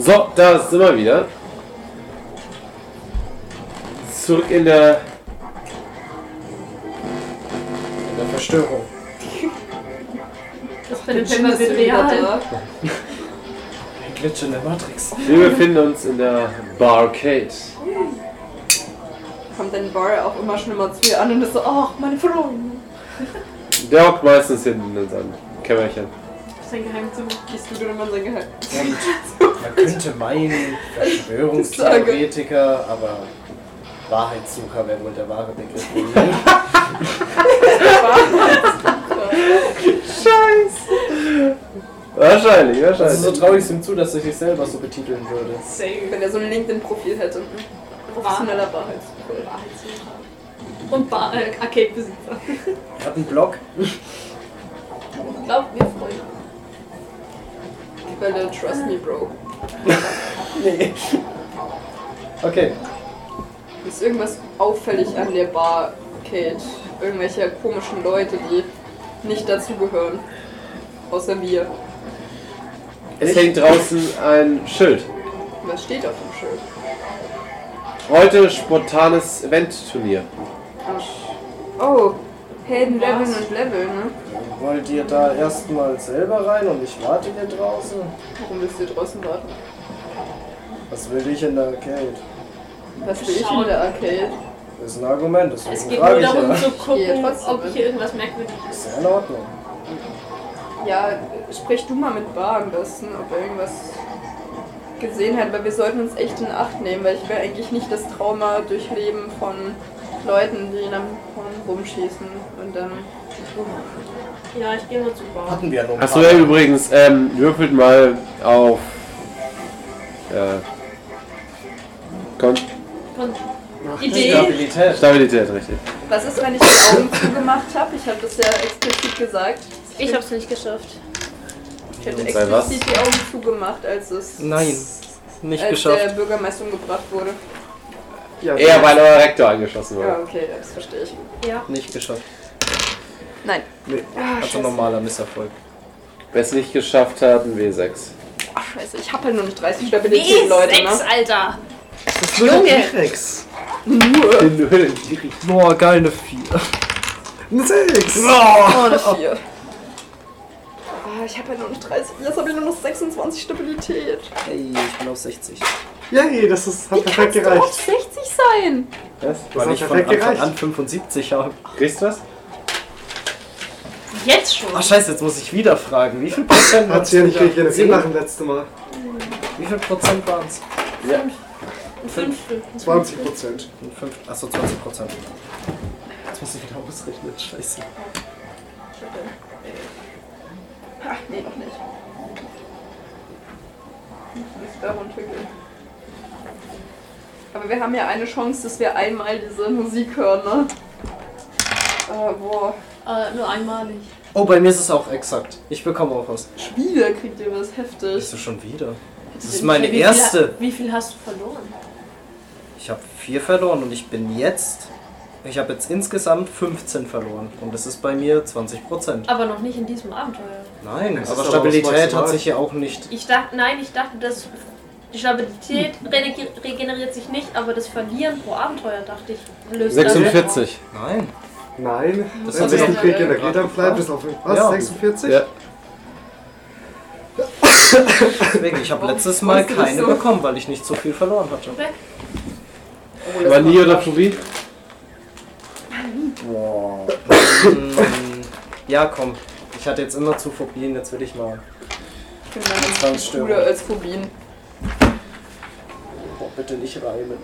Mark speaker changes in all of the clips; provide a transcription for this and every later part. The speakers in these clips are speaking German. Speaker 1: So, da sind wir wieder. Zurück in der. in der Verstörung.
Speaker 2: Das Penitenzler wird real.
Speaker 3: Ein Glitch in der Matrix.
Speaker 1: Wir befinden uns in der Barcade.
Speaker 2: Kommt dann Bar auch immer schon immer zu ihr an und ist so, ach, meine Freunde.
Speaker 1: Der hockt meistens hinten in seinem Kämmerchen.
Speaker 2: Sein Geheimzimmer. Gehst du dann immer in sein Geheimzimmer?
Speaker 3: Man könnte meinen, Verschwörungstheoretiker, aber Wahrheitssucher wäre wohl der wahre Begriff.
Speaker 1: Wahrscheinlich,
Speaker 3: Das ist Also so
Speaker 1: wahrscheinlich.
Speaker 3: traurig ihm zu, dass ich mich selber so betiteln würde.
Speaker 2: Wenn er so ein LinkedIn-Profil hätte. hm. Professioneller Wahrheitsprofil.
Speaker 4: Und Bar äh, Arcade-Besitzer.
Speaker 3: Ich habe einen Blog.
Speaker 4: Glaubt mir, Freunde.
Speaker 2: Quelle Trust Me Bro.
Speaker 3: Nee. Okay.
Speaker 2: Ist irgendwas auffällig an der Bar, Kate? Irgendwelche komischen Leute, die nicht dazugehören. Außer wir.
Speaker 1: Es hängt draußen ein Schild.
Speaker 2: Was steht auf dem Schild?
Speaker 1: Heute spontanes Event-Turnier.
Speaker 2: Oh, Helden
Speaker 4: Was?
Speaker 2: leveln und leveln, ne?
Speaker 3: Wollt ihr da erstmal selber rein und ich warte hier draußen?
Speaker 2: Warum willst du draußen warten?
Speaker 3: Was will ich in der Arcade?
Speaker 2: Was will ich in
Speaker 4: Schauen.
Speaker 2: der Arcade?
Speaker 3: Das ist ein Argument, deswegen
Speaker 4: Es geht
Speaker 3: frage
Speaker 4: nur
Speaker 3: ich
Speaker 4: darum
Speaker 3: ja.
Speaker 4: zu
Speaker 2: Hier,
Speaker 4: gucken,
Speaker 2: trotzdem.
Speaker 4: ob hier irgendwas merkwürdig ist.
Speaker 3: Ist ja in Ordnung.
Speaker 2: Ja, sprich du mal mit Bar am besten, ob er irgendwas gesehen hat, weil wir sollten uns echt in Acht nehmen, weil ich will eigentlich nicht das Trauma durchleben von Leuten, die in einem Horn rumschießen und dann.
Speaker 4: Ja, ich gehe mal zu Bar.
Speaker 3: Hatten wir ja noch ein
Speaker 1: Achso,
Speaker 3: paar.
Speaker 1: ja, übrigens, ähm, würfelt mal auf. Äh, Kon
Speaker 4: Von Idee.
Speaker 3: Stabilität.
Speaker 1: Stabilität, richtig.
Speaker 2: Was ist, wenn ich die Augen zugemacht habe? Ich habe das ja explizit gesagt.
Speaker 4: Ich hab's nicht geschafft.
Speaker 2: Ich hätte
Speaker 1: Bei was?
Speaker 2: explizit die Augen zugemacht, als es.
Speaker 3: Nein, nicht
Speaker 4: Äh,
Speaker 2: als der
Speaker 3: geschafft.
Speaker 2: Bürgermeister umgebracht wurde.
Speaker 1: Eher weil euer Rektor angeschossen wurde.
Speaker 2: Ja, okay, das verstehe ich.
Speaker 4: Ja.
Speaker 3: Nicht geschafft.
Speaker 2: Nein.
Speaker 3: Nee. Also
Speaker 2: Ah, scheiße.
Speaker 3: normaler Misserfolg.
Speaker 1: Wer es nicht geschafft hat, ein W6.
Speaker 2: Ach, scheiße, ich habe halt nur noch 30 Stabilität, Leute, ne?
Speaker 4: Alter.
Speaker 3: Das
Speaker 4: wird Junge. ein
Speaker 3: T-Rex.
Speaker 1: Den Null in die Richtung.
Speaker 3: Boah, geil, eine 4. Eine 6. Boah.
Speaker 2: Oh, eine 4. Ah, ich habe ja nur noch 30. Jetzt habe ich nur noch 26 Stabilität.
Speaker 3: Hey, ich bin auf 60. Yay, das ist, hat
Speaker 2: Kannst du auf 60 sein?
Speaker 1: Was?
Speaker 3: Weil
Speaker 5: hat
Speaker 3: ich von
Speaker 5: perfekt
Speaker 3: Anfang
Speaker 5: gereicht.
Speaker 3: an 75 habe.
Speaker 1: Kriegst du was?
Speaker 4: Jetzt schon.
Speaker 3: Ach Ah, scheiße, jetzt muss ich wieder fragen. Wie viel Prozent
Speaker 5: Hat sie ja nicht
Speaker 3: wieder?
Speaker 5: regeneriert nach dem letzten Mal.
Speaker 3: Wie viel Prozent waren es?
Speaker 1: Ja.
Speaker 4: Ein Fünftel.
Speaker 5: 20 Prozent.
Speaker 3: Achso, 20 Prozent. Jetzt muss ich wieder ausrechnen. Scheiße.
Speaker 2: Ach, Ah, nee, noch nicht. Ich muss da runtergehen. Aber wir haben ja eine Chance, dass wir einmal diese Musik hören, ne? Äh, boah.
Speaker 4: Äh, nur einmalig.
Speaker 3: Oh, bei mir ist es auch exakt. Ich bekomme auch was.
Speaker 2: Wieder kriegt ihr was heftig.
Speaker 3: Bist du schon wieder? Das ist
Speaker 2: Ich-
Speaker 3: meine
Speaker 4: Wie viel-
Speaker 3: erste.
Speaker 4: Wie viel hast du verloren?
Speaker 3: Ich habe vier verloren und ich bin jetzt. Ich habe jetzt insgesamt 15 verloren. Und das ist bei mir 20 Prozent.
Speaker 4: Aber noch nicht in diesem Abenteuer.
Speaker 3: Nein, aber
Speaker 5: Das ist aber was
Speaker 3: Stabilität
Speaker 5: Maximal.
Speaker 3: hat sich hier auch nicht.
Speaker 4: Ich dachte, nein, ich dachte, dass die Stabilität
Speaker 3: Hm.
Speaker 4: rege- regeneriert sich nicht, aber das Verlieren pro Abenteuer, dachte ich, löst das.
Speaker 1: 46.
Speaker 3: Nein.
Speaker 5: Nein,
Speaker 3: Das
Speaker 5: wenn
Speaker 3: hat
Speaker 5: sie
Speaker 3: sie
Speaker 5: nicht
Speaker 3: doch
Speaker 5: regeneriert
Speaker 3: gerade
Speaker 5: haben, bleibt
Speaker 3: gefragt.
Speaker 5: es auf dem. Was?
Speaker 3: Ja.
Speaker 5: 46?
Speaker 1: Ja.
Speaker 3: Deswegen, ich habe letztes Mal
Speaker 2: Weißt du das
Speaker 3: keine
Speaker 2: so?
Speaker 3: bekommen, weil ich nicht so viel verloren hatte.
Speaker 4: Weg.
Speaker 1: Vanille oder Flori?
Speaker 3: Boah. ja, komm. Ich hatte jetzt immer zu Phobien, jetzt will ich mal.
Speaker 2: Ich bin meine
Speaker 3: Zwangsstörung.
Speaker 2: Bruder als Phobien.
Speaker 3: Boah, bitte nicht reimen.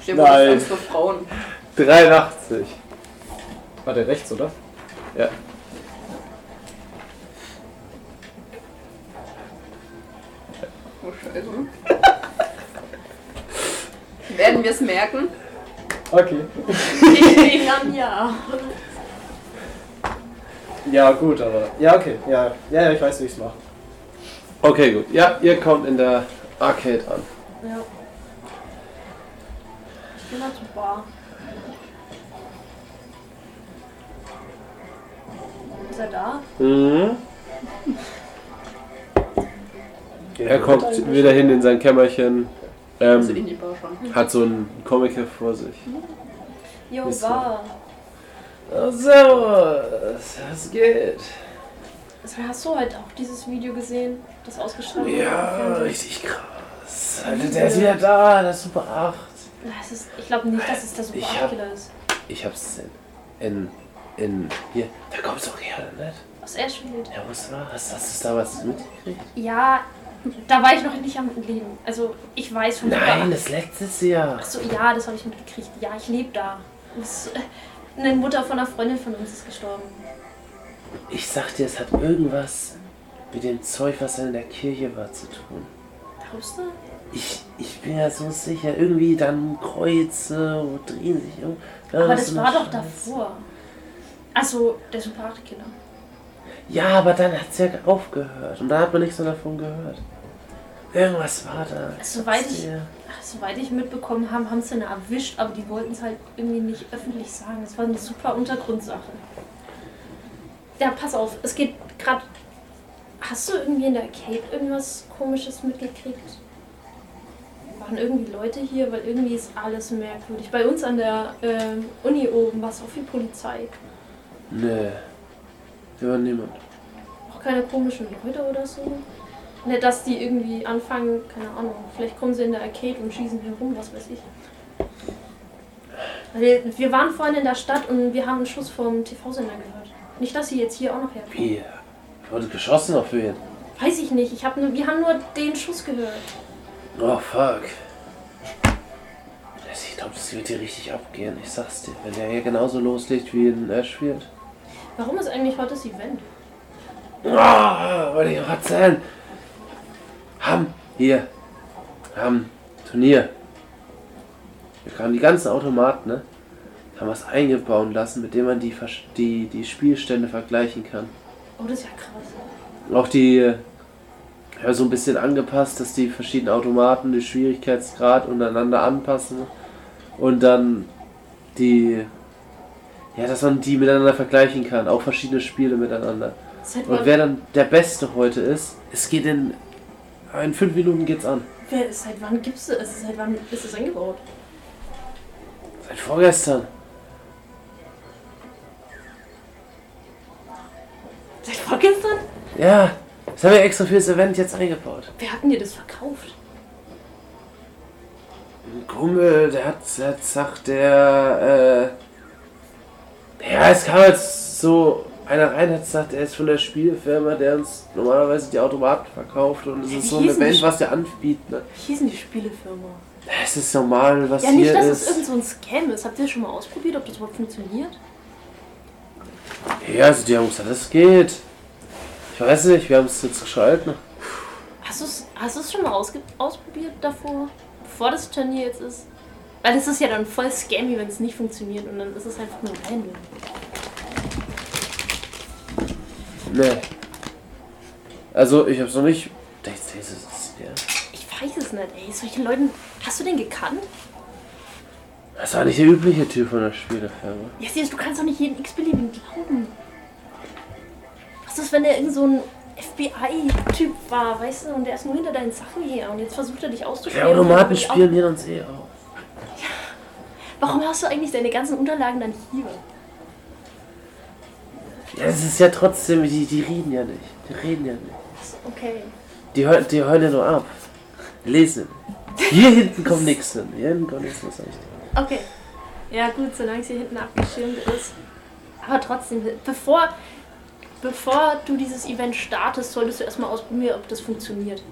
Speaker 2: Ich habe Angst
Speaker 1: Nein.
Speaker 2: vor Frauen.
Speaker 1: 83.
Speaker 3: War der rechts, oder?
Speaker 1: Ja.
Speaker 2: Oh, Scheiße. Werden wir es merken?
Speaker 3: Okay.
Speaker 4: Ich bin an ja.
Speaker 3: Ja, gut, aber. Ja, okay. Ja, ja, ja ich weiß, wie ich es mache.
Speaker 1: Okay, gut. Ja, ihr kommt in der Arcade an.
Speaker 4: Ja. Ich bin mal zu Bar. Ist er da?
Speaker 1: Mhm. geht.
Speaker 6: Er kommt wieder hin in sein Kämmerchen.
Speaker 2: Also
Speaker 6: Ähm,
Speaker 2: in die Bar schon.
Speaker 6: hat so einen Comic vor sich.
Speaker 4: Jo,
Speaker 6: Ist so.
Speaker 4: war.
Speaker 6: Also, was geht?
Speaker 4: Also, hast du heute auch dieses Video gesehen, das ausgestrahlt wurde?
Speaker 6: Ja, richtig krass. Alter, Also der ist wieder da, der ist Super 8.
Speaker 4: Das ist, ich glaube nicht, dass es der
Speaker 6: Ich
Speaker 4: Super
Speaker 6: hab-
Speaker 4: 8 Killer ist.
Speaker 6: Ich hab's in. in. in hier. Da kommt's auch her, nicht?
Speaker 4: Aus Ashfield.
Speaker 6: Ja, was war? Hast, hast du da was mitgekriegt?
Speaker 4: Ja, da war ich noch nicht am Leben. Also, ich weiß von
Speaker 6: Nein, das letztes Jahr.
Speaker 4: Achso, ja, das habe ich mitgekriegt. Ja, ich lebe da. Das, äh, eine Mutter von einer Freundin von uns ist gestorben.
Speaker 6: Ich sag dir, es hat irgendwas mit dem Zeug, was in der Kirche war, zu tun.
Speaker 4: Glaubst du?
Speaker 6: Ah, Ich, ich bin ja so sicher, irgendwie dann Kreuze und drehen sich um.
Speaker 4: Aber das war doch davor. Also, der Super 8 Killer.
Speaker 6: Ja, aber dann hat's ja aufgehört und da hat man nichts mehr davon gehört. Irgendwas war da.
Speaker 4: Soweit Also, ich-
Speaker 6: Ja.
Speaker 4: Ach, Soweit ich mitbekommen habe, haben sie eine erwischt, aber die wollten es halt irgendwie nicht öffentlich sagen. Das war eine super Untergrundsache. Ja, pass auf, es geht gerade. Hast du irgendwie in der Cape irgendwas komisches mitgekriegt? Waren irgendwie Leute hier, weil irgendwie ist alles merkwürdig. Bei uns an der ähm, Uni oben war es auch viel Polizei.
Speaker 6: Nee. Wir waren niemand.
Speaker 4: Auch keine komischen Leute oder so. Nicht, dass die irgendwie anfangen, keine Ahnung, vielleicht kommen sie in der Arcade und schießen herum, was weiß ich. Weil wir waren vorhin in der Stadt und wir haben einen Schuss vom TV-Sender gehört. Nicht, dass sie jetzt hier auch noch herkommen.
Speaker 6: Wie? Wurde geschossen auf wen?
Speaker 4: Weiß ich nicht, ich hab nur, wir haben nur den Schuss gehört.
Speaker 6: Oh fuck. Also, Ich glaube, das wird hier richtig abgehen. Ich sag's dir. Wenn der hier genauso loslegt wie in Ashfield.
Speaker 4: Warum ist eigentlich heute das Event?
Speaker 6: Ah, wollte ich noch erzählen. Ham, hier. Ham, Turnier. Wir haben die ganzen Automaten, ne? Haben was eingebaut lassen, mit dem man die, Versch- die, die Spielstände vergleichen kann.
Speaker 4: Oh, das ist ja krass.
Speaker 6: Auch die äh, ja, so ein bisschen angepasst, dass die verschiedenen Automaten den Schwierigkeitsgrad untereinander anpassen und dann die ja, dass man die miteinander vergleichen kann, auch verschiedene Spiele miteinander.
Speaker 4: Seit wann,
Speaker 6: Und wer
Speaker 4: wer,
Speaker 6: dann der Beste heute ist, es geht in in fünf Minuten geht's an.
Speaker 4: seit wann gibt's es? Seit wann ist es eingebaut?
Speaker 6: Seit vorgestern.
Speaker 4: Seit vorgestern?
Speaker 6: Ja, das haben wir extra fürs Event jetzt eingebaut.
Speaker 4: Wer hat denn dir das verkauft?
Speaker 6: Ein Kumpel, der hat, der hat sagt, der, äh, ja, es kam jetzt so einer rein, hat gesagt, er ist von der Spielfirma, der uns normalerweise die Automaten verkauft und es ist so ein
Speaker 4: Wie hießen
Speaker 6: Event,
Speaker 4: die-
Speaker 6: was der anbietet. Ne?
Speaker 4: Wie hießen die Spielefirma?
Speaker 6: Es ist normal, was
Speaker 4: Ja, nicht,
Speaker 6: hier
Speaker 4: dass es
Speaker 6: ist.
Speaker 4: irgend so ein Scam ist. Habt ihr schon mal ausprobiert, ob das überhaupt funktioniert?
Speaker 6: ja, also die haben gesagt, das geht. Ich weiß nicht, wir haben es jetzt ne? geschalten.
Speaker 4: Hast du es hast du's schon mal ausge ausprobiert davor? Bevor das Turnier jetzt ist? Weil das ist ja dann voll scammy, wenn es nicht funktioniert und dann ist es einfach nur random.
Speaker 6: Ne. Also, ich hab's noch nicht. Das das ist, ja.
Speaker 4: Ich weiß es nicht, ey. Solche Leuten. Hast du den gekannt?
Speaker 6: Das war nicht der übliche Typ von der Spielefirma.
Speaker 4: Ja, siehst du, du kannst doch nicht jedem x-beliebigen glauben. Was ist, wenn der irgend so ein FBI-Typ war, weißt du, und der ist nur hinter deinen Sachen her und jetzt versucht er dich
Speaker 6: Ja,
Speaker 4: auszuspielen.
Speaker 6: Automaten spielen wir uns eh auf.
Speaker 4: Warum hast du eigentlich deine ganzen Unterlagen dann hier?
Speaker 6: Ja, das ist ja trotzdem, die, die reden ja nicht. Die reden ja nicht.
Speaker 4: Okay.
Speaker 6: Die, hör, die hören ja nur ab. Lesen. Hier hinten kommt nichts hin. Hier hinten kommt nichts hin. sag ich dir.
Speaker 4: Okay. Ja gut, solange sie hinten abgeschirmt ist. Aber trotzdem, bevor, bevor du dieses Event startest, solltest du erstmal ausprobieren, ob das funktioniert.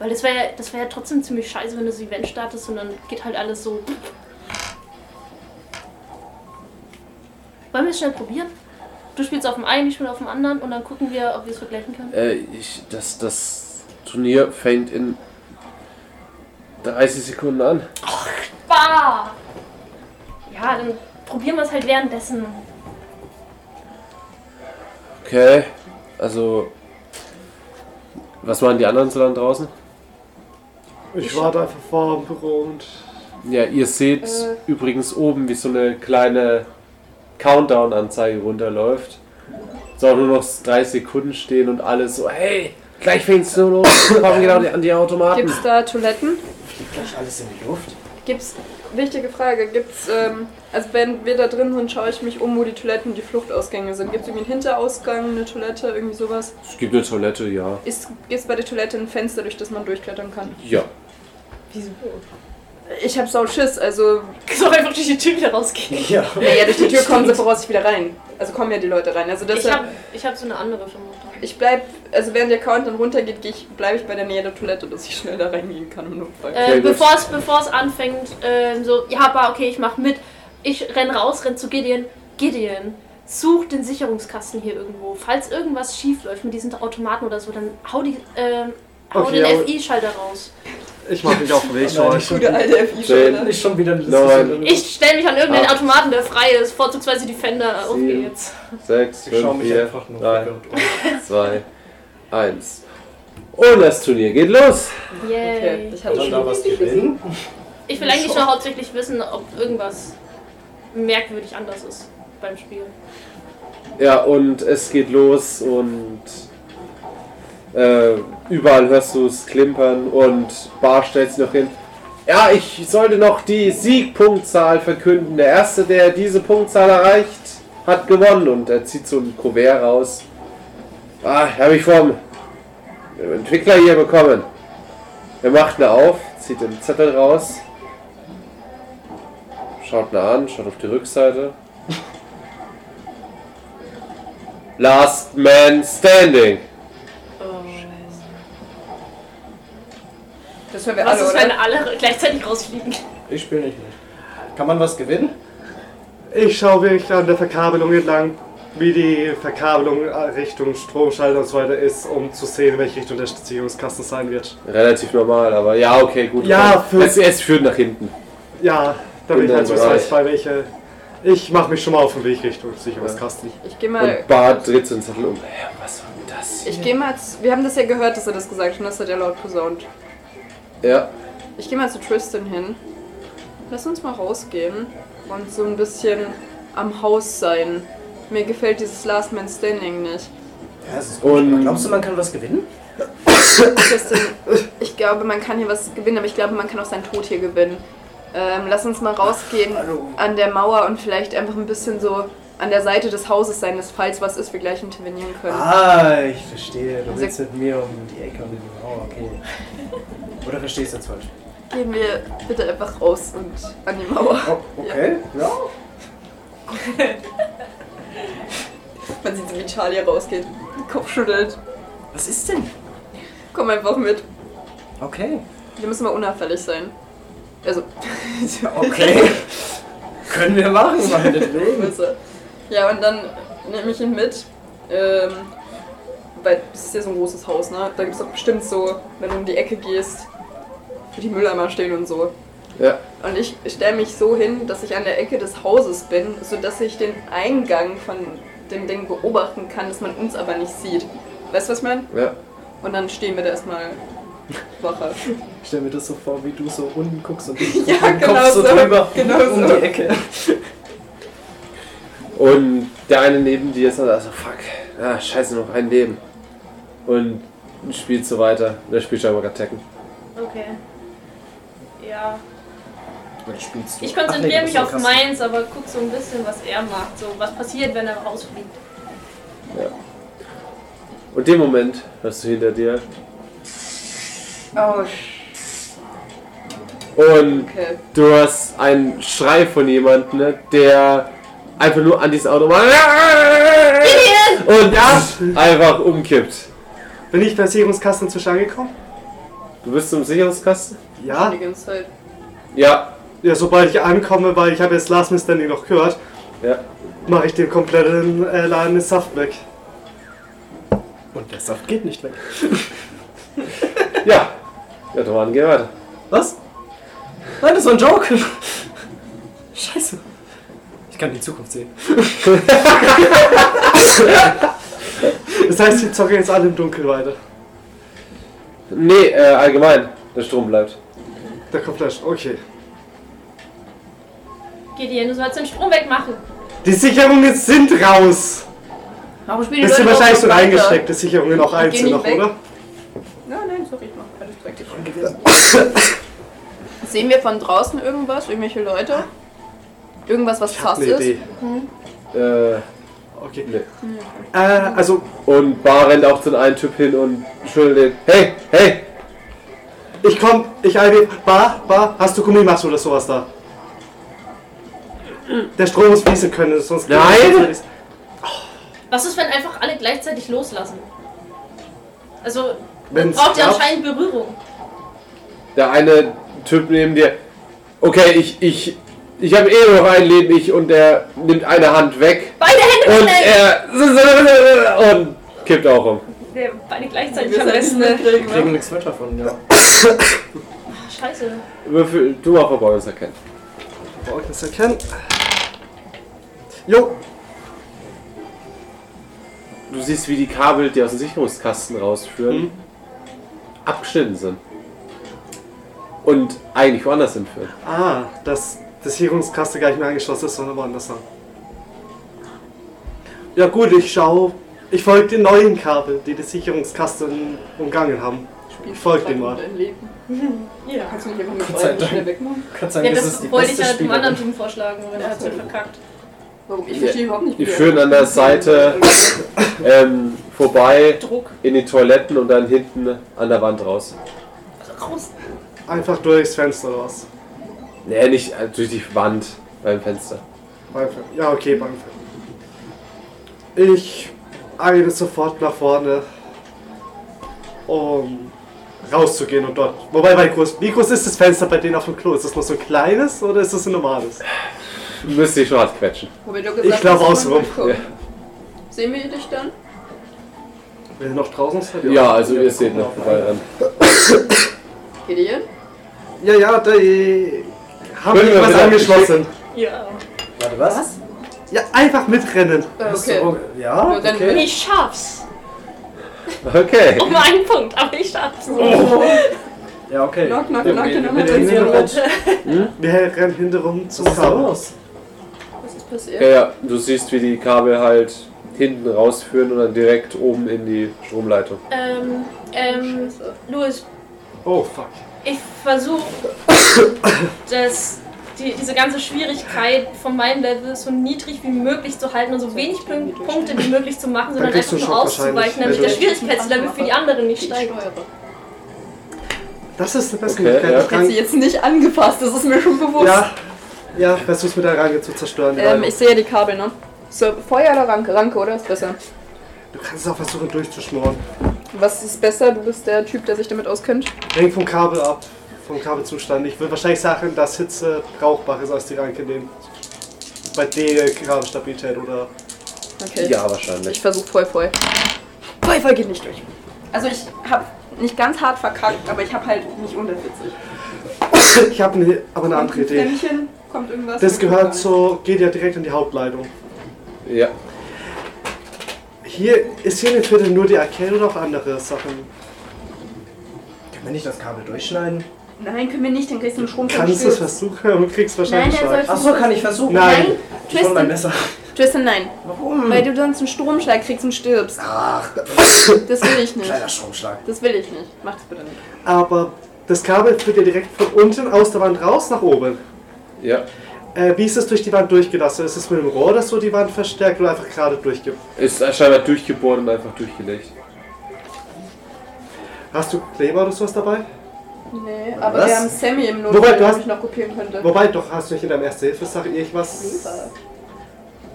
Speaker 4: Weil das wäre ja, das wär ja trotzdem ziemlich scheiße, wenn du das Event startest und dann geht halt alles so. Wollen wir es schnell probieren? Du spielst auf dem einen, ich spiele auf dem anderen und dann gucken wir, ob wir es vergleichen können.
Speaker 6: Äh, ich, das, das Turnier fängt in 30 Sekunden an.
Speaker 4: Bah! Ja, dann probieren wir es halt währenddessen.
Speaker 6: Okay. Also. Was machen die anderen so lange draußen?
Speaker 5: Ich war da verfahren berühmt.
Speaker 6: Ja, ihr seht
Speaker 2: Äh.
Speaker 6: übrigens oben, wie so eine kleine Countdown-Anzeige runterläuft. Soll nur noch drei Sekunden stehen und alle so, hey,
Speaker 1: Gleich fängst du los. Warum genau die- an die Automaten?
Speaker 2: Gibt's da Toiletten?
Speaker 3: Fliegt gleich alles in die Luft.
Speaker 2: Gibt's, wichtige Frage, gibt's, ähm, also wenn wir da drin sind, schaue ich mich um, wo die Toiletten, die Fluchtausgänge sind. Gibt's irgendwie einen Hinterausgang, eine Toilette, irgendwie sowas?
Speaker 1: Es gibt eine Toilette, ja.
Speaker 2: Ist, gibt's bei der Toilette ein Fenster, durch das man durchklettern kann?
Speaker 1: Ja.
Speaker 4: Wieso?
Speaker 2: Ich hab sau Schiss, also,
Speaker 4: Kannst doch einfach durch die Tür wieder rausgehen.
Speaker 3: Ja.
Speaker 2: naja, durch die Tür kommen sie voraussichtlich wieder rein. Also kommen ja die Leute rein. Also
Speaker 4: Ich
Speaker 2: deshalb,
Speaker 4: habe ich hab so eine andere Vermutung.
Speaker 2: ich, bleib, also während der Countdown runtergeht, geh ich, bleibe ich bei der Nähe der Toilette, dass ich schnell da reingehen kann im Notfall.
Speaker 1: Sehr
Speaker 4: Äh,
Speaker 1: gut.
Speaker 4: bevor es bevor es anfängt, ähm, so, ja, aber okay, ich mach mit. Ich renn raus, renn zu Gideon. Gideon, such den Sicherungskasten hier irgendwo. Falls irgendwas schief läuft mit diesen Automaten oder so, dann hau, die, ähm, hau
Speaker 5: Okay, aber-
Speaker 4: den FI-Schalter raus.
Speaker 5: Ich mach mich auf den Weg,
Speaker 3: Nein,
Speaker 5: Leute.
Speaker 2: Gute alte
Speaker 1: Schön.
Speaker 2: FI-Schule.
Speaker 3: Nicht schon ne? wieder eine
Speaker 1: Nein.
Speaker 4: Ich stell mich an irgendeinen
Speaker 1: Ah.
Speaker 4: Automaten, der frei ist, vorzugsweise Defender. Auf
Speaker 1: Sieben.
Speaker 4: geht's.
Speaker 1: Sechs,
Speaker 3: Ich schaue
Speaker 1: fünf,
Speaker 3: mich
Speaker 1: vier,
Speaker 3: einfach nur
Speaker 1: drei,
Speaker 3: verwirrt um.
Speaker 1: zwei, eins. Und das Turnier geht los.
Speaker 4: Yay.
Speaker 2: Okay, ich hatte
Speaker 3: Kann da
Speaker 2: schon.
Speaker 3: was gewinnen?
Speaker 4: Ich will eigentlich nur hauptsächlich wissen, ob irgendwas merkwürdig anders ist beim Spiel.
Speaker 1: Ja, und es geht los und äh, überall hörst du es klimpern und Bar stellt sich noch hin. Ja, ich sollte noch die Siegpunktzahl verkünden. Der Erste, der diese Punktzahl erreicht, hat gewonnen und er zieht so ein Kuvert raus. Ah, habe ich vom Entwickler hier bekommen. Er macht eine auf, zieht den Zettel raus, schaut eine an, schaut auf die Rückseite. Last Man Standing.
Speaker 2: Oh, Das hören wir
Speaker 4: Was
Speaker 2: alle,
Speaker 4: ist,
Speaker 2: also, oder?
Speaker 4: wenn alle gleichzeitig rausfliegen?
Speaker 3: Ich spiele nicht mit. Kann man was gewinnen?
Speaker 5: Ich schaue wirklich an der Verkabelung entlang, wie die Verkabelung äh, Richtung Stromschalter und so weiter ist, um zu sehen, in welche Richtung der Stationskasten sein wird.
Speaker 1: Relativ normal, aber ja, okay, gut.
Speaker 5: Ja,
Speaker 1: für
Speaker 5: für-
Speaker 1: es, es führt nach hinten.
Speaker 5: Ja, damit ich halt so
Speaker 1: Wunderbar.
Speaker 5: weiß, bei welche. Ich mache mich schon mal auf den Weg Richtung Sicherungskasten.
Speaker 2: Ich gehe mal.
Speaker 1: Und Bart dreht seinen Zettel um. Hä, was war denn das?
Speaker 2: Ich gehe mal. Zu, wir haben das ja gehört, dass er das gesagt hat und das hat er laut posaunt.
Speaker 1: Ja,
Speaker 2: Ich gehe mal zu Tristan hin. Lass uns mal rausgehen und so ein bisschen am Haus sein. Mir gefällt dieses Last Man Standing nicht.
Speaker 3: Ja, es ist
Speaker 1: Und-
Speaker 3: Aber Glaubst du, man kann was gewinnen?
Speaker 2: Tristan, ich glaube, man kann hier was gewinnen, aber ich glaube, man kann auch seinen Tod hier gewinnen. Ähm, lass uns mal rausgehen
Speaker 3: Hallo.
Speaker 2: an der Mauer und vielleicht einfach ein bisschen so an der Seite des Hauses sein, dass falls was ist, wir gleich intervenieren können.
Speaker 3: Ah, ich verstehe. Du willst mit mir um die Ecke und die Mauer, okay. Oder verstehst du jetzt falsch?
Speaker 2: Gehen wir bitte einfach raus und an die Mauer.
Speaker 3: Oh, okay, ja.
Speaker 2: Man sieht, wie Charlie rausgeht, Kopf schüttelt.
Speaker 3: Was ist denn?
Speaker 2: Komm einfach mit.
Speaker 3: Okay.
Speaker 2: Wir müssen mal unauffällig sein. Also,
Speaker 3: Okay. Können wir machen, meinetwegen.
Speaker 2: Größe. Ja, und dann nehme ich ihn mit. Ähm, weil es ist ja so ein großes Haus, ne? Da gibt es doch bestimmt so, wenn du um die Ecke gehst, wo die Mülleimer stehen und so.
Speaker 1: ja.
Speaker 2: Und ich stelle mich so hin, dass ich an der Ecke des Hauses bin, sodass ich den Eingang von dem Ding beobachten kann, dass man uns aber nicht sieht. Weißt du, was ich meine?
Speaker 1: ja.
Speaker 2: Und dann stehen wir da erstmal Wache.
Speaker 3: Ich stell mir das so vor, wie du so unten guckst und ich
Speaker 2: Ja,
Speaker 3: mit dem
Speaker 2: genau
Speaker 3: Kopf so,
Speaker 2: so.
Speaker 3: drüber
Speaker 2: Genau
Speaker 3: um
Speaker 2: so.
Speaker 3: die Ecke.
Speaker 1: Und der eine neben dir ist dann also, fuck, ah, scheiße, noch ein Leben. Und spielt so weiter. Der spielt scheinbar gerade Tekken.
Speaker 4: Okay. Ja.
Speaker 3: Was spielst du?
Speaker 4: Ich
Speaker 3: Ach,
Speaker 4: konzentriere
Speaker 3: nee,
Speaker 4: mich
Speaker 3: das
Speaker 4: auf
Speaker 3: ist der Kasten.
Speaker 4: meins, aber guck so ein bisschen, was er macht. So, was passiert, wenn er rausfliegt.
Speaker 1: Und in dem Moment hörst du hinter dir.
Speaker 2: Oh,
Speaker 1: Und
Speaker 2: okay.
Speaker 1: du hast einen Schrei von jemandem, ne, der einfach nur an dieses Auto und einfach umkippt.
Speaker 5: Bin ich beim Sicherungskasten inzwischen angekommen?
Speaker 1: Du bist zum Sicherungskasten?
Speaker 5: Ja.
Speaker 2: Die ganze Zeit.
Speaker 1: Ja.
Speaker 5: Ja, sobald ich ankomme, weil ich habe jetzt Last Man Standing noch gehört,
Speaker 1: Ja.
Speaker 5: mache ich den kompletten äh, Laden den Saft weg.
Speaker 3: Und der Saft geht nicht weg.
Speaker 1: Ja. Ja, Doran, geh weiter.
Speaker 3: Was? Nein, das war ein Joke. Scheiße. Ich kann die Zukunft sehen.
Speaker 5: Das heißt, ich zocke jetzt alle im Dunkeln weiter.
Speaker 1: Nee, äh, allgemein. Der Strom bleibt.
Speaker 5: Der Kopflash, okay.
Speaker 4: Gideon, du sollst den Strom wegmachen.
Speaker 5: Die Sicherungen sind raus!
Speaker 2: Warum spielen
Speaker 5: Bist du wahrscheinlich schon eingesteckt, die Sicherungen auch
Speaker 2: Die gehen
Speaker 5: einzeln
Speaker 2: nicht
Speaker 5: noch,
Speaker 2: weg.
Speaker 5: oder?
Speaker 2: sorry, ich mach alles direkt Sehen wir von draußen irgendwas? Irgendwelche Leute? Irgendwas, was krass
Speaker 5: Eine
Speaker 2: ist?
Speaker 5: Idee.
Speaker 1: Äh,
Speaker 5: Okay.
Speaker 1: nee.
Speaker 5: Äh, also,
Speaker 1: Und Bar rennt auch zu einem Typ hin und schüttelt den. Hey, hey!
Speaker 5: ich komm, ich eile. Bar, Bar, hast du Gummimasse oder sowas da? Der Strom muss fließen können, sonst.
Speaker 1: Nein!
Speaker 4: Was ist, wenn einfach alle gleichzeitig loslassen? Also,
Speaker 5: Wenn's
Speaker 4: braucht ja
Speaker 5: klappt.
Speaker 4: anscheinend Berührung.
Speaker 1: Der eine Typ neben dir. Okay, ich, ich, ich habe eh nur noch ein Leben, ich. Und er nimmt eine Hand weg.
Speaker 4: Beide Hände
Speaker 1: Und
Speaker 4: schnell!
Speaker 1: er. Und kippt auch um.
Speaker 4: Nee, beide gleichzeitig
Speaker 2: Wir
Speaker 4: am
Speaker 2: sollten
Speaker 4: besten.
Speaker 3: Wir
Speaker 2: mitkriegen,
Speaker 3: kriegen
Speaker 2: ne?
Speaker 3: nichts mit davon, ja.
Speaker 4: Ach, Scheiße.
Speaker 1: Würfel, du mal Verborgenes erkennen.
Speaker 5: Brauch ich das erkennen? Jo,
Speaker 1: Du siehst, wie die Kabel, die aus dem Sicherungskasten rausführen,
Speaker 5: Mhm.
Speaker 1: abgeschnitten sind. Und eigentlich woanders hinführen.
Speaker 5: Ah, dass das Sicherungskaste gar nicht mehr angeschlossen ist, sondern woanders an. Ja gut, ich schau. Ich folge den neuen Kabel, die das Sicherungskaste um- umgangen haben. Ich folg dem mal.
Speaker 2: Dein Leben.
Speaker 4: Ja.
Speaker 2: Kannst du nicht einfach
Speaker 3: Gott
Speaker 2: mit
Speaker 3: sei
Speaker 2: beiden
Speaker 3: Dank.
Speaker 2: schnell wegmachen?
Speaker 3: Kann sagen,
Speaker 4: Ja,
Speaker 3: das,
Speaker 4: das,
Speaker 3: ist die
Speaker 4: wollte ich
Speaker 3: beste
Speaker 4: ja dem anderen
Speaker 3: Spielerin.
Speaker 4: Team vorschlagen, aber der hat ja verkackt.
Speaker 2: Warum? Ich verstehe überhaupt nicht,
Speaker 1: Die
Speaker 2: wie der-
Speaker 1: führen an der Seite ähm, vorbei
Speaker 4: Druck.
Speaker 1: in die Toiletten und dann hinten an der Wand raus.
Speaker 4: Raus.
Speaker 5: Einfach durchs Fenster oder was?
Speaker 1: Nee, nicht äh, durch die Wand beim Fenster.
Speaker 5: Beim Fe- Ja, okay, beim Fe- Ich eile sofort nach vorne, um rauszugehen und dort. Wobei, bei groß, wie groß ist das Fenster bei denen auf dem Klo? Ist das nur so ein kleines oder ist das ein normales?
Speaker 1: Müsste ich schon hart quetschen.
Speaker 2: Wobei du
Speaker 5: Ich
Speaker 2: gesagt
Speaker 5: glaub,
Speaker 2: hast,
Speaker 5: außenrum.
Speaker 2: guck.
Speaker 1: Ja.
Speaker 2: Sehen wir dich dann?
Speaker 5: Wenn ihr noch draußen seid?
Speaker 1: Ja, also ihr
Speaker 5: wir
Speaker 1: seht
Speaker 5: gucken
Speaker 1: noch
Speaker 5: auf
Speaker 1: vorbei
Speaker 5: einen.
Speaker 1: an.
Speaker 2: Gideon?
Speaker 5: Ja, ja, die haben
Speaker 1: Können wir
Speaker 5: irgendwas
Speaker 1: wieder-
Speaker 5: angeschlossen.
Speaker 4: Ja.
Speaker 3: Warte, was?
Speaker 5: Ja, einfach mitrennen.
Speaker 2: Äh,
Speaker 3: Bist du
Speaker 2: okay.
Speaker 3: auch- Ja,
Speaker 2: Aber dann will
Speaker 3: okay.
Speaker 4: Ich schaff's.
Speaker 1: Okay.
Speaker 4: Um einen Punkt, aber ich schaff's.
Speaker 3: Oh. Ja, okay.
Speaker 2: Knock, knock,
Speaker 3: Wir
Speaker 2: knock,
Speaker 3: gehen-
Speaker 2: knock,
Speaker 3: wir
Speaker 2: knock.
Speaker 3: gehen hier
Speaker 2: Knock,
Speaker 3: mit.
Speaker 5: Wir rennen hinterher zum
Speaker 3: Was ist da
Speaker 5: Kabel.
Speaker 3: los?
Speaker 2: Was ist passiert?
Speaker 1: Ja, ja, du siehst, wie die Kabel halt hinten rausführen und dann direkt oben in die Stromleitung.
Speaker 4: Ähm, ähm,
Speaker 2: Scheiße.
Speaker 4: Louis,
Speaker 5: Oh, fuck.
Speaker 4: ich versuche, dass die, diese ganze Schwierigkeit von meinem Level so niedrig wie möglich zu halten und so wenig Pun- Punkte wie möglich zu machen, sondern
Speaker 5: kriegst
Speaker 4: einfach
Speaker 5: du
Speaker 4: nur
Speaker 5: einen Schock
Speaker 4: auszuweichen, damit
Speaker 5: wahrscheinlich, Also
Speaker 4: der
Speaker 5: wenn du-
Speaker 4: Schwierigkeitslevel für die anderen nicht
Speaker 2: Ich
Speaker 4: steigt.
Speaker 2: steuere.
Speaker 5: Das ist eine beste
Speaker 1: Okay, ja.
Speaker 5: Möglichkeit.
Speaker 2: Ich hätte sie jetzt nicht angepasst, das ist mir schon bewusst.
Speaker 5: Ja, ja, versuch's mit der Range zu zerstören. die
Speaker 2: Ähm,
Speaker 5: Reibung.
Speaker 2: ich sehe die Kabel, ne? So, Feuer oder Ranke? Ranke, oder? Ist besser.
Speaker 5: du kannst es auch versuchen durchzuschmoren.
Speaker 2: Was ist besser? Du bist der Typ, der sich damit auskennt.
Speaker 5: Häng vom Kabel ab, vom Kabelzustand. Ich würde wahrscheinlich sagen, dass Hitze brauchbar ist als die Ranke nehmen. Bei der Kabelstabilität oder.
Speaker 2: Okay.
Speaker 1: Ja,
Speaker 2: Ich
Speaker 1: wahrscheinlich.
Speaker 2: versuche voll voll. Voll voll geht nicht durch. Also ich habe nicht ganz hart verkackt, aber ich habe halt nicht unter 40.
Speaker 5: Ich habe ne, aber eine andere Idee.
Speaker 2: Lämmchen, kommt irgendwas.
Speaker 5: Das gehört so, geht ja direkt in die Hauptleitung.
Speaker 1: Ja.
Speaker 5: Hier ist hier in dem Viertel nur die Arcade oder auch andere Sachen.
Speaker 3: Können wir nicht das Kabel durchschneiden?
Speaker 2: Nein, können wir nicht, dann kriegst du einen
Speaker 5: Kannst du es versuchen und kriegst wahrscheinlich
Speaker 2: Nein, er
Speaker 5: Schlag.
Speaker 2: soll-
Speaker 3: Achso, kann ich versuchen?
Speaker 5: Nein.
Speaker 3: Ich hol mein Messer.
Speaker 2: Tristan, nein.
Speaker 3: Warum?
Speaker 2: Weil du sonst einen Stromschlag kriegst und stirbst.
Speaker 3: Ach,
Speaker 2: Das will ich nicht.
Speaker 3: kleiner Stromschlag.
Speaker 2: Das will ich nicht. Mach das bitte nicht.
Speaker 5: Aber das Kabel führt ja direkt von unten aus der Wand raus nach oben.
Speaker 1: Ja.
Speaker 5: Äh, wie ist es durch die Wand durchgelassen? Ist es mit dem Rohr, das so die Wand verstärkt oder einfach gerade durchgibt?
Speaker 1: Ist scheinbar durchgebohrt und einfach durchgelegt.
Speaker 5: Hast du Kleber oder sowas dabei?
Speaker 2: Nee, aber
Speaker 3: Was?
Speaker 2: wir haben Sammy im
Speaker 5: Wobei,
Speaker 2: Notfall,
Speaker 5: du
Speaker 2: den
Speaker 5: hast-
Speaker 2: ich noch kopieren könnte.
Speaker 5: Wobei, doch, hast du nicht in deinem Erste-Hilfe-Sach irgendwas.
Speaker 2: Super.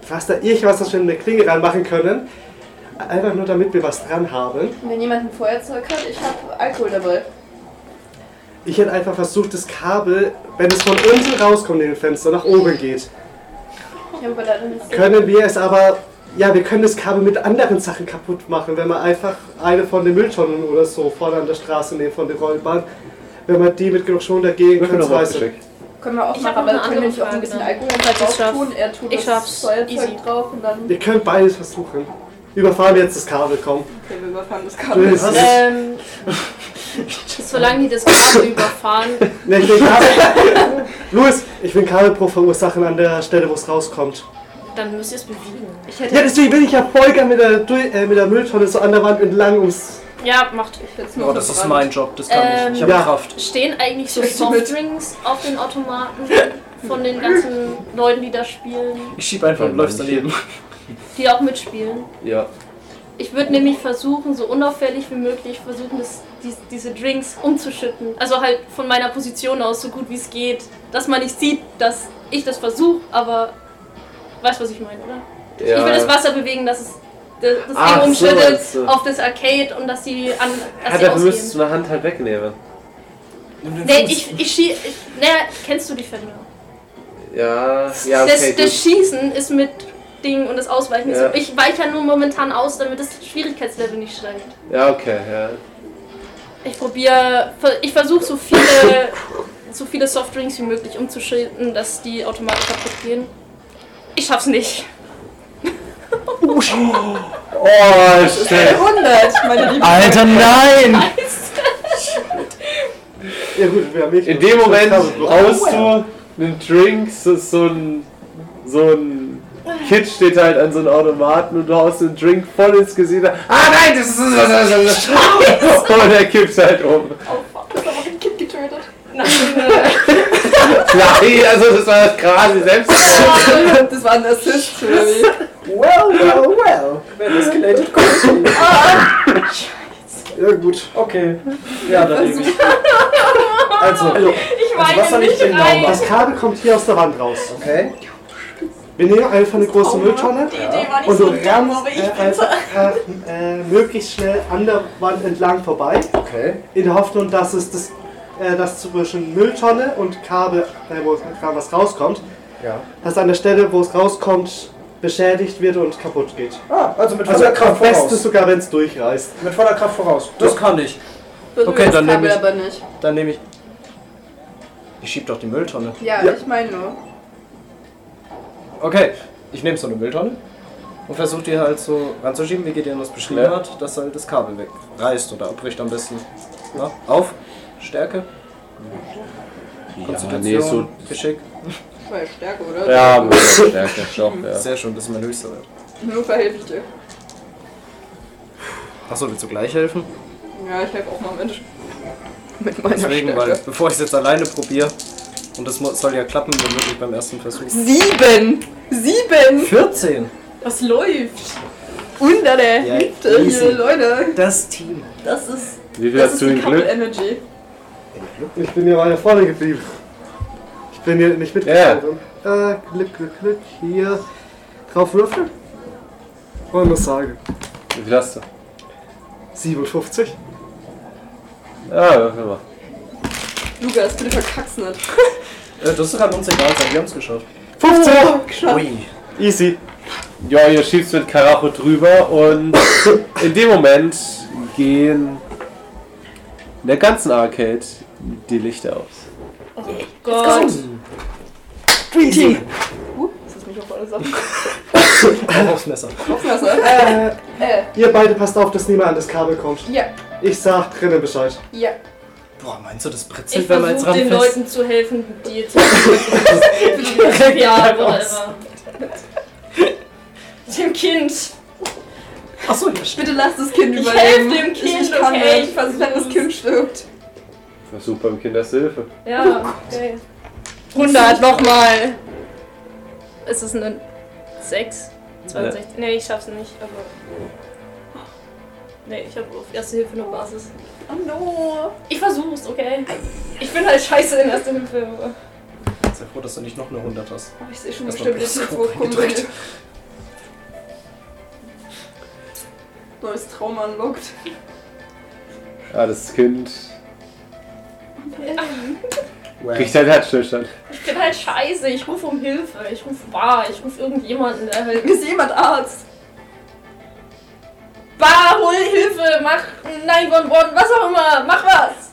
Speaker 5: Was da irgendwas, das wir in eine Klinge reinmachen können? Einfach nur damit wir was dran haben.
Speaker 2: Wenn jemand ein Feuerzeug hat, ich habe Alkohol dabei.
Speaker 5: Ich hätte einfach versucht, das Kabel, wenn es von unten rauskommt in den Fenster, nach oben geht.
Speaker 2: Ich habe aber leider nicht
Speaker 5: Können wir es aber. Ja, wir können das Kabel mit anderen Sachen kaputt machen, wenn man einfach eine von den Mülltonnen oder so vorne an der Straße nehmen, von der Rollbahn. Wenn man die mit genug Schon dagegen
Speaker 1: Würfel
Speaker 5: können,
Speaker 1: nochmal
Speaker 5: weiß ich.
Speaker 1: geschickt.
Speaker 2: Können wir auch
Speaker 4: Ich
Speaker 2: machen,
Speaker 4: hab noch
Speaker 2: aber
Speaker 4: eine
Speaker 2: können wir
Speaker 4: andere
Speaker 2: nicht auch ein
Speaker 4: Frage
Speaker 2: bisschen
Speaker 4: dann.
Speaker 2: Alkohol halt
Speaker 4: Ich
Speaker 2: drauf
Speaker 4: schaff's.
Speaker 2: tun? Er tut
Speaker 4: Ich
Speaker 2: das
Speaker 4: schaff's.
Speaker 2: Feuerzeug
Speaker 4: Easy.
Speaker 2: drauf und dann...
Speaker 5: Wir können beides versuchen. Überfahren wir jetzt das Kabel, komm. Äh,
Speaker 2: Okay, wir überfahren das Kabel.
Speaker 5: Tschüss.
Speaker 4: Ähm, solange die das Kabel überfahren,
Speaker 5: Ne, ich will Kabel. Louis, ich will Kabelbruch verursachen an der Stelle, wo es rauskommt.
Speaker 4: dann müsst ihr es bewegen.
Speaker 2: Ich
Speaker 5: Ja,
Speaker 2: hätte...
Speaker 5: deswegen will ich ja folgern mit der, Du- äh, mit der Mülltonne so an der Wand entlang, ums
Speaker 4: Ja, macht.
Speaker 2: Ich jetzt nur
Speaker 3: Oh, das ist mein
Speaker 2: verbrannt.
Speaker 3: Job, das kann ich. Ich
Speaker 5: Ähm,
Speaker 3: habe
Speaker 5: Ja.
Speaker 3: Kraft.
Speaker 4: Stehen eigentlich so
Speaker 2: Schieß mit.
Speaker 4: Softdrinks auf den Automaten von den ganzen Leuten, die da spielen,
Speaker 3: Ich schieb einfach und läufst daneben.
Speaker 4: die auch mitspielen?
Speaker 1: Ja.
Speaker 4: Ich würde nämlich versuchen, so unauffällig wie möglich, versuchen, das, dies- diese Drinks umzuschütten. Also halt von meiner Position aus, so gut wie es geht. Dass man nicht sieht, dass ich das versuche, aber weißt was ich meine, oder?
Speaker 1: ja.
Speaker 4: Ich will das Wasser bewegen, dass es das, das
Speaker 1: Ach
Speaker 4: Ding
Speaker 1: so,
Speaker 4: umschüttet
Speaker 1: meinst du.
Speaker 4: auf das Arcade und dass die an dass
Speaker 1: Ja,
Speaker 4: die
Speaker 1: dafür müsstest
Speaker 4: ausgehen.
Speaker 1: du eine Hand halt wegnehmen.
Speaker 3: Nimm den
Speaker 4: Nee,
Speaker 3: Fuß.
Speaker 4: ich, ich schieße. Naja, kennst du die Fälle?
Speaker 1: Ja, ja, okay,
Speaker 4: das, das
Speaker 1: gut.
Speaker 4: Schießen ist mit Ding und das Ausweichen ist.
Speaker 1: Ja.
Speaker 4: mit- Ich weiche ja nur momentan aus, damit das Schwierigkeitslevel nicht steigt.
Speaker 1: Ja, okay, ja.
Speaker 4: Ich probiere. ver- Ich versuche so viele. so viele Softdrinks wie möglich umzuschalten, dass die automatisch kaputt gehen. Ich schaff's nicht.
Speaker 1: Oh, shit.
Speaker 2: 100, meine Lieben.
Speaker 3: Alter, nein!
Speaker 5: Ja gut, wir haben eh nicht.
Speaker 1: In dem Moment
Speaker 5: Kabelbruch.
Speaker 1: raus du einen Drink, so, so ein. so ein. Kid steht halt an so einem Automaten und du haust einen Drink voll ins Gesicht. Ah nein, das ist. Das ist, das ist und er kippt halt um.
Speaker 2: Oh fuck, das hat auch ein Kind getötet.
Speaker 1: Nein, also das war quasi selbst.
Speaker 2: das war ein Assist für mich.
Speaker 6: Well, well, well. That escalated quickly.
Speaker 5: Ja gut.
Speaker 6: Okay.
Speaker 3: Ja, daneben.
Speaker 6: Also,
Speaker 4: Ich
Speaker 6: weine was soll ich nicht denn da rein. machen?
Speaker 5: Das Kabel kommt hier aus der Wand raus.
Speaker 6: okay.
Speaker 5: Wir nehmen einfach eine große Mülltonne
Speaker 2: Die Idee war nicht
Speaker 5: und du
Speaker 2: so dumm,
Speaker 5: rennst
Speaker 2: aber ich
Speaker 5: äh, einfach äh, äh, möglichst schnell an der Wand entlang vorbei,
Speaker 6: Okay.
Speaker 5: in der Hoffnung, dass es das, äh, dass zwischen Mülltonne und Kabel, äh, wo es gerade was rauskommt,
Speaker 6: Ja.
Speaker 5: dass an der Stelle, wo es rauskommt, beschädigt wird und kaputt geht.
Speaker 6: Ah, also mit
Speaker 5: Also
Speaker 6: voller
Speaker 5: am
Speaker 6: Kraft
Speaker 5: besten
Speaker 6: voraus.
Speaker 5: sogar, wenn es durchreißt.
Speaker 6: Mit voller Kraft voraus.
Speaker 3: Das kann ich.
Speaker 2: Berührt
Speaker 3: Okay,
Speaker 2: das
Speaker 3: dann nehme
Speaker 2: Kabel
Speaker 3: ich-
Speaker 2: aber nicht.
Speaker 3: Dann nehme ich. Ich schieb doch die Mülltonne.
Speaker 2: Ja,
Speaker 5: Ja.
Speaker 2: ich meine nur.
Speaker 3: Okay, ich nehme so eine Mülltonne und versuche die halt so ranzuschieben, wie Gideon das beschrieben
Speaker 1: Ja.
Speaker 3: hat, dass halt das Kabel wegreißt oder abbricht am besten. Na, auf, Stärke, Konstitution, Geschick.
Speaker 2: Das war ja Stärke, oder?
Speaker 1: Ja, mit der Stärke, doch, ja.
Speaker 3: Sehr schön, das ist mein höchster Wert.
Speaker 2: Nur verhelfe ich dir.
Speaker 3: Achso, willst du gleich helfen?
Speaker 2: Ja, ich helfe auch mal mit. Mit meiner
Speaker 3: Deswegen, weil
Speaker 2: Stärke.
Speaker 3: bevor ich es jetzt alleine probiere, und das mu- soll ja klappen, wenn wirklich beim ersten Versuch.
Speaker 2: Sieben! Sieben!
Speaker 3: 14!
Speaker 4: Was läuft?
Speaker 2: Hunderte!
Speaker 3: Ja,
Speaker 2: Hüfte,
Speaker 3: easy.
Speaker 2: hier, Leute!
Speaker 3: Das Team.
Speaker 2: Das ist.
Speaker 1: Wie viel
Speaker 2: Das
Speaker 1: hast
Speaker 2: ist
Speaker 1: du
Speaker 2: die
Speaker 1: in
Speaker 2: Couple
Speaker 1: Glück?
Speaker 2: Energy.
Speaker 5: Ich bin hier weiter vorne geblieben. Ich bin hier nicht mitgekommen. Äh, Glück, Glück, Glück. Hier drauf würfeln. Und was sage?
Speaker 1: Wie viel hast du?
Speaker 5: 57.
Speaker 1: Ja, würfel mal.
Speaker 2: Lukas, bitte verkack's nicht.
Speaker 3: Äh, das kann uns egal sein, wir haben es geschafft.
Speaker 5: 15!
Speaker 3: Ui.
Speaker 5: Easy.
Speaker 1: Ja, ihr schießt mit Karacho drüber und in dem Moment gehen in der ganzen Arcade die Lichter aus.
Speaker 4: Gott.
Speaker 5: Easy.
Speaker 2: Uh, ist das nicht auf alle Sachen? also.
Speaker 3: Auch aufs Messer.
Speaker 2: Kopfmesser.
Speaker 5: Äh,
Speaker 2: äh,
Speaker 5: ihr beide passt auf, dass niemand an das Kabel kommt.
Speaker 2: ja,
Speaker 5: Ich sag drinnen Bescheid.
Speaker 2: ja.
Speaker 3: Boah, meinst du, das britzelt,
Speaker 4: Ich
Speaker 3: wenn man jetzt
Speaker 4: versuche den
Speaker 3: ranfasst?
Speaker 4: Leuten zu helfen, die jetzt ja,
Speaker 2: genau.
Speaker 4: whatever. Dem Kind.
Speaker 3: Achso, ja, stimmt.
Speaker 2: Bitte lass das Kind
Speaker 4: Ich
Speaker 2: überleben.
Speaker 4: helf dem Kind,
Speaker 2: ich kann
Speaker 4: okay?
Speaker 2: nicht. Was ist, wenn das Kind stirbt?
Speaker 1: Versuch beim Kindershilfe.
Speaker 2: Oh
Speaker 4: Ja, okay. 100 nochmal. Ist es eine 6? 62? Nee, ich schaff's nicht, aber. Nee, ich habe auf Erste Hilfe nur Basis.
Speaker 2: Oh no.
Speaker 4: Ich versuch's, okay? Ich bin halt scheiße in Erste Hilfe. aber-
Speaker 3: Sei froh, Oh, dass du nicht noch eine 100 hast.
Speaker 2: Oh, ich sehe schon
Speaker 3: Das war
Speaker 2: bestimmt
Speaker 3: bloß
Speaker 2: jetzt
Speaker 3: grob eingedrückt.
Speaker 2: Neues Trauma unlocked.
Speaker 1: Ja, Ah, das Kind
Speaker 3: Wow.
Speaker 1: kriegt halt Herzstillstand.
Speaker 4: Ich bin halt scheiße. Ich rufe um Hilfe. Ich rufe Bar. Ich rufe irgendjemanden, der halt
Speaker 2: Ist jemand Arzt?
Speaker 4: Bar, hol Hilfe, mach 911, was auch immer, mach was!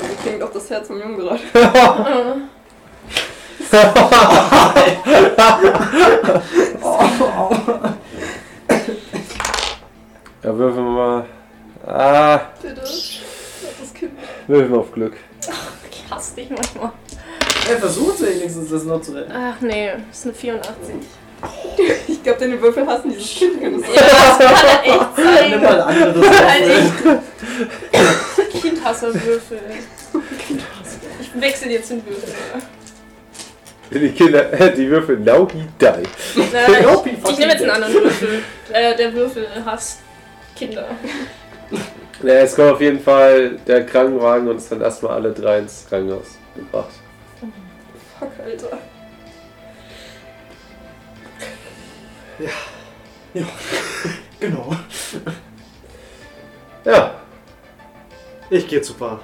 Speaker 2: Mir klingt auch das Herz vom Jungen gerade.
Speaker 1: Ja, würfeln wir mal. Ah,
Speaker 2: Bitte. Lass Das Kind.
Speaker 1: würfeln wir auf Glück.
Speaker 4: Ich hasse dich manchmal.
Speaker 3: Er versucht wenigstens, das noch zu retten.
Speaker 4: Ach nee, das ist eine 84.
Speaker 2: Ich glaube, deine Würfel hassen dieses Kind.
Speaker 4: Ja, das kann echt sein. Also
Speaker 2: 13 Würfel.
Speaker 1: Die Kinder, die würfeln now he die.
Speaker 4: Naja, ich, ich nehme jetzt einen anderen Würfel. Äh, der Würfel hasst Kinder.
Speaker 1: Ja, es kommt auf jeden Fall der Krankenwagen und es werden erstmal alle drei ins Krankenhaus gebracht.
Speaker 2: Fuck, Alter.
Speaker 5: Genau.
Speaker 1: Ja,
Speaker 5: Ich gehe zu Bar.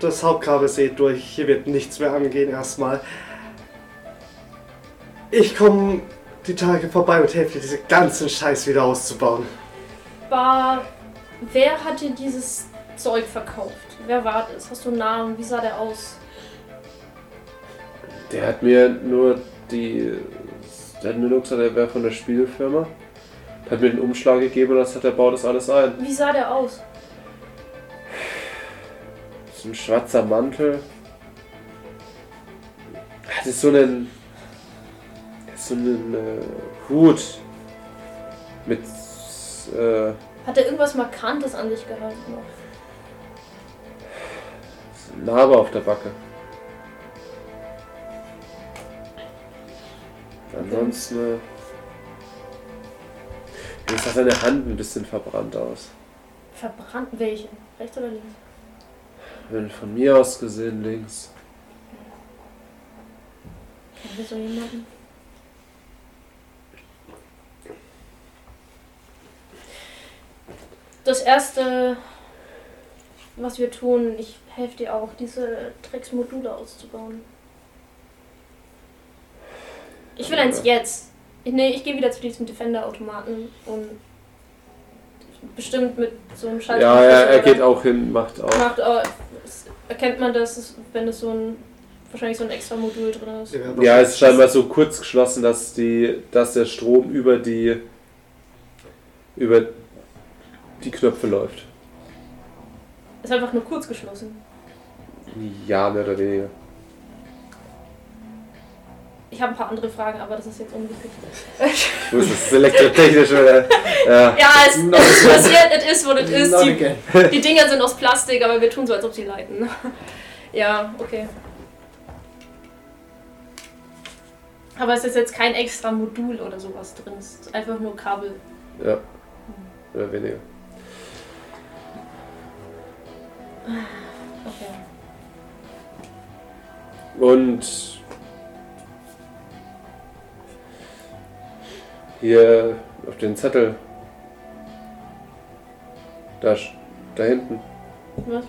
Speaker 5: Das Hauptgrabe seht durch, hier wird nichts mehr angehen erstmal. Ich komme die Tage vorbei und helfe dir, diesen ganzen Scheiß wieder auszubauen.
Speaker 4: War. Wer hat dir dieses Zeug verkauft? Wer war das? Hast du einen Namen? Wie sah der aus?
Speaker 1: der hat mir nur die. Der hat mir nur gesagt, er wäre von der Spielfirma. Hat mir den Umschlag gegeben und das hat er baut das alles ein.
Speaker 4: Wie sah der aus?
Speaker 1: Das ist ein schwarzer Mantel. Das ist so ein. Das ist so ein äh, Hut. Mit. Äh,
Speaker 4: Hat er irgendwas Markantes an sich gehabt? noch?
Speaker 1: Narbe auf der Backe. Ansonsten. Äh, jetzt sah seine Hand ein bisschen verbrannt aus.
Speaker 4: Verbrannt? Welche? Rechts oder links?
Speaker 1: Wenn Von mir aus gesehen links.
Speaker 4: Kennen wir so jemanden? Das erste, was wir tun, ich helfe dir auch, diese Drecksmodule auszubauen. Ich will eins jetzt. Ich, nee, ich gehe wieder zu diesem Defender-Automaten und bestimmt mit so einem Schalter.
Speaker 1: ja, ja, er geht auch hin, macht auch.
Speaker 4: Macht, äh, es- erkennt man das, es- wenn es so ein, wahrscheinlich so ein extra Modul drin ist.
Speaker 5: Ihr werdet
Speaker 1: Ja,
Speaker 5: doch-
Speaker 1: es ist scheinbar so kurz geschlossen, dass die, dass der Strom über die über die Knöpfe läuft.
Speaker 4: Ist einfach nur kurz geschlossen.
Speaker 1: Ja, mehr oder weniger.
Speaker 4: Ich habe ein paar andere Fragen, aber das ist jetzt unwichtig.
Speaker 1: Wo ist das elektrotechnisch oder? Ja.
Speaker 4: Ja, es, es ist passiert, es ist, what it is.
Speaker 7: Not
Speaker 4: Die,
Speaker 7: again.
Speaker 4: die Dinger sind aus Plastik, aber wir tun so, als ob sie leiten. Ja, okay. Aber es ist jetzt kein extra Modul oder sowas drin. Es ist einfach nur Kabel.
Speaker 1: ja. Oder weniger.
Speaker 4: Okay.
Speaker 1: Und hier auf den Zettel. Da, sch- da hinten.
Speaker 4: Was?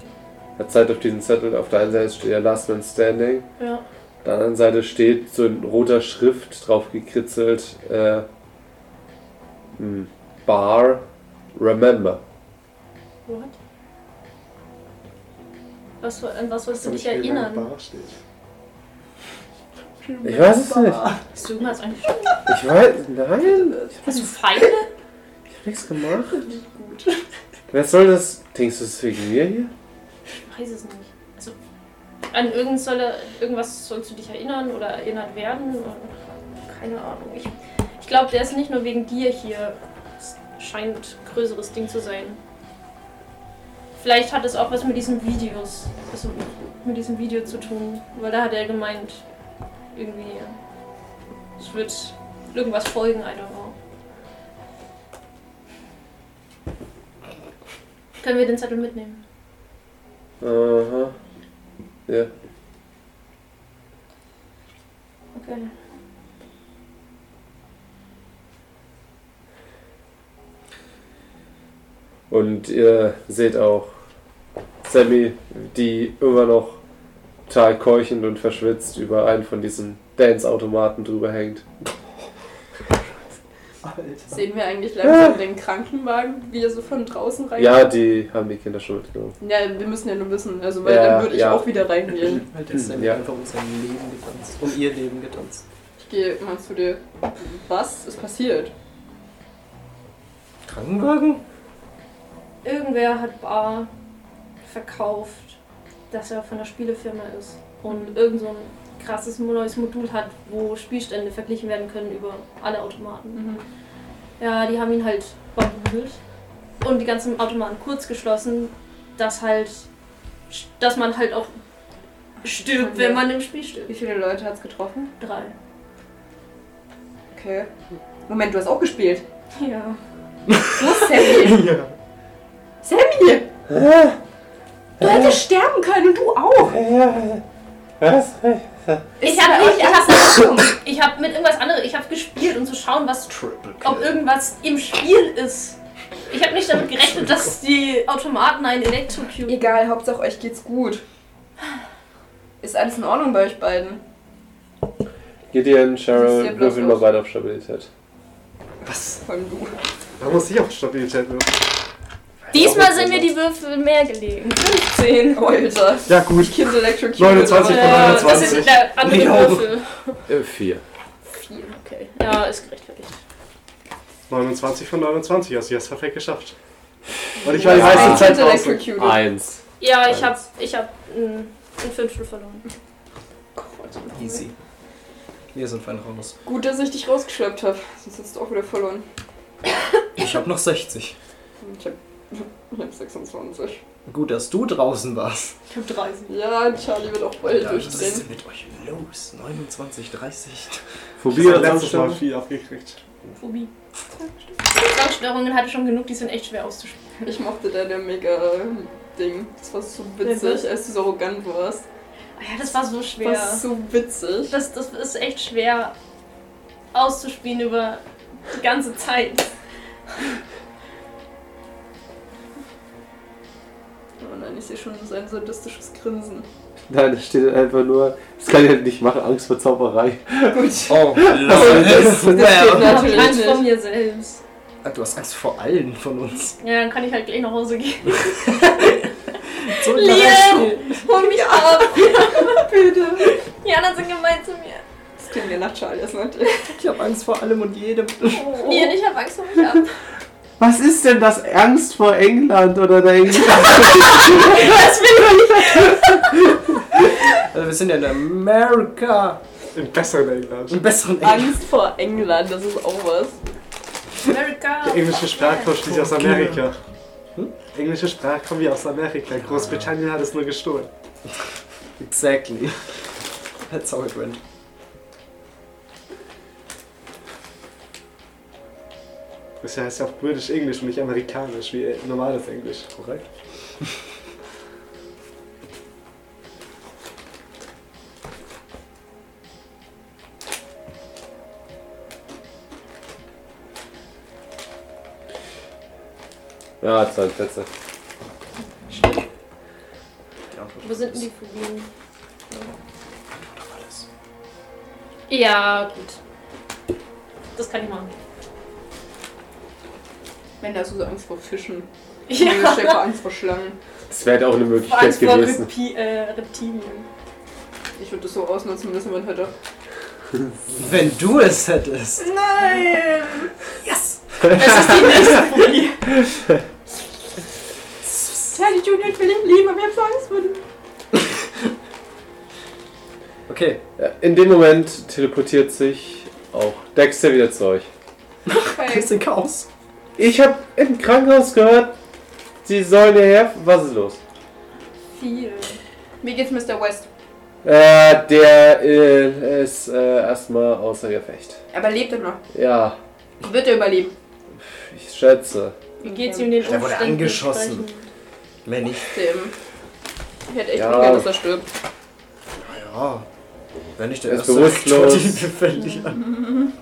Speaker 1: Hat Zeit auf diesen Zettel. Auf der einen Seite steht ja Last Man Standing.
Speaker 4: Ja.
Speaker 1: Auf der anderen Seite steht so in roter Schrift drauf gekritzelt äh, hm, Bar Remember.
Speaker 4: What? Was, an was sollst du
Speaker 5: Kann
Speaker 4: dich
Speaker 5: Also ich mir meine
Speaker 4: erinnern?
Speaker 5: Bar steht.
Speaker 1: Ich weiß es nicht.
Speaker 4: Hast du irgendwas an-
Speaker 1: Ich weiß. Nein, ich
Speaker 4: Hast du Feinde?
Speaker 1: hab nichts gemacht. Wer soll das? Denkst du, das ist wegen mir hier?
Speaker 4: Ich weiß es nicht. Also, an irgend soll, irgendwas sollst du dich erinnern oder erinnert werden? Und keine Ahnung. Ich, ich glaube, der ist nicht nur wegen dir hier. Es scheint ein größeres Ding zu sein. Vielleicht hat es auch was mit diesen Videos, also mit diesem Video zu tun. Weil da hat er gemeint, irgendwie, es wird irgendwas folgen, I don't know. Können wir den Zettel mitnehmen?
Speaker 1: Aha. Ja.
Speaker 4: Okay.
Speaker 1: Und ihr seht auch Sammy, die immer noch total keuchend und verschwitzt über einen von diesen Dance-Automaten drüber hängt.
Speaker 7: Alter.
Speaker 2: Sehen wir eigentlich langsam den Krankenwagen, wie er so von draußen reingeht?
Speaker 1: Ah. Ja, die haben die Kinder schon mitgenommen.
Speaker 2: Ja, wir müssen ja nur wissen, also weil
Speaker 1: Ja,
Speaker 2: dann würde ich
Speaker 1: ja.
Speaker 2: auch wieder reingehen.
Speaker 7: Weil der Sam
Speaker 1: Ja.
Speaker 7: einfach um sein Leben getanzt. Um ihr Leben getanzt.
Speaker 2: Ich gehe mal zu dir. Was ist passiert?
Speaker 7: Krankenwagen?
Speaker 4: Irgendwer hat Bar verkauft, dass er von der Spielefirma ist und irgend so ein krasses neues Modul hat, wo Spielstände verglichen werden können über alle Automaten. Ja, die haben ihn halt bambuselt und die ganzen Automaten kurz geschlossen, dass halt dass man halt auch stirbt, wenn man im Spiel
Speaker 2: Wie
Speaker 4: stirbt.
Speaker 2: viele Leute hat's getroffen?
Speaker 4: Drei.
Speaker 2: Okay. Moment, du hast auch gespielt.
Speaker 4: Ja.
Speaker 2: Los, Sammy!
Speaker 5: Ja.
Speaker 2: Sammy! Du hättest sterben können und du auch!
Speaker 8: Was?
Speaker 4: Ich
Speaker 2: hab
Speaker 4: habe ich
Speaker 2: hab-
Speaker 4: hab, ich hab mit irgendwas anderem, ich habe gespielt, um zu schauen, was, ob irgendwas im Spiel ist. Ich habe nicht damit gerechnet, dass die Automaten einen Electrocute.
Speaker 2: Egal, Hauptsache euch geht's gut. Ist alles in Ordnung bei euch beiden?
Speaker 8: Gideon,
Speaker 2: Das ist ja
Speaker 8: Cheryl,
Speaker 2: bloß
Speaker 8: würfel mal
Speaker 2: los.
Speaker 8: beide auf Stabilität.
Speaker 5: Was?
Speaker 2: Von du.
Speaker 5: Da muss ich auf Stabilität würfeln.
Speaker 4: Diesmal sind mir die Würfel mehr gelegen.
Speaker 2: 10. Alter.
Speaker 5: Ja, gut.
Speaker 2: Kind electrocuted.
Speaker 5: 29
Speaker 2: aber-
Speaker 5: von
Speaker 4: Äh, das sind
Speaker 5: 29.
Speaker 4: der andere
Speaker 3: Ja.
Speaker 4: Würfel.
Speaker 8: Äh, vier.
Speaker 4: Vier, okay. Ja, ist gerechtfertigt.
Speaker 5: 29 von 29, also jetzt perfekt geschafft. Und ich war die
Speaker 8: Ja.
Speaker 5: meiste
Speaker 8: Ah.
Speaker 5: Zeit
Speaker 2: Kind
Speaker 5: draußen.
Speaker 2: electrocuted.
Speaker 8: Eins.
Speaker 4: Ja, ich habe ich hab ein, ein Fünftel verloren.
Speaker 3: Easy. Wir sind fein raus.
Speaker 2: Gut, dass ich dich rausgeschleppt habe. Sonst hättest du auch wieder verloren.
Speaker 3: Ich habe noch 60.
Speaker 2: Ich hab, ich hab 26.
Speaker 3: Gut, dass du draußen warst.
Speaker 4: Ich habe 30.
Speaker 2: Ja, Charlie wird auch voll
Speaker 3: Ja, was ist
Speaker 2: durchdrehen.
Speaker 3: denn mit euch los? 29, 30.
Speaker 5: Ich
Speaker 8: Phobie
Speaker 5: hab
Speaker 8: und
Speaker 5: letztes Mal
Speaker 8: Angststörung.
Speaker 5: viel abgekriegt.
Speaker 4: Phobie. Zwangsstörungen hatte ich schon genug, die sind echt schwer auszusprechen.
Speaker 2: Ich mochte deine Mega-Ding. ähm, Das war so witzig,
Speaker 4: Welches?
Speaker 2: als du so arrogant warst.
Speaker 4: Ah Ja, das war so schwer.
Speaker 2: Das war so witzig.
Speaker 4: Das, das ist echt schwer auszuspielen über die ganze Zeit.
Speaker 2: Oh nein, ich sehe schon sein sadistisches Grinsen.
Speaker 8: Nein, da steht einfach nur, das kann ich halt nicht machen, Angst vor Zauberei.
Speaker 2: Gut.
Speaker 3: Oh,
Speaker 2: Das
Speaker 3: well.
Speaker 2: geht
Speaker 4: Ich
Speaker 2: natürlich
Speaker 4: hab Angst
Speaker 2: nicht.
Speaker 4: vor mir selbst.
Speaker 3: Ah, Du hast Angst vor allen von uns.
Speaker 4: Ja, dann kann ich halt gleich nach Hause gehen.
Speaker 3: Zurück nach
Speaker 4: Liam,
Speaker 3: Hause.
Speaker 4: hol mich ab!
Speaker 2: Bitte.
Speaker 4: Die anderen sind gemein zu mir.
Speaker 2: Das klingt ja nach Charlie, das meinte
Speaker 3: Ich habe Angst vor allem und jedem.
Speaker 4: Lian, ich hab Angst, hol mich ab.
Speaker 8: Was ist denn das? Angst vor England oder der England?
Speaker 3: Also wir sind ja in Amerika.
Speaker 5: Im besseren
Speaker 3: Im
Speaker 5: England.
Speaker 3: besseren England.
Speaker 2: Angst vor England, das ist auch was.
Speaker 4: America!
Speaker 5: Der englische Sprachraum schließlich aus
Speaker 3: Okay.
Speaker 5: Amerika.
Speaker 3: Hm?
Speaker 5: Englische Sprache kommt ja aus Amerika. Großbritannien hat es nur gestohlen.
Speaker 3: Exactly. That's how it went.
Speaker 5: Das heißt ja auf British Englisch und nicht amerikanisch, wie äh, normales Englisch.
Speaker 3: Korrekt.
Speaker 8: Ja, halt zwei Plätze.
Speaker 3: Die Antwort
Speaker 4: Wo sind denn
Speaker 3: ist
Speaker 4: die Phobien?
Speaker 3: auf alles.
Speaker 4: Ja, gut. Das kann ich machen.
Speaker 2: Wenn da so so Angst vor Fischen.
Speaker 4: Ja.
Speaker 2: Ich habe Angst vor Schlangen.
Speaker 8: Das wäre halt auch eine
Speaker 4: Vor
Speaker 8: Möglichkeit
Speaker 4: Angst vor
Speaker 8: gewesen.
Speaker 4: Repi äh, Reptilien.
Speaker 2: Ich würde das so ausnutzen, wenn man hätte.
Speaker 3: Wenn du es hättest.
Speaker 2: Nein!
Speaker 3: Yes!
Speaker 4: Das ist die nächste Phobie.
Speaker 2: Charlie Junior, ich will ihn lieben, aber ich habe so Angst vor dem.
Speaker 3: Okay.
Speaker 8: Ja, In dem Moment teleportiert sich auch Dexter wieder zu euch.
Speaker 2: Okay.
Speaker 3: Kriegst den Chaos.
Speaker 8: Ich habe im Krankenhaus gehört, sie sollen hierher. Was ist los?
Speaker 4: Viel.
Speaker 2: Wie geht's Mr. West?
Speaker 8: Äh, der äh, ist äh, erstmal außer Gefecht.
Speaker 2: Aber lebt er noch?
Speaker 8: Ja,
Speaker 2: Wird er überleben?
Speaker 8: ich schätze.
Speaker 4: Wie geht's ihm den
Speaker 3: Der wurde
Speaker 4: Umständen
Speaker 3: angeschossen.
Speaker 4: entsprechend?
Speaker 3: Wenn nicht.
Speaker 2: Dem. Ich hätte echt
Speaker 8: Ja.
Speaker 2: nicht gern, dass er stirbt.
Speaker 3: Ja. Wenn nicht der
Speaker 8: Er ist
Speaker 3: erste
Speaker 8: bewusstlos.
Speaker 3: Rektor, die befällig an.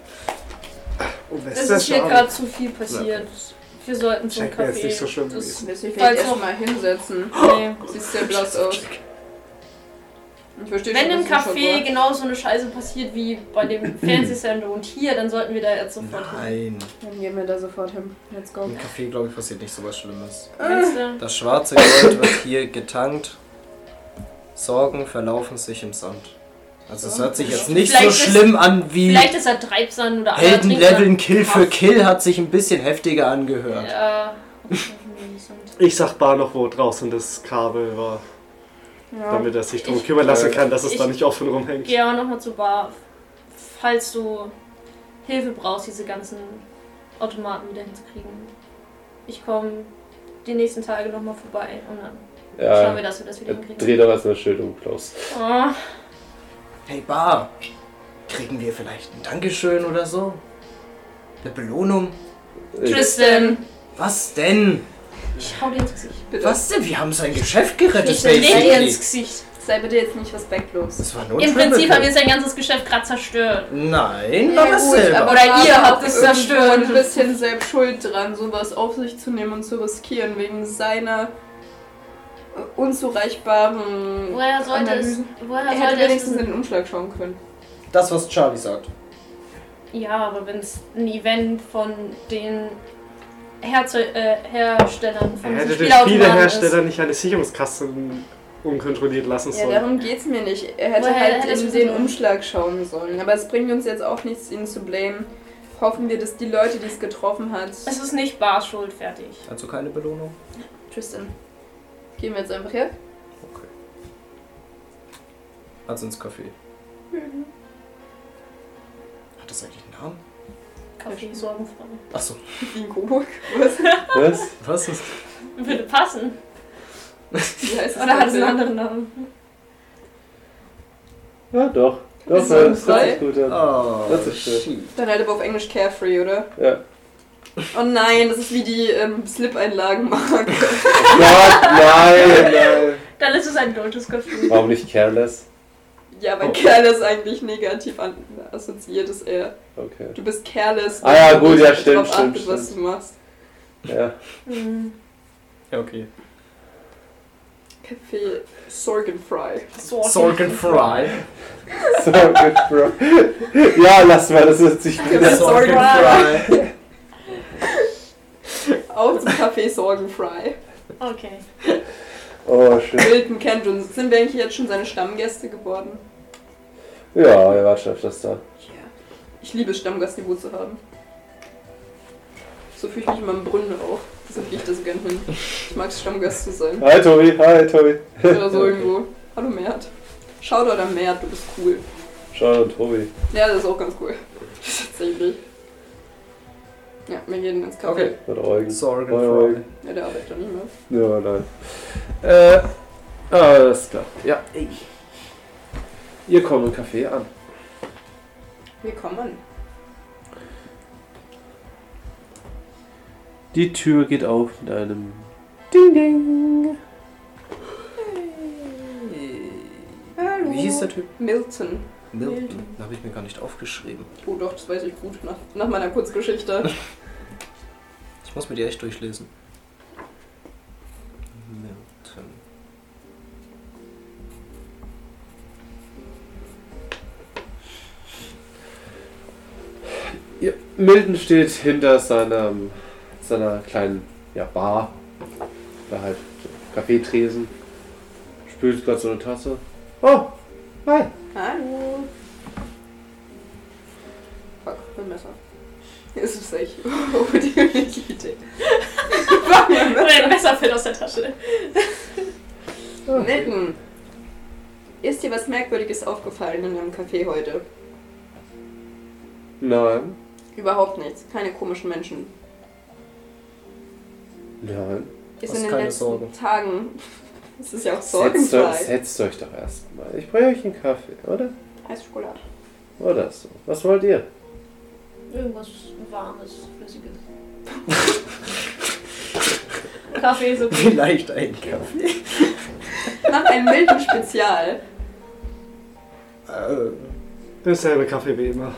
Speaker 5: Und
Speaker 4: Es ist hier gerade zu viel passiert. Wir sollten zum
Speaker 5: Check, der ist
Speaker 4: Café.
Speaker 5: nicht so schlimm
Speaker 4: das,
Speaker 2: Willst du dich
Speaker 4: Falls
Speaker 2: vielleicht erst
Speaker 4: noch-
Speaker 2: mal hinsetzen?
Speaker 4: nee.
Speaker 2: Siehst sehr blass aus. Ich verstehe
Speaker 4: Wenn
Speaker 2: schon,
Speaker 4: im
Speaker 2: dass du
Speaker 4: Café
Speaker 2: schon
Speaker 4: genau so eine Scheiße passiert wie bei dem Fernsehsender und hier, dann sollten wir da jetzt sofort hin.
Speaker 3: Nein.
Speaker 2: vor- Dann gehen wir da sofort hin. Let's go.
Speaker 3: Im Café, glaube ich, passiert nicht so was Schlimmes.
Speaker 4: Meinst du?
Speaker 3: Das schwarze Gold wird hier getankt. Sorgen verlaufen sich im Sand. Also es hört sich jetzt nicht so
Speaker 4: Vielleicht ist-
Speaker 3: schlimm an wie
Speaker 4: Vielleicht ist er Treibsand oder
Speaker 3: Heldenleveln Kill für
Speaker 4: Kraft.
Speaker 3: Kill hat sich ein bisschen heftiger angehört.
Speaker 4: Ja. Und
Speaker 5: Ich sag Bar noch, wo draußen das Kabel war,
Speaker 2: Ja.
Speaker 5: damit er sich drum
Speaker 4: Ich-
Speaker 5: kümmern lassen kann, dass es da
Speaker 4: ich-
Speaker 5: nicht offen rumhängt.
Speaker 4: Geh aber nochmal zu Bar, falls du Hilfe brauchst, diese ganzen Automaten wieder hinzukriegen. Ich komme die nächsten Tage nochmal vorbei und dann Schauen
Speaker 1: Ja,
Speaker 4: wir, dass wir das wieder
Speaker 1: er
Speaker 4: hinkriegen.
Speaker 1: dreht doch erstmal das Schild um, Klaus.
Speaker 4: Oh,
Speaker 3: Hey Bar, kriegen wir vielleicht ein Dankeschön oder so? Eine Belohnung?
Speaker 4: Tristan!
Speaker 3: Was denn?
Speaker 4: Ich hau dir ins Gesicht.
Speaker 2: Bitte.
Speaker 3: Was denn? Wir haben sein Geschäft gerettet,
Speaker 4: Tristan, leg dir ins
Speaker 3: basically.
Speaker 4: Gesicht.
Speaker 2: Sei bitte jetzt nicht respektlos.
Speaker 3: Das war nur ein
Speaker 4: Im Prinzip
Speaker 3: Triple
Speaker 4: haben wir sein ganzes Geschäft gerade zerstört.
Speaker 3: Nein, war
Speaker 2: Ja,
Speaker 3: das
Speaker 2: gut,
Speaker 3: selber.
Speaker 4: Oder
Speaker 2: da
Speaker 4: ihr
Speaker 2: war
Speaker 4: habt
Speaker 2: auch
Speaker 4: es
Speaker 2: irgendwo
Speaker 4: zerstört.
Speaker 2: ein bisschen selbst schuld dran, sowas auf sich zu nehmen und zu riskieren, wegen seiner äh, unzureichbaren.
Speaker 4: Woher sollte es.
Speaker 2: Analysen. Er
Speaker 4: Woher
Speaker 2: hätte
Speaker 4: sollte es.
Speaker 2: wenigstens in den Umschlag schauen können.
Speaker 3: Das, was Charlie sagt.
Speaker 4: Ja, aber wenn es ein Event von den Herze äh, Herstellern von
Speaker 5: Er hätte
Speaker 4: diesen
Speaker 5: den
Speaker 4: Spielautomaten
Speaker 5: Spielehersteller nicht eine Sicherungskasse unkontrolliert lassen
Speaker 2: Ja,
Speaker 5: sollen.
Speaker 2: darum geht's mir nicht. Er hätte
Speaker 4: Woher
Speaker 2: halt
Speaker 4: hätte es
Speaker 2: in
Speaker 4: wissen
Speaker 2: den
Speaker 4: sollen?
Speaker 2: Umschlag schauen sollen. Aber es bringt uns jetzt auch nichts, ihn zu blamen. Hoffen wir, dass die Leute, die es getroffen hat.
Speaker 4: ist. Es ist nicht Bars Schuld, fertig.
Speaker 3: Also keine Belohnung?
Speaker 2: Tristan. Gehen wir jetzt einfach her?
Speaker 3: Okay. Also ins Café. Hat das eigentlich einen Namen?
Speaker 4: Kaffee sorgenfrei.
Speaker 3: Achso.
Speaker 2: Wie in Coburg?
Speaker 1: Was?
Speaker 3: Was ist?
Speaker 4: Würde passen.
Speaker 2: Wie heißt es?
Speaker 4: Oder hat es einen anderen Namen?
Speaker 1: Ja, doch. Doch,
Speaker 2: Bist du Ah.
Speaker 1: nein, das
Speaker 2: frei?
Speaker 1: hört sich gut an.
Speaker 3: Oh,
Speaker 1: Das ist schön.
Speaker 3: shit.
Speaker 2: Dann halt aber auf Englisch Carefree, oder?
Speaker 1: Ja.
Speaker 2: Oh nein, das ist wie die ähm, Slip-Einlagenmarke.
Speaker 1: Gott, nein, nein.
Speaker 4: Dann ist es ein deutsches Kaffee.
Speaker 1: Warum nicht careless? Oh.
Speaker 2: Ja, aber careless ist eigentlich negativ an assoziiert ist eher.
Speaker 1: Okay.
Speaker 2: Du bist careless.
Speaker 1: Ah ja,
Speaker 2: wenn du
Speaker 1: gut, ja,
Speaker 2: nicht
Speaker 1: stimmt,
Speaker 2: drauf
Speaker 1: stimmt,
Speaker 2: achtest, was du machst.
Speaker 1: Ja.
Speaker 4: Hm,
Speaker 3: Ja, okay.
Speaker 2: Kaffee Sorgenfrei.
Speaker 4: Sorgen.
Speaker 3: Sorgenfrei.
Speaker 1: So good, bro. Ja, lass mal, das hört sich gut an.
Speaker 3: Sorgenfrei.
Speaker 2: Auf zum Kaffee Sorgenfrei.
Speaker 4: Okay.
Speaker 1: Oh, schön.
Speaker 2: Wilton kennt uns. Sind wir eigentlich jetzt schon seine Stammgäste geworden?
Speaker 1: Ja, er war schon öfters da.
Speaker 2: Ja. Ich liebe es, Stammgastniveau zu haben. So fühle ich mich immer im Brunnen auch. Deshalb gehe ich da so gern hin. Ich mag es, Stammgast zu sein.
Speaker 1: Hi, Tobi. Hi, Tobi.
Speaker 2: Oder so irgendwo. Hallo Mert. Shoutout an Mert, du bist cool.
Speaker 1: Sean und Tobi.
Speaker 2: Ja, das ist auch ganz cool. Tatsächlich. Ja, wir gehen ins Café.
Speaker 3: Okay.
Speaker 1: Mit Eugen.
Speaker 3: Sorgenfrei.
Speaker 2: Ja, der arbeitet doch nicht mehr.
Speaker 1: Ja, nein. Äh, alles klar. Ja. Ihr kommt im Café an.
Speaker 2: Wir kommen.
Speaker 1: Die Tür geht auf mit einem Ding Ding.
Speaker 2: Hallo.
Speaker 3: Wie hieß der Typ?
Speaker 2: Milton.
Speaker 3: Milton. Den habe ich mir gar nicht aufgeschrieben.
Speaker 2: Oh doch, das weiß ich gut nach, nach meiner Kurzgeschichte.
Speaker 3: Ich muss mir die echt durchlesen. Milton.
Speaker 1: Ja, Milton steht hinter seinem, seiner kleinen ja, Bar. Oder halt so Kaffeetresen. Spült gerade so eine Tasse. Oh, hi.
Speaker 2: Hallo. Fuck, mein Messer. Es ist echt oh, die gute Idee. Fuck, mein
Speaker 4: Oder
Speaker 2: Messer.
Speaker 4: ein Messer fällt aus der Tasche.
Speaker 2: Milton. Ist dir was Merkwürdiges aufgefallen in deinem Café heute?
Speaker 1: Nein.
Speaker 2: Überhaupt nichts. Keine komischen Menschen.
Speaker 1: Nein.
Speaker 2: Ist
Speaker 3: Hast
Speaker 2: in den
Speaker 3: keine
Speaker 2: letzten
Speaker 3: Sorgen.
Speaker 2: Tagen. Es ist ja auch
Speaker 1: Setzt, euch-
Speaker 2: sorgenfrei.
Speaker 1: setzt euch doch erstmal. Ich bringe euch einen Kaffee, oder?
Speaker 2: Heiße Schokolade.
Speaker 1: Oder so. Was wollt ihr?
Speaker 4: Irgendwas Warmes, Flüssiges. Kaffee so gut.
Speaker 3: Vielleicht ein Kaffee.
Speaker 2: Mach ein milden Spezial.
Speaker 3: Äh,
Speaker 5: Dasselbe Kaffee wie immer.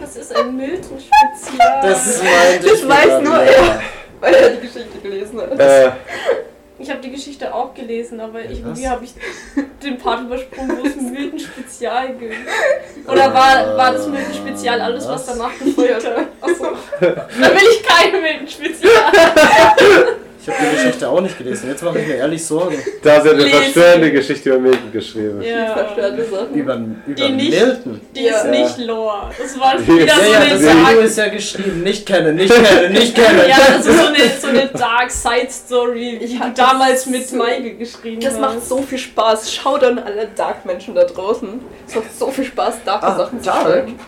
Speaker 4: Das ist ein Milton-Spezial.
Speaker 3: das ist mein
Speaker 2: Das weiß nur er, weil er die Geschichte gelesen hat.
Speaker 1: Äh,
Speaker 4: Ich habe die Geschichte auch gelesen, aber ich,
Speaker 3: Was?
Speaker 4: irgendwie habe ich den Part übersprungen, wo es ein wilden Spezial gibt. Oder war, war das wilden Spezial alles, was
Speaker 3: Was?
Speaker 4: danach gefolgt hat? Achso. Dann will ich kein wilden Spezial.
Speaker 3: Ich habe die Geschichte auch nicht gelesen. Jetzt mache ich mir ehrlich Sorgen.
Speaker 1: Da sie eine
Speaker 4: Lesen.
Speaker 1: verstörende Geschichte über Milton geschrieben.
Speaker 4: Ja.
Speaker 2: Verstörte Sachen.
Speaker 3: Über, über
Speaker 4: Äh, Die nicht-
Speaker 3: Milton.
Speaker 4: Die ist
Speaker 2: Ja.
Speaker 4: nicht Lore. Das war
Speaker 1: Ja,
Speaker 4: wieder
Speaker 3: Ja,
Speaker 4: so
Speaker 3: ja,
Speaker 4: eine
Speaker 3: das
Speaker 1: Sagen.
Speaker 3: Video
Speaker 4: Dark.
Speaker 3: ist ja geschrieben. Nicht kennen, nicht kennen, nicht kennen.
Speaker 4: Ja, das ist so eine, so eine Dark Side Story,
Speaker 2: Ich
Speaker 4: die du
Speaker 2: hab
Speaker 4: damals
Speaker 2: das
Speaker 4: mit
Speaker 2: so-
Speaker 4: Maike geschrieben
Speaker 2: Das
Speaker 4: hast.
Speaker 2: macht so viel Spaß. Schaut an alle Dark-Menschen da draußen. Es macht so viel Spaß, darke
Speaker 3: Ah,
Speaker 2: Sachen zu
Speaker 3: Dark?
Speaker 2: schreiben.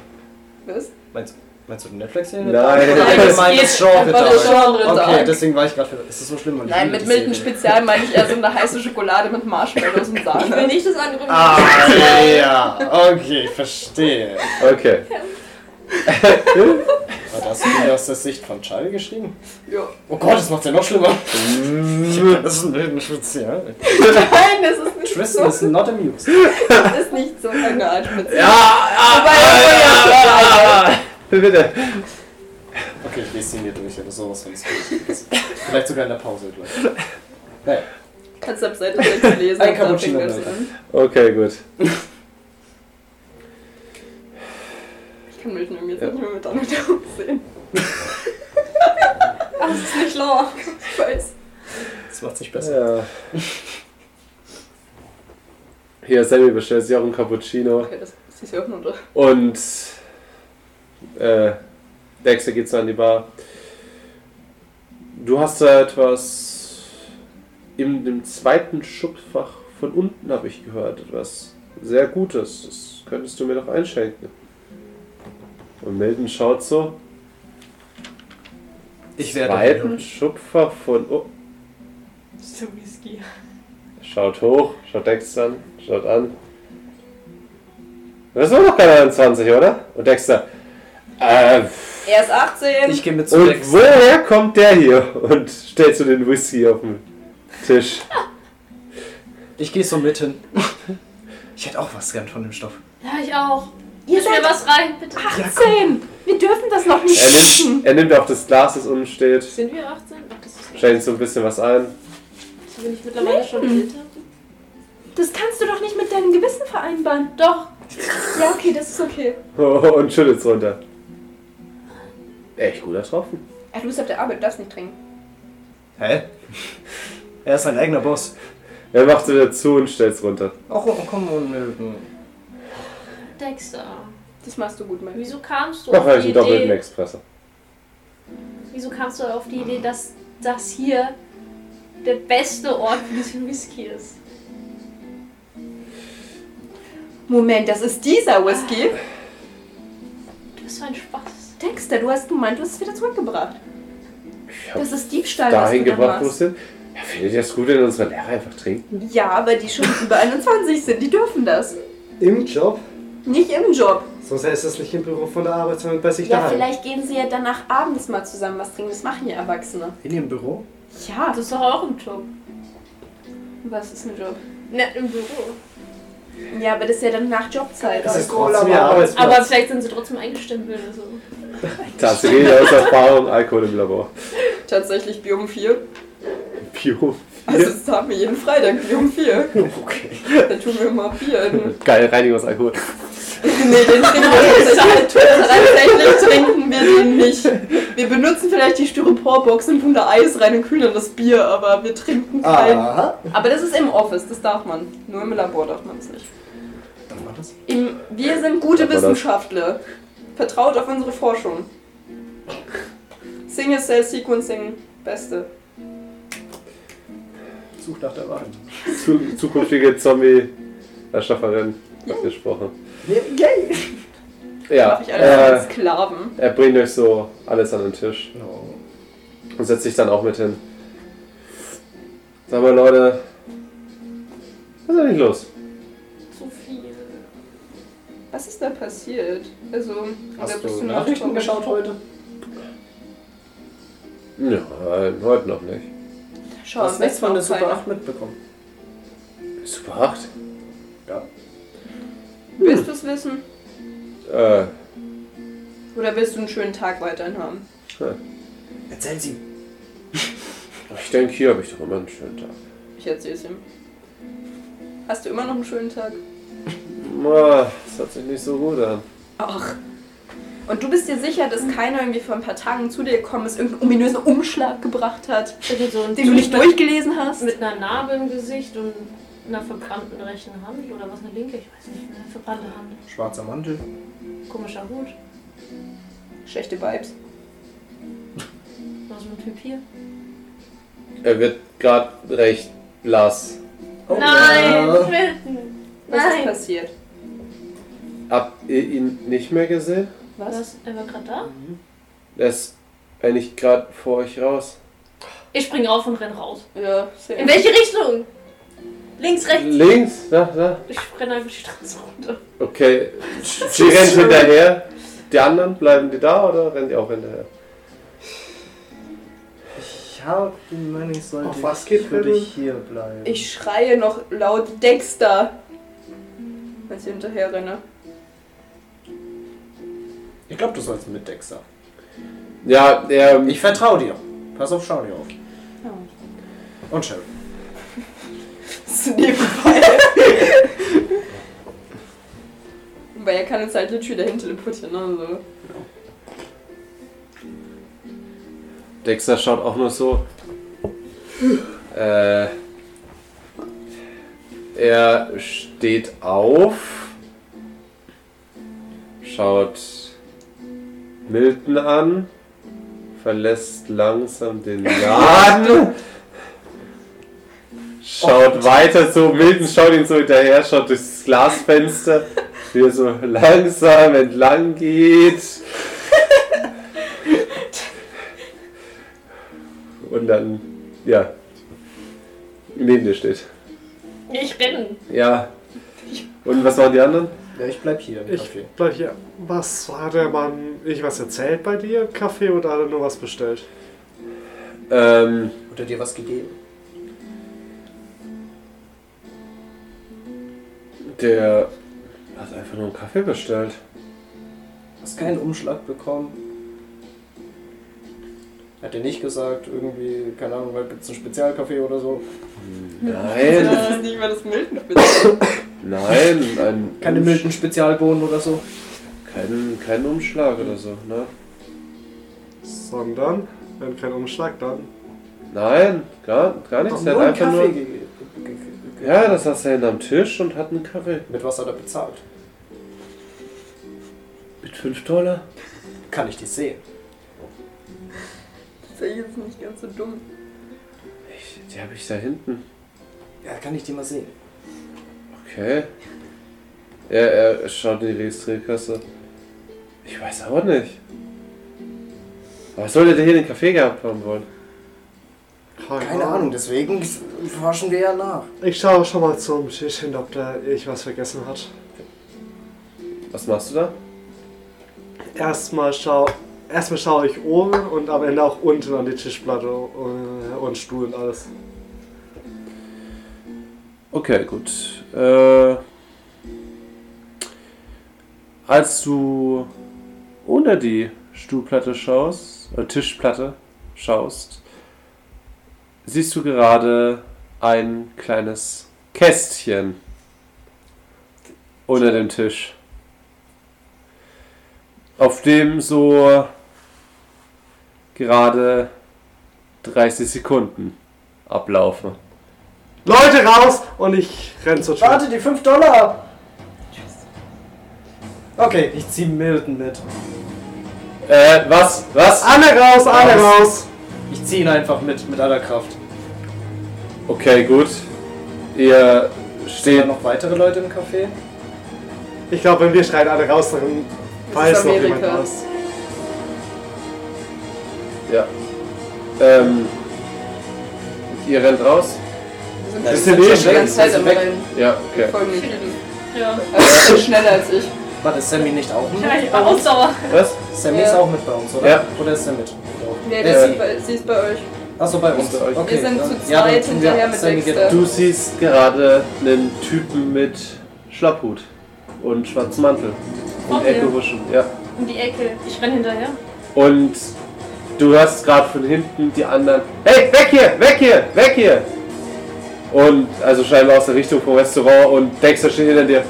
Speaker 2: Was?
Speaker 3: Meinst Meinst du die Netflix-Serie?
Speaker 1: Nein.
Speaker 3: Oder allgemeines
Speaker 2: Es geht
Speaker 3: Genre
Speaker 2: einfach
Speaker 3: damals?
Speaker 2: das Genre
Speaker 3: Okay,
Speaker 2: sagen.
Speaker 3: deswegen war ich gerade verwirrt. Ist das so schlimm? weil ich
Speaker 2: Nein,
Speaker 3: liebe
Speaker 2: mit
Speaker 3: die
Speaker 2: milden
Speaker 3: Serie.
Speaker 2: Spezial meine ich eher so eine heiße Schokolade mit Marshmallows und
Speaker 4: Ich will
Speaker 2: Sahne.
Speaker 4: nicht das andere.
Speaker 3: Ah, ja. Okay, verstehe.
Speaker 1: Okay.
Speaker 3: War das wieder aus der Sicht von Charlie geschrieben?
Speaker 2: Ja.
Speaker 3: Oh Gott, das macht's ja noch schlimmer. das ist ein milden Spezial.
Speaker 2: Nein, das ist nicht
Speaker 3: Tristan
Speaker 2: so.
Speaker 3: is not amused.
Speaker 2: Das ist nicht so eine Art Spezial.
Speaker 9: Ah, ah, Bitte.
Speaker 3: Okay, ich lese ihn mir durch, aber sowas von ist gut. Vielleicht sogar in der Pause gleich. Naja,
Speaker 2: Kannst du ab Seite 6 lesen.
Speaker 3: Ein
Speaker 2: und da
Speaker 3: Cappuccino,
Speaker 2: fängt das
Speaker 3: Leute.
Speaker 2: an.
Speaker 1: Okay, gut.
Speaker 2: Ich kann Milton jetzt nicht mehr mit anderen aussehen. das ist nicht schlau. Ich weiß.
Speaker 3: das macht's nicht besser.
Speaker 1: Ja. Hier, Sammy bestellt sich auch einen Cappuccino
Speaker 2: Okay, das das ist die Surfen oder?
Speaker 1: und äh, Dexter geht so an die Bar. Du hast da etwas in dem zweiten Schubfach von unten, habe ich gehört, etwas sehr Gutes. Das könntest du mir doch einschenken. Und Milton schaut so.
Speaker 3: Ich
Speaker 1: Zweiten Schubfach von unten.
Speaker 4: Das ist der Whisky.
Speaker 1: Schaut hoch, schaut Dexter an, schaut an. Das ist doch noch keiner 21, oder? Und Dexter. Äh,
Speaker 2: Er ist 18.
Speaker 3: Ich gehe mit zu
Speaker 1: und
Speaker 3: Dexter.
Speaker 1: woher kommt der hier? Und stellst du den Whisky auf den Tisch.
Speaker 3: Ich gehe so mit hin. Ich hätte auch was gern von dem Stoff.
Speaker 4: Ja, ich auch. Ihr mir was rein, bitte.
Speaker 2: 18! Wir dürfen das noch
Speaker 1: Er nimmt, er nimmt auf das Glas, das unten steht,
Speaker 4: Sind wir 18? Ach, das ist nicht.
Speaker 1: schenkt so ein bisschen was ein.
Speaker 4: So bin ich mittlerweile schon älter.
Speaker 2: Das kannst du doch nicht mit deinem Gewissen vereinbaren. Doch. Ja, okay, das ist okay.
Speaker 1: Und schüttet's runter. Echt guter Tropfen.
Speaker 2: Ach, du bist auf der Arbeit, du darfst nicht trinken.
Speaker 3: Hä? Er ist sein eigener Boss.
Speaker 1: Er macht wieder zu und stellt's runter.
Speaker 3: Ach, oh, komm und Milton.
Speaker 4: Dexter,
Speaker 2: Das machst du gut, mein
Speaker 4: wieso
Speaker 2: Oh,
Speaker 4: kamst du
Speaker 1: Noch
Speaker 4: auf
Speaker 1: einen
Speaker 4: die
Speaker 1: doppelten
Speaker 4: Idee?
Speaker 1: Espresso.
Speaker 4: Wieso kamst du auf die Idee, dass das hier der beste Ort für diesen Whisky ist?
Speaker 2: Moment, das ist dieser Whisky.
Speaker 4: Du bist so ein Spaß.
Speaker 2: Dexter, du hast gemeint, du hast es wieder zurückgebracht.
Speaker 1: Ich hab
Speaker 2: Das ist Diebstahl,
Speaker 1: dahin
Speaker 2: was du da
Speaker 1: gebracht, wo es
Speaker 2: machst.
Speaker 1: hin. Ja, findet ihr das gut, wenn unsere Lehrer einfach trinken?
Speaker 2: Ja, weil die schon über 21 sind, die dürfen das.
Speaker 5: Im Job?
Speaker 2: Nicht im Job.
Speaker 5: Sonst ist das nicht im Büro von der Arbeit, sondern bei sich
Speaker 2: Ja,
Speaker 5: daheim.
Speaker 2: vielleicht gehen sie ja danach abends mal zusammen was trinken. Das machen ja Erwachsene.
Speaker 3: In ihrem Büro?
Speaker 2: Ja,
Speaker 4: Das ist doch auch ein Job.
Speaker 2: was ist ein Job?
Speaker 4: Ne, im Büro.
Speaker 2: Ja, aber das ist ja dann nach Jobzeit.
Speaker 5: Das ist
Speaker 10: Alkohol
Speaker 5: trotzdem
Speaker 10: am
Speaker 5: ihr
Speaker 10: Arbeitsplatz.
Speaker 5: Arbeitsplatz.
Speaker 4: Aber vielleicht sind sie trotzdem eingestimmt oder so.
Speaker 1: Tatsächlich aus Erfahrung Alkohol im Labor.
Speaker 2: Tatsächlich Biom 4.
Speaker 1: Bio.
Speaker 2: Also das haben wir jeden Freitag, Biom 4. Okay. Dann tun wir immer Bier in.
Speaker 1: Geil, Reinigung aus Alkohol.
Speaker 2: Nee, den trinken wir tatsächlich. Tatsächlich trinken wir den nicht. Wir benutzen vielleicht die Styroporbox und tun da Eis rein und kühlen das Bier, aber wir trinken kein.
Speaker 3: Aha.
Speaker 2: Aber das ist im Office, das darf man. Nur im Labor darf man es nicht.
Speaker 3: Dann war das.
Speaker 2: Im, wir sind gute
Speaker 1: Darf man das?
Speaker 2: Wissenschaftler. Vertraut auf unsere Forschung. Single Cell Sequencing, beste.
Speaker 3: Such nach der Wahrheit.
Speaker 1: Zu, zukünftige Zombie-Erschafferin. Abgesprochen.
Speaker 10: Yay!
Speaker 1: Ja,
Speaker 2: Mach ich alle
Speaker 1: äh,
Speaker 2: als Sklaven.
Speaker 1: er bringt euch so alles an den Tisch
Speaker 3: No.
Speaker 1: und setzt sich dann auch mit hin. Sag mal, Leute, was ist eigentlich los?
Speaker 4: Zu viel.
Speaker 2: Was ist da passiert? Also,
Speaker 3: Hast
Speaker 2: bist
Speaker 3: du
Speaker 2: nur
Speaker 3: Nachrichten
Speaker 2: betrunken?
Speaker 3: geschaut heute?
Speaker 1: Nein, heute noch nicht.
Speaker 2: Schau,
Speaker 3: Hast nichts von der
Speaker 2: weiß noch
Speaker 3: Super
Speaker 2: keiner.
Speaker 3: 8 mitbekommen?
Speaker 1: Super 8?
Speaker 3: Ja.
Speaker 2: Willst du es wissen?
Speaker 1: Äh,
Speaker 2: Oder willst du einen schönen Tag weiterhin haben?
Speaker 3: Erzähl sie.
Speaker 1: ich denke, hier habe ich doch immer einen schönen Tag.
Speaker 2: Ich erzähl's ihm. Hast du immer noch einen schönen Tag?
Speaker 1: Mua, Das hört sich nicht so gut an.
Speaker 2: Ach. Und du bist dir sicher, dass keiner irgendwie vor ein paar Tagen zu dir gekommen ist, irgendeinen ominösen Umschlag gebracht hat,
Speaker 4: Irgendwie so ein
Speaker 2: den du nicht
Speaker 4: Typ
Speaker 2: durchgelesen hast?
Speaker 4: Mit einer Narbe im Gesicht und einer verbrannten rechten Hand oder was, eine linke? Ich weiß nicht. Eine verbrannte Hand.
Speaker 3: Schwarzer Mantel.
Speaker 4: Komischer Hut.
Speaker 2: Schlechte Vibes.
Speaker 4: Was für ein Typ hier?
Speaker 1: Er wird gerade recht blass.
Speaker 4: Nein!
Speaker 3: ja.
Speaker 4: Milton!
Speaker 2: Was ist
Speaker 4: Nein!
Speaker 2: passiert?
Speaker 1: Habt ihr ihn nicht mehr gesehen?
Speaker 2: Was?
Speaker 4: Was? Er war gerade da?
Speaker 1: Er ist eigentlich gerade vor euch raus.
Speaker 4: Ich spring auf und renn raus.
Speaker 2: Ja, sehr.
Speaker 4: In welche Richtung? Links, rechts.
Speaker 1: Links, da, da.
Speaker 4: Ich renne einfach die Straße runter.
Speaker 1: Okay, sie rennt hinterher. Die anderen bleiben die da oder rennt ihr auch hinterher?
Speaker 11: Ich habe die Meinung, ich sollte
Speaker 5: Auf was geht
Speaker 11: für
Speaker 5: Rebel?
Speaker 11: dich hier bleiben.
Speaker 2: Ich schreie noch laut Dexter, als ich hinterher renne.
Speaker 3: Ich glaube, du sollst mit Dexter.
Speaker 1: Ja, er,
Speaker 3: Ich vertraue dir. Pass auf, schau dir auf. Und Sherry.
Speaker 2: Das ist nebenbei. Weil er kann uns halt literally dahin teleportieren, ne? Also.
Speaker 1: Dexter schaut auch nur so. Äh, er steht auf, schaut Milton an, verlässt langsam den Laden, schaut weiter so, Milton schaut ihn so hinterher, schaut durchs Glasfenster, wie er so langsam entlang geht. Und dann, ja, neben dir steht.
Speaker 4: Ich renne.
Speaker 1: Ja. Und was waren die anderen?
Speaker 3: Ja, ich bleib hier im
Speaker 5: Ich
Speaker 3: Café.
Speaker 5: bleib hier. Was hat der Mann? Ich was erzählt bei dir im Café oder hat er nur was bestellt?
Speaker 1: Ähm,
Speaker 3: Hat er dir was gegeben?
Speaker 1: der hat einfach nur einen Kaffee bestellt.
Speaker 3: Hast keinen Umschlag bekommen? Hat er nicht gesagt, irgendwie, keine Ahnung, weil gibt's einen Spezialkaffee oder so?
Speaker 1: Nein,
Speaker 2: Das ist nicht mal das Milton-Spezial.
Speaker 1: nein, ein
Speaker 3: Keine
Speaker 1: Umsch-
Speaker 3: milden Spezialbohnen oder so?
Speaker 1: Kein, kein Umschlag oder so, ne?
Speaker 5: Sondern, wenn kein Umschlag, dann.
Speaker 1: Nein, gar, gar nichts. Er hat einfach
Speaker 3: Kaffee
Speaker 1: nur.
Speaker 3: gegeben. Ge- ge- ge-
Speaker 1: Ja, das saß er hinterm Tisch und hat einen Kaffee.
Speaker 3: Mit was hat er bezahlt?
Speaker 1: Mit 5 Dollar?
Speaker 3: Kann ich dich sehen?
Speaker 2: Das ist ja jetzt nicht ganz so dumm.
Speaker 1: Ich, die habe ich da hinten.
Speaker 3: Ja, kann ich die mal sehen.
Speaker 1: Okay. Er, er schaut in die Registrierkasse. Ich weiß auch nicht. Was sollte der hier den Kaffee gehabt haben wollen?
Speaker 3: Keine Ahnung, deswegen forschen wir ja nach.
Speaker 5: Ich schaue schon mal zum Tisch hin, ob da ich was vergessen hat.
Speaker 1: Was machst du da?
Speaker 5: Erstmal schau, erstmal schaue ich oben und am Ende auch unten an die Tischplatte äh, und Stuhl und alles.
Speaker 1: Okay, gut. Äh, als du unter die Stuhlplatte schaust, äh, Tischplatte schaust, siehst du gerade ein kleines Kästchen unter dem Tisch, auf dem so gerade 30 Sekunden ablaufen.
Speaker 5: Leute raus und ich renn zur Tür.
Speaker 3: Warte, die 5 Dollar! Okay, ich zieh Milton mit.
Speaker 1: Äh, was? Was?
Speaker 5: Alle raus, alle
Speaker 3: Raus.
Speaker 5: raus.
Speaker 3: Ich zieh ihn einfach mit, mit aller Kraft.
Speaker 1: Okay, gut. Ihr
Speaker 3: Sind da
Speaker 1: steht.
Speaker 3: noch weitere Leute im Café?
Speaker 5: Ich glaube, wenn wir schreien alle raus, dann
Speaker 2: Das
Speaker 5: weiß
Speaker 2: ist
Speaker 5: noch jemand
Speaker 2: Amerika.
Speaker 5: raus.
Speaker 1: Ja. Ähm. Ihr rennt raus?
Speaker 2: Wir
Speaker 1: Ist der
Speaker 2: sind
Speaker 1: Weg?
Speaker 2: schon die ganze
Speaker 3: also
Speaker 2: Zeit am Rennen.
Speaker 1: Ja,
Speaker 2: Wir
Speaker 1: okay.
Speaker 2: folgen nicht jedem.
Speaker 4: Ja.
Speaker 2: Also, er ist schneller als ich.
Speaker 3: Warte, ist Sammy nicht auch mit?
Speaker 4: Ja, ich war auch sauer.
Speaker 1: Was?
Speaker 3: Sammy
Speaker 2: Ja.
Speaker 3: ist auch mit bei uns, oder?
Speaker 1: Ja.
Speaker 3: Oder ist er mit?
Speaker 2: Nee,
Speaker 3: Der
Speaker 2: das
Speaker 3: ist-
Speaker 2: sieht bei, sie ist bei euch.
Speaker 3: Achso, bei uns.
Speaker 1: Ist bei euch.
Speaker 3: Okay,
Speaker 2: Wir sind
Speaker 3: dann-
Speaker 2: zu zweit
Speaker 3: dann-
Speaker 2: hinterher mit
Speaker 3: Sammy geht-
Speaker 2: Dexter.
Speaker 1: Du siehst gerade einen Typen mit Schlapphut und schwarzem Mantel. Um die
Speaker 4: Okay.
Speaker 1: Ecke huschen, ja.
Speaker 4: Um die Ecke. Ich renne hinterher.
Speaker 1: Und du hörst gerade von hinten die anderen. Hey, weg hier, weg hier, weg hier! Und also scheinbar aus der Richtung vom Restaurant und Dexter steht hinter dir.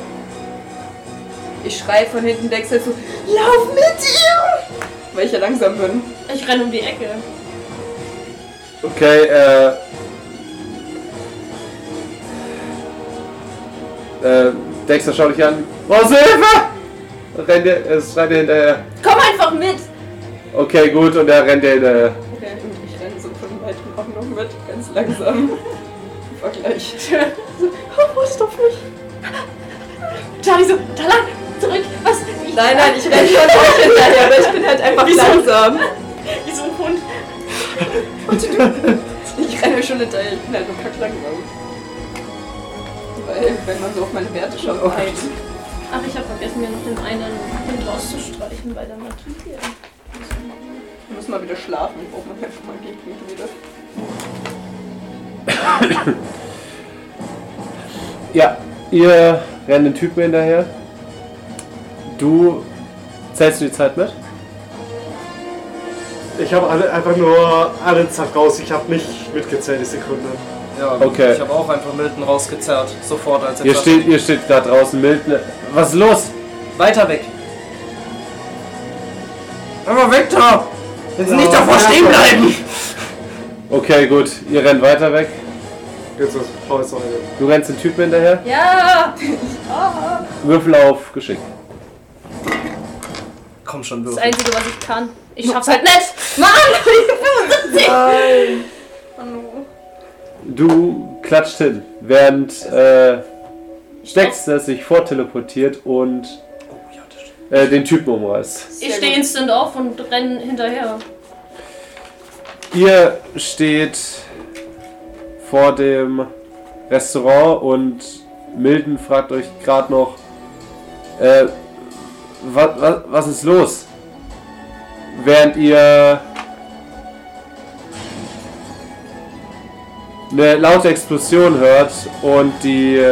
Speaker 2: Ich schreie von hinten Dexter so, lauf mit ihr! Weil ich ja langsam bin.
Speaker 4: Ich renne um die Ecke.
Speaker 1: Okay, äh. Äh, Dexter, schau dich an. Brauchst du Hilfe? Rennt dir, es schreit dir hinterher.
Speaker 4: Komm einfach mit!
Speaker 1: Okay, gut, und er rennt dir hinterher.
Speaker 2: Okay, und ich renne so von weitem auch noch mit, ganz langsam. Im Vergleich. so, oh, was doch nicht.
Speaker 4: Charlie so, da lang! zurück. Was? Ich
Speaker 2: Nein, nein, ich renn schon euch hinterher, aber ich bin halt einfach
Speaker 4: Wieso?
Speaker 2: langsam.
Speaker 4: Wie so ein Hund.
Speaker 2: Ich renne schon hinterher, ich bin halt nur kack langsam. Weil, wenn man so auf meine Werte schaut, nein.
Speaker 4: Ach, ich habe vergessen, mir noch den einen Hund rauszustreichen bei der Magie. hier.
Speaker 2: Ich muss mal wieder schlafen, ich brauche mal einfach mal Gegner wieder.
Speaker 1: Ja, ihr rennt den Typen hinterher. Du zählst du die Zeit mit?
Speaker 5: Ich habe alle, einfach nur alle zack raus. Ich habe nicht mitgezählt die Sekunde.
Speaker 3: Ja,
Speaker 1: Okay.
Speaker 3: ich habe auch einfach Milton rausgezerrt. Sofort, als er
Speaker 1: Ihr
Speaker 3: saß.
Speaker 1: steht, ihr steht da draußen Milton. Was ist los?
Speaker 3: Weiter weg! Einfach weg da! Jetzt nicht davor stehen bleiben!
Speaker 1: Okay, gut. Ihr rennt weiter weg.
Speaker 5: Jetzt was, schau jetzt noch eine.
Speaker 1: Du rennst den Typen hinterher.
Speaker 4: Ja!
Speaker 1: Würfel auf Geschick.
Speaker 3: Komm schon,
Speaker 4: Das
Speaker 3: Würfel.
Speaker 4: Einzige, was ich kann. Ich schaff's halt nicht! Mann! ich bin 75.
Speaker 2: Hallo.
Speaker 1: Du klatscht hin, während äh, Dexter sich vorteleportiert und
Speaker 3: Oh, ja, das stimmt.
Speaker 1: äh, den Typen umreißt.
Speaker 4: Ich stehe instant auf und renne hinterher.
Speaker 1: Ihr steht vor dem Restaurant und Milton fragt euch gerade noch, äh, wa, wa, was ist los? Während ihr eine laute Explosion hört und die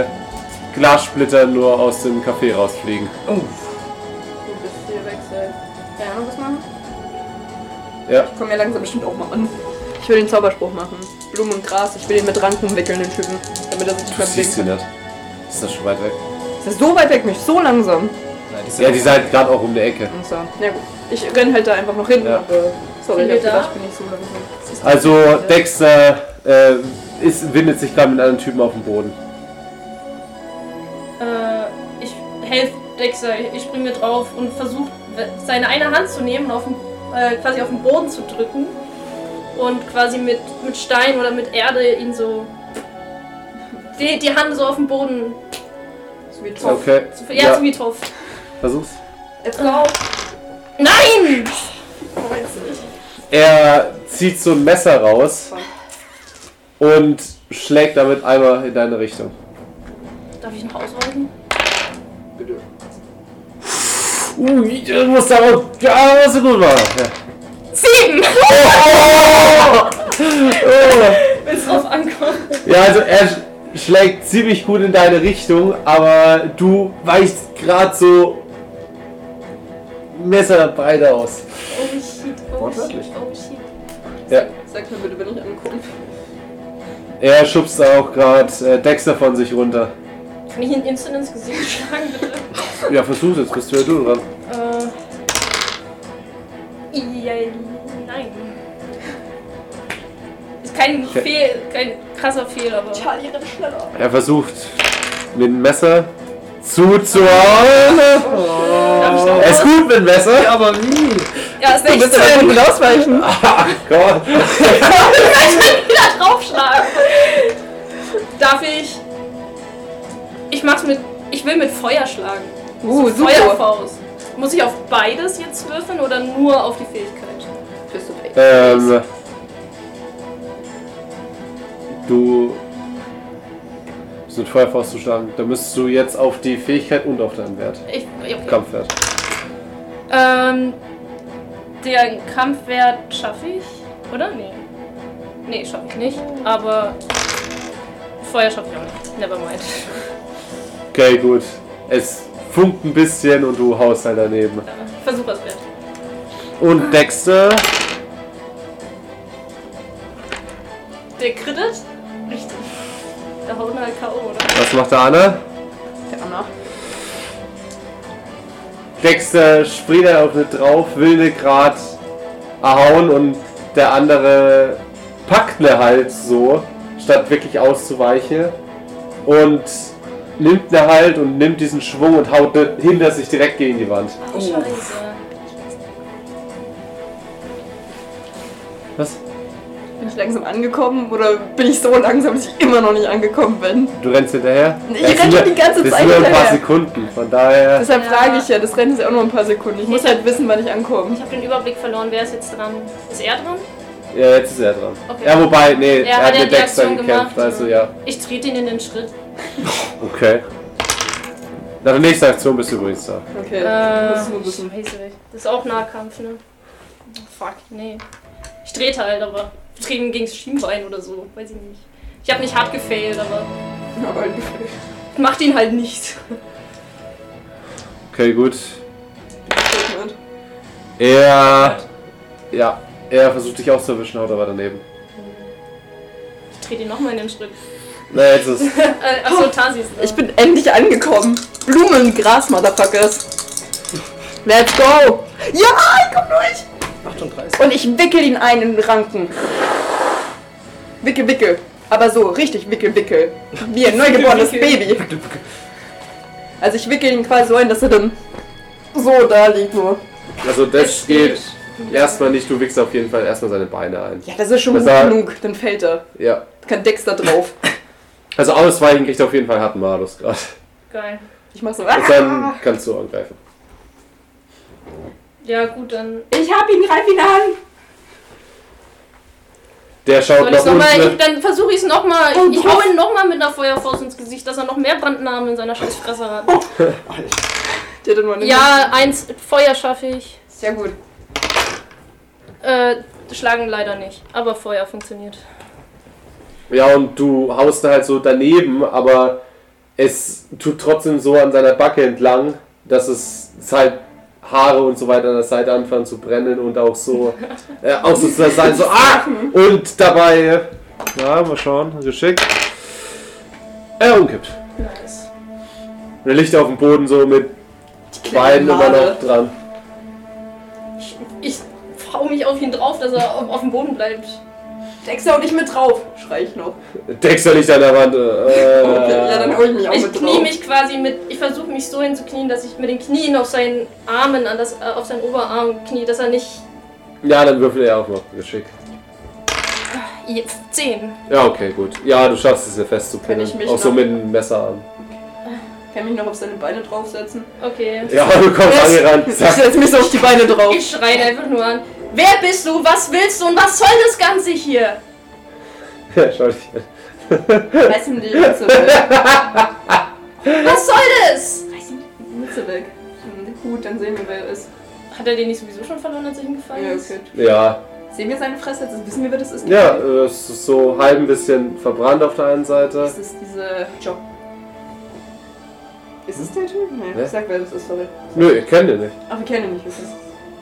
Speaker 1: Glassplitter nur aus dem Café rausfliegen.
Speaker 2: Du bist hier weg, sei. Keine Ahnung, was machen?
Speaker 1: Ja,
Speaker 2: Ich komm ja langsam bestimmt auch mal an. Ich will den Zauberspruch machen. Blumen und Gras, ich will ihn mit Ranken umwickeln, den Typen. Damit er sich nicht
Speaker 1: du
Speaker 2: mehr
Speaker 1: siehst sie
Speaker 2: bewegen
Speaker 1: nicht. Ist das schon weit weg?
Speaker 2: kann. Ist er so weit weg, mich so langsam.
Speaker 3: Nein, die sind
Speaker 1: Ja, die seid gerade auch um die Ecke.
Speaker 2: Und so. Na gut. Ich renn halt da einfach noch hin.
Speaker 1: Ja.
Speaker 2: Aber sorry,
Speaker 4: Sind
Speaker 2: ich hab
Speaker 4: wir da?
Speaker 2: gedacht, ich bin nicht so langsam.
Speaker 1: Also Dexter äh, ist, windet sich gerade mit einem Typen auf dem Boden.
Speaker 4: Äh, ich helfe Dexter, ich springe mir drauf und versuche seine eine Hand zu nehmen und auf den, äh, quasi auf den Boden zu drücken und quasi mit, mit Stein oder mit Erde ihn so die, die Hand so auf den Boden
Speaker 2: So wie Topf.
Speaker 1: Okay.
Speaker 4: zu ver- Oh. ja,
Speaker 1: Ja,
Speaker 4: zu wie Toff.
Speaker 1: versuch's.
Speaker 2: Jetzt lauf.
Speaker 4: Nein!
Speaker 1: Er zieht so ein Messer raus und schlägt damit einmal in deine Richtung.
Speaker 4: Darf ich noch ausweichen?
Speaker 1: Ui, du musst aber ja, so gut machen. Ja.
Speaker 4: Sieben!
Speaker 1: Oh.
Speaker 4: Wenn es drauf ankommt.
Speaker 1: Ja, also er sch schlägt ziemlich gut in deine Richtung, aber du weichst gerade so messerbreite aus.
Speaker 4: Oh shit, oh shit,
Speaker 3: Wortwörtlich?
Speaker 4: oh shit.
Speaker 1: Ja.
Speaker 2: Sag mir bitte, wenn ich ankomme.
Speaker 1: Er schubst auch gerade äh, Dexter von sich runter.
Speaker 4: Kann ich ihn instant ins Gesicht schlagen, bitte?
Speaker 1: Ja, versuch jetzt, bist du ja du dran.
Speaker 4: Äh. Ja, nein. Ist kein
Speaker 1: Okay.
Speaker 4: Fehl, kein krasser Fehler, aber.
Speaker 2: Charlie, renn schneller.
Speaker 1: Er versucht mit dem Messer zuzuhauen.
Speaker 4: Darf ich noch
Speaker 1: Er ist
Speaker 4: raus?
Speaker 1: gut mit dem Messer.
Speaker 3: aber wie?
Speaker 4: Ja, ist nicht
Speaker 2: aber gut mit ausweichen.
Speaker 1: Gott.
Speaker 4: wieder draufschlagen. Darf ich. Ich mach's mit. Ich will mit Feuer schlagen.
Speaker 2: Uh, super.
Speaker 4: Feuerfaust. Muss ich auf beides jetzt würfeln oder nur auf die Fähigkeit?
Speaker 2: Bist du weg?
Speaker 1: Ähm, du bist mit Feuerfaust zu schlagen. Da müsstest du jetzt auf die Fähigkeit und auf deinen Wert.
Speaker 4: Ich. ja, Okay.
Speaker 1: Kampfwert.
Speaker 4: Ähm, den Kampfwert schaffe ich, oder? Nee. Nee, schaffe ich nicht. Aber Feuer schaffe ich auch nicht. Nevermind.
Speaker 1: Okay, gut. Es funkt ein bisschen und du haust halt daneben.
Speaker 4: Ja, Versuch was wert.
Speaker 1: Und Dexter
Speaker 4: Der krittet? Richtig. Da haut halt K.O., oder?
Speaker 1: Was macht der Anna?
Speaker 2: Der Anna.
Speaker 1: Dexter springt dann auf eine drauf, will eine grad erhauen und der andere packt eine halt so, statt wirklich auszuweichen. Und nimmt eine halt und nimmt diesen Schwung und haut ne hinter sich direkt gegen die Wand.
Speaker 4: Oh, scheiße.
Speaker 1: Was?
Speaker 2: Bin ich langsam angekommen oder bin ich so langsam, dass ich immer noch nicht angekommen bin?
Speaker 1: Du rennst hinterher?
Speaker 2: Nee, ich
Speaker 1: Das
Speaker 2: renn
Speaker 1: sind
Speaker 2: schon
Speaker 1: ja-
Speaker 2: die ganze
Speaker 1: Das
Speaker 2: Zeit
Speaker 1: sind nur ein paar
Speaker 2: hinterher.
Speaker 1: Sekunden, von daher.
Speaker 2: Deshalb
Speaker 4: Ja.
Speaker 2: frage ich ja, das Rennen ist ja auch nur ein paar Sekunden. Ich muss halt wissen, wann ich ankomme.
Speaker 4: Ich habe den Überblick verloren. Wer ist jetzt dran? Ist er dran?
Speaker 1: Ja, jetzt ist er dran.
Speaker 4: Okay.
Speaker 1: Ja, wobei, nee,
Speaker 4: Er
Speaker 1: er,
Speaker 4: hat
Speaker 1: hat
Speaker 4: ja
Speaker 1: mit
Speaker 4: die
Speaker 1: Dexter
Speaker 4: Aktion
Speaker 1: gekämpft,
Speaker 4: gemacht.
Speaker 1: also ja.
Speaker 4: Ich trete ihn in den Schritt.
Speaker 1: Okay. Nach der nächsten Aktion bist du übrigens da.
Speaker 2: Okay,
Speaker 4: Äh,
Speaker 2: das muss nur wissen.
Speaker 4: scheiße. Das ist auch Nahkampf, ne? Fuck, nee. Ich trete halt, aber ich trete gegen das Schienbein oder so. Weiß ich nicht. Ich habe nicht hart gefailt, aber
Speaker 2: Aber
Speaker 4: macht ihn halt nicht.
Speaker 1: Okay, gut.
Speaker 2: Statement.
Speaker 1: Er. Ja, er versucht dich auch zu erwischen, haut aber daneben.
Speaker 4: Ich trete ihn nochmal in den Schritt.
Speaker 1: Na, jetzt ist.
Speaker 4: Äh,
Speaker 2: Oh.
Speaker 4: achso, Tasi ist da.
Speaker 2: Ich bin endlich angekommen. Blumen, Gras, Motherfuckers. Let's go! Ja, ich komm durch!
Speaker 3: 38.
Speaker 2: Und ich wickel ihn ein in den Ranken. Wickel, wickel. Aber so, richtig wickel, wickel. Wie ein neugeborenes Baby. Also ich wickel ihn quasi so ein, dass er dann so da liegt nur.
Speaker 1: Also, das
Speaker 4: Es
Speaker 1: geht
Speaker 4: geht.
Speaker 1: erstmal nicht. Du wickst auf jeden Fall erstmal seine Beine ein.
Speaker 2: Ja, das ist schon
Speaker 1: Das
Speaker 2: gut
Speaker 1: war-
Speaker 2: genug. Dann fällt er.
Speaker 1: Ja.
Speaker 2: Kann Dexter drauf.
Speaker 1: Also, ausweichen kriegt er auf jeden Fall harten Malus gerade.
Speaker 4: Geil.
Speaker 2: Ich mach so. ah,
Speaker 1: Und
Speaker 4: Ah.
Speaker 1: dann kannst du angreifen.
Speaker 4: Ja, gut, dann.
Speaker 2: Ich hab ihn, greif ihn an!
Speaker 1: Der schaut
Speaker 4: Soll
Speaker 1: nach
Speaker 4: ich's noch mal, ich,
Speaker 1: unten.
Speaker 4: dann versuche ich es nochmal.
Speaker 2: Oh
Speaker 4: Ich, ich
Speaker 2: Gott.
Speaker 4: hau ihn nochmal mit einer Feuerfaust ins Gesicht, dass er noch mehr Brandnamen in seiner Scheißfresse hat.
Speaker 2: Oh, Der hat dann mal eine-
Speaker 4: Ja, eins Feuer schaffe ich.
Speaker 2: Sehr gut.
Speaker 4: Äh, schlagen leider nicht. Aber Feuer funktioniert.
Speaker 1: Ja, und du haust da halt so daneben, aber es tut trotzdem so an seiner Backe entlang, dass es es halt Haare und so weiter an der Seite anfangen zu brennen und auch so, äh, auch so zu sein, so, ah! Und dabei, ja, mal schauen, geschickt, er umkippt.
Speaker 4: Nice.
Speaker 1: Und er liegt auf dem Boden so mit Beinen immer noch dran.
Speaker 4: Ich, ich hau mich auf ihn drauf, dass er auf, auf dem Boden bleibt.
Speaker 2: Dexter und ich mit drauf, schrei ich noch.
Speaker 1: Dexter liegt an der Wand.
Speaker 2: Okay, ja, dann
Speaker 1: Äh,
Speaker 2: hol ich mich auch
Speaker 4: Ich
Speaker 2: mit
Speaker 4: knie
Speaker 2: drauf.
Speaker 4: mich quasi mit. Ich versuche mich so hinzuknien, dass ich mit den Knien auf seinen Armen, an das, äh, auf seinen Oberarm knie, dass er nicht.
Speaker 1: ja, dann würfel er auch noch, geschickt.
Speaker 4: Jetzt 10.
Speaker 1: Ja, okay, gut. Ja, du schaffst es, ihn festzupinnen.
Speaker 2: Kann ich mich
Speaker 1: Auch so
Speaker 2: noch-
Speaker 1: mit einem Messer an.
Speaker 2: Kann mich noch auf seine Beine draufsetzen.
Speaker 4: Okay.
Speaker 1: Ja, du kommst
Speaker 2: Was?
Speaker 1: angerannt.
Speaker 2: Ich
Speaker 1: Zack.
Speaker 2: setze mich so auf die Beine drauf.
Speaker 4: Ich schreie ihn einfach nur an. Wer bist du? Was willst du? Und was soll das Ganze hier?
Speaker 1: Ja, schau dich an.
Speaker 2: Reiß ihm die Mütze weg.
Speaker 4: Was soll das?
Speaker 2: Reiß ihm die Mütze weg. Hm, Gut, dann sehen wir, wer er ist.
Speaker 4: Hat er den nicht sowieso schon verloren, als er hingefallen
Speaker 2: Ja,
Speaker 4: ist?
Speaker 2: okay.
Speaker 1: Ja,
Speaker 2: Sehen wir seine Fresse jetzt? Wissen wir, wer das ist?
Speaker 1: ja, äh, es ist so halb ein bisschen verbrannt auf der einen Seite.
Speaker 2: Das ist diese Job. Ist es der Typ? Nein,
Speaker 1: Wer?
Speaker 2: ich sag, wer das ist, sorry.
Speaker 1: Nö, ich kenne den nicht.
Speaker 2: Ach, wir kennen ihn nicht, okay.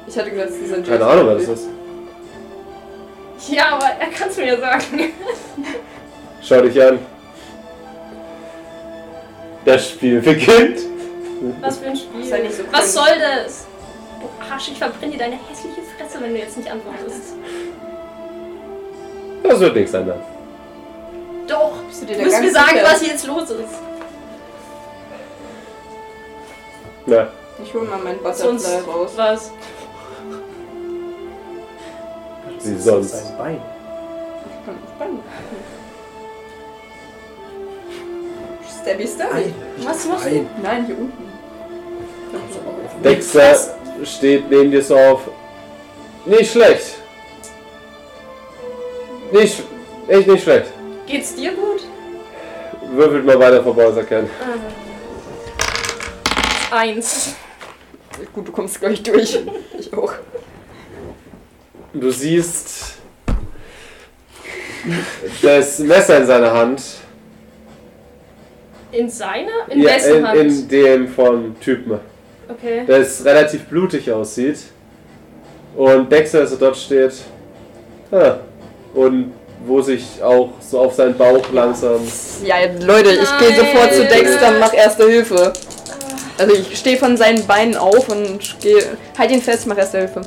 Speaker 2: Ich hatte gedacht, es ist dieser Job.
Speaker 1: Keine Ahnung, wer das ist.
Speaker 4: Ja, aber er kann es mir ja sagen.
Speaker 1: Schau dich an. Das Spiel beginnt.
Speaker 4: Was für ein Spiel.
Speaker 2: Sei nicht so cool.
Speaker 4: Was soll das? Du Arsch, ich verbrenne dir deine hässliche Fresse, wenn du jetzt nicht antwortest.
Speaker 1: Das wird nichts ändern.
Speaker 4: Doch.
Speaker 2: Bist du dir
Speaker 4: Du
Speaker 2: da
Speaker 4: musst
Speaker 2: ganz
Speaker 4: mir sagen,
Speaker 2: sicher?
Speaker 4: was hier jetzt los ist.
Speaker 1: Ja.
Speaker 2: Ich hol mal mein
Speaker 4: Sonst
Speaker 2: Butterfly raus.
Speaker 4: was.
Speaker 1: Wie sonst.
Speaker 3: Sein Bein.
Speaker 2: Spannend. Stabby Stabby.
Speaker 4: Was machst du?
Speaker 6: Nein.
Speaker 2: Nein, hier unten. oh,
Speaker 1: Dexter steht neben dir so auf. Nicht schlecht. Nicht, echt nicht schlecht.
Speaker 4: Geht's dir gut?
Speaker 1: Würfelt mal weiter vorbei, unser Kern.
Speaker 4: Eins.
Speaker 2: Gut, du kommst gleich durch. Ich auch.
Speaker 1: Du siehst das Messer in seiner Hand.
Speaker 4: In seiner? In
Speaker 1: Ja,
Speaker 4: wessen Hand?
Speaker 1: in, in dem vom Typen,
Speaker 4: okay.
Speaker 1: das relativ blutig aussieht. Und Dexter, als er dort steht, ah, und wo sich auch so auf seinen Bauch langsam.
Speaker 2: Ja, Leute, ich gehe
Speaker 4: Nein.
Speaker 2: sofort zu Dexter und mach erste Hilfe. Also ich stehe von seinen Beinen auf und gehe. Halt ihn fest, mach erste Hilfe.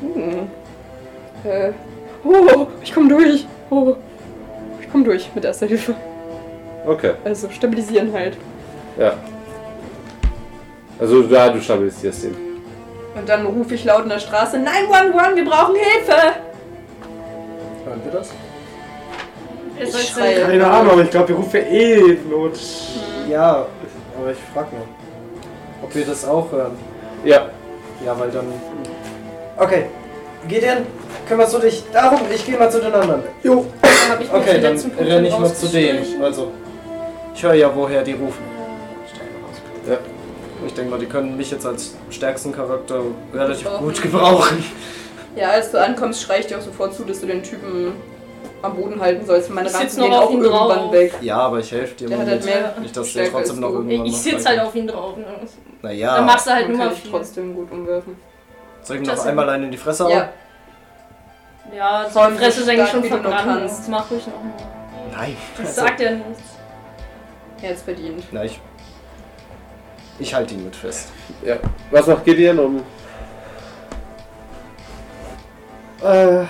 Speaker 2: Hm. Äh. Oh, ich komm durch. Oh. Ich komm durch mit erster Hilfe.
Speaker 1: Okay,
Speaker 2: Also stabilisieren halt.
Speaker 1: ja. Also, ja, du stabilisierst ihn.
Speaker 2: Und dann rufe ich laut in der Straße, 911, wir brauchen Hilfe!
Speaker 12: Hören wir das?
Speaker 4: Es soll
Speaker 2: Ich schreie.
Speaker 4: sein.
Speaker 5: Keine Ahnung, aber ich glaube, wir rufen ja eh Not.
Speaker 3: Ja, aber ich frag mich, ob wir das auch hören.
Speaker 1: Ja,
Speaker 3: Ja, weil dann. Okay. Gideon, kümmerst du dich darum? Ich gehe mal zu den anderen.
Speaker 5: Jo.
Speaker 4: Da hab ich mir
Speaker 3: Okay,
Speaker 4: die
Speaker 3: dann
Speaker 4: letzten Punkte
Speaker 3: renne ich mal zu
Speaker 4: rausgestrichen.
Speaker 3: denen. Also, ich höre ja, woher die rufen.
Speaker 1: Ja.
Speaker 3: Ich denke mal, die können mich jetzt als stärksten Charakter relativ
Speaker 2: Gebrauchen.
Speaker 3: gut gebrauchen.
Speaker 2: Ja, als du ankommst, schrei ich dir auch sofort zu, dass du den Typen am Boden halten sollst. Meine
Speaker 4: Ich sitz
Speaker 2: Ranzen
Speaker 4: noch
Speaker 2: gehen
Speaker 4: auf
Speaker 2: auch
Speaker 4: ihn
Speaker 2: irgendwann
Speaker 4: drauf.
Speaker 2: weg.
Speaker 3: Ja, aber ich helfe dir
Speaker 2: Der
Speaker 3: mal
Speaker 2: hat halt
Speaker 3: mit.
Speaker 2: mehr.
Speaker 3: Nicht, dass der
Speaker 2: Stärke
Speaker 3: trotzdem
Speaker 2: als
Speaker 3: noch
Speaker 2: du.
Speaker 3: irgendwann
Speaker 4: Ich
Speaker 3: noch
Speaker 4: sitze halt auf ihn drauf. Ne?
Speaker 1: Ah,
Speaker 4: Dann
Speaker 3: Naja,
Speaker 4: machst du halt
Speaker 2: Dann
Speaker 4: nur
Speaker 2: kann
Speaker 4: mal
Speaker 2: ich
Speaker 4: viel.
Speaker 2: trotzdem gut umwerfen.
Speaker 3: soll ich ihm noch
Speaker 4: Justin.
Speaker 3: einmal einen in die Fresse hauen?
Speaker 2: Ja,
Speaker 4: Ja, die
Speaker 2: Sollen
Speaker 4: Fresse ist
Speaker 2: wir
Speaker 4: eigentlich
Speaker 2: starten,
Speaker 4: schon
Speaker 2: wie du nur
Speaker 4: verbrannt.
Speaker 2: kannst. Also-
Speaker 4: Das mach ruhig noch mal.
Speaker 3: Nein.
Speaker 4: Das sagt er nicht.
Speaker 2: jetzt verdient.
Speaker 3: Nein, ich, ich halte ihn mit fest.
Speaker 1: ja. Was macht Gideon um?
Speaker 5: Äh,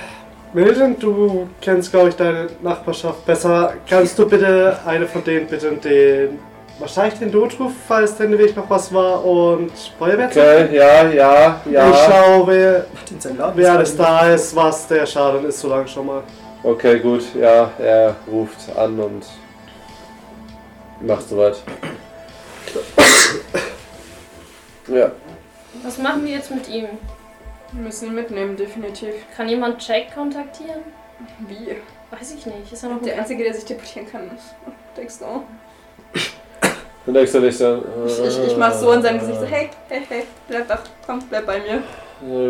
Speaker 5: Mildred, du kennst, glaube ich, deine Nachbarschaft besser. Kannst du bitte eine von denen bitte den. Wahrscheinlich den Notruf, falls dein Weg noch was war und Feuerwehr
Speaker 1: Okay, ja, ja,
Speaker 5: Ich
Speaker 1: ja.
Speaker 5: schau, wer,
Speaker 3: Martin, sein Laden
Speaker 5: wer
Speaker 3: ist voll.
Speaker 5: alles da ist, was der Schaden ist, solange schon mal.
Speaker 1: Okay, gut, ja, er ruft an und macht soweit. Ja,
Speaker 4: Was machen wir jetzt mit ihm?
Speaker 2: Wir müssen ihn mitnehmen, definitiv.
Speaker 4: Kann jemand Jack kontaktieren?
Speaker 2: Wie?
Speaker 4: Weiß ich nicht. Ist er noch
Speaker 2: Der
Speaker 4: ein
Speaker 2: Einzige, der sich deportieren kann, ist Dexter.
Speaker 1: dann denkst du dich dann.
Speaker 2: Ich, ich, ich mach so in seinem Gesicht so,
Speaker 1: Äh.
Speaker 2: hey, hey, hey, bleib wach, komm, bleib bei mir.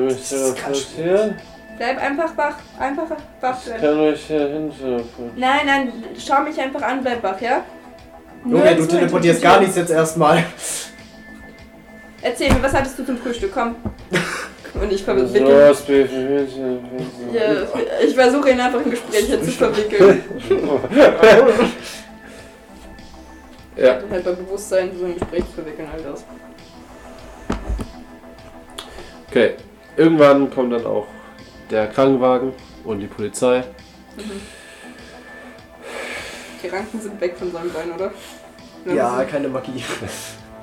Speaker 1: Äh, Soll ich mich
Speaker 12: Das
Speaker 1: hier
Speaker 12: kann
Speaker 1: platzieren?
Speaker 2: Bleib einfach wach, einfach wach
Speaker 1: Ich
Speaker 2: bleiben.
Speaker 1: kann euch hier hinten.
Speaker 2: Nein, nein, schau mich einfach an, bleib wach, ja?
Speaker 3: Junge, du
Speaker 2: Nirgendwo
Speaker 3: teleportierst gar nichts jetzt erstmal.
Speaker 2: Erzähl mir, was hattest du zum Frühstück? Komm. Und ich verwickel.
Speaker 1: Was, Beef, Hühnchen,
Speaker 2: Ja, ich versuche ihn einfach im Gespräch hier zu verwickeln.
Speaker 1: Ja,
Speaker 2: Halt bei Bewusstsein so ein Gespräch zu verwickeln, all das.
Speaker 1: okay. Irgendwann kommt dann auch der Krankenwagen und die Polizei.
Speaker 2: Die Ranken sind weg von seinem Bein, oder? Ne,
Speaker 3: Ja, keine Magie.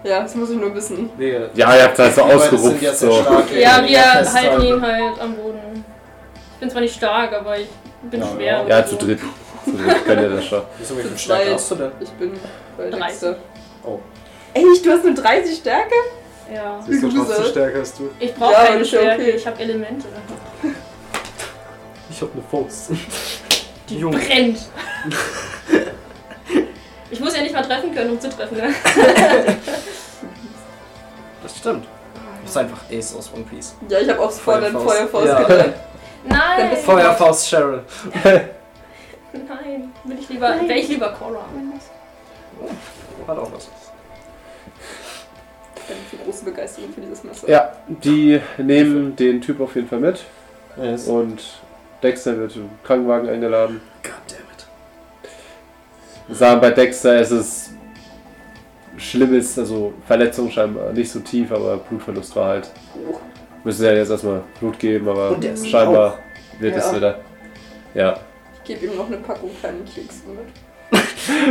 Speaker 2: Ja, das muss ich nur wissen.
Speaker 3: Nee,
Speaker 1: Ja, ihr habt das so
Speaker 3: Die beiden sind ja
Speaker 1: ausgerupft.
Speaker 3: sehr
Speaker 1: So.
Speaker 3: stark.
Speaker 4: Ja, wir
Speaker 3: Fest
Speaker 4: halten
Speaker 3: an.
Speaker 4: ihn halt am Boden. Ich bin zwar nicht stark, aber ich bin
Speaker 3: Ja,
Speaker 4: schwer. und
Speaker 1: Ja,
Speaker 4: so.
Speaker 1: zu dritt. Zu dritt könnt ihr das schon.
Speaker 3: Wieso, wie
Speaker 2: Zu
Speaker 3: viel Stärke
Speaker 2: zweit.
Speaker 3: hast du denn?
Speaker 2: Ich bin bei
Speaker 4: 30.
Speaker 2: Dexter.
Speaker 3: Oh.
Speaker 2: Echt? Du hast nur 30 Stärke?
Speaker 4: Ja.
Speaker 5: Bist du
Speaker 2: Grüße.
Speaker 5: trotzdem stärker als du.
Speaker 4: Ich brauche
Speaker 2: Ja,
Speaker 4: keine
Speaker 2: ist ja
Speaker 4: Stärke,
Speaker 2: okay.
Speaker 4: ich habe Elemente.
Speaker 3: Ich hab eine Faust.
Speaker 4: Die
Speaker 3: Junge.
Speaker 4: brennt. ich muss ja nicht mal treffen können, um zu treffen. Ne?
Speaker 3: Das stimmt. Du bist einfach Ace aus One Piece.
Speaker 2: Ja, ich habe auch sofort einen Feuerfaust
Speaker 3: Feuerfaust. Ja.
Speaker 2: gedacht. Dann
Speaker 4: Nein!
Speaker 2: bist du-
Speaker 3: Feuerfaust Cheryl.
Speaker 4: Nein, bin ich lieber, wäre ich lieber Cora.
Speaker 3: Hat auch was.
Speaker 2: Ich habe eine große Begeisterung für dieses Messer.
Speaker 1: Ja, die nehmen den Typ auf jeden Fall mit
Speaker 3: Yes.
Speaker 1: und Dexter wird im Krankenwagen eingeladen.
Speaker 3: Goddammit.
Speaker 1: Wir sagen bei Dexter, es ist Schlimmes, also Verletzung scheinbar nicht so tief, aber Blutverlust war halt. Müssen ja jetzt erstmal Blut geben, aber
Speaker 12: Und der ist
Speaker 1: scheinbar wird es
Speaker 2: Ja.
Speaker 1: wieder. Ja.
Speaker 2: Ich gebe ihm noch eine Packung kleinen Kekse mit.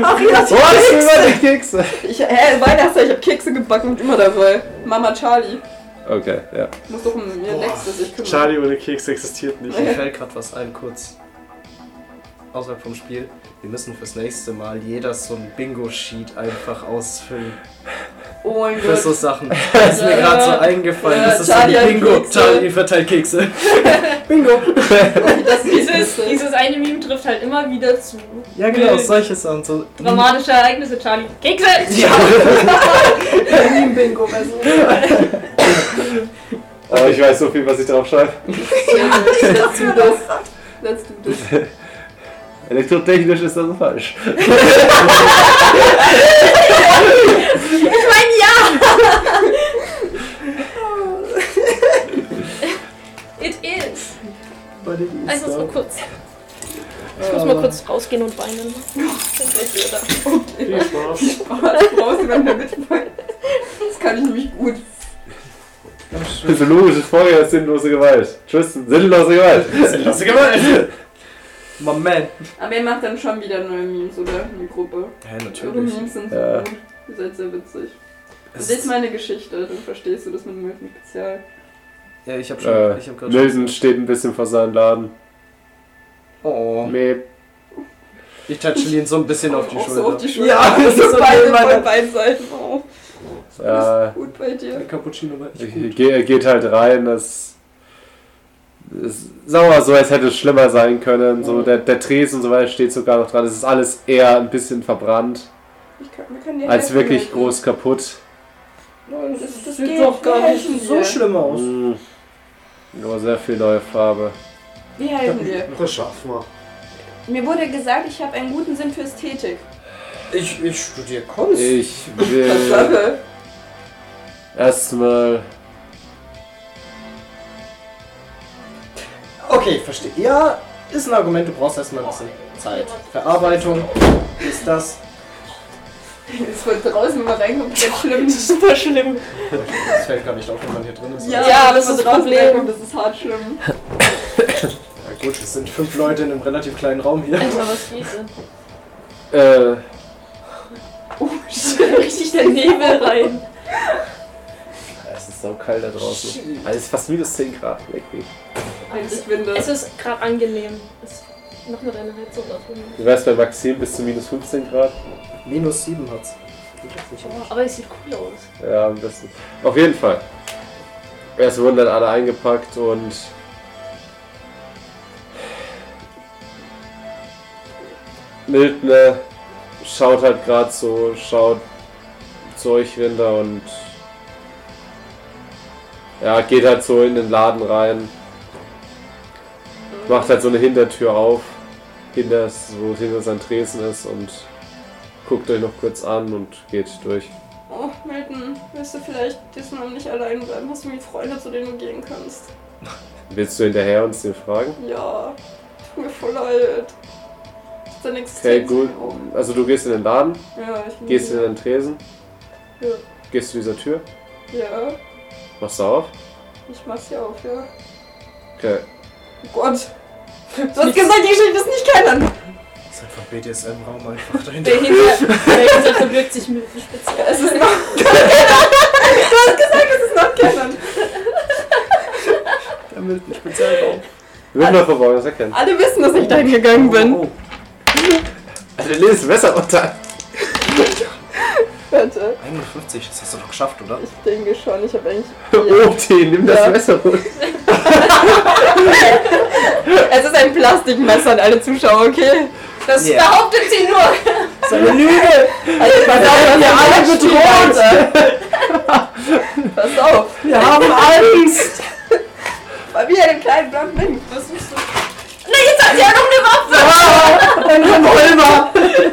Speaker 1: Was? Über die Kekse?
Speaker 2: Ich, hä, Weihnachtszeit, ich habe Kekse gebacken und immer dabei. Mama Charlie.
Speaker 1: Okay, ja.
Speaker 2: Muss doch um ihr Dexter sich kümmern.
Speaker 5: Charlie ohne Keks existiert nicht.
Speaker 3: Mir fällt gerade was ein, kurz. Außerhalb vom Spiel. Wir müssen fürs nächste Mal jeder so ein Bingo-Sheet einfach ausfüllen.
Speaker 2: Oh mein
Speaker 3: Für
Speaker 2: Gott.
Speaker 3: so Sachen. Das ist mir gerade so eingefallen.
Speaker 2: Ja,
Speaker 3: Das ist so
Speaker 2: Charlie
Speaker 3: ein
Speaker 2: hat
Speaker 3: Bingo.
Speaker 2: Kekse.
Speaker 3: Charlie verteilt Kekse.
Speaker 2: das ist
Speaker 4: Dieses, dieses eine Meme trifft halt immer wieder zu.
Speaker 3: Ja, genau, solche Sachen. So
Speaker 4: Dramatische Ereignisse, Charlie. Kekse!
Speaker 3: Bingo.
Speaker 1: Aber ich weiß so viel, was ich drauf schreibe.
Speaker 2: Let's do this. Let's do this.
Speaker 1: Elektrotechnisch ist das falsch.
Speaker 4: It is! Also so kurz. Ich muss
Speaker 2: Ah.
Speaker 4: mal kurz rausgehen und weinen. Dann seid ihr da.
Speaker 5: Viel Spaß.
Speaker 2: Du brauchst jemanden, der mitfällt. Das kann ich nämlich gut.
Speaker 1: Physiologisches Feuer ist sinnlose Gewalt. Tristan, sinnlose Gewalt.
Speaker 3: Sinnlose Gewalt. Moment.
Speaker 2: Aber ihr macht dann schon wieder neue Memes, oder? In die Gruppe.
Speaker 3: Ja,
Speaker 2: Eure
Speaker 3: natürlich.
Speaker 2: Memes sind so
Speaker 1: Ja.
Speaker 2: gut. Ihr seid sehr witzig.
Speaker 3: Es
Speaker 2: Seht
Speaker 3: ist-
Speaker 2: mal eine Geschichte, dann verstehst du das mit Milton Spezial.
Speaker 3: Ja, ich hab schon.
Speaker 1: Äh,
Speaker 3: ich hab grad schon-
Speaker 1: Milton steht ein bisschen vor seinem Laden.
Speaker 3: Oh.
Speaker 1: Nee.
Speaker 3: Ich tätschel ihn so ein bisschen auf die
Speaker 2: Auch so auf
Speaker 3: Schulter.
Speaker 2: die Schulter.
Speaker 3: Ja,
Speaker 2: das
Speaker 3: so
Speaker 2: ist beide
Speaker 3: jemand-
Speaker 2: von beiden Seiten. Oh,
Speaker 1: Äh,
Speaker 2: gut bei dir.
Speaker 3: Der Cappuccino war echt gut.
Speaker 1: Ge- Er geht halt rein, das. das sagen wir mal so, als hätte es schlimmer sein können. So, der, der Tresen und so weiter steht sogar noch dran. Es ist alles eher ein bisschen verbrannt,
Speaker 2: Ich kann, wir können dir
Speaker 1: als
Speaker 2: helfen,
Speaker 1: wirklich
Speaker 2: Leute.
Speaker 1: groß kaputt.
Speaker 3: Nein,
Speaker 2: Das- das
Speaker 3: sieht
Speaker 2: geht,
Speaker 3: doch
Speaker 2: wir
Speaker 3: gar nicht
Speaker 2: helfen
Speaker 3: so
Speaker 2: dir.
Speaker 3: schlimm aus.
Speaker 1: Mm. Nur sehr viel neue Farbe.
Speaker 2: Wie helfen wir?
Speaker 13: Das schaffen wir.
Speaker 2: Mir wurde gesagt, ich habe einen guten Sinn für Ästhetik.
Speaker 3: Ich, ich studiere Kunst.
Speaker 1: Ich will
Speaker 2: Sache.
Speaker 1: erstmal.
Speaker 3: Okay, verstehe. Ja, ist ein Argument, du brauchst erstmal ein bisschen Zeit. Verarbeitung ist das.
Speaker 2: Das von draußen immer reinkommt, ganz schlimm.
Speaker 4: Super schlimm.
Speaker 3: Das fällt gar nicht auf, wenn man hier drin ist.
Speaker 4: Ja, das
Speaker 2: wenn
Speaker 4: ist
Speaker 2: man draußen
Speaker 4: Problem.
Speaker 2: reinkommt, Das ist hart schlimm.
Speaker 3: Na gut, es sind fünf Leute in einem relativ kleinen Raum hier.
Speaker 4: Alter, was geht denn?
Speaker 1: Äh,
Speaker 4: Oh, Richtig der Nebel rein.
Speaker 1: es ist saukalt da draußen. Also, es ist fast minus 10 Grad. Leck mich.
Speaker 2: Ich bin
Speaker 4: Es
Speaker 2: das.
Speaker 4: ist gerade angenehm. Es- Mach mal deine Heizung auf.
Speaker 1: Du weißt, bei Maxim bis zu minus 15 Grad.
Speaker 3: Minus sieben hat's. Geht jetzt nicht.
Speaker 4: Aber es sieht cool aus.
Speaker 1: Ja, am besten. Auf jeden Fall. Erst wurden dann alle eingepackt und. Mildner schaut halt gerade so, schaut zu euch runter und. Ja, geht halt so in den Laden rein. Macht halt so eine Hintertür auf, hinter, wo hinter sein Tresen ist und guckt euch noch kurz an und geht durch.
Speaker 2: Oh, Milton, willst du vielleicht diesmal nicht allein bleiben? Hast du irgendwie Freunde, zu denen du gehen kannst?
Speaker 1: Willst du hinterher uns den fragen?
Speaker 2: Ja, tut mir voll leid. Das ist deine
Speaker 1: Okay,
Speaker 2: Existenz.
Speaker 1: gut. Also du gehst in den Laden,
Speaker 2: Ja, ich
Speaker 1: gehst in den Tresen,
Speaker 2: Ja.
Speaker 1: gehst zu dieser Tür,
Speaker 2: Ja,
Speaker 1: machst du auf.
Speaker 2: ich mach's ja auf, ja.
Speaker 1: Okay.
Speaker 2: Oh Gott. Du hast gesagt, die Geschichte ist nicht keiner.
Speaker 3: Das ist einfach BDSM-Raum einfach dahinter.
Speaker 4: Der Nebel, der Nebel verbirgt Also, sich mit einem Spitzel.
Speaker 2: Es ist noch keiner. Du hast gesagt, es ist noch keiner.
Speaker 3: Damit ein Spezialraum.
Speaker 1: Wird mal verborgenes erkennen.
Speaker 2: Alle wissen, dass ich dahin gegangen bin.
Speaker 3: Oh,
Speaker 1: Also lese besser unter.
Speaker 2: Warte,
Speaker 3: 51, das hast du doch geschafft, oder?
Speaker 2: ich denke schon, ich habe eigentlich.
Speaker 1: Oh, T, nimm das
Speaker 2: Ja.
Speaker 1: Messer runter.
Speaker 2: Es ist ein Plastikmesser an alle Zuschauer, okay? Das
Speaker 3: Ja.
Speaker 2: behauptet sie nur.
Speaker 3: Seine Lüge!
Speaker 2: Also, pass auf, wir alle bedroht. Pass auf.
Speaker 3: Wir haben Angst!
Speaker 2: Bei mir den kleinen blauen Wind. Was suchst du?
Speaker 4: Na, jetzt hat sie ja noch eine Waffe!
Speaker 3: Ein Revolver!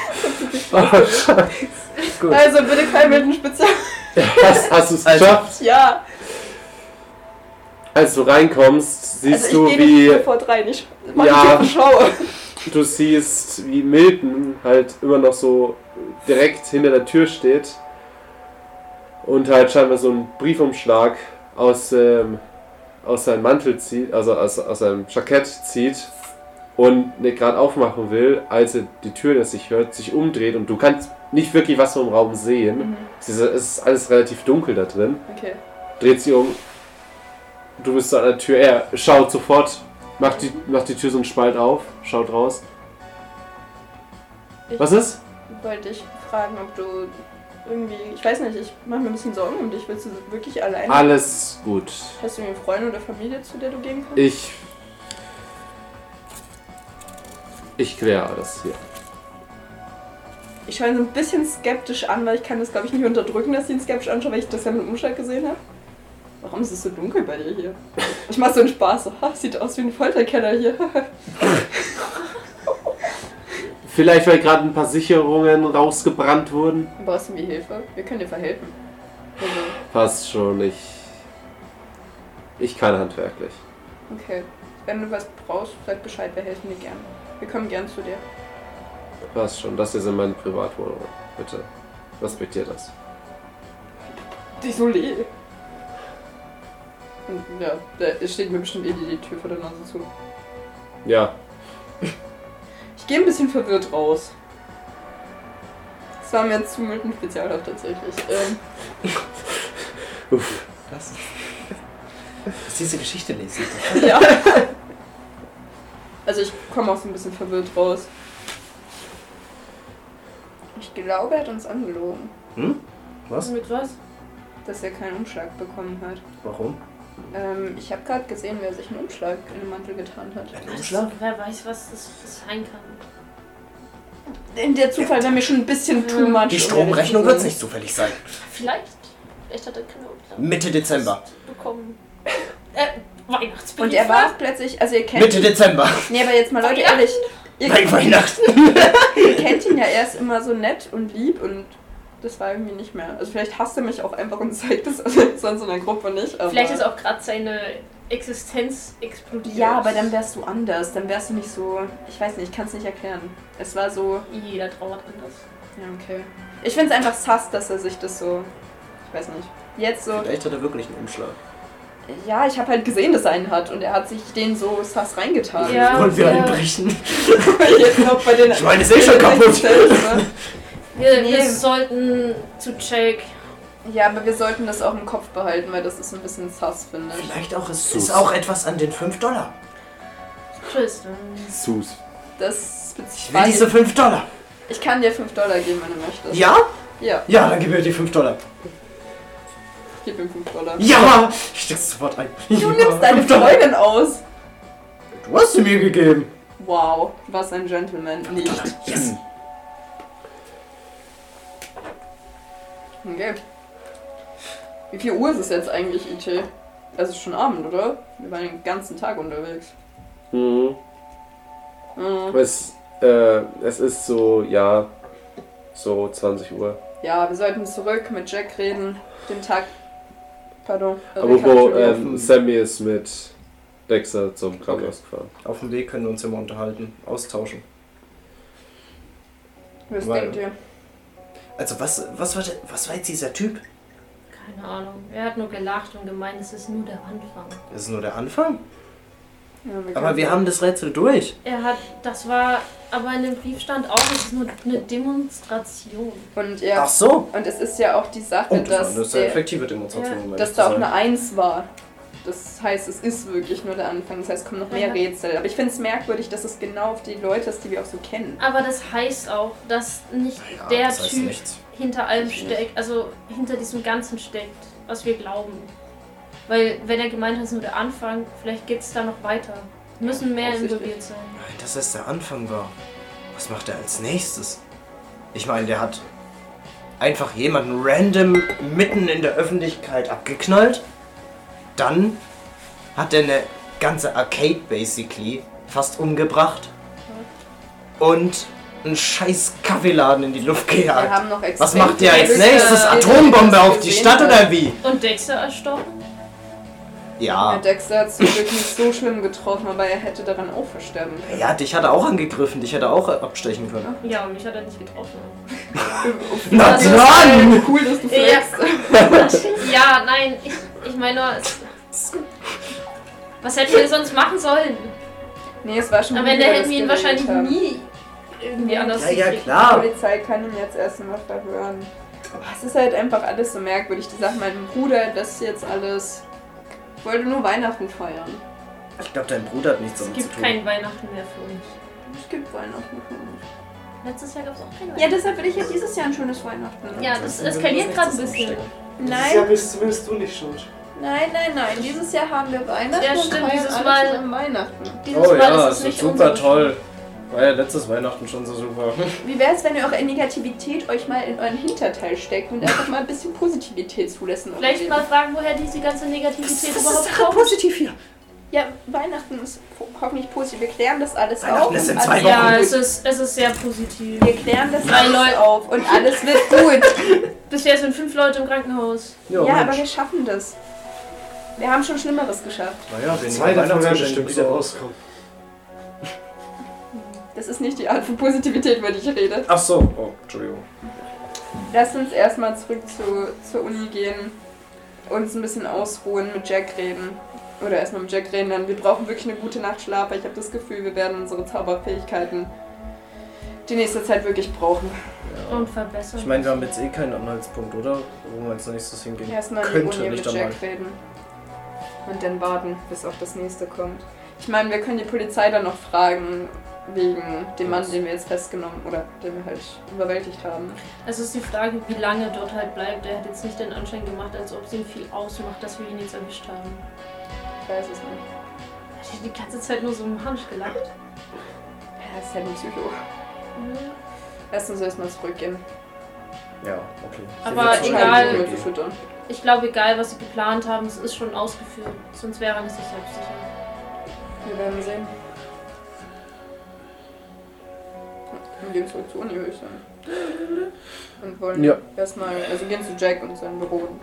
Speaker 3: Oh,
Speaker 2: Also bitte kein Milton Spitzer.
Speaker 1: Hast, hast du es
Speaker 3: Also-
Speaker 1: geschafft?
Speaker 2: Ja.
Speaker 1: Als du reinkommst, siehst
Speaker 2: also ich
Speaker 1: du, wie
Speaker 2: gehe nicht vor drei nicht. Mach
Speaker 1: Ja.
Speaker 2: ja. Ich schaue.
Speaker 1: du siehst, wie Milton halt immer noch so direkt hinter der Tür steht und halt scheinbar so einen Briefumschlag aus, ähm, aus seinem Mantel zieht, also aus, aus seinem Jackett zieht und nicht gerade aufmachen will, als er die Tür, das sich hört, sich umdreht und du kannst nicht wirklich was vom Raum sehen. Es ist- es ist alles relativ dunkel da drin
Speaker 2: Okay.
Speaker 1: dreht sie um. Du bist an der Tür. Er schaut sofort, macht die, macht die Tür so einen Spalt auf, schaut raus.
Speaker 2: Ich-
Speaker 1: Was ist?
Speaker 2: Wollte ich fragen, ob du irgendwie. Ich weiß nicht, ich mache mir ein bisschen Sorgen um dich. Willst du wirklich alleine?
Speaker 1: Alles gut.
Speaker 2: Hast du irgendwie Freunde oder Familie, zu der du gehen kannst?
Speaker 1: Ich. Ich kläre alles hier.
Speaker 2: Ich schaue ihn so ein bisschen skeptisch an, weil ich kann das glaube ich nicht unterdrücken, dass ich ihn skeptisch anschaue, weil ich das ja mit dem Umschlag gesehen habe. Warum ist es so dunkel bei dir hier? Ich mache so einen Spaß, so, ha, sieht aus wie ein Folterkeller hier.
Speaker 1: Vielleicht, weil gerade ein paar Sicherungen rausgebrannt wurden.
Speaker 2: Brauchst du mir Hilfe? Wir können dir verhelfen. Also,
Speaker 1: Passt schon, ich. Ich kann handwerklich.
Speaker 2: okay. Wenn du was brauchst, sag Bescheid, wir helfen dir gern. Wir kommen gern zu dir.
Speaker 1: Passt schon, das hier sind meine Privatwohnungen. Bitte. Respektiert das.
Speaker 2: Désolé. Und, Ja, da steht mir bestimmt eh die die Tür vor der Nase zu.
Speaker 1: Ja,
Speaker 2: Ich gehe ein bisschen verwirrt raus. Das war mir zu milden Spezialhaft tatsächlich. Ähm,
Speaker 3: Das Dass diese Geschichte lesen.
Speaker 2: Ja. Also ich komme auch so ein bisschen verwirrt raus. Ich glaube, er hat uns angelogen,
Speaker 3: Was?
Speaker 4: Mit was?
Speaker 2: dass er keinen Umschlag bekommen hat.
Speaker 3: Warum?
Speaker 2: Ähm, ich habe gerade gesehen, wer sich einen Umschlag in den Mantel getan hat.
Speaker 3: Ein
Speaker 4: Also, wer weiß, was das sein kann.
Speaker 2: In der Zufall war mir schon ein bisschen too much.
Speaker 6: Die
Speaker 2: um
Speaker 6: Stromrechnung
Speaker 2: ehrlich
Speaker 6: wird
Speaker 2: zu
Speaker 6: nicht zufällig sein.
Speaker 4: Vielleicht. Vielleicht hat er keine Umschlag
Speaker 6: Mitte Dezember.
Speaker 4: bekommen. Äh,
Speaker 2: sein.
Speaker 4: Weihnachtsbriefe.
Speaker 2: Und er war plötzlich, also ihr kennt
Speaker 6: Mitte Dezember.
Speaker 2: Nee, aber jetzt mal Leute, ehrlich. Ihr,
Speaker 6: Bei Weihnachten.
Speaker 2: ihr kennt ihn ja erst immer so nett und lieb und das war irgendwie nicht mehr. Also vielleicht hasst er mich auch einfach und zeigt es sonst in der Gruppe nicht. Aber
Speaker 4: Vielleicht ist auch gerade seine Existenz explodiert.
Speaker 2: Ja, aber dann wärst du anders. Dann wärst du nicht so. Ich weiß nicht, ich kann es nicht erklären. Es war so.
Speaker 4: Jeder trauert anders.
Speaker 2: Ja, okay. Ich finde es einfach sass, dass er sich das so. Ich weiß nicht. Jetzt so.
Speaker 3: Vielleicht hat er wirklich einen Umschlag.
Speaker 2: Ja, ich habe halt gesehen, dass er einen hat und er hat sich den so sass reingetan.
Speaker 4: Ja,
Speaker 6: Wollen wir
Speaker 4: ja.
Speaker 6: einbrechen?
Speaker 2: Jetzt noch bei den. ne?
Speaker 6: Ich meine, es ist eh schon kaputt.
Speaker 4: Wir,
Speaker 2: Nee.
Speaker 4: wir sollten zu Jake.
Speaker 2: Ja, aber wir sollten das auch im Kopf behalten, weil das ist ein bisschen sass, finde ich.
Speaker 6: Vielleicht auch, es
Speaker 8: Sus.
Speaker 6: ist auch etwas an den 5 Dollar.
Speaker 4: Tristan.
Speaker 8: Sus.
Speaker 2: Das ich,
Speaker 6: Ich will diese 5 Dollar.
Speaker 2: ich kann dir 5 Dollar geben, wenn du möchtest.
Speaker 6: Ja?
Speaker 2: Ja,
Speaker 6: Ja, dann gib mir die 5 Dollar.
Speaker 2: gib ihm 5 Dollar.
Speaker 6: Ja! Ich steck's sofort ein.
Speaker 2: Du nimmst deine Freundin aus.
Speaker 6: Du hast sie mir gegeben.
Speaker 2: Wow, was ein Gentleman. Nicht.
Speaker 6: Yes.
Speaker 2: Okay. Wie viel Uhr ist es jetzt eigentlich, IT? Es ist schon Abend, oder? Wir waren den ganzen Tag unterwegs.
Speaker 8: Mhm.
Speaker 2: Mhm.
Speaker 8: Es, äh, es ist so, ja, so 20 Uhr.
Speaker 2: Ja, wir sollten zurück mit Jack reden. Den Tag. Pardon. äh,
Speaker 8: Aber wo
Speaker 3: äh,
Speaker 2: rekapitulieren.
Speaker 8: ähm, Sammy ist mit Dexter zum Krankenhaus gefahren.
Speaker 3: Auf dem Weg können wir uns immer unterhalten, austauschen.
Speaker 2: Was
Speaker 3: weil-
Speaker 2: denkt ihr?
Speaker 6: Also was, was, war, der- was war jetzt dieser Typ?
Speaker 4: Keine Ahnung. Er hat nur gelacht und gemeint, es ist nur der Anfang.
Speaker 3: Das ist nur der Anfang.
Speaker 2: Ja,
Speaker 3: Aber
Speaker 2: können-
Speaker 3: wir haben das Rätsel durch.
Speaker 4: Er hat, das war, aber in dem Brief stand auch, es ist nur eine Demonstration.
Speaker 2: Und ja.
Speaker 6: Ach so.
Speaker 2: Und es ist ja auch die Sache,
Speaker 3: Oh, das,
Speaker 2: dass.
Speaker 3: war eine
Speaker 2: der-
Speaker 3: sehr effektive Demonstration.
Speaker 4: Ja,
Speaker 3: um ehrlich
Speaker 2: dass
Speaker 3: zu
Speaker 2: da auch
Speaker 3: sein.
Speaker 2: eine 1 war. Das heißt, es ist wirklich nur der Anfang. Das heißt, es kommen noch mehr
Speaker 4: Ja.
Speaker 2: Rätsel. Aber ich finde es merkwürdig, dass es genau auf die Leute ist, die wir auch so kennen.
Speaker 4: Aber das heißt auch, dass nicht
Speaker 3: Ah,
Speaker 6: Ja,
Speaker 4: der
Speaker 6: das heißt
Speaker 4: Typ
Speaker 6: nichts.
Speaker 4: hinter allem steckt, also hinter diesem Ganzen steckt, was wir glauben. Weil, wenn er gemeint hat, es ist nur der Anfang, vielleicht geht es da noch weiter. Müssen mehr
Speaker 2: Offensichtlich.
Speaker 4: involviert sein.
Speaker 3: Nein, dass das der Anfang war. Was macht er als nächstes? Ich meine, der hat einfach jemanden random mitten in der Öffentlichkeit abgeknallt. Dann hat er eine ganze Arcade basically fast umgebracht. Und einen scheiß Kaffeeladen in die Luft
Speaker 2: Wir
Speaker 3: gejagt.
Speaker 2: haben noch
Speaker 3: Was
Speaker 2: Experimente-
Speaker 3: macht der als
Speaker 2: Experimente-
Speaker 3: nächstes? Atombombe auf die
Speaker 2: äh, gesehen
Speaker 3: Stadt
Speaker 2: haben.
Speaker 3: oder wie?
Speaker 4: Und Dexter erstochen?
Speaker 2: Ja,
Speaker 3: Ja.
Speaker 2: Dexter hat es wirklich nicht so schlimm getroffen, aber er hätte daran auch versterben können.
Speaker 3: Ja, dich hat er auch angegriffen. Dich hätte er auch abstechen können.
Speaker 4: Ja, und mich hat er nicht getroffen.
Speaker 3: Na
Speaker 2: Also,
Speaker 3: dann!
Speaker 2: äh, cool, dass du
Speaker 4: Ja.
Speaker 2: flexst.
Speaker 4: ja, nein, ich, ich meine, es- was hätten wir sonst machen sollen?
Speaker 2: Nee, es war schon
Speaker 4: Am
Speaker 2: gut,
Speaker 4: Ende
Speaker 2: wie wir
Speaker 4: hätten
Speaker 2: das
Speaker 4: wir ihn
Speaker 2: geregelt
Speaker 4: wahrscheinlich
Speaker 2: haben.
Speaker 4: nie irgendwie anders
Speaker 3: Ja, ja,
Speaker 4: gekriegt.
Speaker 3: klar.
Speaker 2: Die Polizei kann ihn jetzt erst mal verhören. Aber Es ist halt einfach alles so merkwürdig. Die Sachen, mein Bruder, das ist jetzt alles. Ich wollte nur Weihnachten feiern.
Speaker 3: Ich glaube, dein Bruder hat nichts
Speaker 4: Es
Speaker 3: damit zu
Speaker 4: gibt
Speaker 3: tun.
Speaker 4: kein Weihnachten mehr für uns.
Speaker 2: Es gibt Weihnachten für uns.
Speaker 4: Letztes Jahr gab es auch kein Weihnachten.
Speaker 2: Ja, deshalb will ich ja dieses Jahr ein schönes Weihnachten.
Speaker 4: Ja, das eskaliert gerade ein bisschen.
Speaker 5: Dieses Jahr
Speaker 2: Nein,
Speaker 5: bist zumindest du nicht schuld.
Speaker 2: nein, nein, nein. Dieses Jahr haben wir Weihnachten.
Speaker 4: Ja,
Speaker 2: und
Speaker 4: stimmt,
Speaker 2: feiern
Speaker 4: dieses
Speaker 2: alle
Speaker 4: Mal-
Speaker 2: zusammen Weihnachten.
Speaker 4: Dieses Mal ist es
Speaker 3: Oh ist
Speaker 4: nicht unsere
Speaker 3: War ja letztes Weihnachten schon so super.
Speaker 2: Wie wäre es, wenn ihr eure Negativität euch mal in euren Hinterteil steckt und einfach mal ein bisschen Positivität zulassen? in eurem
Speaker 4: Vielleicht
Speaker 2: Leben?
Speaker 4: mal fragen, woher diese ganze Negativität
Speaker 6: Das ist
Speaker 4: überhaupt
Speaker 6: Sache
Speaker 4: kommt.
Speaker 6: positiv hier.
Speaker 2: Ja, Weihnachten ist hoffentlich positiv. Wir klären das alles
Speaker 6: Weihnachten
Speaker 2: auf.
Speaker 6: ist in
Speaker 2: und
Speaker 6: zwei
Speaker 2: alles-
Speaker 6: Wochen.
Speaker 4: Ja, es ist, es ist sehr positiv.
Speaker 2: Wir klären das
Speaker 4: Drei
Speaker 2: alles
Speaker 4: Leute.
Speaker 2: auf und alles wird gut.
Speaker 4: Bisher sind fünf Leute im Krankenhaus.
Speaker 2: ja, aber wir schaffen das. Wir haben schon Schlimmeres geschafft.
Speaker 3: Naja, weniger
Speaker 5: Zwei davon werden
Speaker 3: Weihnachtsgeschenke
Speaker 5: bestimmt
Speaker 3: wieder
Speaker 5: wieder
Speaker 3: raus.
Speaker 5: rauskommen.
Speaker 2: Das ist nicht die Art von Positivität, über die ich rede.
Speaker 3: Ach so. Oh, Entschuldigung.
Speaker 2: Lasst uns erstmal zurück zu, zur Uni gehen, uns ein bisschen ausruhen, mit Jack reden. Oder erstmal mit Jack reden, dann wir brauchen wirklich eine gute Nacht Schlaf, weil ich habe das Gefühl, wir werden unsere Zauberfähigkeiten die nächste Zeit wirklich brauchen.
Speaker 4: Und verbessern.
Speaker 3: Ich meine, wir haben jetzt eh keinen Anhaltspunkt, oder? Wo wir als nächstes hingehen
Speaker 2: Erstmal in die
Speaker 3: könnten.
Speaker 2: Uni
Speaker 3: Nicht
Speaker 2: mit
Speaker 3: einmal.
Speaker 2: Jack reden. Und dann warten, bis auch das nächste kommt. Ich meine, wir können die Polizei dann noch fragen, wegen dem Mann, den wir jetzt festgenommen oder den wir halt überwältigt haben.
Speaker 4: Es ist die Frage, wie lange dort halt bleibt. Er hat jetzt nicht den Anschein gemacht, als ob es ihm viel ausmacht, dass wir ihn jetzt erwischt haben.
Speaker 2: Ich weiß es
Speaker 4: Er
Speaker 2: nicht.
Speaker 4: hat die ganze Zeit nur so im Hansch gelacht.
Speaker 2: Er ist halt ein Psycho. Lass uns erstmal zurückgehen.
Speaker 3: Ja, okay.
Speaker 4: Aber
Speaker 3: Sie wird
Speaker 4: egal.
Speaker 3: schon
Speaker 2: Mit
Speaker 3: irgendwie-
Speaker 2: Füttern.
Speaker 4: Ich glaube, egal was sie geplant haben, es ist schon ausgeführt. Sonst wäre er nicht so selbstsicher.
Speaker 2: Wir werden sehen. Wir gehen zurück zu Uni, würde ich sagen. Und wollen
Speaker 1: Ja.
Speaker 2: erstmal, also gehen zu Jack und sein Büro. und-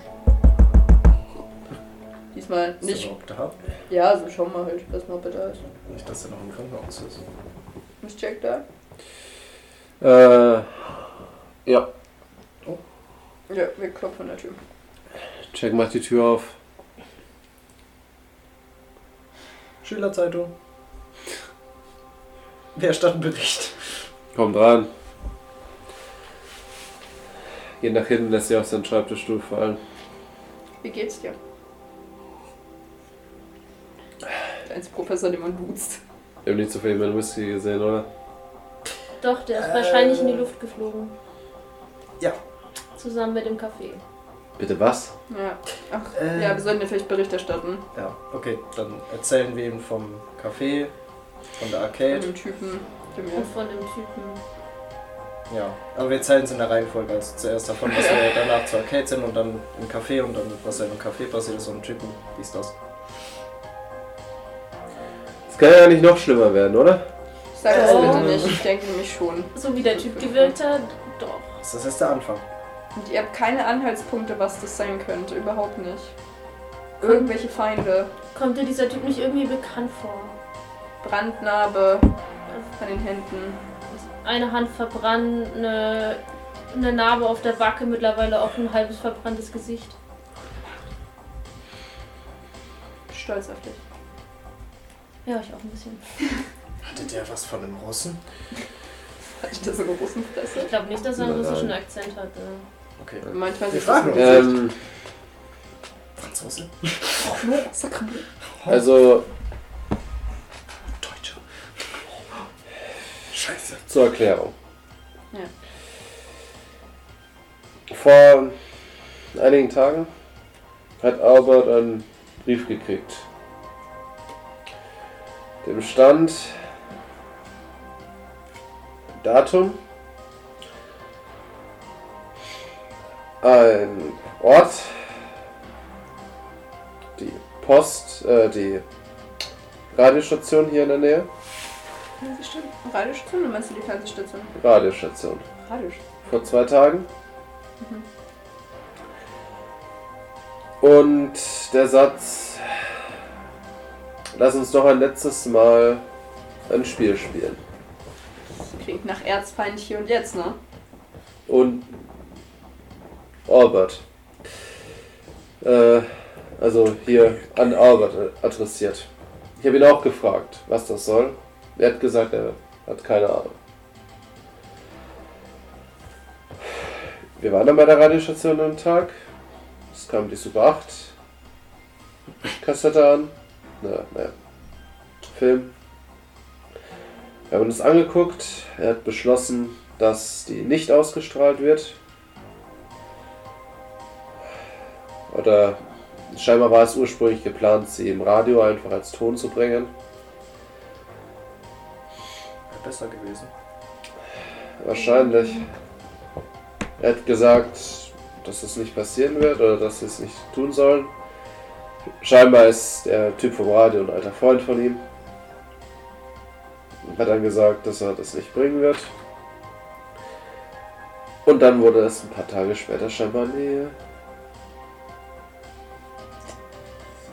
Speaker 2: Diesmal
Speaker 3: Ist er
Speaker 2: nicht.
Speaker 3: überhaupt da?
Speaker 2: Ja, also schauen wir halt erstmal, ob er da ist.
Speaker 3: Nicht, dass er noch im Krankenhaus ist.
Speaker 2: Ist Jack da?
Speaker 1: Äh, ja,
Speaker 2: Ja, wir klopfen an der Tür.
Speaker 1: Jack macht die Tür auf.
Speaker 3: Schülerzeitung. Wer stand Bericht?
Speaker 1: Kommt ran. Geht nach hinten, lässt sie auf seinen Schreibtischstuhl fallen.
Speaker 2: Wie geht's dir? Der einzige Professor, den man duzt.
Speaker 1: Wir haben nicht so viel mehr Whisky gesehen, oder?
Speaker 4: Doch, der ist
Speaker 3: Äh.
Speaker 4: wahrscheinlich in die Luft geflogen.
Speaker 3: Ja.
Speaker 4: Zusammen mit dem Kaffee.
Speaker 1: Bitte was?
Speaker 2: Ja. Ach,
Speaker 3: Äh.
Speaker 2: ja, wir sollten dir vielleicht Bericht erstatten.
Speaker 3: Ja, okay, dann erzählen wir ihm vom Café, von der
Speaker 2: Von
Speaker 3: Arcade.
Speaker 2: dem Typen, dem
Speaker 4: Und
Speaker 2: wir.
Speaker 4: von dem Typen.
Speaker 3: Ja, aber wir erzählen es in der Reihenfolge. Also zuerst davon, dass wir danach zur Arcade sind und dann im Café und dann, was da im Café passiert ist und Typen, wie ist das?
Speaker 1: Es kann ja nicht noch schlimmer werden, oder?
Speaker 2: Sag das
Speaker 4: Oh.
Speaker 2: bitte nicht, ich denke nämlich schon.
Speaker 4: So wie der Typ gewirkt hat, doch.
Speaker 3: Das ist der Anfang.
Speaker 2: Und ihr habt keine Anhaltspunkte, was das sein könnte. Überhaupt nicht. Irgendwelche Feinde.
Speaker 4: Kommt dir dieser Typ nicht irgendwie bekannt vor?
Speaker 2: Brandnarbe an den Händen.
Speaker 4: Eine Hand verbrannt, eine, eine Narbe auf der Backe, mittlerweile auch ein halbes verbranntes Gesicht.
Speaker 2: Stolz auf dich.
Speaker 4: Ja, ich auch ein bisschen.
Speaker 3: Hatte der was von einem Russen?
Speaker 2: Hat ich das so eine großen
Speaker 4: Ich
Speaker 2: Fresse?
Speaker 4: glaube nicht, dass er einen
Speaker 1: Nein.
Speaker 4: russischen Akzent hat. Ne?
Speaker 3: Okay.
Speaker 2: Manchmal
Speaker 3: Wir
Speaker 2: sieht das
Speaker 3: fragen
Speaker 2: so-
Speaker 1: Ähm,
Speaker 3: uns. Franzose?
Speaker 2: Sacre-
Speaker 1: also
Speaker 3: Deutscher. Scheiße.
Speaker 1: zur Erklärung. Ja. Vor einigen Tagen hat Albert einen Brief gekriegt. Dem stand Datum, ein Ort, die Post, äh, die Radiostation hier in der Nähe.
Speaker 2: Fernsehstation? Radiostation oder meinst du die Fernsehstation?
Speaker 1: Radiostation.
Speaker 2: Radisch.
Speaker 1: vor zwei Tagen.
Speaker 2: Mhm.
Speaker 1: Und der Satz, lass uns doch ein letztes Mal ein Spiel spielen.
Speaker 2: Klingt nach Erzfeind hier und jetzt, ne?
Speaker 1: Und Albert. Äh, also hier an Albert adressiert. Ich habe ihn auch gefragt, was das soll. Er hat gesagt, er hat keine Ahnung. Wir waren dann bei der Radiostation am Tag. Es kam die Super 8 Kassette an. Na, naja. Film. Wir haben uns angeguckt. Er hat beschlossen, dass die nicht ausgestrahlt wird. Oder scheinbar war es ursprünglich geplant, sie im Radio einfach als Ton zu bringen.
Speaker 3: Wäre besser gewesen.
Speaker 1: Wahrscheinlich. Er hat gesagt, dass das nicht passieren wird oder dass sie es nicht tun sollen. Scheinbar ist der Typ vom Radio ein alter Freund von ihm. Hat dann gesagt, dass er das nicht bringen wird. Und dann wurde es ein paar Tage später scheinbar an die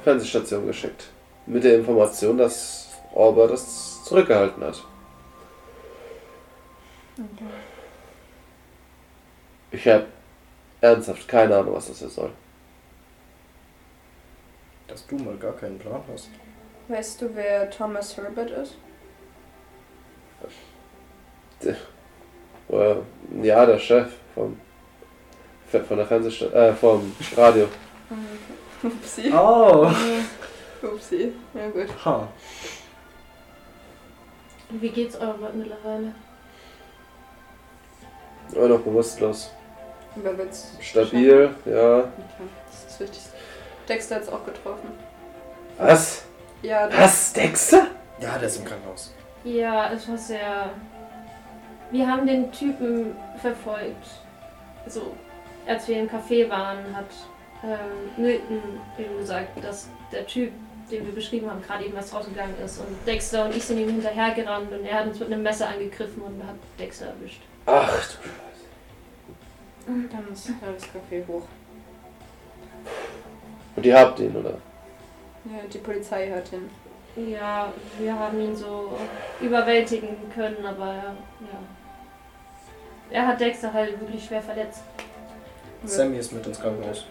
Speaker 1: Fernsehstation geschickt. Mit der Information, dass Orber das zurückgehalten hat. Ich habe ernsthaft keine Ahnung, was das jetzt soll.
Speaker 3: Dass du mal gar keinen Plan hast.
Speaker 2: Weißt du, wer Thomas Herbert ist?
Speaker 1: Äh, ja, der Chef vom von der Fernsehstation, äh, vom Radio.
Speaker 2: Upsi.
Speaker 3: Oh!
Speaker 2: Upsi. Ja gut.
Speaker 5: Ha.
Speaker 4: Und wie geht's euren Leuten mittlerweile?
Speaker 8: Immer noch bewusstlos.
Speaker 2: Aber wenn's
Speaker 8: Stabil, ja.
Speaker 2: Okay. Das ist das Wichtigste. Dexter hat's auch getroffen.
Speaker 1: Was?
Speaker 2: Ja,
Speaker 1: Was, Dexter?
Speaker 6: Ja, der ist im Krankenhaus.
Speaker 4: Ja, es war sehr. Wir haben den Typen verfolgt. Also, als wir im Café waren, hat ähm, Milton eben gesagt, dass der Typ, den wir beschrieben haben, gerade eben erst rausgegangen ist. Und Dexter und ich sind ihm hinterhergerannt und er hat uns mit einem Messer angegriffen und hat Dexter erwischt.
Speaker 1: Ach du
Speaker 2: dann muss ja, das Café hoch.
Speaker 1: Und ihr habt ihn, oder?
Speaker 2: Ja, die Polizei hört hin.
Speaker 4: Ja, wir haben ihn so überwältigen können, aber ja. Er hat Dexter halt wirklich schwer verletzt.
Speaker 6: Sammy ist mit ins Krankenhaus.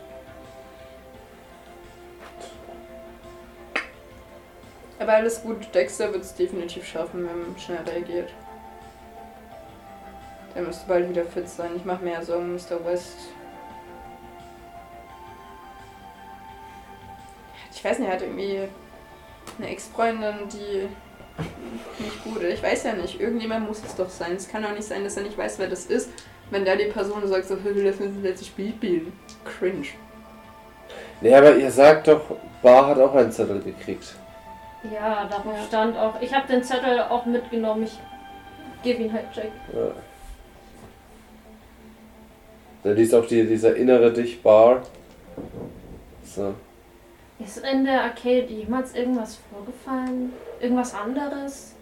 Speaker 2: Aber alles gut, Dexter wird es definitiv schaffen, wenn er schnell reagiert. Der müsste bald wieder fit sein. Ich mache mir ja Sorgen um Mr. West. Ich weiß nicht, er hat irgendwie eine Ex-Freundin, die nicht gut ist. Ich weiß ja nicht, irgendjemand muss es doch sein. Es kann doch nicht sein, dass er nicht weiß, wer das ist. Wenn da die Person sagt, so, "Hey, lass uns jetzt ein Spiel spielen. Cringe.
Speaker 1: Nee, aber ihr sagt doch, Bar hat auch einen Zettel gekriegt.
Speaker 4: Ja, darauf
Speaker 2: Ja.
Speaker 4: stand auch. Ich habe den Zettel auch mitgenommen. Ich gebe ihn halt Jack.
Speaker 1: Ja. Da liest auch die, dieser innere dich Bar. So.
Speaker 4: Ist in der Arcade jemals irgendwas vorgefallen? Irgendwas anderes?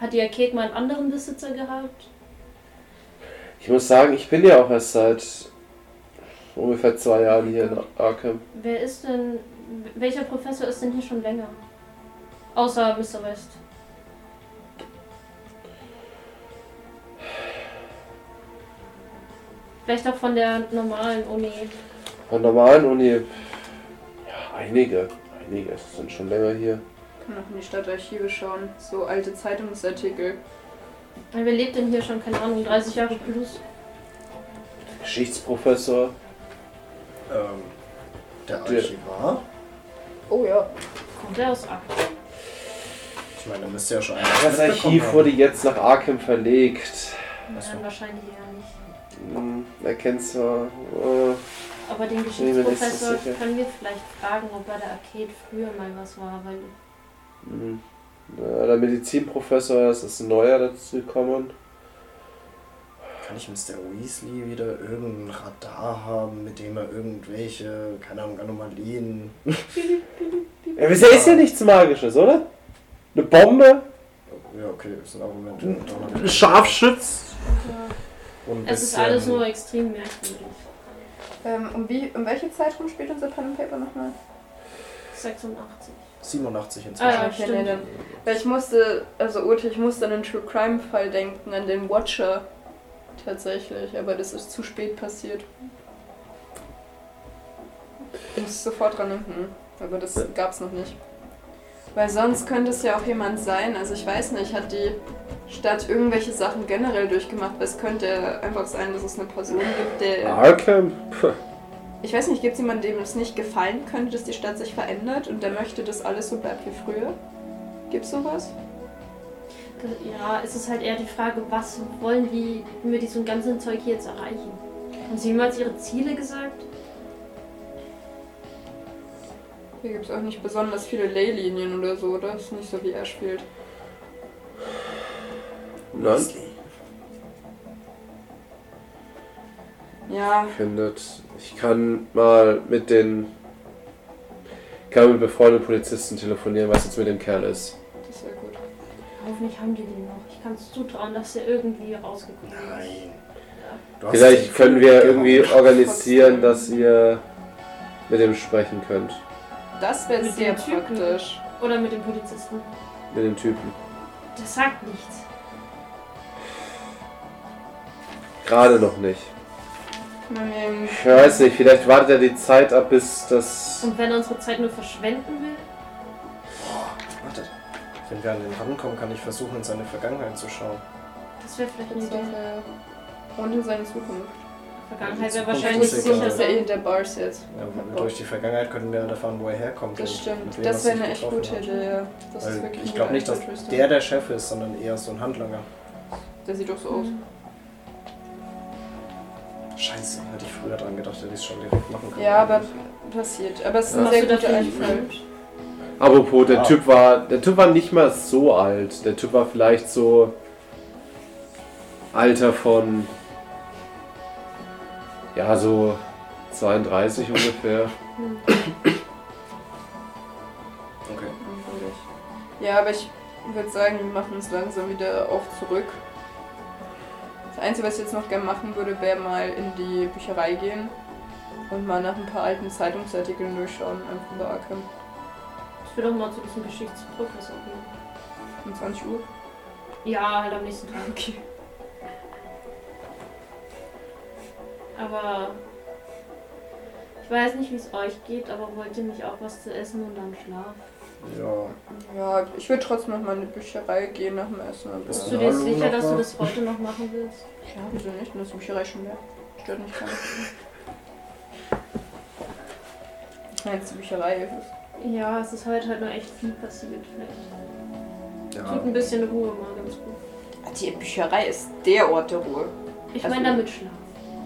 Speaker 4: Hat die Arcade mal einen anderen Besitzer gehabt?
Speaker 1: Ich muss sagen, ich bin ja auch erst seit ungefähr zwei Jahren hier in Arkham.
Speaker 4: Wer ist denn. Welcher Professor ist denn hier schon länger? Außer Mr. West. Vielleicht auch von der normalen Uni.
Speaker 1: An der normalen Uni. Ja, einige. Einige sind schon länger hier.
Speaker 2: Kann noch in die Stadtarchive schauen. So alte Zeitungsartikel.
Speaker 4: Wer lebt denn hier schon, keine Ahnung, 30 Jahre plus?
Speaker 1: Geschichtsprofessor.
Speaker 6: Ähm, der
Speaker 1: Der-
Speaker 6: Archivar?
Speaker 2: Oh ja.
Speaker 4: Kommt er aus Aachen?
Speaker 6: Ich meine, da müsste ja schon einer
Speaker 1: Das Archiv wurde jetzt nach Arkham verlegt.
Speaker 6: Achso.
Speaker 4: Nein, Äh, wahrscheinlich eher nicht.
Speaker 1: Hm, erkennt zwar. Äh,
Speaker 4: Aber
Speaker 1: bin
Speaker 4: den
Speaker 1: mir nicht so
Speaker 4: Geschichtsprofessor
Speaker 1: sicher.
Speaker 4: können wir vielleicht fragen, ob bei der Arcade früher mal was war, weil äh,
Speaker 1: Mhm. Ja, der Medizinprofessor, das ist ein neuer dazu gekommen.
Speaker 6: Kann ich Mr. Weasley wieder irgendein Radar haben, mit dem er irgendwelche, keine Ahnung, Anomalien.
Speaker 1: Ja, aber es ist ja nichts Magisches, oder? Eine Bombe?
Speaker 6: Ja, okay, ist ein Argument. Und
Speaker 5: Scharfschütz.
Speaker 6: ein
Speaker 4: es ist
Speaker 6: bisschen-
Speaker 4: alles
Speaker 3: also
Speaker 4: nur extrem merkwürdig.
Speaker 2: Ähm, um, wie, um welche Zeitraum spielt unser Pen and Paper nochmal?
Speaker 4: 86.
Speaker 6: 87 inzwischen.
Speaker 4: Ah,
Speaker 2: okay,
Speaker 4: stimmt.
Speaker 2: nee, dann- Weil ich musste, also Ute, ich musste an den True Crime Fall denken, an den Watcher. Tatsächlich, aber das ist zu spät passiert. Ich muss sofort dran denken, aber das gab's noch nicht. Weil sonst könnte es ja auch jemand sein, also ich weiß nicht, hat die Stadt irgendwelche Sachen generell durchgemacht, weil es könnte einfach sein, dass es eine Person gibt, der
Speaker 1: Arkham? Puh.
Speaker 2: Ich weiß nicht, gibt es jemanden, dem es nicht gefallen könnte, dass die Stadt sich verändert und der möchte, dass alles so bleibt wie früher? Gibt's sowas?
Speaker 4: Ja, es ist halt eher die Frage, was wollen die mit diesem ganzen Zeug hier jetzt erreichen? Haben sie jemals ihre Ziele gesagt?
Speaker 2: Hier gibt es auch nicht besonders viele Leylinien oder so, oder? Ist nicht so, wie er spielt.
Speaker 1: Nein.
Speaker 2: Ja,
Speaker 1: Findet. Ich kann mal mit den. Ich kann mit befreundeten Polizisten telefonieren, was jetzt mit dem Kerl ist.
Speaker 2: das wäre gut.
Speaker 4: Hoffentlich haben die den noch. Ich kann es zutrauen, dass der irgendwie rausgekommen ist.
Speaker 6: Nein. Du hast
Speaker 1: Vielleicht
Speaker 6: den
Speaker 1: können wir
Speaker 6: Kopf
Speaker 1: irgendwie
Speaker 6: gehauen.
Speaker 1: organisieren,
Speaker 2: Trotzdem.
Speaker 1: dass ihr mit ihm sprechen könnt.
Speaker 2: Das wäre
Speaker 4: Mit
Speaker 2: sehr
Speaker 4: dem Typen.
Speaker 2: praktisch.
Speaker 4: Oder mit dem Polizisten.
Speaker 1: Mit dem Typen.
Speaker 4: Das sagt nichts.
Speaker 1: Gerade noch nicht.
Speaker 2: Kann man mir im-
Speaker 1: Ich weiß nicht, vielleicht wartet er die Zeit ab, bis das.
Speaker 4: Und wenn er unsere Zeit nur verschwenden will?
Speaker 6: Wartet. Wenn wir an den rankommen, kann ich versuchen, in seine Vergangenheit zu schauen.
Speaker 4: Das wäre vielleicht eine
Speaker 2: Das
Speaker 4: Idee.
Speaker 2: wäre- Und in seine Zukunft.
Speaker 4: Vergangenheit
Speaker 6: Ja,
Speaker 4: wäre
Speaker 6: das ist
Speaker 4: wahrscheinlich
Speaker 6: Zukunftsmusik,
Speaker 4: sicher.
Speaker 2: dass er eh in der Bar ist jetzt.
Speaker 6: Ja, durch die Vergangenheit könnten wir erfahren, wo er herkommt.
Speaker 2: Oh. Das
Speaker 6: und mit
Speaker 2: stimmt.
Speaker 6: wem
Speaker 2: Das
Speaker 6: er
Speaker 2: wäre
Speaker 6: sich
Speaker 2: eine echt
Speaker 6: getroffen
Speaker 2: gute
Speaker 6: hat.
Speaker 2: Idee. ja. Das ist
Speaker 6: Weil
Speaker 2: wirklich
Speaker 6: ich
Speaker 2: eine
Speaker 6: glaube nicht, dass
Speaker 2: Einflussrichtung.
Speaker 6: der der Chef ist, sondern eher so ein Handlanger.
Speaker 2: Der sieht doch so
Speaker 4: Mhm.
Speaker 2: aus.
Speaker 6: Scheiße, hätte ich früher dran gedacht, hätte ich es schon direkt machen können.
Speaker 2: Ja, aber passiert. Aber es ist ein
Speaker 4: Machst
Speaker 2: sehr
Speaker 4: du
Speaker 2: guter
Speaker 4: dafür nicht
Speaker 2: Einfall.
Speaker 1: Apropos, der
Speaker 6: Ah.
Speaker 1: Typ war. Der Typ war nicht mal so alt. Der Typ war vielleicht so. Alter von. Ja, so 32 ungefähr.
Speaker 6: Okay.
Speaker 2: Ja, aber ich würde sagen, wir machen uns langsam wieder auf zurück. Das Einzige, was ich jetzt noch gerne machen würde, wäre mal in die Bücherei gehen und mal nach ein paar alten Zeitungsartikeln durchschauen, einfach über Arkham.
Speaker 4: Ich will doch mal zu diesem Geschichtsprofessor gehen.
Speaker 2: Um 20 Uhr.
Speaker 4: Ja, halt am nächsten Tag. Okay. Aber ich weiß nicht, wie es euch geht, aber wollt ihr nicht auch was zu essen und dann Schlaf?
Speaker 6: Ja,
Speaker 2: Ja, ich würde trotzdem noch mal in die Bücherei gehen nach dem Essen. Aber
Speaker 6: Bist
Speaker 4: Bist du
Speaker 6: du Ja, dir
Speaker 4: dir
Speaker 6: Lulu sicher,
Speaker 4: sicher,
Speaker 6: noch
Speaker 4: dass
Speaker 6: dass du mal.
Speaker 4: du das heute noch machen willst?
Speaker 2: ja, wieso nicht? Nur ist die Bücherei schon leer. Stört mich gar nicht. Nein, die Bücherei ist es.
Speaker 4: Ja, es ist heute halt nur echt viel passiert. Vielleicht tut
Speaker 6: ja.
Speaker 4: ein bisschen Ruhe mal ganz gut.
Speaker 2: Die Bücherei ist der Ort der Ruhe.
Speaker 4: Ich
Speaker 2: Also-
Speaker 4: meine damit schlafen.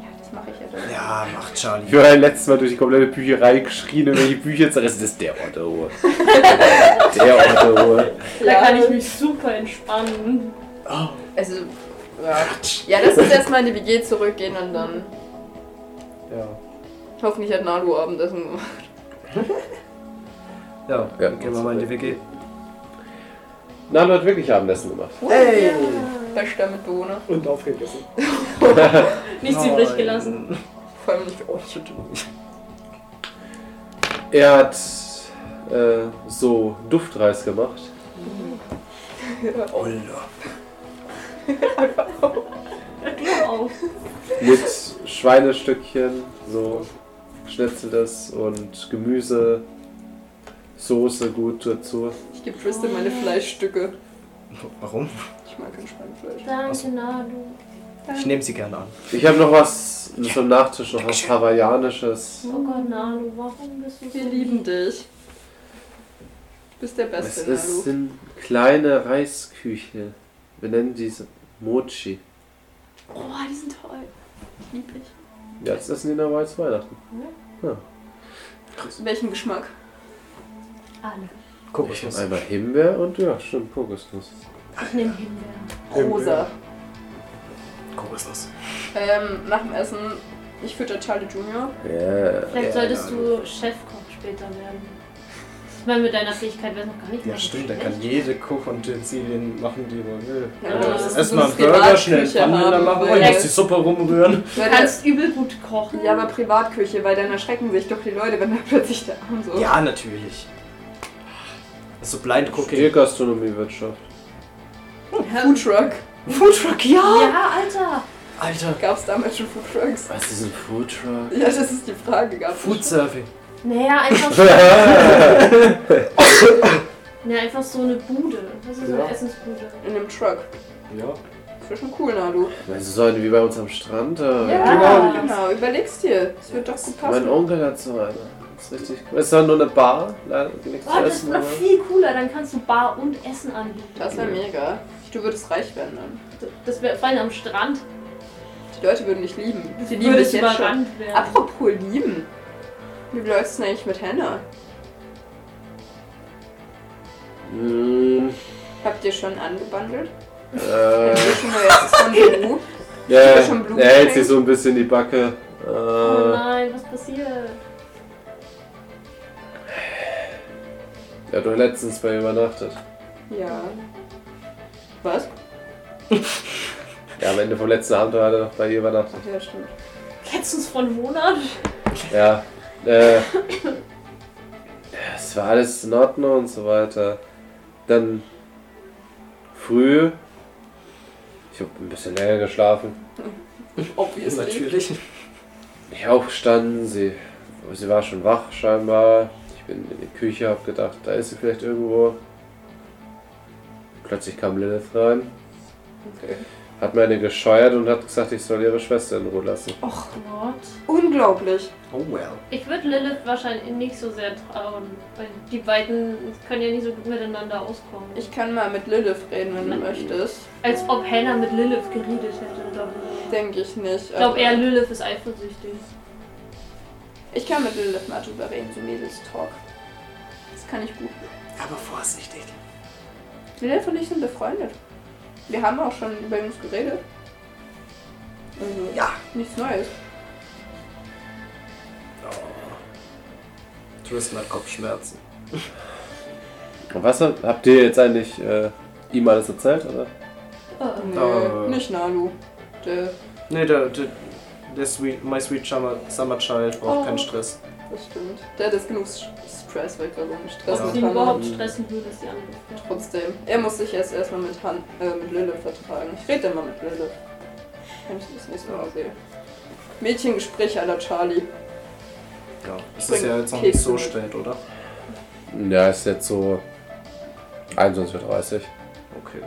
Speaker 2: Ja, das mache ich ja dann.
Speaker 3: Ja, macht
Speaker 1: Ich
Speaker 3: Charlie.
Speaker 1: war ja letztes Mal durch die komplette Bücherei geschrien, über die Bücher zerrissen. Das ist der Ort der Ruhe. der Ort der Ruhe.
Speaker 4: Da kann ich mich super entspannen.
Speaker 2: Also, ja. Ja, lass uns erstmal in die WG zurückgehen und dann.
Speaker 6: Ja.
Speaker 2: Hoffentlich hat Nalu also Abendessen gemacht.
Speaker 6: Ja,
Speaker 1: Ja.
Speaker 6: dann gehen wir mal in die WG.
Speaker 1: Na, du hast wirklich Abendessen gemacht.
Speaker 6: Hey!
Speaker 2: Der Stammmitbewohner.
Speaker 5: Und aufgegessen.
Speaker 4: Nichts übrig gelassen.
Speaker 2: Vor allem nicht euch.
Speaker 1: Er hat äh, so Duftreis gemacht.
Speaker 3: Older.
Speaker 4: Du auch.
Speaker 1: Mit Schweinestückchen, so geschnetzeltes und Gemüse, Soße gut dazu.
Speaker 2: Ich gebe Tristan meine Fleischstücke.
Speaker 3: Warum?
Speaker 2: Ich mag kein Schweinefleisch.
Speaker 4: Danke, Nadu.
Speaker 3: Ich nehme sie gerne an.
Speaker 1: Ich habe noch was zum Nachtisch, noch was Hawaiianisches.
Speaker 4: Oh Gott, Nadu, warum bist du so
Speaker 2: Wir lieben dich. Du bist der
Speaker 1: Es
Speaker 2: Beste,
Speaker 1: ist-
Speaker 2: Nalu.
Speaker 1: sind kleine Reisküche. Wir nennen diese Mochi.
Speaker 2: Oh, die sind toll. Ich liebe dich.
Speaker 1: Ja, das essen die normal zu Weihnachten.
Speaker 2: Welchen Geschmack?
Speaker 4: Alle.
Speaker 1: Ich
Speaker 3: Kokosnuss.
Speaker 1: habe einmal Himbeer und ja, stimmt, Kokosnuss.
Speaker 4: Ich nehme Himbeeren.
Speaker 2: Rosa.
Speaker 3: Kokosnuss.
Speaker 2: Ähm, nach dem Essen, ich fütter Charlie Junior.
Speaker 1: Yeah.
Speaker 4: Vielleicht
Speaker 6: Ja,
Speaker 4: solltest
Speaker 6: Nanu.
Speaker 4: du Chefkoch später werden. Ich meine, mit deiner Fähigkeit wäre es noch gar nicht
Speaker 6: Ja,
Speaker 4: mal so
Speaker 6: stimmt, da
Speaker 4: schlecht.
Speaker 6: kann jede Koch und Utensilien machen, die man will.
Speaker 2: Ja,
Speaker 6: Ja,
Speaker 4: du
Speaker 6: das
Speaker 4: musst
Speaker 6: erstmal einen
Speaker 2: so eine
Speaker 6: Burger, schnell
Speaker 2: Privatküche
Speaker 6: Pfanne da
Speaker 2: haben,
Speaker 6: machen, oh,
Speaker 2: weil-
Speaker 6: ich muss die Suppe rumrühren.
Speaker 4: Du kannst übel gut kochen.
Speaker 2: Ja, aber Privatküche, weil dann erschrecken sich doch die Leute, wenn da plötzlich der Arm so.
Speaker 3: Ja, natürlich. Das ist so Blind Cooking.
Speaker 1: Gastronomiewirtschaft.
Speaker 2: Foodtruck.
Speaker 3: Foodtruck, ja!
Speaker 4: Ja, Alter.
Speaker 3: Alter,
Speaker 2: Gab es damals schon Foodtrucks?
Speaker 1: Was ist ein Foodtruck?
Speaker 2: Ja, das ist die Frage. Gab
Speaker 3: Foodsurfing.
Speaker 4: Naja, einfach so, naja, einfach so eine Bude. Das ist so
Speaker 6: Ja.
Speaker 4: eine Essensbude.
Speaker 2: In einem Truck.
Speaker 6: Ja.
Speaker 2: Das wäre schon cool, Nalu.
Speaker 1: Also sollen wie bei uns am Strand. äh,
Speaker 5: genau.
Speaker 2: Genau, überleg's dir. Das wird doch gut
Speaker 1: Mein
Speaker 2: passen.
Speaker 1: Onkel hat so eine. Das ist richtig cool. Es ist doch nur eine Bar, leider nichts
Speaker 4: Oh,
Speaker 1: zu
Speaker 4: das ist
Speaker 1: essen.
Speaker 4: noch
Speaker 1: Aber.
Speaker 4: viel cooler. Dann kannst du Bar und Essen anbieten.
Speaker 2: Das wäre mega. Du würdest reich werden dann.
Speaker 4: Das wäre vor allem am Strand.
Speaker 2: Die Leute würden dich lieben. Die lieben
Speaker 4: Würde ich
Speaker 2: dich jetzt schon.
Speaker 4: überrannt werden.
Speaker 2: Apropos lieben. Wie läuft's denn eigentlich mit Hannah?
Speaker 1: Mm,
Speaker 2: Habt ihr schon angebandelt?
Speaker 1: äh,
Speaker 2: Habt ihr schon mal jetzt von Blue?
Speaker 1: ja,
Speaker 2: schon Blumen
Speaker 1: er hält sich
Speaker 2: geschenkt?
Speaker 1: so ein bisschen die Backe.
Speaker 4: Oh
Speaker 1: Äh,
Speaker 4: nein, was passiert?
Speaker 1: er hat doch letztens bei ihm übernachtet.
Speaker 2: Ja. Was?
Speaker 1: Ja, am Ende vom letzten Abend hat er noch bei ihr übernachtet.
Speaker 2: Ach ja, stimmt.
Speaker 4: Kennst du es von Monat?
Speaker 1: Ja. Äh, es war alles in Ordnung und so weiter. Dann früh. Ich habe ein bisschen länger geschlafen.
Speaker 2: Obviously.
Speaker 6: Natürlich.
Speaker 1: Ich aufgestanden, sie, sie war schon wach scheinbar. Ich bin in die Küche, hab gedacht, da ist sie vielleicht irgendwo. Plötzlich kam Lilith rein. Hat mir eine gescheuert und hat gesagt, ich soll ihre Schwester in Ruhe lassen.
Speaker 2: Och,
Speaker 4: Lord.
Speaker 2: unglaublich.
Speaker 3: Oh well.
Speaker 4: Ich würde Lilith wahrscheinlich nicht so sehr trauen, weil die beiden können ja nicht so gut miteinander auskommen.
Speaker 2: Ich kann mal mit Lilith reden, wenn du
Speaker 4: Mhm.
Speaker 2: möchtest.
Speaker 4: als ob Hannah mit Lilith geredet hätte. Glaube ich.
Speaker 2: Denke ich nicht.
Speaker 4: ich glaube eher, Lilith ist eifersüchtig.
Speaker 2: Ich kann mit Lilith mal drüber reden, so Mädels-Talk. Das kann ich gut.
Speaker 3: Aber vorsichtig.
Speaker 2: Lilith und ich sind befreundet. Wir haben auch schon über uns geredet. Also,
Speaker 3: Ja.
Speaker 2: nichts Neues.
Speaker 3: Tristan hat Kopfschmerzen.
Speaker 1: Und was hab- habt ihr jetzt eigentlich äh, ihm alles erzählt? Oder?
Speaker 2: Nee,
Speaker 3: Äh.
Speaker 2: nicht Nalu. Der
Speaker 3: Nee, der, der, der sweet, My Sweet Summer, Summer Child braucht
Speaker 2: Oh.
Speaker 3: keinen Stress.
Speaker 2: Das stimmt. Der hat jetzt genug S- Stress, weil gerade so ein Stress
Speaker 4: Ob sie
Speaker 2: mit
Speaker 4: ihn
Speaker 2: Han hat.
Speaker 4: überhaupt stressen würde, ist die andere Frage.
Speaker 2: Trotzdem. Er muss sich jetzt erstmal mit, Han äh, mit Lilith vertragen. Ich rede immer mit Lilith. Wenn ich das nächste Mal sehe. Mädchengespräch à la Charlie.
Speaker 3: Ja. Es
Speaker 2: Bring
Speaker 3: ist ja jetzt noch
Speaker 2: Kekse
Speaker 3: nicht so
Speaker 2: mit.
Speaker 3: spät, oder?
Speaker 1: Ja, ist jetzt so 21.30 Uhr.
Speaker 3: Okay.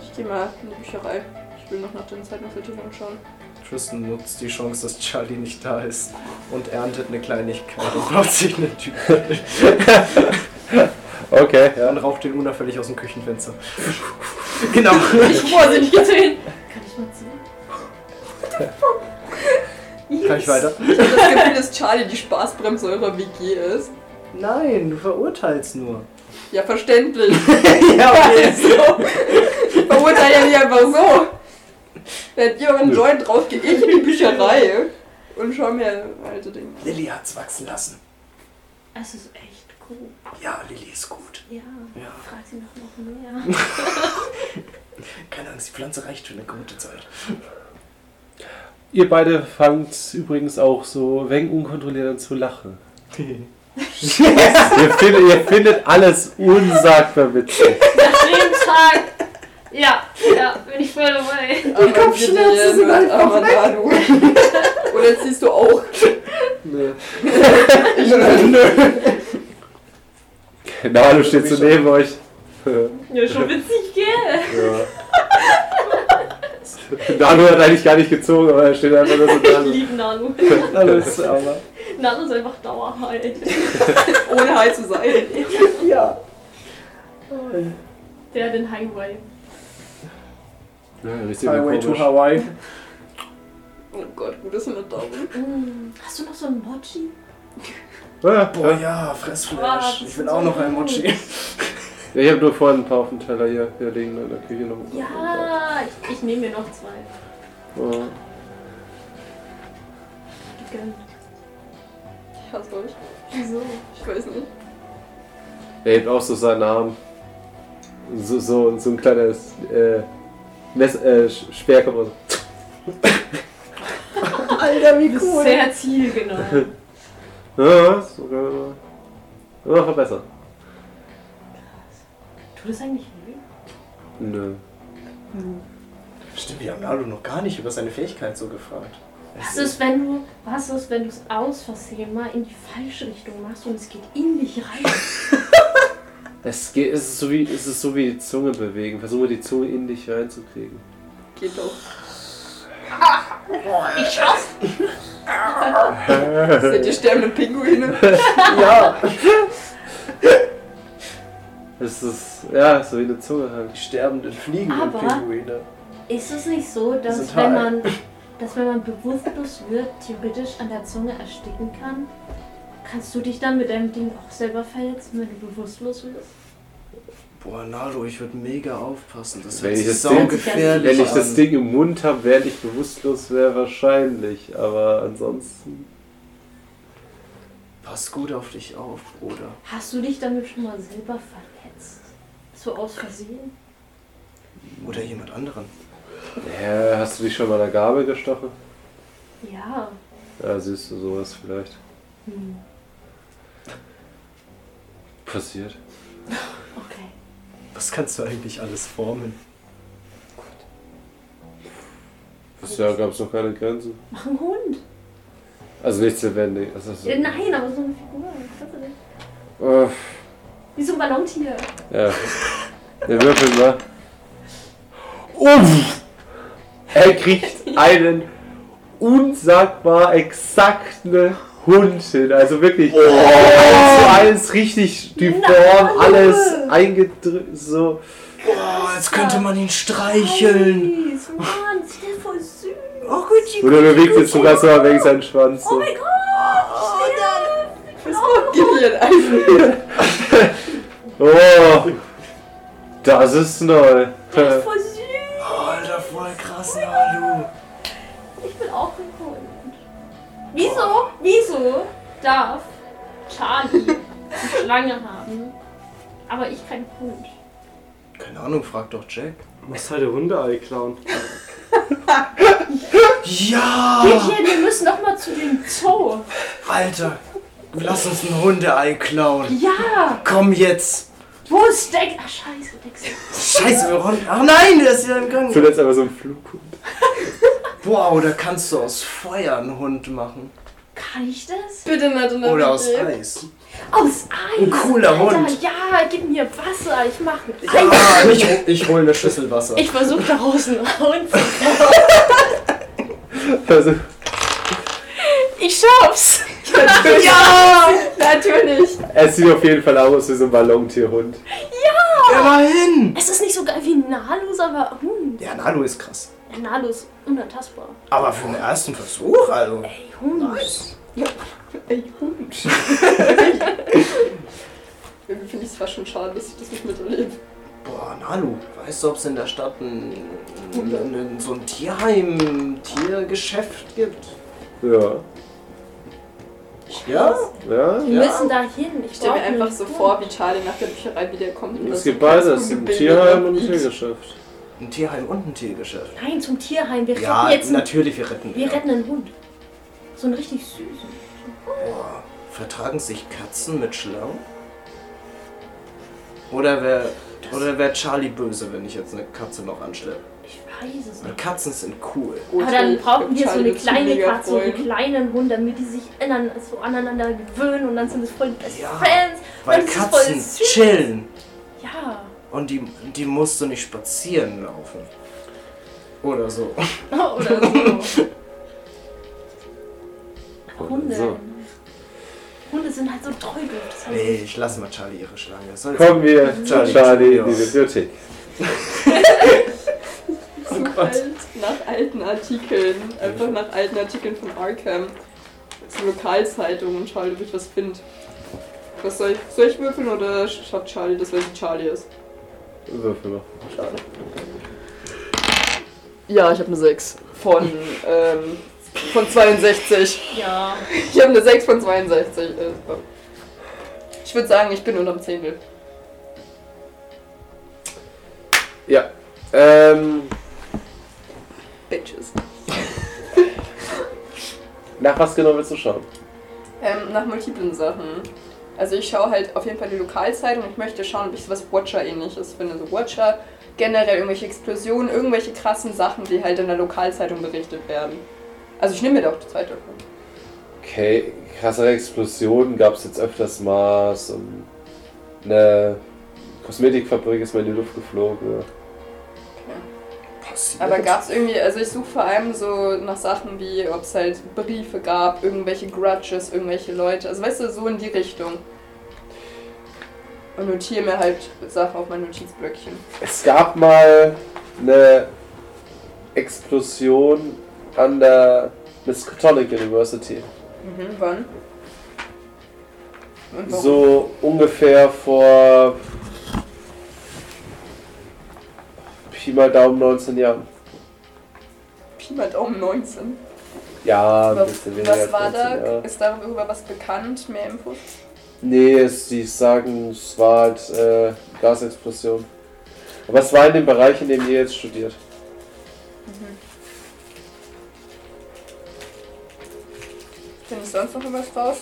Speaker 2: Ich gehe mal in die Bücherei. Ich will noch nach den Zeitungsertüchern schauen.
Speaker 3: Tristan nutzt die Chance, dass Charlie nicht da ist und erntet eine Kleinigkeit und raucht sich eine Tüte
Speaker 1: Okay,
Speaker 3: und
Speaker 1: ja.
Speaker 3: raucht den unauffällig aus dem Küchenfenster. genau.
Speaker 4: Vorsichtig gesehen! Kann ich mal sehen?
Speaker 3: Kann ich weiter?
Speaker 2: Ich habe das Gefühl, dass Charlie die Spaßbremse eurer WG ist.
Speaker 3: Nein, du verurteilst nur.
Speaker 2: Ja, verständlich.
Speaker 3: Ja,
Speaker 2: Also, ich verurteile ja nicht einfach so. Wenn ihr euren Joint drauf geht, ich in die Bücherei und schau mir alte Dinge.
Speaker 3: Lilly hat's wachsen lassen.
Speaker 4: Es ist echt cool.
Speaker 3: Ja, Lilly ist gut.
Speaker 4: Ja,
Speaker 3: Ja.
Speaker 4: frag sie noch, noch mehr.
Speaker 3: Keine Angst, die Pflanze reicht für eine gute Zeit.
Speaker 1: Ihr beide fangt übrigens auch so wegen unkontrolliert an zu lachen. ihr, findet, ihr findet alles unsagbar witzig.
Speaker 4: Nach dem Tag! Ja, ja, bin ich voll dabei.
Speaker 2: Die Kopfschmerzen sind einfach weg. Und jetzt siehst du auch.
Speaker 3: Nee.
Speaker 1: Genau, du stehst so neben euch.
Speaker 4: Ja, schon witzig, gell?
Speaker 1: Ja. Nano hat eigentlich gar nicht gezogen, aber er steht einfach nur so da.
Speaker 4: Ich liebe Nanu.
Speaker 3: Alles aber.
Speaker 4: Nanu ist einfach dauerhalt.
Speaker 2: Ohne high zu sein.
Speaker 3: Ja.
Speaker 4: Der hat den Highway.
Speaker 1: Ja, richtig
Speaker 3: Highway to
Speaker 1: komisch.
Speaker 3: Hawaii.
Speaker 2: Oh Gott, gut, dass wir nicht da sind.
Speaker 4: Mm, Hast du noch so ein Mochi?
Speaker 1: Ja,
Speaker 3: Boah
Speaker 1: ja.
Speaker 3: ja,
Speaker 4: Ah,
Speaker 3: Fressfleisch.
Speaker 4: das
Speaker 3: Ich
Speaker 4: ist
Speaker 3: will
Speaker 4: so
Speaker 3: auch noch ein
Speaker 4: gut.
Speaker 3: Mochi.
Speaker 1: Ich habe nur vorhin ein paar auf dem Teller hier, hier liegen in der Küche noch.
Speaker 4: Ja, ich, ich nehme mir noch zwei.
Speaker 1: Ja.
Speaker 4: Gegönnt.
Speaker 2: Ich hasse euch.
Speaker 4: Wieso?
Speaker 2: Ich weiß nicht.
Speaker 1: Er hebt auch so seinen Arm. So, so, so ein kleines äh, Mess, äh, Sch- Speer kommt raus.
Speaker 3: Alter, wie
Speaker 4: Das ist sehr zielgenau.
Speaker 1: Ja, ist sogar ja, verbessert.
Speaker 4: Tut das eigentlich weh?
Speaker 1: Nö.
Speaker 3: Stimmt, wir haben Nalu noch gar nicht über seine Fähigkeit so gefragt.
Speaker 4: Was ist, wenn du, was ist, wenn du es aus Versehen mal in die falsche Richtung machst und es geht in dich rein?
Speaker 1: Es, geht, es, ist so wie, es ist so wie die Zunge bewegen. Versuche die Zunge in dich reinzukriegen.
Speaker 2: Geht doch.
Speaker 4: Ich schaff's!
Speaker 2: Seid ihr sterbende Pinguine?
Speaker 1: Es ist, ja, so wie eine Zunge halt.
Speaker 3: Die sterbenden Fliegen
Speaker 4: Aber-
Speaker 3: Pinguine.
Speaker 4: Ist es nicht so,
Speaker 3: Das
Speaker 4: dass
Speaker 3: ist
Speaker 4: wenn
Speaker 3: high.
Speaker 4: man, dass wenn man bewusstlos wird, theoretisch an der Zunge ersticken kann? Kannst du dich dann mit deinem Ding auch selber verletzen, wenn du bewusstlos wirst?
Speaker 3: Boah, Nalu, ich würde mega aufpassen. Das
Speaker 1: Wenn
Speaker 3: hört
Speaker 1: ich
Speaker 3: sich
Speaker 1: das Ding-
Speaker 3: saugefährlich
Speaker 1: Wenn ich
Speaker 3: an.
Speaker 1: das Ding im Mund habe, während ich bewusstlos wäre, wahrscheinlich. Aber ansonsten.
Speaker 3: Pass gut auf dich auf, Bruder.
Speaker 4: Hast du dich damit schon mal selber verletzt? So aus Versehen?
Speaker 3: Oder jemand anderen.
Speaker 1: Ja, hast du dich schon mal an der Gabel gestochen?
Speaker 4: Ja.
Speaker 1: Ja, siehst du sowas vielleicht.
Speaker 4: Hm.
Speaker 1: Passiert.
Speaker 4: Okay.
Speaker 3: Was kannst du eigentlich alles formen?
Speaker 1: Bisher gab es noch keine Grenzen.
Speaker 4: Mach einen Hund.
Speaker 1: Also nichts lebendig. Das ist so-
Speaker 4: Äh, Nein, aber so eine Figur. Ich weiß nicht.
Speaker 1: Äh,
Speaker 4: Wie so ein Ballontier.
Speaker 1: ja. Der Würfel mal. Uff! Er kriegt einen unsagbar exakten Hund hin. Also
Speaker 3: Oh.
Speaker 1: wirklich eins zu eins richtig die Form, alles eingedrückt. So.
Speaker 3: Boah, jetzt könnte man ihn streicheln.
Speaker 4: Please, Mann, ist der voll süß.
Speaker 3: Oh, Gucci.
Speaker 1: Und er bewegt sich sogar so wegen seinen Schwanz. So.
Speaker 4: Oh mein Gott!
Speaker 2: Gib mir einen
Speaker 1: Oh, das ist neu.
Speaker 4: Der ist voll süß.
Speaker 3: Oh, Alter, voll krass, Nalu.
Speaker 4: Ich bin auch ein Hund. Wieso? Wieso darf Charlie eine Schlange haben, aber ich kein Hund?
Speaker 3: Keine Ahnung, frag doch Jack.
Speaker 5: Du musst halt eine Hundeei klauen.
Speaker 3: Ja!
Speaker 4: Mädchen, wir müssen doch mal zu dem Zoo.
Speaker 3: Alter, lass uns ein Hundeei klauen.
Speaker 4: Ja!
Speaker 3: Komm jetzt.
Speaker 4: Wo ist Dex? Ach, scheiße, Dex.
Speaker 3: Scheiße, wir rollen. Ach nein, der ist ja im Gang.
Speaker 1: Zuletzt aber so ein Flughund.
Speaker 3: Wow, da kannst du aus Feuer einen Hund machen.
Speaker 4: Kann ich das?
Speaker 2: Bitte nicht in der
Speaker 3: Oder aus
Speaker 2: Mitte.
Speaker 3: Eis.
Speaker 4: Aus Eis!
Speaker 3: Ein cooler
Speaker 4: Alter,
Speaker 3: Hund.
Speaker 4: Ja, gib mir Wasser, ich mach ein Eis.
Speaker 3: Ah, ich, ich hole eine Schüssel Wasser.
Speaker 4: Ich versuche daraus einen Hund zu
Speaker 1: Also,
Speaker 4: Ich schaff's!
Speaker 2: Natürlich.
Speaker 1: er sieht auf jeden Fall aus wie so ein Ballontierhund.
Speaker 3: Immerhin!
Speaker 4: Es ist nicht so geil wie Nalus, aber Hund.
Speaker 3: Ja, Nalu ist krass.
Speaker 4: Ja, Nalus ist unantastbar.
Speaker 3: Aber für den ersten Versuch, also.
Speaker 4: Ey, Hund.
Speaker 2: Ey, Hund. Irgendwie finde ich es fast schon schade, dass ich das nicht miterlebe.
Speaker 3: Boah, Nalu, weißt du, ob es in der Stadt ein, ein, ein, so ein Tierheim, Tiergeschäft gibt?
Speaker 1: Ja.
Speaker 3: Ja?
Speaker 1: Ja.
Speaker 4: Wir
Speaker 3: Ja.
Speaker 4: müssen da hin. Ich
Speaker 2: Ich stelle mir
Speaker 4: brauch
Speaker 2: einfach
Speaker 4: einen
Speaker 2: so
Speaker 4: Hund.
Speaker 2: vor, wie Charlie nach der Bücherei wiederkommt. und
Speaker 1: Es
Speaker 2: das
Speaker 1: gibt
Speaker 2: ganz
Speaker 1: beides, ein
Speaker 2: ungebildet
Speaker 1: Tierheim und ein
Speaker 2: ist.
Speaker 1: Tiergeschäft.
Speaker 3: Ein Tierheim und ein Tiergeschäft.
Speaker 4: Nein, zum Tierheim. Wir
Speaker 3: Ja,
Speaker 4: retten jetzt einen,
Speaker 3: natürlich, wir retten.
Speaker 4: wir
Speaker 3: ja.
Speaker 4: retten einen Hund. So einen richtig süßen.
Speaker 3: Boah, vertragen sich Katzen mit Schlangen? Oder wäre oder wär Charlie böse, wenn ich jetzt eine Katze noch anstelle?
Speaker 4: Ich weiß es
Speaker 3: Weil
Speaker 4: nicht.
Speaker 3: Katzen sind cool.
Speaker 2: Oh,
Speaker 4: Aber dann
Speaker 2: ich
Speaker 4: brauchen wir
Speaker 2: glaub,
Speaker 4: so
Speaker 2: Charlie
Speaker 4: eine
Speaker 2: ist
Speaker 4: kleine
Speaker 2: mega
Speaker 4: Katze und einen
Speaker 2: voll.
Speaker 4: kleinen Hund, damit die sich innen- so aneinander gewöhnen und dann sind es voll die Best
Speaker 3: Ja,
Speaker 4: Friends.
Speaker 3: Weil
Speaker 4: und es ist voll
Speaker 3: Katzen
Speaker 4: süß.
Speaker 3: chillen.
Speaker 4: Ja.
Speaker 3: Und die, die musst du nicht spazieren laufen. Oder so.
Speaker 4: Oder so. Aber Hunde.
Speaker 1: So.
Speaker 4: Hunde sind halt so trödel. Das heißt,
Speaker 3: Nee, ich lasse mal Charlie ihre Schlange. Soll
Speaker 1: Kommen wir zu
Speaker 3: Charlie.
Speaker 1: Charlie in die Bibliothek.
Speaker 2: Such halt nach alten Artikeln. Einfach nach alten Artikeln von Arkham. Zu Lokalzeitungen und schau, ob ich was finde. Was soll ich, soll ich würfeln oder schafft Charlie das, weil sie Charlie ist?
Speaker 1: Würfel mal.
Speaker 2: Schade. Ja, ich habe eine 6 von, ähm, von 62.
Speaker 4: ja.
Speaker 2: Ich habe eine 6 von 62. Äh, Ich würde sagen, ich bin unterm Zehntel.
Speaker 1: Ja. Ähm,
Speaker 2: Bitches.
Speaker 1: nach was genau willst du schauen?
Speaker 2: Ähm, nach multiplen Sachen. Also ich schaue halt auf jeden Fall die Lokalzeitung. Ich möchte schauen, ob ich sowas Watcher-ähnliches finde. So Watcher, generell irgendwelche Explosionen, irgendwelche krassen Sachen, die halt in der Lokalzeitung berichtet werden. Also ich nehme mir doch die Zeitung.
Speaker 1: Okay, krasse Explosionen gab es jetzt öfters mal. So eine Kosmetikfabrik ist mal in die Luft geflogen. Ja.
Speaker 2: Aber gab es irgendwie, also ich suche vor allem so nach Sachen wie, ob es halt Briefe gab, irgendwelche Grudges, irgendwelche Leute. Also weißt du, so in die Richtung. Und notiere mir halt Sachen auf mein Notizblöckchen.
Speaker 1: Es gab mal eine Explosion an der Miskatonic University.
Speaker 2: Mhm, wann? Und warum?
Speaker 1: So ungefähr vor Pi mal Daumen 19 Jahren.
Speaker 2: Pi mal Daumen 19.
Speaker 1: Ja, ein
Speaker 2: Was,
Speaker 1: bisschen weniger. als
Speaker 2: war
Speaker 1: 19,
Speaker 2: da?
Speaker 1: Ja.
Speaker 2: Ist darüber was bekannt? Mehr Infos?
Speaker 1: Nee, es, die sagen, es war halt äh, Gasexplosion. Aber es war in dem Bereich, in dem ihr jetzt studiert.
Speaker 2: Finde ich sonst noch was raus?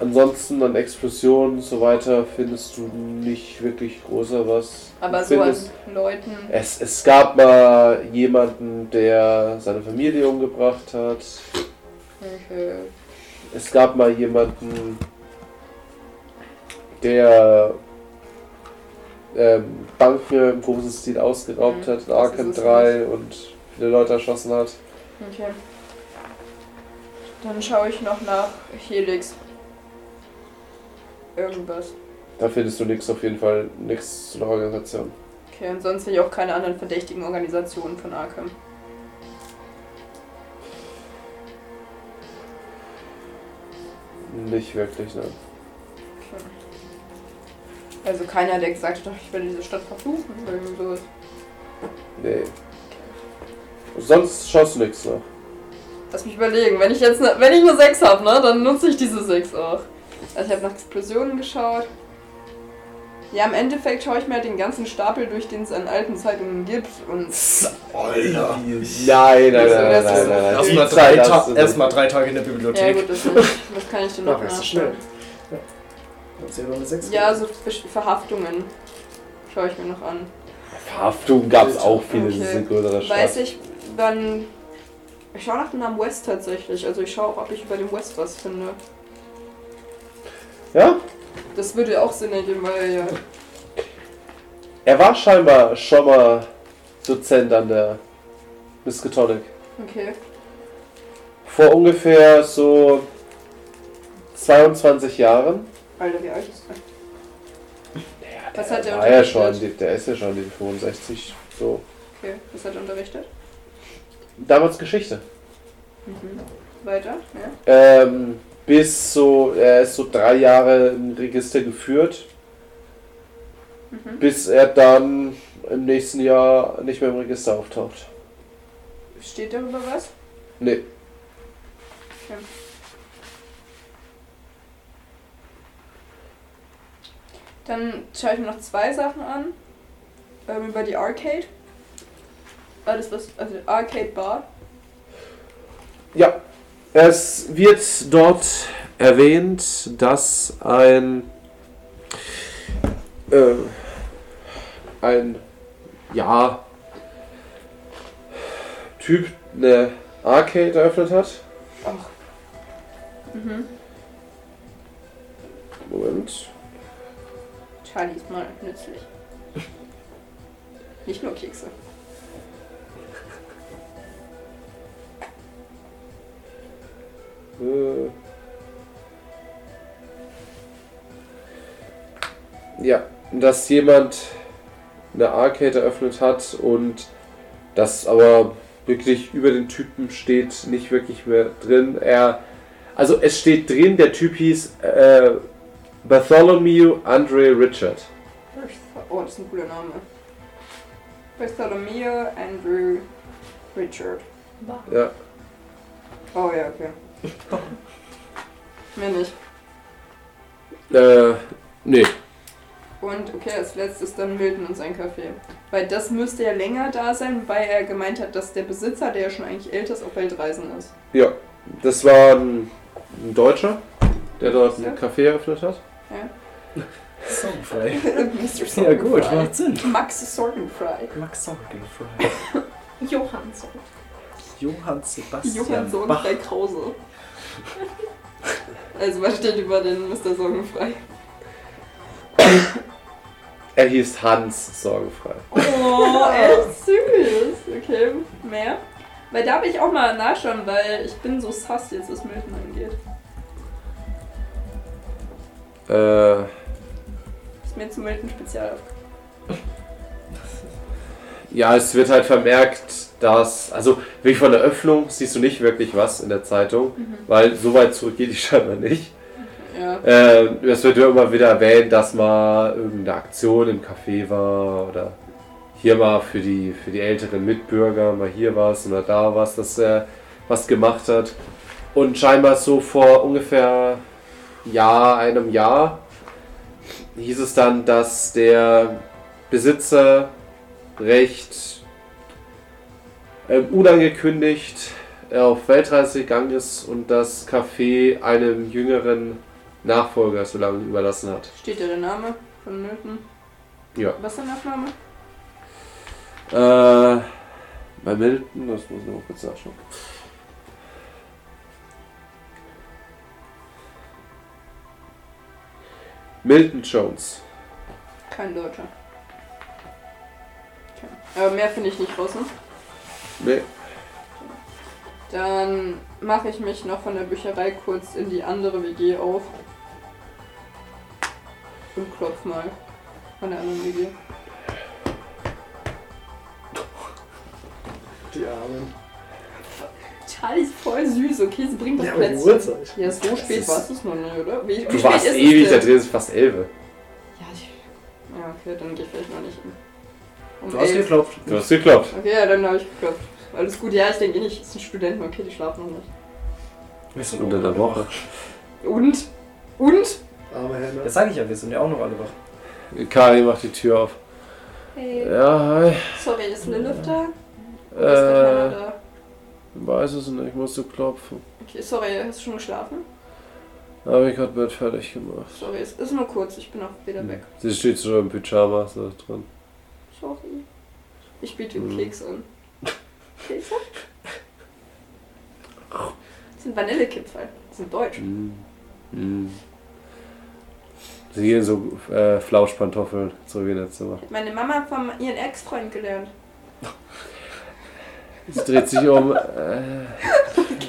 Speaker 1: Ansonsten an Explosionen und so weiter findest du nicht wirklich großer was.
Speaker 2: Aber
Speaker 1: Du
Speaker 2: so an
Speaker 1: findest-
Speaker 2: Leuten.
Speaker 1: Es, es gab mal jemanden, der seine Familie umgebracht hat.
Speaker 2: Okay.
Speaker 1: Es gab mal jemanden, der ähm, Banken im großen Stil ausgeraubt hat,
Speaker 2: Mhm,
Speaker 1: in
Speaker 2: das ist
Speaker 1: Arkham
Speaker 2: es
Speaker 1: 3 und viele Leute erschossen hat.
Speaker 2: Okay. Dann schaue ich noch nach Helix. Irgendwas.
Speaker 1: Da findest du nichts auf jeden Fall, nichts zu der Organisation.
Speaker 2: Okay, und sonst will ich auch keine anderen verdächtigen Organisationen von Arkham.
Speaker 1: Nicht wirklich, ne?
Speaker 2: Okay. Also keiner, der gesagt hat, ich werde diese Stadt verfluchen oder irgendwie sowas.
Speaker 1: Nee. Sonst schaust du ne? nichts nach.
Speaker 2: Lass mich überlegen, wenn ich jetzt ne, wenn ich nur 6 habe, ne, dann nutze ich diese 6 auch. Also ich habe nach Explosionen geschaut. Ja, im Endeffekt schaue ich mir halt den ganzen Stapel durch, den es an alten Zeitungen gibt und
Speaker 3: Oh,
Speaker 14: Alter.
Speaker 1: Nein, nein, nein, nein, nein, nein. Die
Speaker 14: Erstmal drei,
Speaker 1: Zeit
Speaker 14: Ta
Speaker 1: hast du nicht.
Speaker 14: erstmal drei Tage in der
Speaker 2: Ja,
Speaker 14: Bibliothek.
Speaker 2: gut, das nicht. Was kann ich denn noch
Speaker 3: Mach es
Speaker 2: nachschauen? Ja, so Versch- Verhaftungen schaue ich mir noch an.
Speaker 1: Verhaftungen gab es auch viele
Speaker 2: Okay.
Speaker 1: in größerer Stadt.
Speaker 2: Weiß ich, wann. Ich schaue nach dem Namen West tatsächlich. Also ich schaue auch, ob ich über dem West was finde.
Speaker 1: Ja?
Speaker 2: Das würde auch Sinn ergeben, weil äh, ja.
Speaker 1: Er war scheinbar schon mal Dozent an der Miskatonic.
Speaker 2: Okay.
Speaker 1: Vor ungefähr so 22 Jahren.
Speaker 2: Alter, wie alt ist er?
Speaker 1: Ja,
Speaker 2: Was hat er
Speaker 1: war ja
Speaker 2: unterrichtet?
Speaker 1: schon, die- der ist ja schon die 65 so.
Speaker 2: Okay, was hat er unterrichtet?
Speaker 1: Damals Geschichte.
Speaker 2: Mhm. Weiter? Ja.
Speaker 1: Ähm, bis so, er ist so drei Jahre im Register geführt,
Speaker 2: Mhm.
Speaker 1: bis er dann im nächsten Jahr nicht mehr im Register auftaucht.
Speaker 2: Steht darüber was?
Speaker 1: Nee.
Speaker 2: Dann schaue ich mir noch zwei Sachen an. Ähm, über die Arcade. Alles was. Also Arcade Bar.
Speaker 1: Ja, es wird dort erwähnt, dass ein äh, ein ja Typ eine Arcade eröffnet hat.
Speaker 2: Ach. Mhm.
Speaker 1: Moment.
Speaker 2: Charlie ist mal nützlich. Nicht nur Kekse.
Speaker 1: Äh. Ja, dass jemand eine Arcade eröffnet hat und das aber wirklich über den Typen steht, nicht wirklich mehr drin. Er, also es steht drin, der Typ hieß äh, Bartholomew Andre Richard.
Speaker 2: Oh, das ist ein cooler Name. Bartholomew Andrew Richard.
Speaker 4: Bah.
Speaker 1: Ja.
Speaker 2: Oh ja, okay. Mehr nicht.
Speaker 1: Äh, nee.
Speaker 2: Und okay, als letztes dann Milton und sein Kaffee. Weil das müsste ja länger da sein, weil er gemeint hat, dass der Besitzer, der ja schon eigentlich älter ist, auf Weltreisen ist.
Speaker 1: Ja, das war ein, ein Deutscher, der dort einen Café eröffnet hat.
Speaker 3: Songfrei.
Speaker 2: Mr.
Speaker 3: Ja gut,
Speaker 2: Sorgenfrei.
Speaker 3: macht Sinn.
Speaker 2: Max Sorgenfrei.
Speaker 3: Max Sorgenfrei.
Speaker 4: Johansson.
Speaker 3: Johann Sebastian
Speaker 2: Johann
Speaker 3: Bach.
Speaker 2: Sorgenfrei Krause. Also was steht über den Mr. Sorgenfrei?
Speaker 1: Er hieß Hans, sorgenfrei.
Speaker 2: Oh, echt süß. Okay, mehr? Weil da will ich auch mal nachschauen, weil ich bin so sass jetzt, was Milton angeht.
Speaker 1: Äh,
Speaker 2: Ist mir zu Milton spezial aufgefallen.
Speaker 1: ja, es wird halt vermerkt, dass, also wirklich von der Öffnung siehst du nicht wirklich was in der Zeitung, weil so weit zurück geht die scheinbar nicht.
Speaker 2: Ja.
Speaker 1: Äh, es wird ja immer wieder erwähnt, dass mal irgendeine Aktion im Café war oder hier mal für die, für die älteren Mitbürger mal hier was oder da was, dass er was gemacht hat. Und scheinbar so vor ungefähr Jahr, einem Jahr hieß es dann, dass der Besitzer recht ähm, unangekündigt auf Weltreise gegangen ist und das Café einem jüngeren Nachfolger so lange überlassen hat.
Speaker 2: Steht da der Name von Milton?
Speaker 1: Ja.
Speaker 2: Was ist der Nachname?
Speaker 1: Äh, bei Milton, das muss ich noch kurz nachschauen. Milton Jones.
Speaker 2: Kein Deutscher. Aber mehr finde ich nicht raus, ne?
Speaker 1: Nee.
Speaker 2: Dann mache ich mich noch von der Bücherei kurz in die andere WG auf. Und klopf mal von der anderen WG.
Speaker 5: Die Armen.
Speaker 2: Charlie ist voll süß, okay, sie bringt das
Speaker 5: Ja, aber die
Speaker 2: Plätzchen.
Speaker 5: Uhrzeit.
Speaker 2: Ja, so spät
Speaker 1: ist-
Speaker 2: war es noch nicht, oder? Wie, wie
Speaker 1: Du
Speaker 2: spät
Speaker 1: warst
Speaker 2: ist es
Speaker 1: ewig da
Speaker 2: denn?
Speaker 1: drin, es ist fast elf.
Speaker 2: Ja, ich, ja, okay, dann gehe ich vielleicht noch nicht hin. Um
Speaker 3: Du hast
Speaker 2: elf.
Speaker 3: geklopft.
Speaker 1: Du hast geklappt.
Speaker 2: Okay, ja, dann habe ich geklopft. Alles gut, ja, ich denke eh nicht, es sind Studenten, okay, die schlafen noch nicht.
Speaker 3: Wir sind
Speaker 1: Unter
Speaker 3: auch
Speaker 1: der
Speaker 3: alle
Speaker 1: Woche.
Speaker 3: wach.
Speaker 2: Und? Und?
Speaker 5: Arme Henne.
Speaker 3: Das sage ich ja, wir sind ja auch noch alle wach.
Speaker 1: Kari macht die Tür auf.
Speaker 4: Hey.
Speaker 1: Ja, hi.
Speaker 2: Sorry, ist Lilith da? Oder ist da keiner
Speaker 1: Äh,
Speaker 2: da?
Speaker 1: weiß es nicht, ich musste klopfen.
Speaker 2: Okay, sorry, hast du schon geschlafen?
Speaker 1: Habe ich gerade Bett fertig gemacht.
Speaker 2: Sorry, es ist nur kurz, ich bin auch wieder weg.
Speaker 1: Sie steht so im Pyjama so drin.
Speaker 2: Sorry. Ich biete ihm
Speaker 1: Mhm.
Speaker 2: Keks an. Kekse? Das sind Vanillekipferl. Das sind deutsch.
Speaker 1: Mm. Mm. Sie gehen so äh, Flauschpantoffeln zurück in ihr Zimmer.
Speaker 2: Hat meine Mama von ihrem Ex-Freund gelernt.
Speaker 1: Sie dreht sich um. Äh,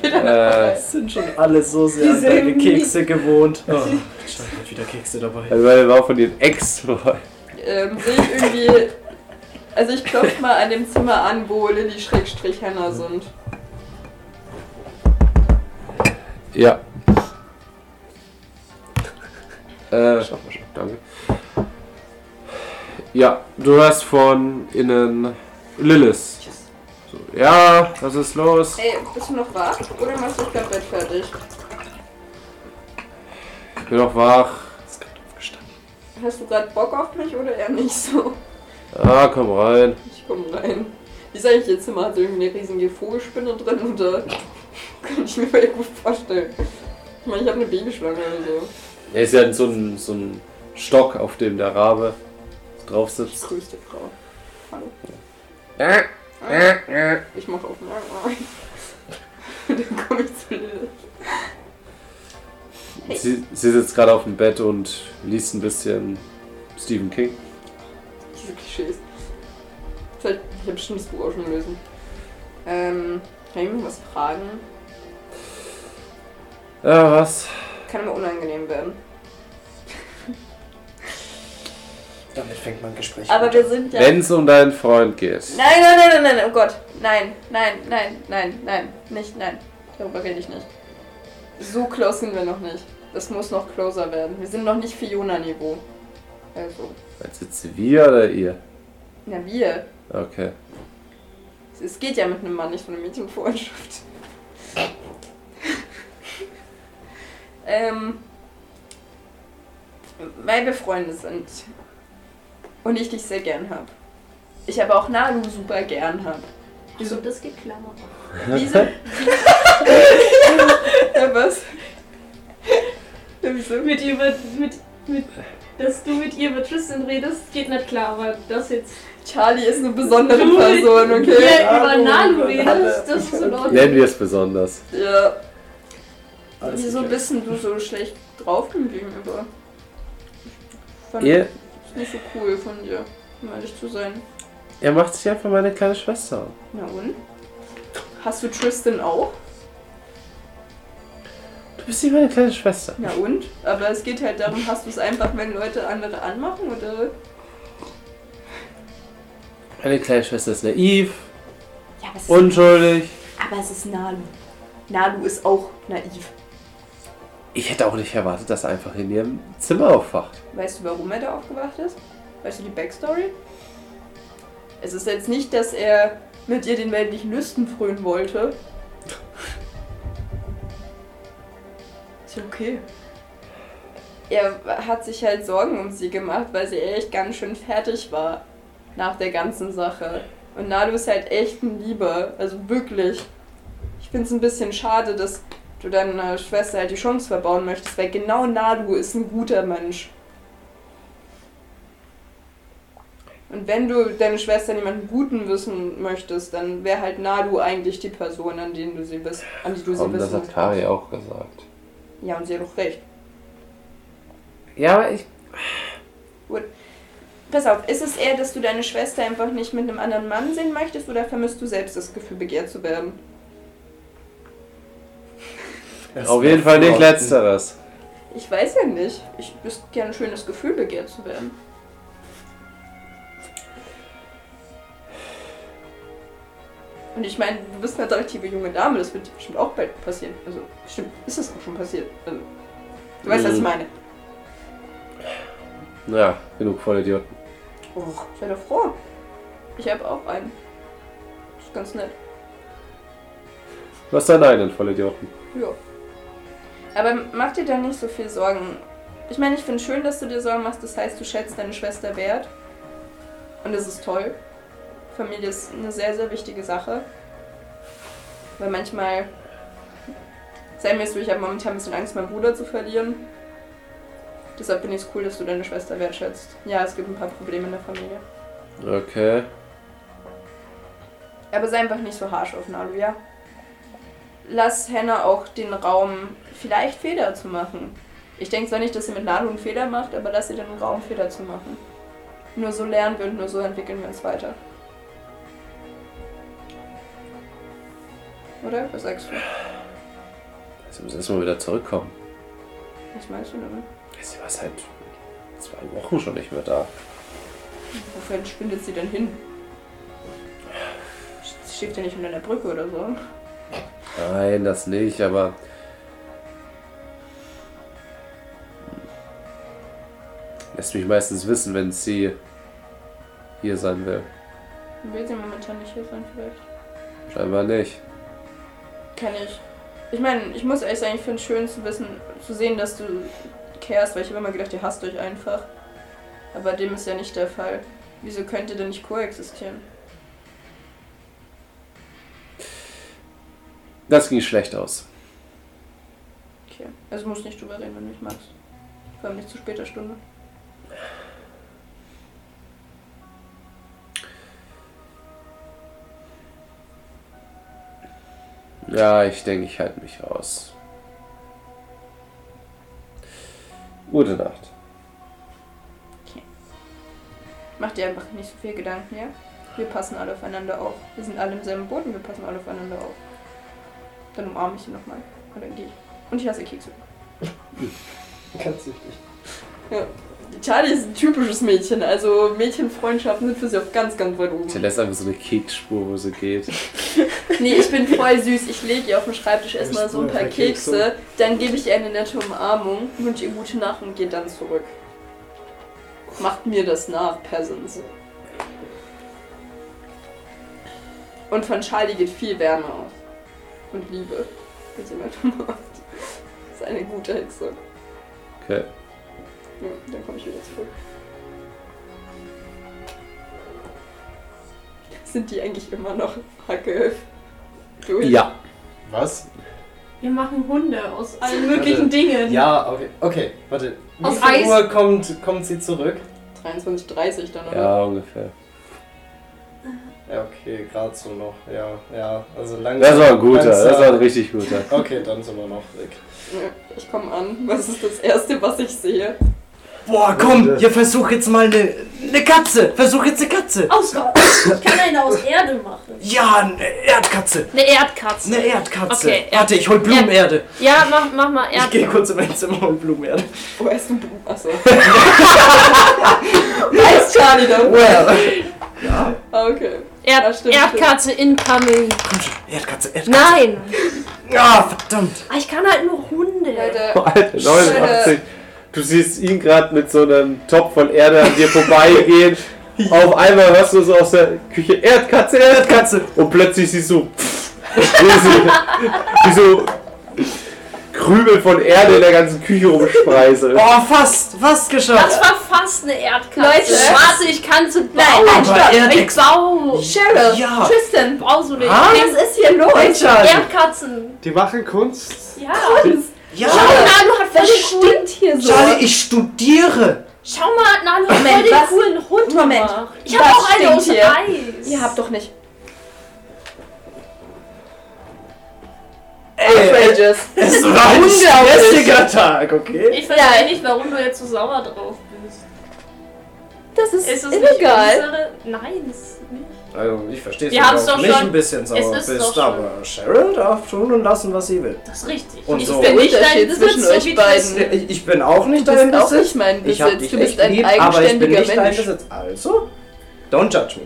Speaker 1: äh,
Speaker 3: Das sind schon alle so sehr
Speaker 4: Die
Speaker 3: an deine
Speaker 4: sind
Speaker 3: Kekse gewohnt. Oh, stand halt wieder Kekse dabei.
Speaker 1: also meine war von den ex
Speaker 2: Ähm, sehe ich irgendwie. Also ich klopfe mal an dem Zimmer an, wo Lilly Schrägstrich Henna sind.
Speaker 1: Ja. Äh, danke. Ja, du hörst von innen Lilith. So, ja, was ist los?
Speaker 2: Ey, bist du noch wach? Oder machst du dich grad Bett fertig?
Speaker 1: Ich bin noch wach.
Speaker 2: Hast du gerade Bock auf mich oder eher nicht so?
Speaker 1: Ah, komm rein.
Speaker 2: Ich komm rein. Wie sage ich, ihr Zimmer hat irgendwie eine riesige Vogelspinne drin oder? Kann ich mir voll gut vorstellen. Ich meine, ich habe eine Babyschlange oder so.
Speaker 1: Er ist ja so ein, so ein Stock, auf dem der Rabe drauf
Speaker 2: Die
Speaker 1: sitzt.
Speaker 2: größte Frau. Hallo.
Speaker 1: Äh, äh, äh.
Speaker 2: Ich mach auf. Dann komme ich zu Lilith.
Speaker 1: Sie, sie sitzt gerade auf dem Bett und liest ein bisschen Stephen King.
Speaker 2: Diese Klischees. Vielleicht, ich habe bestimmt das Buch auch schon gelesen. Ähm, kann ich mich was fragen?
Speaker 1: Ja, Ah, was?
Speaker 2: Kann aber unangenehm werden.
Speaker 15: Damit fängt man ein Gespräch
Speaker 2: Aber
Speaker 15: an.
Speaker 2: wir sind ja.
Speaker 1: Wenn es um deinen Freund geht.
Speaker 2: Nein, nein, nein, nein, nein, oh Gott. Nein, nein, nein, nein, nein, nicht, nein. Darüber rede ich nicht. So close sind wir noch nicht. Das muss noch closer werden. Wir sind noch nicht Fiona-Niveau. Also,
Speaker 1: Als jetzt wir oder ihr?
Speaker 2: na wir.
Speaker 1: Okay.
Speaker 2: Es geht ja mit einem Mann, nicht von einem Mädchen Freundschaft. ähm, weil wir Freunde sind und ich dich sehr gern hab. Ich aber auch Nalu super gern hab.
Speaker 4: Wieso das geklammert?
Speaker 2: Wieso? ja, was? Ja, wieso?
Speaker 4: Mit ihr wird. Mit, mit, dass du mit ihr über Tristan redest, geht nicht klar, aber das jetzt.
Speaker 2: Charlie ist eine besondere
Speaker 4: Du mit
Speaker 2: Person,
Speaker 4: ihr
Speaker 2: okay?
Speaker 4: über
Speaker 5: Nalu
Speaker 4: Nalu
Speaker 5: über
Speaker 4: redest, das ist in Ordnung.
Speaker 1: Nennen wir es besonders.
Speaker 2: Ja.
Speaker 15: Alles
Speaker 2: Wieso
Speaker 15: geklärt.
Speaker 2: bist denn du so schlecht drauf dem gegenüber? Ich fand-
Speaker 1: Ihr,
Speaker 2: Ist nicht so cool von dir, um ehrlich zu sein.
Speaker 1: ihr macht sich einfach meine kleine Schwester. an.
Speaker 2: Na und? Hast du Tristan auch?
Speaker 1: Du bist nicht meine kleine Schwester.
Speaker 2: Na und? Aber es geht halt darum, hast du es einfach, wenn Leute andere anmachen oder?
Speaker 1: Meine kleine Schwester ist naiv,
Speaker 2: Ja, aber es
Speaker 1: unschuldig.
Speaker 2: aber es ist Nalu. Nalu ist auch naiv.
Speaker 1: Ich hätte auch nicht erwartet, dass er einfach in ihrem Zimmer aufwacht.
Speaker 2: Weißt du, warum er da aufgewacht ist? Weißt du die Backstory? Es ist jetzt nicht, dass er mit ihr den weltlichen Lüsten frönen wollte. Ist ja okay. Er hat sich halt Sorgen um sie gemacht, weil sie echt ganz schön fertig war nach der ganzen Sache. Und Nadu ist halt echt ein Lieber, also wirklich. Ich finde es ein bisschen schade, dass du deiner Schwester halt die Chance verbauen möchtest, weil genau Nadu ist ein guter Mensch. Und wenn du deine Schwester jemanden Guten wissen möchtest, dann wäre halt Nadu eigentlich die Person, an, den du sie wiss, an die du sie
Speaker 1: Komm, das
Speaker 2: wissen
Speaker 1: hat Kari auch gesagt.
Speaker 2: Ja, und sie hat auch recht.
Speaker 1: Ja, aber ich.
Speaker 2: Pass auf, ist es eher, dass du deine Schwester einfach nicht mit einem anderen Mann sehen möchtest oder vermisst du selbst das Gefühl, begehrt zu werden?
Speaker 1: Auf jeden Fall nicht letzteres.
Speaker 2: Ich weiß ja nicht. Ich wüsste gerne ein schönes Gefühl, begehrt zu werden. Und ich meine, du bist eine attraktive junge Dame, das wird dir bestimmt auch bald passieren. Also, stimmt, ist das auch schon passiert. Also, du weißt, was ich
Speaker 1: Mhm.
Speaker 2: meine.
Speaker 1: Ja, genug Vollidioten.
Speaker 2: Och, sei doch froh. Ich habe auch einen. Ist ganz nett.
Speaker 1: Du hast deinen eigenen Vollidioten.
Speaker 2: Ja. Aber mach dir da nicht so viel Sorgen. Ich meine, ich finde schön, dass du dir Sorgen machst. Das heißt, du schätzt deine Schwester wert. Und das ist toll. Familie ist eine sehr, sehr wichtige Sache. Weil manchmal, sei mir es so, ich habe momentan ein bisschen Angst, meinen Bruder zu verlieren. Deshalb finde ich es cool, dass du deine Schwester wertschätzt. Ja, es gibt ein paar Probleme in der Familie.
Speaker 1: Okay.
Speaker 2: Aber sei einfach nicht so harsch auf Nalu, ja? Lass Hannah auch den Raum, vielleicht Fehler zu machen. Ich denke zwar nicht, dass sie mit Nalu einen Fehler macht, aber lass ihr den Raum, Fehler zu machen. Nur so lernen wir und nur so entwickeln wir uns weiter. Oder? Was sagst du?
Speaker 1: Sie müssen erstmal wieder zurückkommen.
Speaker 2: Was meinst du damit?
Speaker 1: Sie war seit zwei Wochen schon nicht mehr da.
Speaker 2: Wofür schwindet sie denn hin? Sie steht ja nicht unter der Brücke oder so.
Speaker 1: Nein, das nicht, aber. Lässt mich meistens wissen, wenn sie hier sein will.
Speaker 2: Will sie momentan nicht hier sein vielleicht?
Speaker 1: Scheinbar nicht.
Speaker 2: Kann ich. Ich meine, ich muss ehrlich sagen, ich finde es schön zu wissen, zu sehen, dass du kehrst, weil ich habe immer gedacht, ihr hasst euch einfach. Aber dem ist ja nicht der Fall. Wieso könnt ihr denn nicht koexistieren?
Speaker 1: Das ging schlecht aus.
Speaker 2: Okay. Also musst nicht drüber reden, wenn du nicht magst. Vor allem nicht zu später Stunde.
Speaker 1: Ja, ich denke, ich halte mich raus. Gute Nacht.
Speaker 2: Mach dir einfach nicht so viel Gedanken, ja? Wir passen alle aufeinander auf. Wir sind alle im selben Boot und wir passen alle aufeinander auf. Dann umarme ich sie nochmal. Und dann gehe ich. Und ich hasse Kekse.
Speaker 6: Ganz süchtig.
Speaker 2: Charlie ist ein typisches Mädchen, also Mädchenfreundschaften sind für sie auf ganz, ganz weit oben.
Speaker 1: Sie lässt einfach so eine Keksspur, wo sie geht.
Speaker 2: Nee, ich bin voll süß. Ich lege ihr auf den Schreibtisch erstmal so ein paar Kekse, dann gebe ich ihr eine nette Umarmung, wünsche ihr gute Nacht und gehe dann zurück. Macht mir das nach, Peasants. Und von Charlie geht viel Wärme aus. Und Liebe. Wenn sie mal umarmt. Das ist eine gute Hexe.
Speaker 1: Okay.
Speaker 2: Ja, dann komme ich wieder zurück. Sind die eigentlich immer noch Hacke? Durch?
Speaker 1: Ja.
Speaker 6: Was?
Speaker 4: Wir machen Hunde aus allen möglichen Dingen.
Speaker 6: Ja, okay. Okay, warte. Wie
Speaker 4: Aus
Speaker 6: viel
Speaker 4: Eis?
Speaker 6: Uhr kommt, kommt sie zurück?
Speaker 2: 23,30 dann, oder?
Speaker 1: Ja, ungefähr.
Speaker 6: Ja, okay, gerade so noch. Ja, ja. Also langsam.
Speaker 1: Das war ein guter, das
Speaker 6: langsam-
Speaker 1: war ein richtig guter.
Speaker 6: Okay, dann sind wir noch weg.
Speaker 2: Ja. Ich komme an. Was ist das Erste, was ich sehe?
Speaker 3: Boah, komm, hier versuch jetzt mal eine ne Katze. Versuch jetzt eine Katze.
Speaker 4: Aus Ich kann eine aus Erde machen.
Speaker 3: Ja, eine Erdkatze.
Speaker 4: Eine Erdkatze.
Speaker 3: Eine Erdkatze.
Speaker 4: Okay, Erd-
Speaker 3: Warte, ich hol Blumenerde.
Speaker 4: Ja, mach, mach mal
Speaker 3: Ich gehe
Speaker 4: Erdkatze.
Speaker 3: kurz in mein Zimmer und Blumenerde.
Speaker 2: Wo ist ein Buch? Achso. Weiß Charlie da?
Speaker 3: Well.
Speaker 2: Ah, okay.
Speaker 4: Erd
Speaker 2: Ja, stimmt,
Speaker 4: Erdkatze incoming.
Speaker 3: Komm schon, Erdkatze, Erdkatze.
Speaker 4: Nein!
Speaker 3: Ah, verdammt.
Speaker 4: Ah, Ich kann halt nur Hunde.
Speaker 2: Leute,
Speaker 1: Alter, 89. Du siehst ihn gerade mit so einem Topf von Erde an dir vorbeigehen. Auf einmal hörst du so aus der Küche Erdkatze, Erdkatze. Und plötzlich siehst du pff, wie so, wie so Krübel von Erde in der ganzen Küche rumspreiseln.
Speaker 3: Oh, fast, fast geschafft.
Speaker 4: Das war fast eine Erdkatze.
Speaker 2: Leute.
Speaker 4: Schwarze, ich kann sie bauen.
Speaker 2: Nein, nein,
Speaker 3: Aber
Speaker 2: stopp.
Speaker 3: Erd-
Speaker 4: ich bau.
Speaker 2: Cheryl!
Speaker 3: Ja.
Speaker 2: Tristan!
Speaker 4: Bau so eine
Speaker 3: Ha?
Speaker 4: Erdkatze.
Speaker 2: Was ist hier los?
Speaker 4: Erdkatzen.
Speaker 5: Die machen Kunst.
Speaker 4: Ja.
Speaker 3: Ja,
Speaker 4: Nalu hat voll
Speaker 2: Was
Speaker 4: den coolen.
Speaker 2: stinkt hier so?
Speaker 3: Charlie, ich studiere.
Speaker 4: Schau mal, Nalu hat voll
Speaker 2: Moment,
Speaker 4: den
Speaker 2: was-
Speaker 4: coolen Hund
Speaker 2: Moment,
Speaker 4: gemacht. Ich hab
Speaker 2: was
Speaker 4: auch eine
Speaker 2: stinkt
Speaker 4: aus
Speaker 2: hier?
Speaker 4: Eis.
Speaker 2: Ihr habt doch nicht.
Speaker 3: Ey,
Speaker 2: Outrageous!
Speaker 3: es war ein stressiger Tag, okay?
Speaker 4: ich verstehe
Speaker 2: Ja.
Speaker 4: nicht, warum du jetzt so sauer drauf bist.
Speaker 2: Das ist,
Speaker 4: Ist es
Speaker 2: illegal.
Speaker 4: nicht unsere... Nein, das ist nicht.
Speaker 3: Also, ich verstehe
Speaker 4: Wir haben's
Speaker 3: es
Speaker 4: doch
Speaker 3: mich
Speaker 4: schon.
Speaker 3: ein bisschen sauer
Speaker 4: ist doch
Speaker 3: bist,
Speaker 4: schon.
Speaker 3: aber Cheryl darf tun und lassen, was sie will.
Speaker 4: Das ist richtig.
Speaker 3: Und
Speaker 4: ich
Speaker 3: so.
Speaker 4: bin nicht
Speaker 2: Der
Speaker 4: dein
Speaker 2: Unterschied zwischen
Speaker 4: Besitzer,
Speaker 2: euch
Speaker 4: wie
Speaker 2: beiden.
Speaker 4: das-
Speaker 3: Ich, ich bin auch nicht
Speaker 2: Du bist
Speaker 3: dein
Speaker 2: auch
Speaker 3: Besitz.
Speaker 2: nicht mein
Speaker 3: Ich hab
Speaker 2: Besitz.
Speaker 3: dich
Speaker 2: Du bist
Speaker 3: echt
Speaker 2: ein
Speaker 3: lieb, aber ich bin
Speaker 2: eigenständiger
Speaker 3: nicht dein
Speaker 2: Mensch.
Speaker 3: Besitz. Also, don't judge me.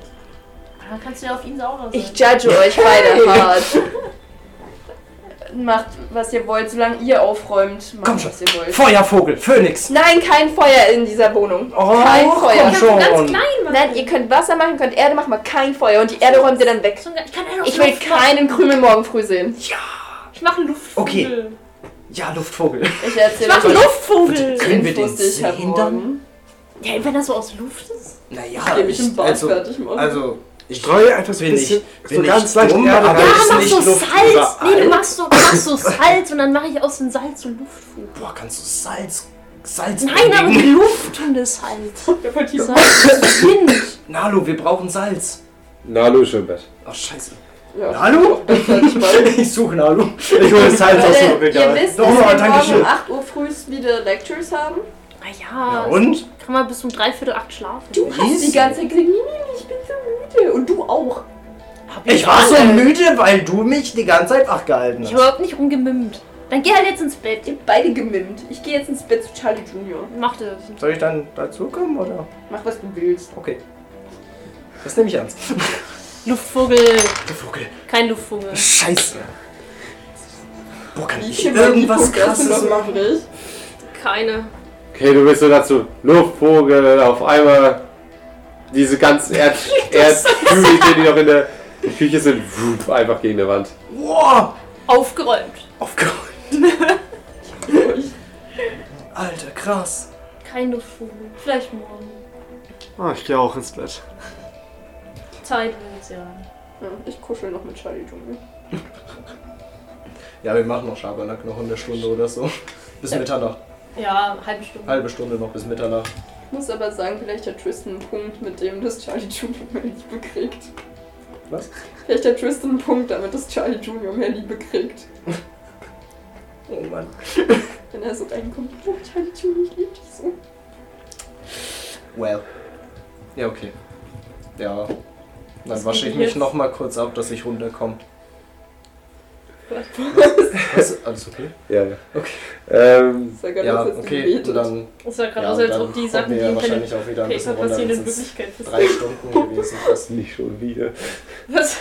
Speaker 4: Dann kannst du ja auf ihn sauer sein.
Speaker 2: Ich judge euch beide hart. Macht, was ihr wollt, solange ihr aufräumt, macht,
Speaker 3: Komm schon.
Speaker 2: was ihr wollt.
Speaker 3: Feuervogel, Phönix.
Speaker 2: Nein, kein Feuer in dieser Wohnung.
Speaker 3: Oh,
Speaker 2: kein Feuer.
Speaker 3: komm
Speaker 4: kann so ganz
Speaker 3: schon.
Speaker 4: klein machen.
Speaker 2: Nein, ihr könnt Wasser machen, könnt Erde machen, aber kein Feuer. Und die Erde räumt ihr dann weg.
Speaker 4: So ein- ich kann einen auf
Speaker 2: Ich will
Speaker 4: Luft machen.
Speaker 2: keinen Krümel morgen früh sehen.
Speaker 4: Ich mache einen Luftvogel.
Speaker 3: Okay. Ja, Luftvogel.
Speaker 2: Ich
Speaker 4: Ich
Speaker 2: erzähle
Speaker 4: mache einen Luftvogel.
Speaker 2: die
Speaker 3: Können wir den
Speaker 2: Infos, die ich hab
Speaker 3: sehen
Speaker 2: morgen.
Speaker 4: Ja, wenn das so aus Luft ist.
Speaker 3: Naja,
Speaker 2: Dem ich im Bad
Speaker 3: also,
Speaker 2: fertig mache.
Speaker 3: also, ich
Speaker 5: Streue einfach so ein
Speaker 3: bin ich,
Speaker 5: bisschen,
Speaker 3: bin
Speaker 5: so ganz
Speaker 3: ich
Speaker 5: leicht
Speaker 3: dumm,
Speaker 5: Erde
Speaker 3: aber
Speaker 5: rein.
Speaker 3: es
Speaker 4: Ah,
Speaker 3: ist
Speaker 4: mach
Speaker 3: nicht
Speaker 4: so
Speaker 3: Luft
Speaker 4: Salz.
Speaker 3: überall.
Speaker 4: Nee, du machst so, du machst so Salz und dann mache ich aus dem Salz so einen Luftvogel.
Speaker 3: Boah, kannst du Salz, Salz
Speaker 4: Nein, aber
Speaker 3: bringen?
Speaker 4: die halt- Luft und das Salz. Salz ist Wind.
Speaker 3: Nalu, wir brauchen Salz.
Speaker 1: Nalu ist im Bett.
Speaker 3: Ach, scheiße.
Speaker 2: Ja.
Speaker 3: Nalu?
Speaker 2: Fertig machen.
Speaker 3: Ich suche Nalu.
Speaker 5: Ich hole das Salz aus dem
Speaker 2: Leute, ihr
Speaker 5: Regal.
Speaker 2: wisst,
Speaker 3: Doch,
Speaker 2: dass wir
Speaker 3: danke
Speaker 2: morgen
Speaker 3: schön.
Speaker 2: um 8 Uhr früh wieder Lectures haben.
Speaker 4: Naja,
Speaker 3: Und?
Speaker 4: kann man bis um dreiviertel acht schlafen.
Speaker 2: Du hast die ganze Zeit gesagt, nee, nee, nee, ich bin so müde. Und du auch.
Speaker 3: Ich war so müde, weil du mich die ganze Zeit wach gehalten
Speaker 4: Ich habe
Speaker 3: hast.
Speaker 4: überhaupt nicht rumgemimmt. Dann geh halt jetzt ins Bett.
Speaker 2: Ihr habt beide gemimmt. Ich gehe jetzt ins Bett zu Charlie Junior.
Speaker 4: Mach das.
Speaker 3: Soll ich dann dazukommen oder?
Speaker 2: Mach, was du willst.
Speaker 3: Okay. Das nehme ich ernst.
Speaker 4: Luftvogel.
Speaker 3: Vogel.
Speaker 4: Kein Luftvogel.
Speaker 3: Scheiße. Boah, kann ich
Speaker 2: viel Magie
Speaker 3: irgendwas
Speaker 2: guckt, hast du
Speaker 3: krasses
Speaker 2: noch
Speaker 3: machen?
Speaker 2: übrig?
Speaker 4: Keine.
Speaker 1: Okay, du bist so dazu. Luftvogel, auf einmal diese ganzen Erd Erdkügelchen, die noch in der Küche sind, wup, einfach gegen die Wand.
Speaker 3: Boah!
Speaker 4: Aufgeräumt.
Speaker 3: Aufgeholt. Alter, krass.
Speaker 4: Kein Luftvogel. Vielleicht morgen.
Speaker 5: Ah, ich gehe auch ins Bett.
Speaker 4: Zeit wird's ja.
Speaker 2: Ja, ich kuschel noch mit Charlie Junior.
Speaker 3: Ja, wir machen noch Schabernack noch in der Stunde oder so. Bis Mitternacht.
Speaker 4: Ja, halbe Stunde.
Speaker 3: Halbe Stunde noch bis Mitternacht.
Speaker 2: Ich muss aber sagen, vielleicht hat Tristan einen Punkt, mit dem das Charlie Junior mehr Liebe kriegt.
Speaker 3: Was?
Speaker 2: Vielleicht hat Tristan einen Punkt, damit das Charlie Junior mehr Liebe kriegt.
Speaker 3: Oh Mann.
Speaker 2: Wenn er so reinkommt, oh, Charlie Junior, ich liebe dich so.
Speaker 3: Well. Ja, okay. Ja. Dann
Speaker 4: Was
Speaker 3: wasche ich
Speaker 4: geht
Speaker 3: mich
Speaker 4: jetzt?
Speaker 3: nochmal kurz ab, dass ich runterkomme.
Speaker 2: Was?
Speaker 3: Was? Alles okay?
Speaker 1: Ja, ja.
Speaker 3: Okay.
Speaker 1: Ähm,
Speaker 2: Sag er,
Speaker 3: Ja,
Speaker 2: dass jetzt
Speaker 3: okay.
Speaker 2: gebetet.
Speaker 3: Und dann,
Speaker 4: Es sah gerade
Speaker 3: ja,
Speaker 4: aus, als
Speaker 3: dann
Speaker 4: ob die
Speaker 3: kommen
Speaker 4: Sachen, die
Speaker 3: wir ja
Speaker 4: im Pen-
Speaker 3: wahrscheinlich auch wieder ein bisschen
Speaker 4: Paper
Speaker 3: runter.
Speaker 4: passieren,
Speaker 3: Das
Speaker 4: in
Speaker 3: ist
Speaker 4: Wirklichkeit passieren.
Speaker 3: drei Stunden gewesen. fast.
Speaker 1: nicht schon wieder.
Speaker 4: Was?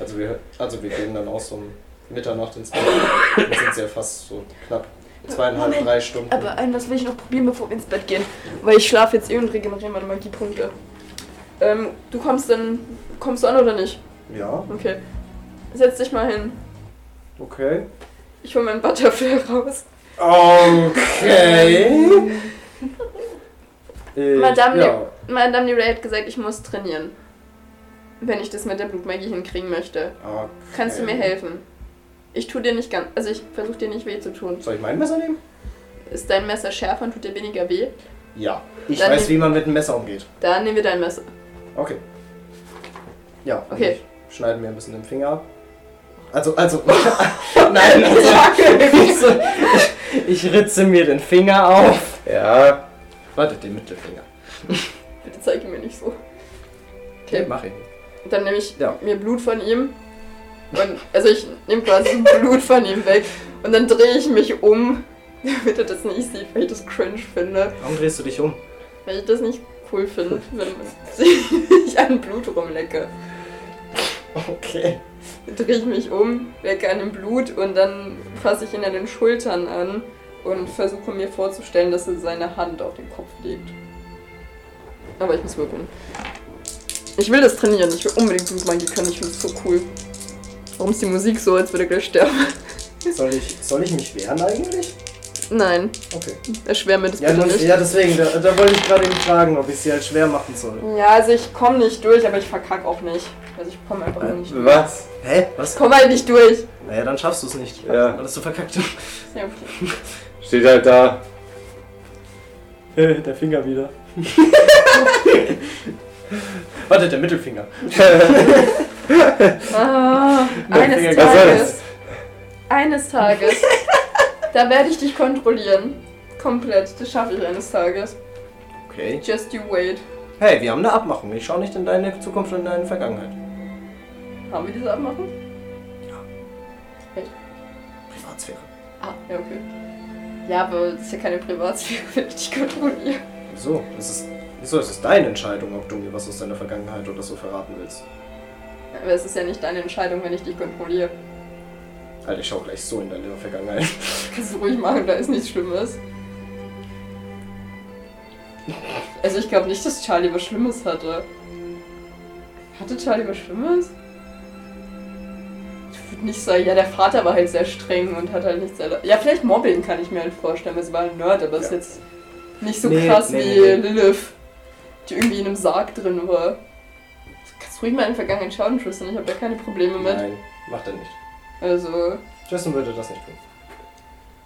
Speaker 3: Also wir, also wir gehen dann auch so um Mitternacht ins Bett. Dann sind es ja fast so knapp zweieinhalb,
Speaker 2: Moment,
Speaker 3: drei Stunden.
Speaker 2: Aber ein, was will ich noch probieren, bevor wir ins Bett gehen? Weil ich schlafe jetzt eh und regeneriere meine Magiepunkte. Ähm, du kommst dann. Kommst du an oder nicht?
Speaker 3: ja,
Speaker 2: Okay. Setz dich mal hin.
Speaker 3: okay.
Speaker 2: Ich hol meinen Butterfly raus.
Speaker 3: Okay. Ich,
Speaker 2: Madame,
Speaker 3: ja.
Speaker 2: Madame Leray hat gesagt, ich muss trainieren. Wenn ich das mit der Blutmagie hinkriegen möchte.
Speaker 3: Ah,
Speaker 2: Kannst du mir
Speaker 3: Okay.
Speaker 2: helfen? Ich tu dir nicht ganz. Also ich versuche dir nicht weh zu tun.
Speaker 3: soll ich mein Messer nehmen?
Speaker 2: Ist dein Messer schärfer und tut dir weniger weh?
Speaker 3: Ja. Ich
Speaker 2: Dann
Speaker 3: weiß,
Speaker 2: nehm-
Speaker 3: wie man mit einem Messer umgeht.
Speaker 2: Dann nehmen wir dein Messer.
Speaker 3: Okay. Ja, und
Speaker 2: Okay.
Speaker 3: ich schneide mir ein bisschen den Finger ab. Also, also. Nein, also, ich, ich ritze mir den Finger auf.
Speaker 1: Ja,
Speaker 3: Warte, den Mittelfinger.
Speaker 2: Bitte zeig ihn mir nicht so. Okay.
Speaker 3: Okay, mach ich. nicht.
Speaker 2: Dann nehme ich
Speaker 3: Ja.
Speaker 2: mir Blut von ihm. Und, also ich nehme quasi Blut von ihm weg. Und dann drehe ich mich um, damit er das nicht sieht, weil ich das cringe finde.
Speaker 3: Warum drehst du dich um?
Speaker 2: Weil ich das nicht cool finde, wenn ich an Blut rumlecke.
Speaker 3: Okay.
Speaker 2: Dann drehe ich mich um, lecke an dem Blut und dann fasse ich ihn an den Schultern an und versuche mir vorzustellen, dass er seine Hand auf den Kopf legt. Aber ich muss würfeln. Ich will das trainieren, ich will unbedingt Blutmagie können, ich finde es so cool. Warum ist die Musik so, als würde er gleich sterben?
Speaker 3: Soll ich, soll ich mich wehren eigentlich?
Speaker 2: Nein,
Speaker 3: Okay.
Speaker 2: erschwer mir das
Speaker 3: Ja,
Speaker 2: bitte
Speaker 3: dann,
Speaker 2: nicht.
Speaker 3: ja deswegen, da, da wollte ich gerade eben fragen, ob ich sie halt schwer machen soll.
Speaker 2: Ja, also ich komme nicht durch, aber ich verkack auch nicht. Also ich komme
Speaker 3: Äh,
Speaker 2: einfach nicht durch.
Speaker 1: was?
Speaker 3: Hä?
Speaker 2: Ich
Speaker 3: Was?
Speaker 2: komme halt nicht durch.
Speaker 3: Naja, dann schaffst du es nicht.
Speaker 1: Ja.
Speaker 3: Hattest du verkackt.
Speaker 2: Ja, okay.
Speaker 1: Steht halt da.
Speaker 3: Der Finger wieder. Warte, der Mittelfinger.
Speaker 2: Ah, eines
Speaker 3: Finger
Speaker 2: Tages. Eines Tages. da werde ich dich kontrollieren. Komplett. Das schaffe ich eines Tages.
Speaker 3: Okay.
Speaker 2: Just you wait.
Speaker 3: Hey, wir haben eine Abmachung. Ich schaue nicht in deine Zukunft und in deine Vergangenheit.
Speaker 2: Haben wir diese Abmachung?
Speaker 3: Privatsphäre.
Speaker 2: Ah, ja, okay. Ja, aber das ist ja keine Privatsphäre, wenn ich die kontrolliere.
Speaker 3: Wieso? Das ist, wieso ist es deine Entscheidung, ob du mir was aus deiner Vergangenheit oder so verraten willst?
Speaker 2: Aber es ist ja nicht deine Entscheidung, wenn ich dich kontrolliere.
Speaker 3: Alter, ich schau gleich so in deine Vergangenheit.
Speaker 2: Kannst du ruhig machen, da ist nichts Schlimmes. Also ich glaube nicht, dass Charlie was Schlimmes hatte. Hatte Charlie was Schlimmes? Ich würde nicht sagen, ja, der Vater war halt sehr streng und hat halt nichts erlaubt. Ja, vielleicht Mobbing kann ich mir halt vorstellen, weil sie war ein Nerd, aber ist
Speaker 3: Ja.
Speaker 2: jetzt nicht so
Speaker 3: Nee,
Speaker 2: krass
Speaker 3: nee,
Speaker 2: wie
Speaker 3: nee, nee.
Speaker 2: Lilith, die irgendwie in einem Sarg drin war. Kannst ruhig mal in den vergangenen schauen, Tristan, ich habe da keine Probleme mit.
Speaker 3: Nein, macht er nicht.
Speaker 2: Also,
Speaker 3: Justin würde das nicht tun.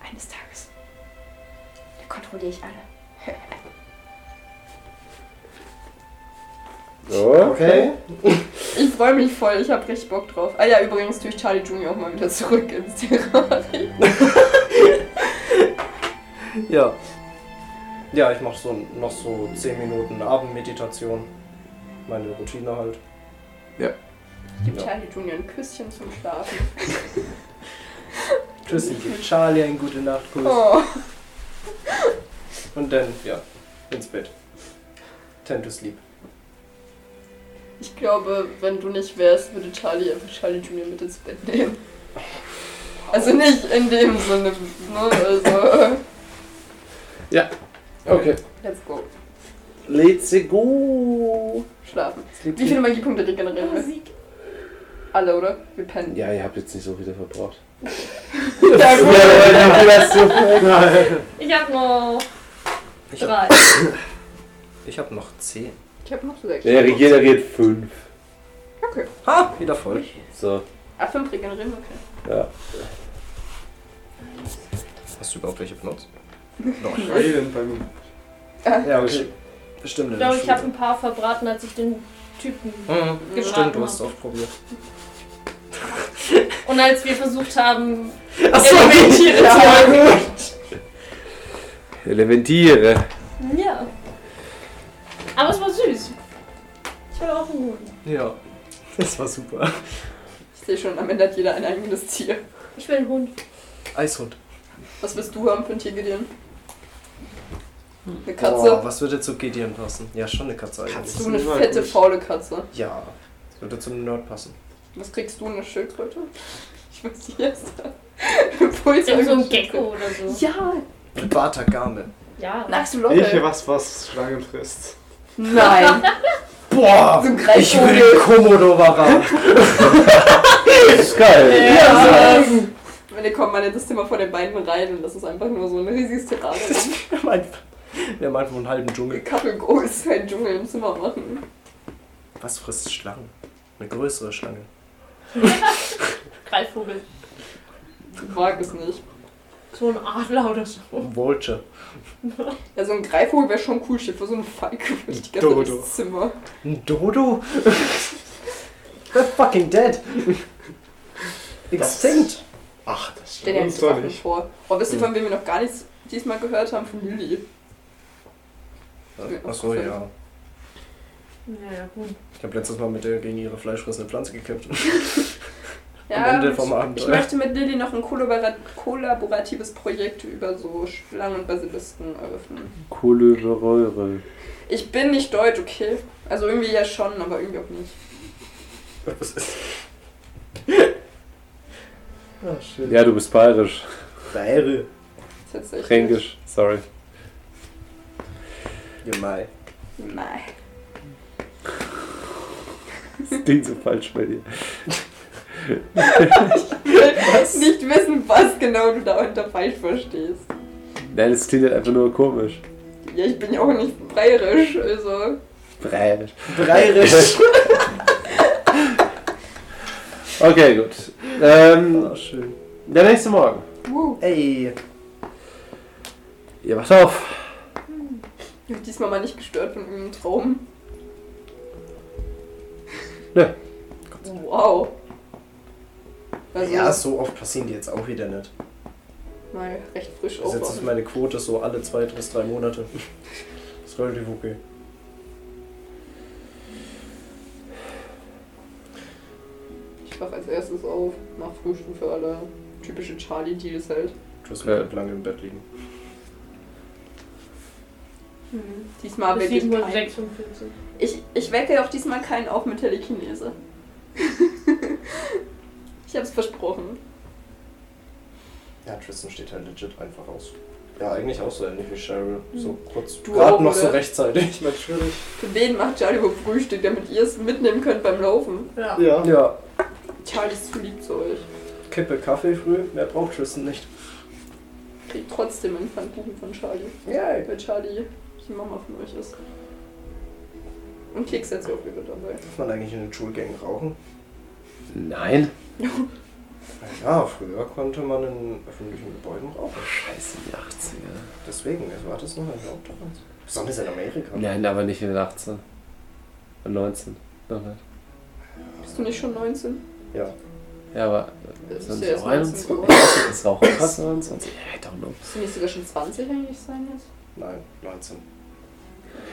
Speaker 2: eines Tages. Da kontrolliere ich alle.
Speaker 8: So.
Speaker 3: Okay.
Speaker 2: Ich freue mich voll, ich habe richtig Bock drauf. Ah ja, übrigens tue ich Charlie Junior auch mal wieder zurück ins Terrarium.
Speaker 3: Ja. Ja, ich mache so noch so 10 Minuten Abendmeditation. Meine Routine halt.
Speaker 2: Gib
Speaker 3: Ja.
Speaker 2: Charlie Junior ein Küsschen zum Schlafen.
Speaker 3: Tschüssi, gibt Charlie einen gute Nachtkuss.
Speaker 2: Oh,
Speaker 3: Und dann, ja, ins Bett. Tend to sleep.
Speaker 2: ich glaube, wenn du nicht wärst, würde Charlie einfach Charlie Junior mit ins Bett nehmen. Also nicht in dem Sinne, ne? Also,
Speaker 8: Okay.
Speaker 2: let's go.
Speaker 8: Let's go.
Speaker 2: Schlafen.
Speaker 8: Sleep,
Speaker 2: Wie viele Magiepunkte regenerieren wir?
Speaker 4: Musik.
Speaker 2: Alle, oder? Wir pennen.
Speaker 8: Ja, ihr habt jetzt nicht so viele verbraucht.
Speaker 2: Ja, gut.
Speaker 4: Ich habe noch
Speaker 3: Ich hab,
Speaker 4: drei.
Speaker 3: ich hab noch 10.
Speaker 2: Ich habe noch sechs.
Speaker 8: Der regeneriert fünf.
Speaker 2: Okay.
Speaker 3: Ha, wieder voll.
Speaker 8: So.
Speaker 2: Ah, fünf regenerieren, okay.
Speaker 8: Ja.
Speaker 3: Hast du überhaupt welche benutzt?
Speaker 5: Schreien bei mir.
Speaker 3: Ja, okay. Bestimmt.
Speaker 4: Ich glaube, ich habe ein paar verbraten, als ich den Typen.
Speaker 3: Mhm.
Speaker 4: Geraten
Speaker 3: Stimmt, du
Speaker 4: hab.
Speaker 3: hast es oft probiert.
Speaker 4: Und als wir versucht haben,
Speaker 3: Achso,
Speaker 4: Elementiere zu machen.
Speaker 8: Elementiere.
Speaker 4: Ja. Aber es war süß. Ich hatte auch einen guten.
Speaker 3: Ja. Das war super.
Speaker 2: Ich sehe schon, am Ende hat jeder ein eigenes Tier.
Speaker 4: Ich will einen Hund.
Speaker 3: Eishund.
Speaker 2: Was willst du haben für ein Tiergediehen? Eine Katze?
Speaker 3: Boah, Oh, was würde zu Gideon passen? Ja, schon eine Katze eigentlich.
Speaker 2: So eine
Speaker 5: Immer
Speaker 2: fette,
Speaker 5: gut.
Speaker 2: faule Katze.
Speaker 3: Ja. Das würde zum Nerd passen.
Speaker 2: Was kriegst du, eine Schildkröte? Ich weiß nicht, erst. Puls
Speaker 4: So ein Gecko oder so.
Speaker 2: Ja,
Speaker 3: Batagame.
Speaker 4: Ja.
Speaker 2: magst du
Speaker 5: Ich hier
Speaker 2: Locke?
Speaker 5: was, was Schlangen frisst.
Speaker 2: Nein.
Speaker 3: Boah!
Speaker 2: So ein Greifvogel.
Speaker 3: Ich will Komodo-Wara.
Speaker 8: ist geil.
Speaker 2: Ja. Wenn ihr kommt, man in das Zimmer vor den beiden rein und das ist einfach nur so ein riesiges Terrarium.
Speaker 3: Wir haben einfach- wir haben einfach einen halben Dschungel.
Speaker 2: Couple Goals kein Dschungel im Zimmer machen.
Speaker 3: Was frisst Schlangen? Eine größere Schlange.
Speaker 4: Greifvogel.
Speaker 2: Ich mag es nicht.
Speaker 4: So ein Adler oder so.
Speaker 3: Ein Vulture.
Speaker 2: Ja, so ein Greifvogel wäre schon cool, steht für so einen Falke würde ich die ganze Zeit
Speaker 5: Dodo.
Speaker 2: ins Zimmer.
Speaker 3: Ein Dodo? They're fucking dead. Extinct.
Speaker 5: Ach, das
Speaker 2: Stell dir
Speaker 5: stimmt
Speaker 2: so
Speaker 5: doch
Speaker 2: Sachen
Speaker 5: nicht.
Speaker 2: vor. Oh, wisst ihr, von wem wir noch gar nichts diesmal gehört haben? Von Lilly.
Speaker 3: Achso, ja.
Speaker 4: Naja, gut.
Speaker 3: Ich habe letztes Mal mit der gegen ihre fleischfressende Pflanze gekämpft.
Speaker 2: Ja,
Speaker 3: Am Ende
Speaker 2: ich-
Speaker 3: vom
Speaker 2: Ich
Speaker 3: Abenteuer.
Speaker 2: möchte mit Lilly noch ein kollabora- kollaboratives Projekt über so Schlangen und Basilisken eröffnen.
Speaker 8: Kohle
Speaker 2: Ich bin nicht deutsch, okay? Also irgendwie ja schon, aber irgendwie auch nicht.
Speaker 3: Was ist? Ah, schön.
Speaker 8: Ja, du bist bayerisch.
Speaker 3: Bayre.
Speaker 2: Tatsächlich.
Speaker 8: Fränkisch. Sorry.
Speaker 3: Gemei.
Speaker 2: Nein.
Speaker 8: Das klingt so falsch bei dir.
Speaker 2: Ich will nicht wissen, was genau du darunter falsch verstehst.
Speaker 8: Nein, das klingt halt einfach nur komisch.
Speaker 2: Ja, ich bin ja auch nicht bayerisch, also.
Speaker 8: Bayerisch.
Speaker 3: Bayrisch.
Speaker 8: Okay, gut. Ähm,
Speaker 3: Ah, schön.
Speaker 8: der nächste Morgen.
Speaker 2: Wow.
Speaker 3: Ey.
Speaker 8: Ihr wacht auf.
Speaker 2: Ich bin diesmal mal nicht gestört von irgendeinem Traum.
Speaker 8: Nö.
Speaker 2: Wow. Also,
Speaker 3: Ja, so oft passieren die jetzt auch wieder nicht.
Speaker 2: mal recht frisch
Speaker 3: Bis jetzt ist
Speaker 2: aufwachen.
Speaker 3: meine Quote so alle zwei bis drei Monate. Das ist relativ okay.
Speaker 2: Ich wach als erstes auf, nach Frühstück für alle. Typische Charlie-Deals halt.
Speaker 8: Du hast komplett lange im Bett liegen.
Speaker 2: Diesmal
Speaker 4: Bis
Speaker 2: wecke ich keinen.
Speaker 4: 7.46 Uhr.
Speaker 2: Ich, ich wecke auch diesmal keinen auf mit Telekinese. ich hab's versprochen.
Speaker 3: Ja, Tristan steht halt legit einfach aus. Ja, eigentlich auch so ähnlich wie Cheryl. So kurz.
Speaker 2: Hm. Du auch,
Speaker 3: Gerade noch so
Speaker 2: oder?
Speaker 3: rechtzeitig.
Speaker 5: Natürlich.
Speaker 2: Für wen macht Charlie wohl Frühstück, damit ihr es mitnehmen könnt beim Laufen?
Speaker 4: Ja.
Speaker 5: Ja.
Speaker 6: Ja,
Speaker 2: Charlie ist zu lieb zu euch.
Speaker 6: Kippe Kaffee früh, mehr braucht Tristan nicht.
Speaker 2: Kriegt trotzdem einen Pfannkuchen von Charlie.
Speaker 6: Yay.
Speaker 2: Weil Charlie die Mama von euch ist. Und Keks hat sie auch wieder dabei.
Speaker 3: Darf man eigentlich in den Schulgängen rauchen?
Speaker 1: Nein.
Speaker 3: Ja, früher konnte man in öffentlichen Gebäuden rauchen.
Speaker 1: Scheiße, die 80er.
Speaker 3: Deswegen, es war das noch erlaubt damals. Besonders in Amerika.
Speaker 1: Nein, aber nicht in den 18. Und 19. Noch nicht.
Speaker 2: Bist du nicht schon 19?
Speaker 3: Ja.
Speaker 1: Ja, aber
Speaker 2: Das ist
Speaker 1: sind
Speaker 2: ja
Speaker 1: sie auch 21?
Speaker 2: erst 19 geworden.
Speaker 1: Ist auch fast 29? Ja, I don't know.
Speaker 2: Bist du nicht sogar schon 20 eigentlich sein jetzt?
Speaker 3: Nein, 19.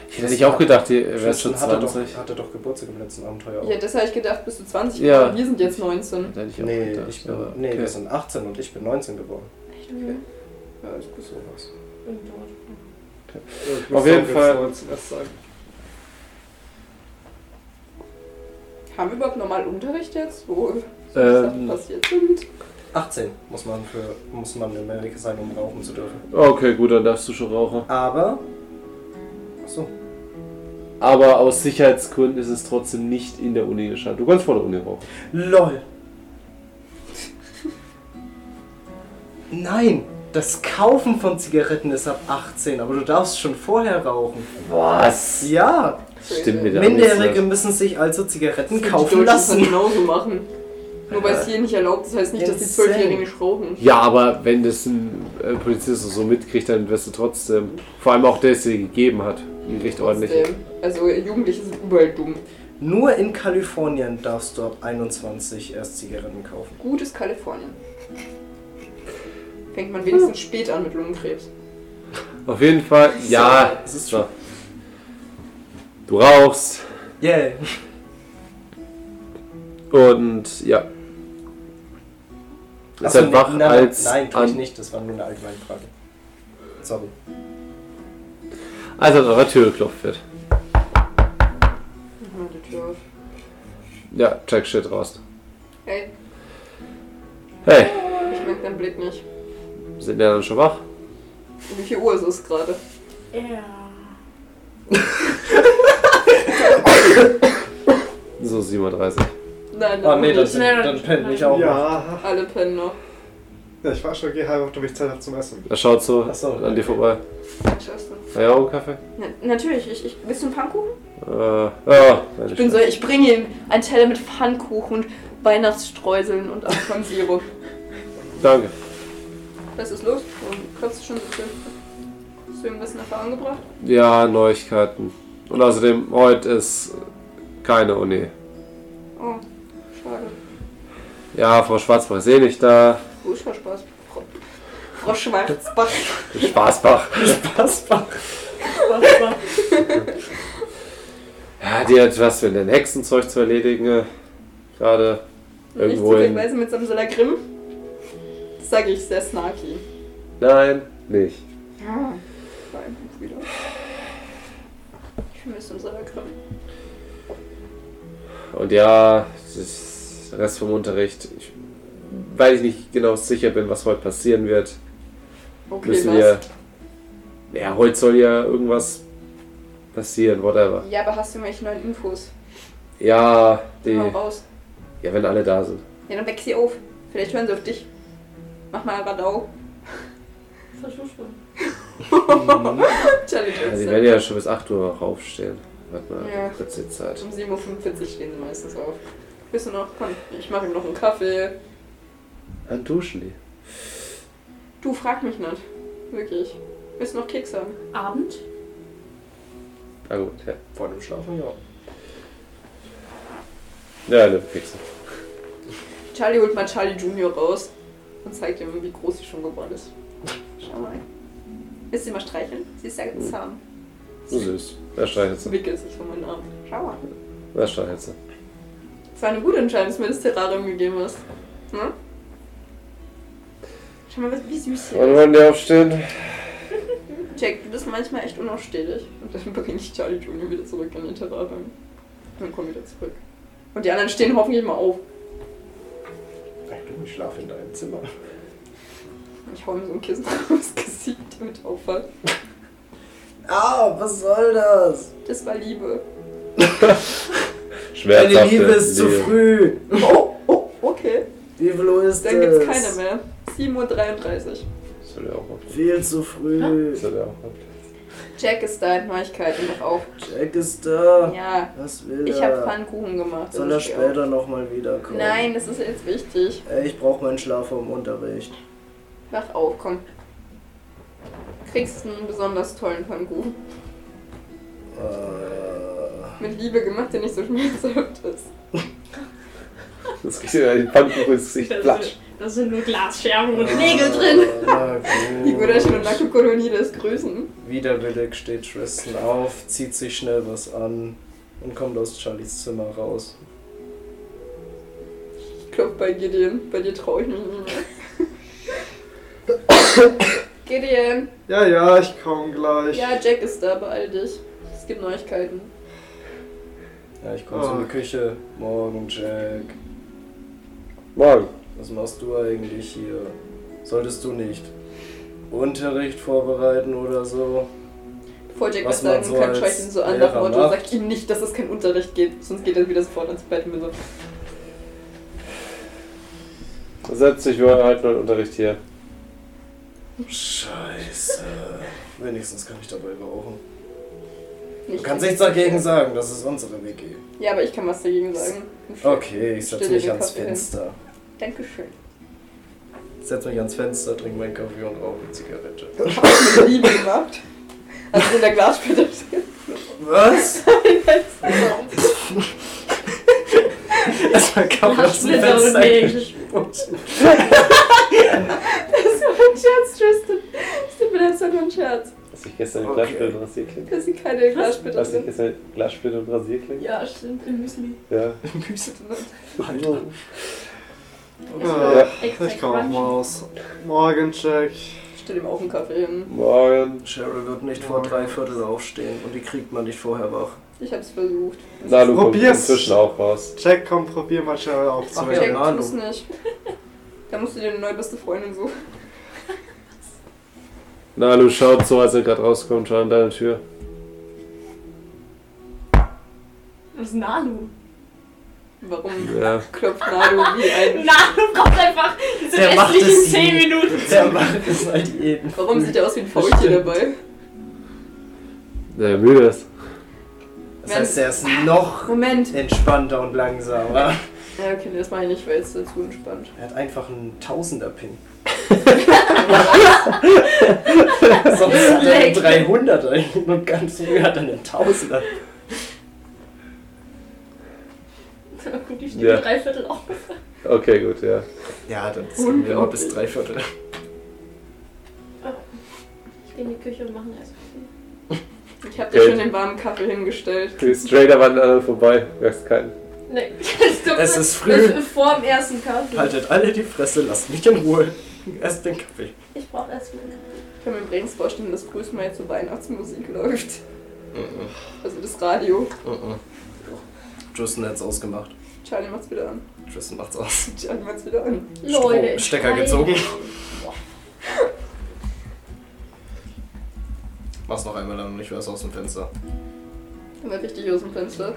Speaker 1: Ich hätte nicht auch gedacht, ihr wärt schon
Speaker 3: Tristan hatte doch,
Speaker 1: 20.
Speaker 3: hatte doch Geburtstag im letzten Abenteuer auch.
Speaker 2: Ja, das habe ich gedacht, bist du 20
Speaker 1: Ja.
Speaker 2: geworden. Wir sind jetzt 19.
Speaker 1: Hätte ich auch
Speaker 3: Nee,
Speaker 1: gedacht.
Speaker 3: ich bin,
Speaker 1: aber
Speaker 3: nee
Speaker 1: okay.
Speaker 3: wir sind 18 und ich bin 19 geworden.
Speaker 4: Echt okay.
Speaker 3: Ja, ich bin sowas.
Speaker 5: Ich muss
Speaker 1: Auf jeden
Speaker 5: sagen,
Speaker 1: Fall.
Speaker 5: wir müssen erst sagen.
Speaker 2: Haben wir überhaupt normal Unterricht jetzt? Wo so
Speaker 1: Ähm.
Speaker 2: Sachen passiert sind?
Speaker 3: 18 muss man, für, muss man in Amerika sein, um rauchen zu dürfen.
Speaker 1: okay, gut, dann darfst du schon rauchen.
Speaker 3: Aber. Achso.
Speaker 1: Aber aus Sicherheitsgründen ist es trotzdem nicht in der Uni geschafft. Du kannst vor der Uni rauchen.
Speaker 3: LOL! Nein! Das Kaufen von Zigaretten ist ab 18, aber du darfst schon vorher rauchen.
Speaker 1: Was?
Speaker 3: Ja,
Speaker 1: Stimmt mir da ne?
Speaker 3: Minderjährige
Speaker 1: nicht.
Speaker 3: müssen sich also Zigaretten
Speaker 2: die
Speaker 3: kaufen
Speaker 2: Deutschen Das
Speaker 3: lassen.
Speaker 2: genauso machen. Nur weil es hier nicht erlaubt ist, heißt nicht, dass die
Speaker 3: Insane.
Speaker 2: Zwölfjährigen schrauben.
Speaker 1: Ja, aber wenn das ein äh, Polizist so mitkriegt, dann wirst du trotzdem. Vor allem auch der, der es dir gegeben hat. Ein Recht ordentlich.
Speaker 2: Trotzdem. Also Jugendliche sind überall dumm.
Speaker 3: Nur in Kalifornien darfst du ab 21 erst Zigaretten kaufen.
Speaker 2: Gutes Kalifornien. Fängt man wenigstens
Speaker 3: Hm.
Speaker 2: spät an mit Lungenkrebs.
Speaker 1: Auf jeden Fall, ja.
Speaker 3: Das ist
Speaker 1: So. Du rauchst
Speaker 3: Yay! Yeah.
Speaker 1: und ja. Ist
Speaker 3: Achso,
Speaker 1: halt wach
Speaker 3: nein,
Speaker 1: als
Speaker 3: Nein, tue ich
Speaker 1: an,
Speaker 3: nicht, das war nur eine allgemeine Frage. Sorry.
Speaker 1: als an eurer Tür geklopft wird.
Speaker 2: Mhm, die Tür auf.
Speaker 1: Ja, check shit raus.
Speaker 2: Hey,
Speaker 1: Hey,
Speaker 2: ich merke deinen Blick nicht.
Speaker 1: sind ja dann schon wach?
Speaker 2: Wie viel Uhr ist es gerade?
Speaker 4: Ja.
Speaker 1: So 7.30 Uhr.
Speaker 2: Nein, nein,
Speaker 3: Ah nee, dann,
Speaker 2: nicht.
Speaker 4: Nein,
Speaker 3: dann
Speaker 4: dann
Speaker 3: pennt
Speaker 4: nein.
Speaker 3: ich auch. noch.
Speaker 5: Ja.
Speaker 2: Alle pennen noch.
Speaker 5: ja, ich war schon geheim, ob du mich Zeit hast zum Essen.
Speaker 1: Er schaut so,
Speaker 3: Ach so,
Speaker 1: an dir
Speaker 3: okay.
Speaker 1: vorbei.
Speaker 2: Schaffst du.
Speaker 1: Na ja, auch einen Kaffee?
Speaker 2: Na, natürlich, ich, ich, willst du einen Pfannkuchen?
Speaker 1: Äh, ja,
Speaker 2: Ich bin so, ich bringe ihm einen Teller mit Pfannkuchen, Weihnachtsstreuseln und Ahornsirup.
Speaker 1: Danke.
Speaker 2: Was ist los? Warum klopfst du schon so viel? Hast du irgendwas in Erfahrung gebracht?
Speaker 1: Ja, Neuigkeiten. Und außerdem, heute ist keine Uni.
Speaker 2: Oh, schade.
Speaker 1: Ja, Frau Schwarzbach ist eh nicht da.
Speaker 2: Wo Oh, ist Frau Spaß? Frau, Frau Schwarzbach.
Speaker 1: Spaßbach. Ja, die hat was mit dem Hexenzeug zu erledigen. äh, Gerade irgendwo
Speaker 2: Nicht
Speaker 1: in.
Speaker 2: zufälligweise mit Samsela Grimm? Das sage ich sehr snarky.
Speaker 1: Nein, nicht.
Speaker 2: Ja. War ein Buch wieder. Ich vermisse Samsela Grimm.
Speaker 1: Und ja, das Rest vom Unterricht. Ich, weil ich nicht genau sicher bin, was heute passieren wird,
Speaker 2: Okay,
Speaker 1: müssen wir.
Speaker 2: was?
Speaker 1: Ja, heute soll ja irgendwas passieren, whatever.
Speaker 2: Ja, aber hast du irgendwelche neuen Infos?
Speaker 1: Ja, die.
Speaker 2: Hau raus.
Speaker 1: Ja, wenn alle da sind.
Speaker 2: Ja, dann weck sie auf. Vielleicht hören sie auf dich. Mach mal Radau.
Speaker 4: Verschwunden.
Speaker 2: Charlie
Speaker 1: Ja, die
Speaker 2: Johnson.
Speaker 1: werden ja schon bis 8 Uhr noch aufstehen. Warte mal,
Speaker 2: Ja.
Speaker 1: kurz die Zeit.
Speaker 2: Um 7.45 Uhr stehen sie meistens auf. Bist du noch? Komm, ich mache ihm noch einen Kaffee.
Speaker 1: Dann duschen die.
Speaker 2: Du frag mich nicht. Wirklich. Willst du noch Keks haben?
Speaker 4: Abend?
Speaker 1: Na Ah, gut, ja.
Speaker 3: Vor dem Schlafen, ja.
Speaker 1: Ja, ne, kriegst du.
Speaker 2: Charlie holt mal Charlie Junior raus und zeigt ihm, wie groß sie schon geworden ist. Schau mal. Willst du sie mal streicheln? Sie ist sehr
Speaker 1: Hm.
Speaker 2: zahm.
Speaker 1: So süß. Da streichelt sie.
Speaker 2: um Wickelt sich von meinem Arm. Schau mal.
Speaker 1: Da streichelt sie.
Speaker 2: Es war eine gute Entscheidung, dass du mir das Terrarium gegeben hast. Ne? Schau mal, wie süß hier
Speaker 1: Wann wollen die aufstehen?
Speaker 2: ist. Jack, du bist manchmal echt unausstehlich. Und dann bringe ich Charlie Junior wieder zurück in den Terrarium. Dann komm wieder zurück. Und die anderen stehen hoffentlich mal auf.
Speaker 3: Du, ich schlafe in deinem Zimmer.
Speaker 2: Ich hau mir so ein Kissen aufs Gesicht, damit auffällt.
Speaker 3: Ah, was soll das?
Speaker 2: Das war Liebe.
Speaker 3: Meine
Speaker 1: Schmerzhafte
Speaker 3: Liebe ist zu früh.
Speaker 2: Oh, oh, okay.
Speaker 3: Wie viel ist
Speaker 2: Dann gibt's
Speaker 3: es?
Speaker 2: keine mehr. 7.33 Uhr.
Speaker 1: Das hat er auch gehabt.
Speaker 3: Viel zu früh.
Speaker 1: Das hat er auch gehabt.
Speaker 2: Jack ist da, Neuigkeiten, mach auf.
Speaker 3: Jack ist da.
Speaker 2: Ja,
Speaker 3: Was will
Speaker 2: ich habe
Speaker 3: er?
Speaker 2: Pfannkuchen gemacht.
Speaker 3: soll er
Speaker 2: das ist
Speaker 3: später nochmal wiederkommen?
Speaker 2: Nein, das ist jetzt wichtig.
Speaker 3: Ey, Ich brauche meinen Schlaf vom Unterricht.
Speaker 2: Wach auf, komm. Kriegst einen besonders tollen Pfannkuchen.
Speaker 3: Äh,
Speaker 2: Mit Liebe gemacht, der nicht so schmerzhaft ist.
Speaker 1: Das kriegt er den Pfannkuchen ins Gesicht. Platsch. Ah,
Speaker 4: Da sind nur Glasscherben und
Speaker 3: äh,
Speaker 4: Nägel drin.
Speaker 3: na
Speaker 2: Die Gudaschen und
Speaker 3: gut.
Speaker 2: Lakokolonie des Größen.
Speaker 3: Widerwillig steht Tristan auf, zieht sich schnell was an und kommt aus Charlies Zimmer raus.
Speaker 2: Ich glaub bei Gideon. Bei dir traue ich mich nicht mehr. Gideon.
Speaker 5: Ja, ja, ich komm gleich.
Speaker 2: Ja, Jack ist da, beeil dich. Es gibt Neuigkeiten.
Speaker 3: Ja, ich komme in die
Speaker 5: Ah.
Speaker 3: Küche. Morgen, Jack.
Speaker 1: Morgen.
Speaker 3: Was machst du eigentlich hier? Solltest du nicht Unterricht vorbereiten oder so?
Speaker 2: Bevor Jack was
Speaker 3: Was
Speaker 2: sagen
Speaker 3: man so
Speaker 2: kann, schaue ich
Speaker 3: als
Speaker 2: ihn so an nach dem
Speaker 3: Lehrer
Speaker 2: Motto,
Speaker 3: macht.
Speaker 2: sagt ihm nicht, dass es keinen Unterricht gibt, sonst geht er wieder sofort ins Bett mit so.
Speaker 1: Setz dich, wir halten heute Unterricht hier.
Speaker 3: Scheiße. Wenigstens kann ich dabei rauchen. Du
Speaker 2: Nicht
Speaker 3: kannst nichts dagegen sagen, das ist unsere WG.
Speaker 2: Ja, aber ich kann was dagegen sagen.
Speaker 3: Okay, ich setz
Speaker 2: Stell dir
Speaker 3: mich
Speaker 2: den
Speaker 3: ans
Speaker 2: Kaffee hin.
Speaker 3: Fenster.
Speaker 2: Dankeschön.
Speaker 3: Ich setz mich ans Fenster, trinke meinen Kaffee und rauche eine Zigarette.
Speaker 2: Hast du mit Liebe gemacht? Also in der Glasspitze.
Speaker 3: Was? Erstmal kam das
Speaker 4: Glassplitter und
Speaker 3: Fenster
Speaker 4: Nägel.
Speaker 3: gespuckt.
Speaker 2: Das war ein Scherz, Tristan. Das tut mir leid, das war nur ein Scherz.
Speaker 1: Hast du dich gestern mit
Speaker 3: Okay.
Speaker 1: Glassplitter und Rasierklinge?
Speaker 2: Dass sie keine
Speaker 1: Hast du
Speaker 2: Glasspitze
Speaker 1: dich gestern mit Glassplitter und Rasierklinge?
Speaker 4: Ja, stimmt, im Müsli.
Speaker 1: Ja.
Speaker 3: Alter.
Speaker 5: Ah,
Speaker 4: Extra
Speaker 5: ich komm auch
Speaker 4: crunchy.
Speaker 5: mal aus. Morgen, Jack.
Speaker 2: Stell ihm auch einen Kaffee hin.
Speaker 1: Morgen.
Speaker 3: Cheryl wird nicht vor drei Viertel aufstehen und die kriegt man nicht vorher wach.
Speaker 2: Ich hab's versucht.
Speaker 1: Nalu kommt
Speaker 5: Probier's.
Speaker 1: inzwischen auch raus.
Speaker 5: Jack, komm, probier mal Cheryl
Speaker 3: Ach
Speaker 5: aufzuwecken.
Speaker 3: ja,
Speaker 2: Jack,
Speaker 3: Ahnung.
Speaker 2: tu's nicht. Da musst du dir eine neue beste Freundin suchen.
Speaker 1: Nalu schaut so, als er gerade rauskommt, schaut an deine Tür.
Speaker 4: Das ist Nalu.
Speaker 2: Warum
Speaker 1: Ja.
Speaker 2: klopft Nado wie ein...
Speaker 4: Nalu braucht einfach diese
Speaker 3: Der macht
Speaker 4: restlichen
Speaker 3: es
Speaker 4: 10
Speaker 3: nie.
Speaker 4: Minuten.
Speaker 3: Der macht es halt jeden.
Speaker 2: Warum sieht er aus wie ein Faultier
Speaker 3: Stimmt.
Speaker 2: dabei?
Speaker 1: Der müde ist.
Speaker 3: Das heißt, er ist noch
Speaker 2: Moment.
Speaker 3: entspannter und langsamer.
Speaker 2: Ja, okay, nee, das mache ich nicht, weil es ist zu entspannt.
Speaker 3: Er hat einfach einen Tausender-Pin. Sonst hat er einen 300er hin und ganz früh hat er einen Tausender.
Speaker 4: Na Gut, ich
Speaker 1: Ja.
Speaker 4: stehe drei Viertel auf.
Speaker 1: Okay, gut, ja.
Speaker 3: Ja, dann sind wir mal bis drei Viertel.
Speaker 4: Ich gehe in die Küche und mache einen Eiswürfel.
Speaker 2: Ich habe dir
Speaker 1: Okay.
Speaker 2: schon den warmen Kaffee hingestellt.
Speaker 1: Du gehst straight an den anderen vorbei. Du merkst keinen.
Speaker 4: Nee, das tut
Speaker 3: Es
Speaker 4: mir-
Speaker 3: ist früh. Halt.
Speaker 4: das ist Vor dem ersten Kaffee.
Speaker 3: Haltet alle die Fresse, lasst mich in Ruhe. Erst den Kaffee.
Speaker 4: Ich brauche erstmal.
Speaker 2: Ich kann mir übrigens vorstellen, dass Bruce mal jetzt so Weihnachtsmusik läuft. Also das Radio.
Speaker 3: Mhm. Tristan hat's ausgemacht.
Speaker 2: Charlie macht's wieder an.
Speaker 3: Tristan macht's aus.
Speaker 2: Charlie macht's wieder an.
Speaker 4: Leute. ich
Speaker 3: Oh, Stecker
Speaker 4: schreie.
Speaker 3: gezogen. Mach's noch einmal an und ich wär's aus dem Fenster.
Speaker 2: Immer richtig aus dem Fenster.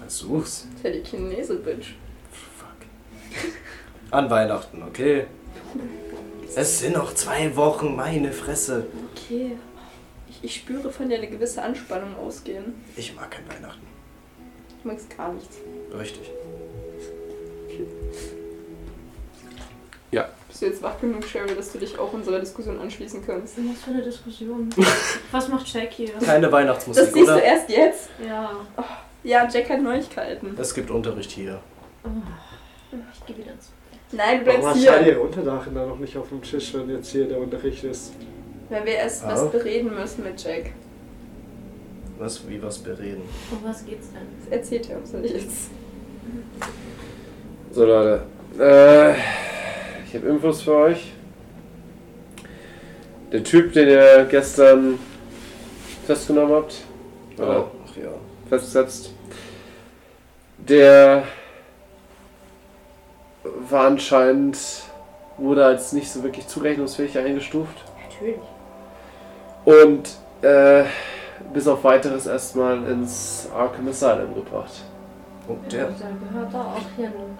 Speaker 3: Versuch's.
Speaker 2: Telekinese, Bitch.
Speaker 3: Fuck. An Weihnachten, okay? Es sind noch zwei Wochen, meine Fresse.
Speaker 4: Okay.
Speaker 2: Ich, ich spüre von dir eine gewisse Anspannung ausgehen.
Speaker 3: Ich mag kein Weihnachten.
Speaker 2: Ich mag's gar nichts.
Speaker 3: Richtig.
Speaker 2: Bist du jetzt wach genug, Cheryl, dass du dich auch unserer Diskussion anschließen kannst?
Speaker 4: Was für eine Diskussion. Was macht Jack hier?
Speaker 3: Keine
Speaker 2: Das
Speaker 3: Weihnachtsmusik,
Speaker 2: siehst du
Speaker 3: oder?
Speaker 2: erst jetzt?
Speaker 4: Ja.
Speaker 2: Ja, Jack hat Neuigkeiten.
Speaker 3: Es gibt Unterricht hier.
Speaker 4: Ich gehe wieder ins.
Speaker 2: Nein, du
Speaker 5: Warum
Speaker 2: bleibst
Speaker 5: hat Charlie
Speaker 2: hier.
Speaker 5: ihre Unterlagen da noch nicht auf dem Tisch, wenn jetzt hier der Unterricht ist?
Speaker 2: Weil wir erst
Speaker 3: Ah.
Speaker 2: was bereden müssen mit Jack.
Speaker 3: was, wie was bereden.
Speaker 4: Um was geht's denn?
Speaker 2: Das erzählt er uns nicht jetzt.
Speaker 1: So Leute, äh, ich habe Infos für euch. Der Typ, den ihr gestern festgenommen habt, oder
Speaker 3: Ach ja.
Speaker 1: festgesetzt, der war anscheinend, wurde als nicht so wirklich zurechnungsfähig eingestuft.
Speaker 4: Natürlich.
Speaker 1: Und äh, bis auf weiteres erstmal ins Arkham Asylum gebracht.
Speaker 3: Oh,
Speaker 4: Ja.
Speaker 3: der.
Speaker 4: Dann gehört da auch hier hin.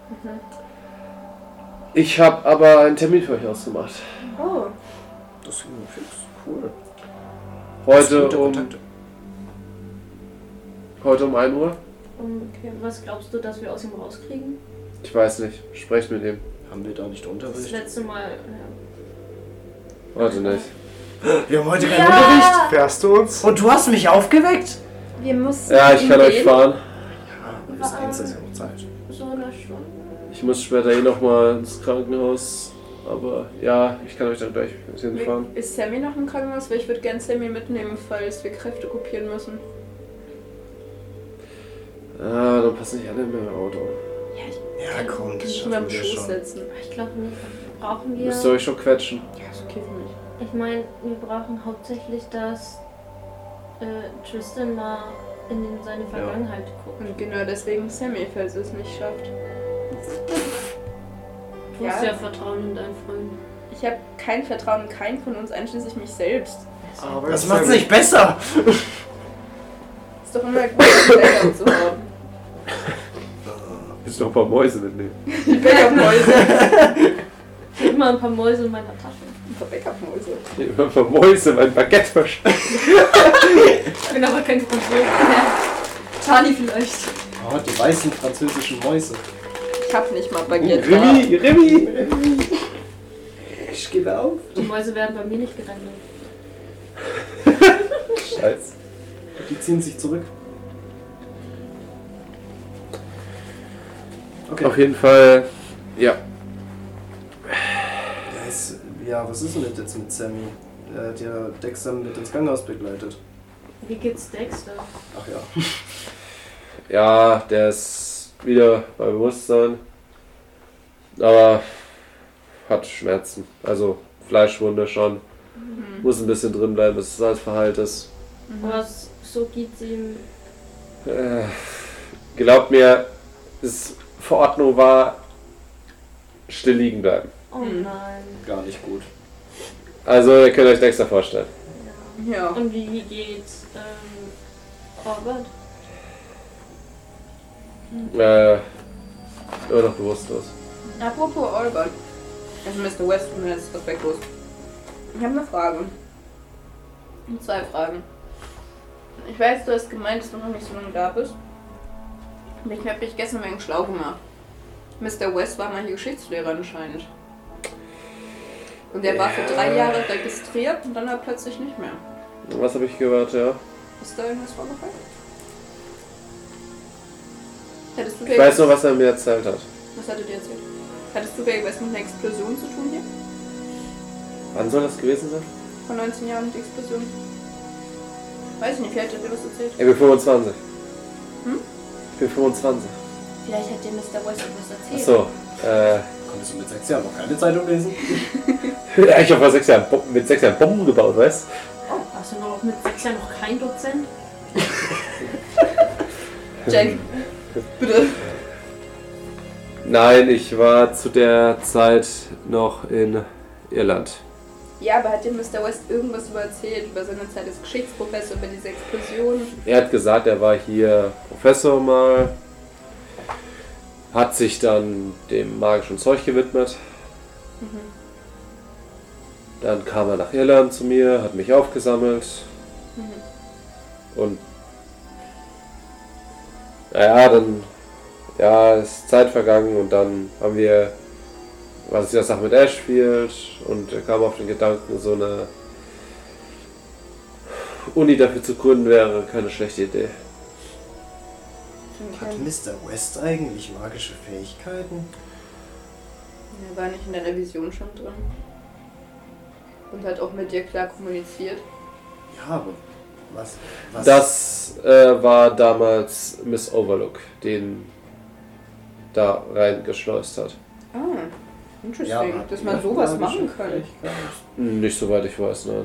Speaker 1: Ich habe aber einen Termin für euch ausgemacht.
Speaker 2: Oh,
Speaker 3: Das ging fix. Cool. Das sind
Speaker 1: Heute
Speaker 3: gute
Speaker 1: um,
Speaker 3: Kontakte.
Speaker 1: heute um 1 Uhr.
Speaker 4: Und Um, okay, was glaubst du, dass wir aus ihm rauskriegen?
Speaker 1: Ich weiß nicht. Sprecht mit ihm.
Speaker 3: Haben wir da nicht
Speaker 4: Das
Speaker 3: Unterricht?
Speaker 4: letzte Mal. äh,
Speaker 1: Heute nicht.
Speaker 3: Wir haben heute
Speaker 4: Ja.
Speaker 3: keinen Unterricht.
Speaker 5: Fährst du uns?
Speaker 3: Und du hast mich aufgeweckt?
Speaker 2: wir müssen.
Speaker 1: Ja, ich kann
Speaker 2: ihn
Speaker 1: euch
Speaker 2: gehen.
Speaker 1: fahren.
Speaker 3: Ja, bis eins ist ja noch Zeit.
Speaker 4: Ja, so eine Stunde.
Speaker 1: Ich muss später eh nochmal ins Krankenhaus. Aber ja, ich kann euch dann gleich hinfahren.
Speaker 2: Ist Sammy noch im Krankenhaus? Weil ich würde gern Sammy mitnehmen, falls wir Kräfte kopieren müssen.
Speaker 1: Ah, dann passen nicht alle mehr im Auto.
Speaker 4: Ja, ich,
Speaker 3: Ja, komm, das
Speaker 2: Ich muss mal
Speaker 3: schaffen
Speaker 2: im
Speaker 3: wir
Speaker 2: Schoß
Speaker 3: schon.
Speaker 2: setzen.
Speaker 4: ich glaube nicht. Brauchen wir.
Speaker 1: Müsst ihr euch schon quetschen.
Speaker 2: Ja, ist okay für mich.
Speaker 4: Ich meine, wir brauchen hauptsächlich, dass äh, Tristan mal in den, seine Vergangenheit guckt.
Speaker 2: Und genau deswegen Sammy, falls er es nicht schafft.
Speaker 4: Du hast ja Vertrauen in deinen Freund.
Speaker 2: Ich habe kein Vertrauen in keinen von uns, einschließlich mich selbst.
Speaker 5: Aber
Speaker 3: Das
Speaker 5: ist
Speaker 3: macht's
Speaker 5: ja-
Speaker 3: nicht besser.
Speaker 2: Ist doch immer gut, einen Backup zu haben.
Speaker 1: Müsst noch ein paar Mäuse mitnehmen.
Speaker 2: Die Backup-Mäuse.
Speaker 4: Ich hab immer ein paar Mäuse in meiner Tasche.
Speaker 2: Die Backup-Mäuse.
Speaker 1: Ich hab ein paar Mäuse, mein Baguette versteckt.
Speaker 4: Ich bin aber kein Franzose. Ja. Charlie vielleicht.
Speaker 16: Oh, die weißen französischen Mäuse. Oh,
Speaker 2: Ich hab nicht mal Baguette. da.
Speaker 1: Remy, Remy!
Speaker 16: Ich gebe auf.
Speaker 4: Die Mäuse werden bei mir nicht gerendert.
Speaker 1: Scheiße.
Speaker 16: Die ziehen sich zurück. Okay.
Speaker 1: Auf jeden Fall, ja.
Speaker 16: Der ist, ja, was ist denn das jetzt mit Sammy? Der hat ja Dexter mit ins Krankenhaus begleitet.
Speaker 4: Wie geht's Dexter?
Speaker 16: Ach ja.
Speaker 1: Ja, der ist wieder bei Bewusstsein. Aber hat Schmerzen. Also Fleischwunde schon. Muss ein bisschen drin bleiben, bis es alles verheilt ist.
Speaker 4: Mhm. Was so geht's ihm.
Speaker 1: Äh, glaubt mir, es Verordnung war still liegen bleiben.
Speaker 4: Oh
Speaker 2: Hm.
Speaker 4: nein.
Speaker 16: Gar nicht gut.
Speaker 1: Also ihr könnt euch Dexter vorstellen.
Speaker 4: Ja.
Speaker 2: Ja.
Speaker 4: Und wie, wie geht's ähm, Robert?
Speaker 1: Äh, immer noch bewusstlos.
Speaker 2: Apropos Albert. Also Mr. Weston ist respektlos. Ich habe eine Frage. Zwei Fragen. Ich weiß, du hast gemeint, dass du noch nicht so lange da bist. Aber ich habe dich gestern wegen schlau gemacht. Mr. West war mal hier Geschichtslehrer anscheinend. Und der war für drei Jahre registriert und dann war er plötzlich nicht mehr.
Speaker 1: Was habe ich gehört, ja?
Speaker 2: Ist da irgendwas vorgefallen? Hättest du
Speaker 1: Ich weiß nur, was er mir erzählt hat.
Speaker 2: Was hat er dir erzählt? Hattest du bei irgendwas mit einer Explosion zu tun hier?
Speaker 1: Wann soll das gewesen sein?
Speaker 2: Vor 19 Jahren die Explosion? Weiß ich nicht, vielleicht hat er was erzählt.
Speaker 1: Ich bin 25.
Speaker 2: Hm?
Speaker 1: Ich bin 25.
Speaker 2: Vielleicht hat dir Mr. West was erzählt.
Speaker 1: Achso. Äh,
Speaker 16: Konntest du mit sechs Jahren noch keine Zeitung lesen?
Speaker 1: ich habe vor sechs Jahren Bo- mit sechs Jahren Bomben gebaut, weißt
Speaker 4: Warst du noch mit sechs Jahren noch kein Dozent?
Speaker 2: Jack,
Speaker 1: Hm.
Speaker 2: bitte.
Speaker 1: Nein, ich war zu der Zeit noch in Irland.
Speaker 2: Ja, aber hat dir Mr. West irgendwas über erzählt? Über seine Zeit als Geschichtsprofessor, über diese Explosion?
Speaker 1: Er hat gesagt, er war hier Professor mal, hat sich dann dem magischen Zeug gewidmet.
Speaker 2: Mhm,
Speaker 1: Dann kam er nach Irland zu mir, hat mich aufgesammelt
Speaker 2: mhm,
Speaker 1: und naja, dann ja, ist Zeit vergangen und dann haben wir, was ist die Sache mit Ashfield und er kam auf den Gedanken, so eine Uni dafür zu gründen wäre keine schlechte Idee.
Speaker 16: Hat Mr. West eigentlich magische Fähigkeiten?
Speaker 2: Er war nicht in deiner Vision schon drin. Und hat auch mit dir klar kommuniziert.
Speaker 16: Ja, aber
Speaker 3: Was? was?
Speaker 1: Das äh, war damals Miss Overlook, den da reingeschleust hat.
Speaker 2: Ah, interesting,
Speaker 3: Ja, aber-
Speaker 2: dass man
Speaker 3: ja,
Speaker 2: sowas
Speaker 3: ja,
Speaker 2: machen
Speaker 3: bestimmt.
Speaker 2: kann.
Speaker 1: Nicht soweit ich weiß, nein.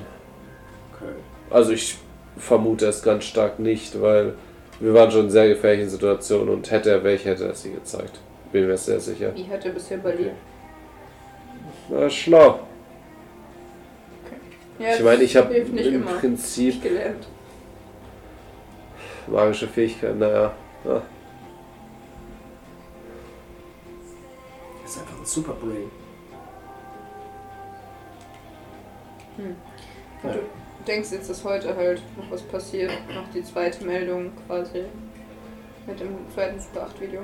Speaker 3: Okay.
Speaker 1: Also ich vermute es ganz stark nicht, weil wir waren schon in sehr gefährlichen Situationen und hätte er welche, hätte er sie gezeigt. Bin mir sehr sicher.
Speaker 2: Wie hat er bisher überlebt?
Speaker 1: Na, schlau.
Speaker 2: Ja,
Speaker 1: ich meine, ich
Speaker 2: das
Speaker 1: habe
Speaker 2: hilft nicht
Speaker 1: im
Speaker 2: immer.
Speaker 1: Prinzip
Speaker 2: Nicht gelernt.
Speaker 1: magische Fähigkeiten, naja. Ja.
Speaker 3: Das ist einfach ein Super Brain. Ja.
Speaker 2: Du denkst jetzt, dass heute halt noch was passiert, noch die zweite Meldung quasi mit dem zweiten Super 8 Video.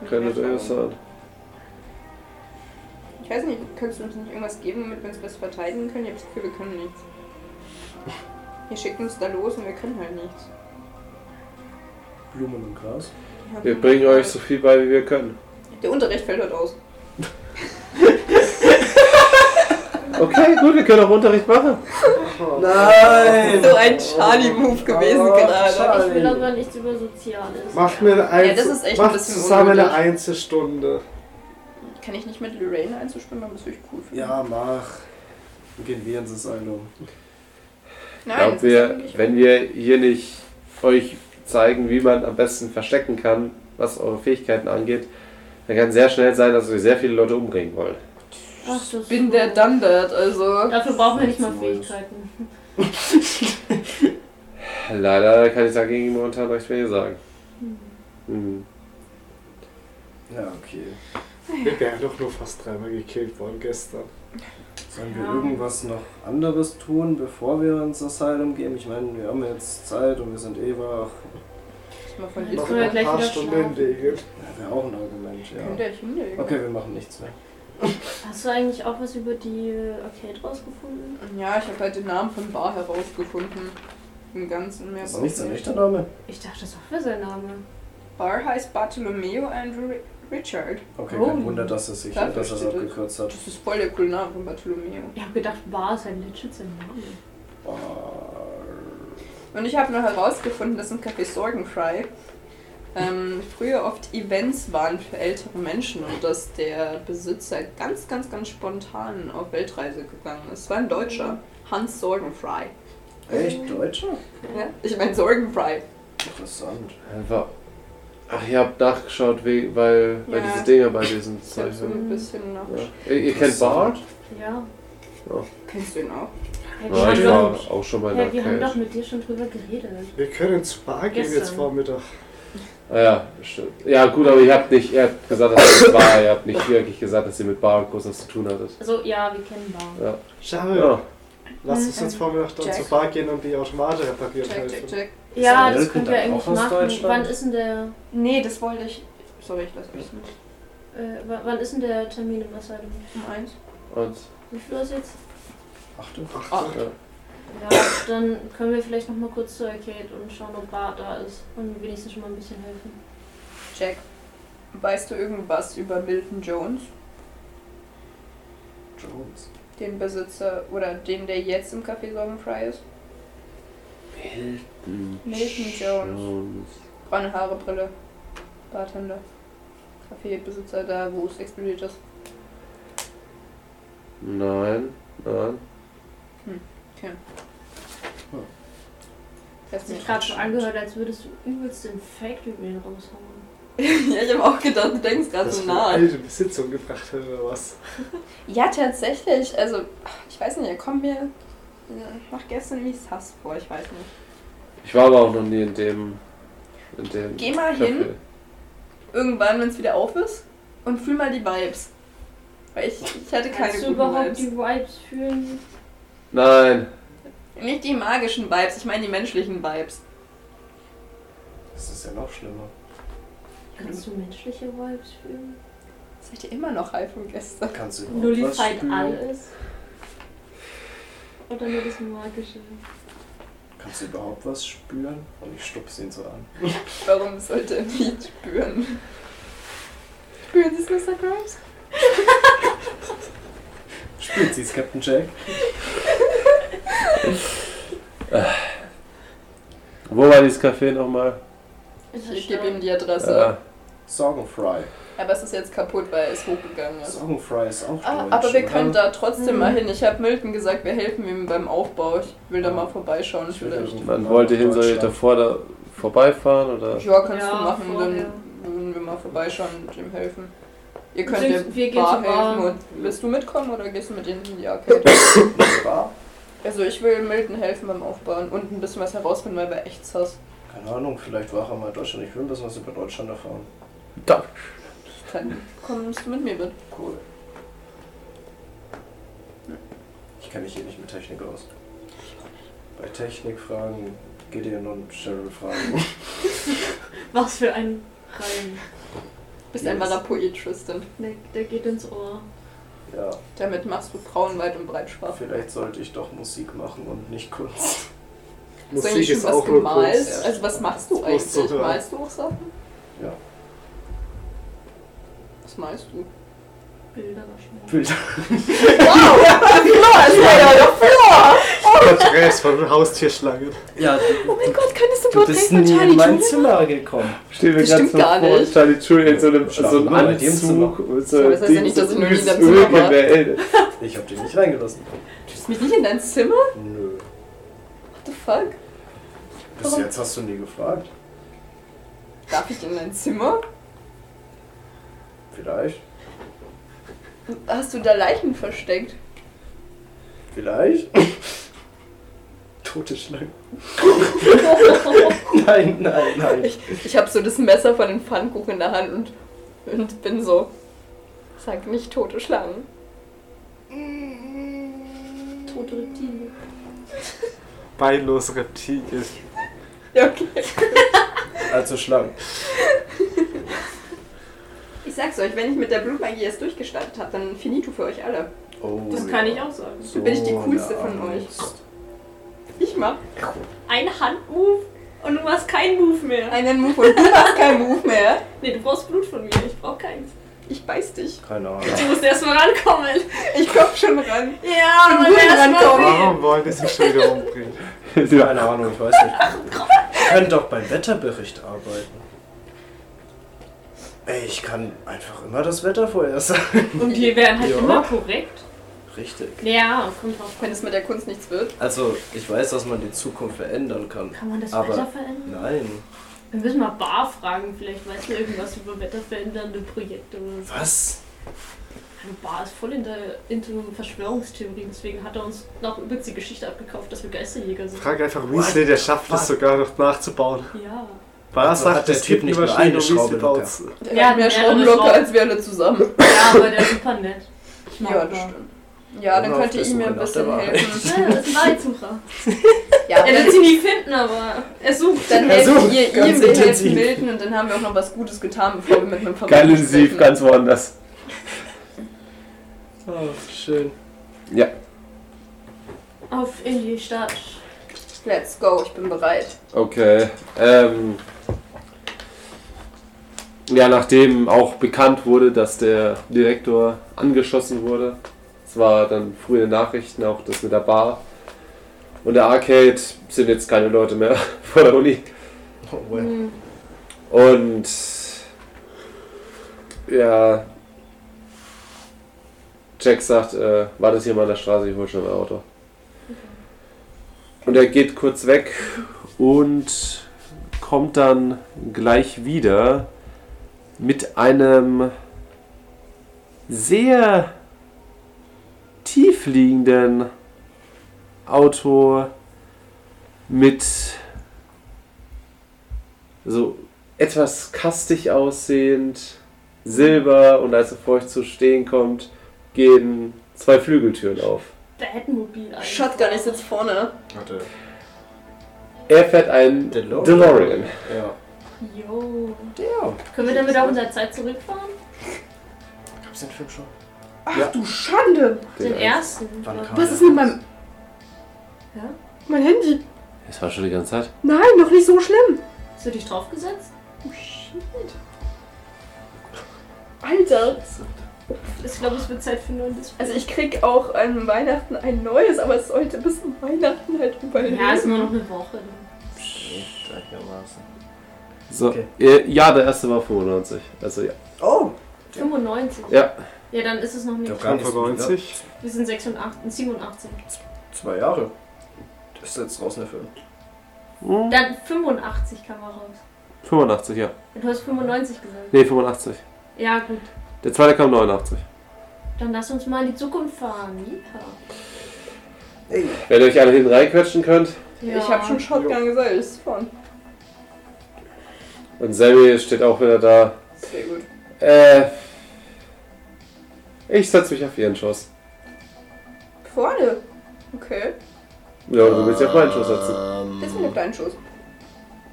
Speaker 2: Mit
Speaker 1: Könnte
Speaker 2: der
Speaker 1: durchaus
Speaker 2: Erfahrung.
Speaker 1: sein.
Speaker 2: Ich weiß nicht, kannst du uns nicht irgendwas geben, womit wir uns was verteidigen können? Ich hab das Gefühl, wir können nichts. Ihr schickt uns da los und wir können halt nichts.
Speaker 3: Blumen und Gras.
Speaker 1: Wir bringen euch so viel bei, wie wir können.
Speaker 2: Der Unterricht fällt heute aus.
Speaker 1: Okay, gut, wir können auch Unterricht machen.
Speaker 3: Nein!
Speaker 2: So ein Charlie-Move gewesen
Speaker 3: Ach,
Speaker 2: gerade.
Speaker 4: Ich will
Speaker 3: Charlie.
Speaker 4: aber nichts über Soziales.
Speaker 5: Macht mir eine
Speaker 2: Ja, das
Speaker 5: Einzel
Speaker 2: ist echt ein
Speaker 5: macht
Speaker 2: bisschen
Speaker 5: zusammen eine
Speaker 2: unnötig.
Speaker 5: Einzelstunde.
Speaker 2: Kann ich nicht mit Lorraine einzuspielen, dann das würde ich cool finden.
Speaker 3: Ja, mach. Dann Gehen wir ins Asylum.
Speaker 1: Ich
Speaker 2: Nein,
Speaker 1: glaube,
Speaker 2: das ist
Speaker 1: wir,
Speaker 2: eigentlich-
Speaker 1: wenn wir hier nicht euch zeigen, wie man am besten verstecken kann, was eure Fähigkeiten angeht, dann kann es sehr schnell sein, dass wir sehr viele Leute umbringen wollen.
Speaker 4: Ach, das ist
Speaker 2: Ich bin
Speaker 4: so.
Speaker 2: der Dundert, also.
Speaker 4: Dafür brauchen wir nicht mal Fähigkeiten.
Speaker 1: Leider kann ich dagegen momentan recht wenig sagen. Hm.
Speaker 3: Ja, okay.
Speaker 5: Wir wären doch nur fast dreimal gekillt worden gestern.
Speaker 3: Sollen wir
Speaker 4: Ja.
Speaker 3: irgendwas noch anderes tun, bevor wir ins Asylum gehen? Ich meine, wir haben jetzt Zeit und wir sind eh wach.
Speaker 2: Lass mal von
Speaker 4: Jetzt
Speaker 2: hier
Speaker 5: Noch
Speaker 4: können wir
Speaker 5: ein
Speaker 4: gleich
Speaker 5: paar
Speaker 4: wieder
Speaker 5: Stunden
Speaker 4: schlafen.
Speaker 5: liegen.
Speaker 3: Ja, wäre auch ein Argument,
Speaker 2: Könnt
Speaker 3: ja.
Speaker 2: ihr euch hinlegen?
Speaker 3: Okay, wir machen nichts mehr.
Speaker 4: Hast du eigentlich auch was über die äh, Arcade rausgefunden?
Speaker 2: Ja, ich habe halt den Namen von Bar herausgefunden. Im Ganzen mehr.
Speaker 3: Das ist doch nichts ein echter Name.
Speaker 4: Ich dachte, das war sein Name.
Speaker 2: Bar heißt Bartolomeo and Ri- Richard.
Speaker 3: Okay,
Speaker 4: Oh.
Speaker 3: kein Wunder, dass er sich
Speaker 2: Dafür
Speaker 3: dass er es
Speaker 2: steht es.
Speaker 3: abgekürzt hat.
Speaker 2: Das ist voll der coole Name von Bartolomeo.
Speaker 4: Ich habe gedacht, Bar ist ein legit sein Name.
Speaker 2: Und ich habe noch herausgefunden, dass im Café Sorgenfrei ähm, früher oft Events waren für ältere Menschen und dass der Besitzer ganz, ganz, ganz spontan auf Weltreise gegangen ist. Es war ein Deutscher, Hans Sorgenfrei.
Speaker 3: Echt? Deutscher?
Speaker 2: Ja? Ich meine Sorgenfrei.
Speaker 3: Interessant.
Speaker 1: Einfach. Ach, ihr habt nachgeschaut, we- weil, weil
Speaker 2: Ja.
Speaker 1: diese Dinger bei diesen
Speaker 2: Ich habe so
Speaker 1: Zeichen.
Speaker 2: ein bisschen nach.
Speaker 1: Ja. Ihr, ihr kennt Bart?
Speaker 4: Ja.
Speaker 2: Kennst du ihn auch?
Speaker 4: Hey, wir
Speaker 1: Ja,
Speaker 4: haben
Speaker 1: ich
Speaker 4: doch-
Speaker 1: war auch schon mal in
Speaker 4: hey, wir haben
Speaker 1: der
Speaker 4: doch
Speaker 1: Cage.
Speaker 4: mit dir schon drüber geredet.
Speaker 5: Wir können zu Bar gehen
Speaker 4: Gestern.
Speaker 5: jetzt Vormittag.
Speaker 1: Ah, ja, stimmt. Ja, gut, aber ihr habt nicht, ihr habt gesagt, dass ihr mit Bar, ihr habt nicht wirklich gesagt, dass ihr mit Bar groß was zu tun hattet.
Speaker 4: Also, ja, wir kennen Bar.
Speaker 1: Ja.
Speaker 3: Ah
Speaker 5: Schade.
Speaker 1: ja.
Speaker 5: Lass uns jetzt Vormittag dann
Speaker 2: Jack.
Speaker 5: zur Bar gehen und die Automate reparieren
Speaker 2: Check, check,
Speaker 5: helfen.
Speaker 2: check.
Speaker 4: Ja,
Speaker 3: Ist
Speaker 4: das
Speaker 3: American
Speaker 4: können wir
Speaker 3: dann
Speaker 4: eigentlich
Speaker 3: auch aus
Speaker 4: machen.
Speaker 3: Deutschland?
Speaker 4: Wann ist denn der,
Speaker 2: Nee, das wollte ich. Sorry, ich lasse euch nicht.
Speaker 4: äh, w- wann ist denn der Termin im Asylum?
Speaker 2: Um eins.
Speaker 1: Und
Speaker 4: Wie viel ist jetzt?
Speaker 3: Achtung.
Speaker 2: Ah,
Speaker 4: Ja, dann können wir vielleicht noch mal kurz zur Arcade und schauen, ob Bar da ist und mir wenigstens schon mal ein bisschen helfen.
Speaker 2: Jack. Weißt du irgendwas über Milton Jones?
Speaker 3: Jones.
Speaker 2: Den Besitzer oder den, der jetzt im Café Sorgenfrei ist?
Speaker 1: Milton,
Speaker 2: Milton Jones. Braune Haare, Brille. Bartender. Kaffeebesitzer da, wo es explodiert ist.
Speaker 1: Nein, nein.
Speaker 2: Lass
Speaker 4: Hat sich
Speaker 2: mich-
Speaker 4: gerade schon angehört, als würdest du übelst den Fake über ihn raushauen.
Speaker 2: ja, ich habe auch gedacht, du denkst gerade
Speaker 5: Dass
Speaker 2: so
Speaker 5: wir
Speaker 2: nach.
Speaker 5: alte Besitzung gebracht haben oder was?
Speaker 2: Ja, tatsächlich. Also, ich weiß nicht, er kommt mir ja, nach gestern wie es Hass vor, ich weiß nicht.
Speaker 1: Ich war aber auch noch nie in dem. In dem
Speaker 2: Geh mal
Speaker 1: Café.
Speaker 2: hin. Irgendwann, wenn es wieder auf ist und fühl mal die Vibes. Weil ich, ich hatte keine
Speaker 4: Kannst du
Speaker 2: guten
Speaker 4: überhaupt
Speaker 2: Vibes.
Speaker 4: die Vibes fühlen?
Speaker 1: Nein.
Speaker 2: Nicht die magischen Vibes, ich meine die menschlichen Vibes.
Speaker 3: Das ist ja noch schlimmer.
Speaker 4: Kannst du menschliche Vibes fühlen?
Speaker 2: Seid ihr immer noch high von gestern?
Speaker 3: Kannst du überhaupt was
Speaker 4: Nullified
Speaker 3: spüren?
Speaker 4: alles? Oder nur das Magische?
Speaker 3: Kannst du überhaupt was spüren? Und ich stupse ihn so an.
Speaker 2: Warum sollte er nicht spüren? Spüren Sie es, Mr. Grimes?
Speaker 3: Spürt sie es, Captain Jack?
Speaker 1: Wo war dieses Café nochmal?
Speaker 2: Ich gebe ihm die
Speaker 6: Also,
Speaker 2: Adresse.
Speaker 1: Äh,
Speaker 6: Sorgenfrei.
Speaker 2: Aber es ist jetzt kaputt, weil es hochgegangen ist.
Speaker 6: Sorgenfrei ist auch
Speaker 2: Ah,
Speaker 6: deutsch,
Speaker 2: aber wir
Speaker 6: oder?
Speaker 2: können da trotzdem
Speaker 4: Mhm.
Speaker 2: mal hin. Ich habe Milton gesagt, wir helfen ihm beim Aufbau. Ich will da mal vorbeischauen vielleicht.
Speaker 1: man wollte hin, soll ich davor da vorbeifahren oder?
Speaker 2: Ja, kannst
Speaker 4: Ja,
Speaker 2: du machen.
Speaker 4: vorher.
Speaker 2: Dann würden wir mal vorbeischauen und ihm helfen. Ihr könnt
Speaker 4: Sind-
Speaker 2: dem
Speaker 4: wir gehen
Speaker 2: Bar
Speaker 4: zur Bar.
Speaker 2: helfen. Und willst du mitkommen oder gehst du mit ihnen in die Arcade?
Speaker 6: Bar?
Speaker 2: also ich will Milton helfen beim Aufbauen und ein bisschen was herausfinden, weil wir echt sass.
Speaker 6: Keine Ahnung, vielleicht war er mal in Deutschland. Ich will ein bisschen was über Deutschland erfahren.
Speaker 2: Dann kommst du mit mir mit.
Speaker 6: Cool. Ich kenne mich hier nicht mit Technik aus. Bei Technikfragen, Gideon und Cheryl fragen.
Speaker 4: Was für ein Reim.
Speaker 2: Bist ein wahrer Poet, Tristan.
Speaker 4: Der, der geht ins Ohr.
Speaker 6: ja,
Speaker 2: Damit machst du Frauen weit und breit Spaß.
Speaker 6: vielleicht sollte ich doch Musik machen und nicht Kunst.
Speaker 2: Hast du eigentlich schon was
Speaker 5: nur
Speaker 2: gemalt?
Speaker 5: Kunst.
Speaker 2: Also was machst
Speaker 5: Das
Speaker 2: du
Speaker 5: musst du
Speaker 2: eigentlich?
Speaker 5: hören.
Speaker 2: Malst du auch Sachen?
Speaker 6: Ja.
Speaker 2: Was malst du?
Speaker 4: Bilder wahrscheinlich.
Speaker 6: Bilder.
Speaker 2: Flor, ist ja der Flor!
Speaker 5: Porträts von Haustierschlangen.
Speaker 6: Ja,
Speaker 2: Oh mein Gott, könntest du
Speaker 6: du bist nie in mein Zimmer gekommen.
Speaker 8: Stehen wir
Speaker 2: Das
Speaker 8: ganz
Speaker 2: stimmt
Speaker 8: so
Speaker 2: gar
Speaker 8: vor
Speaker 2: nicht.
Speaker 8: Charlie Julie in so einem, so
Speaker 6: Schlafen
Speaker 8: einem
Speaker 6: nur bei dem
Speaker 8: Anzug. und
Speaker 2: Aber
Speaker 8: So
Speaker 2: das heißt ja nicht, dass ich noch nie in deinem
Speaker 8: Öl
Speaker 2: Zimmer war.
Speaker 8: gewählt.
Speaker 6: Ich hab dich nicht reingelassen.
Speaker 2: Schickst mich nicht in dein Zimmer? What
Speaker 6: Nö.
Speaker 2: the fuck?
Speaker 6: Bis jetzt hast du nie gefragt.
Speaker 2: Darf ich in dein Zimmer?
Speaker 6: Vielleicht.
Speaker 2: Hast du da Leichen versteckt?
Speaker 6: Vielleicht. Tote Schlange. nein, nein, nein.
Speaker 2: Ich, ich habe so das Messer von dem Pfannkuchen in der Hand und, und bin so. Sag nicht tote Schlangen.
Speaker 4: Tote Reptilien.
Speaker 5: Beinlose Reptilien.
Speaker 2: Ja, okay.
Speaker 6: Also Schlangen.
Speaker 2: Ich sag's euch, wenn ich mit der Blutmagie erst durchgestartet habe, dann finito für euch alle.
Speaker 6: Oh,
Speaker 4: Das
Speaker 6: ja.
Speaker 4: kann ich auch sagen.
Speaker 6: So
Speaker 2: bin ich die
Speaker 1: Oh,
Speaker 2: coolste von
Speaker 6: eine
Speaker 2: euch.
Speaker 6: Angst.
Speaker 2: Ich mach
Speaker 4: Ein Handmove und du machst keinen Move mehr.
Speaker 2: einen Move und du machst keinen Move mehr.
Speaker 4: Nee, du brauchst Blut von mir. Ich brauch keins.
Speaker 2: Ich beiß dich.
Speaker 6: Keine Ahnung.
Speaker 4: Du musst erstmal rankommen.
Speaker 2: Ich komm schon ran.
Speaker 4: Ja,
Speaker 2: Zum
Speaker 4: und
Speaker 2: Guten
Speaker 4: erstmal
Speaker 2: rankommen.
Speaker 5: Warum wollen die sich schon wieder umbringen?
Speaker 6: Keine Ahnung, ich weiß nicht. Ich kann doch beim Wetterbericht arbeiten. Ey, ich kann einfach immer das Wetter vorhersagen.
Speaker 4: Und die wären halt
Speaker 6: Ja.
Speaker 4: immer korrekt.
Speaker 6: Richtig.
Speaker 4: Ja, kommt drauf.
Speaker 2: Wenn es mit der Kunst nichts wird.
Speaker 6: Also, ich weiß, dass man die Zukunft verändern kann.
Speaker 4: Kann man das
Speaker 6: Aber-
Speaker 4: Wetter verändern?
Speaker 6: Nein.
Speaker 4: Wir müssen mal Bar fragen. Vielleicht weißt du irgendwas über wetterverändernde Projekte oder so.
Speaker 6: Was?
Speaker 4: Also Bar ist voll in der, into Verschwörungstheorien. Deswegen hat er uns noch übrigens die Geschichte abgekauft, dass wir Geisterjäger sind.
Speaker 5: Frag einfach Weasley, der schafft es sogar noch nachzubauen.
Speaker 4: Ja.
Speaker 5: Was
Speaker 6: Also hat
Speaker 5: sagt
Speaker 6: der
Speaker 5: es
Speaker 6: Typ
Speaker 5: gibt
Speaker 6: nicht
Speaker 5: über
Speaker 6: nur eine
Speaker 5: Schlangen und Weasley
Speaker 6: Schraube
Speaker 5: baut's.
Speaker 2: Der
Speaker 4: Ja,
Speaker 2: hat mehr
Speaker 4: mehrere
Speaker 2: Schrauben locker,
Speaker 4: Schrauben.
Speaker 2: als wir alle zusammen.
Speaker 4: Ja, aber der ist super nett. Ich mag
Speaker 2: Ja, das
Speaker 4: Bar.
Speaker 2: stimmt. Ja, dann
Speaker 6: Immer auf
Speaker 2: könnt
Speaker 6: der
Speaker 2: ihr ihm ja
Speaker 6: Suche
Speaker 2: ein
Speaker 6: nach
Speaker 2: bisschen
Speaker 6: der Wahrheit.
Speaker 2: helfen.
Speaker 4: Ja, das ist ein Wahlsucher.
Speaker 2: Ja,
Speaker 4: Er
Speaker 2: dann,
Speaker 4: wird sie nie finden, aber er sucht.
Speaker 2: dann
Speaker 6: Ja,
Speaker 2: helfen
Speaker 6: so,
Speaker 2: ihr ihm,
Speaker 6: ganz
Speaker 2: wir
Speaker 6: intensiv.
Speaker 2: helfen Milton und dann haben wir auch noch was Gutes getan, bevor wir mit einem Verband
Speaker 1: Ganz intensiv, ganz woanders.
Speaker 6: Oh,
Speaker 5: Ah,
Speaker 6: schön.
Speaker 1: Ja.
Speaker 4: Auf in die Stadt.
Speaker 2: Let's go, ich bin bereit.
Speaker 1: Okay. Ähm, ja, nachdem auch bekannt wurde, dass der Direktor angeschossen wurde, es war dann frühe Nachrichten, auch das mit der Bar und der Arcade sind jetzt keine Leute mehr vor der Uni.
Speaker 6: Oh, well.
Speaker 1: Und ja, Jack sagt, äh, wartet hier mal an der Straße, ich hole schon mein Auto. Und er geht kurz weg und kommt dann gleich wieder mit einem sehr tiefliegenden Auto mit so etwas kastig aussehend, silber und als er vor euch zu stehen kommt, gehen zwei Flügeltüren auf.
Speaker 4: Batmobil eigentlich.
Speaker 2: Shotgun, ich sitze vorne.
Speaker 6: Warte.
Speaker 1: Er fährt einen
Speaker 6: DeLorean.
Speaker 1: DeLorean.
Speaker 6: Ja.
Speaker 4: Jo.
Speaker 6: Ja.
Speaker 4: Können wir damit auch unserer Zeit zurückfahren?
Speaker 6: Gab's den Film schon?
Speaker 2: Ach du Schande!
Speaker 4: Den, ersten.
Speaker 6: Wann kam
Speaker 2: Was
Speaker 6: der?
Speaker 2: ist mit meinem.
Speaker 4: Ja?
Speaker 2: Mein Handy?
Speaker 1: Das war schon die ganze Zeit.
Speaker 2: Nein, noch nicht so schlimm.
Speaker 4: Hast du dich draufgesetzt?
Speaker 2: Alter.
Speaker 4: Ich glaube, es wird Zeit für ein neues
Speaker 2: Also ich krieg auch an Weihnachten ein neues, aber es sollte bis Weihnachten halt überleben.
Speaker 4: Ja, ist nur noch eine Woche. ne?
Speaker 6: Gleichermaßen.
Speaker 1: So,
Speaker 6: Okay.
Speaker 1: äh, ja, der erste war 95. Also ja.
Speaker 6: Oh!
Speaker 4: 95.
Speaker 1: Ja.
Speaker 4: Ja, dann ist es noch nicht.
Speaker 6: Doch gar nicht so gut, ne?
Speaker 5: 95.
Speaker 4: Wir sind äh, 86, 87.
Speaker 6: Zwei Jahre. Das ist jetzt raus in der Film.
Speaker 1: Hm,
Speaker 4: Dann 85 kam er raus.
Speaker 1: 85, ja.
Speaker 4: Du hast 95 gesagt.
Speaker 1: Nee, 85.
Speaker 4: Ja, gut.
Speaker 1: Der zweite kam 89.
Speaker 4: Dann lass uns mal in die Zukunft fahren.
Speaker 1: Wenn ihr euch alle hinten reinquetschen könnt.
Speaker 4: Ja.
Speaker 2: Ich habe schon Shotgun gesagt, ist von.
Speaker 1: Und Sammy steht auch wieder da.
Speaker 2: Sehr gut.
Speaker 1: Äh. Ich setze mich auf ihren Schuss.
Speaker 2: Vorne. Okay.
Speaker 1: Ja, du willst ja auf meinen Schuss setzen.
Speaker 2: Jetzt bin ich auf deinen Schuss.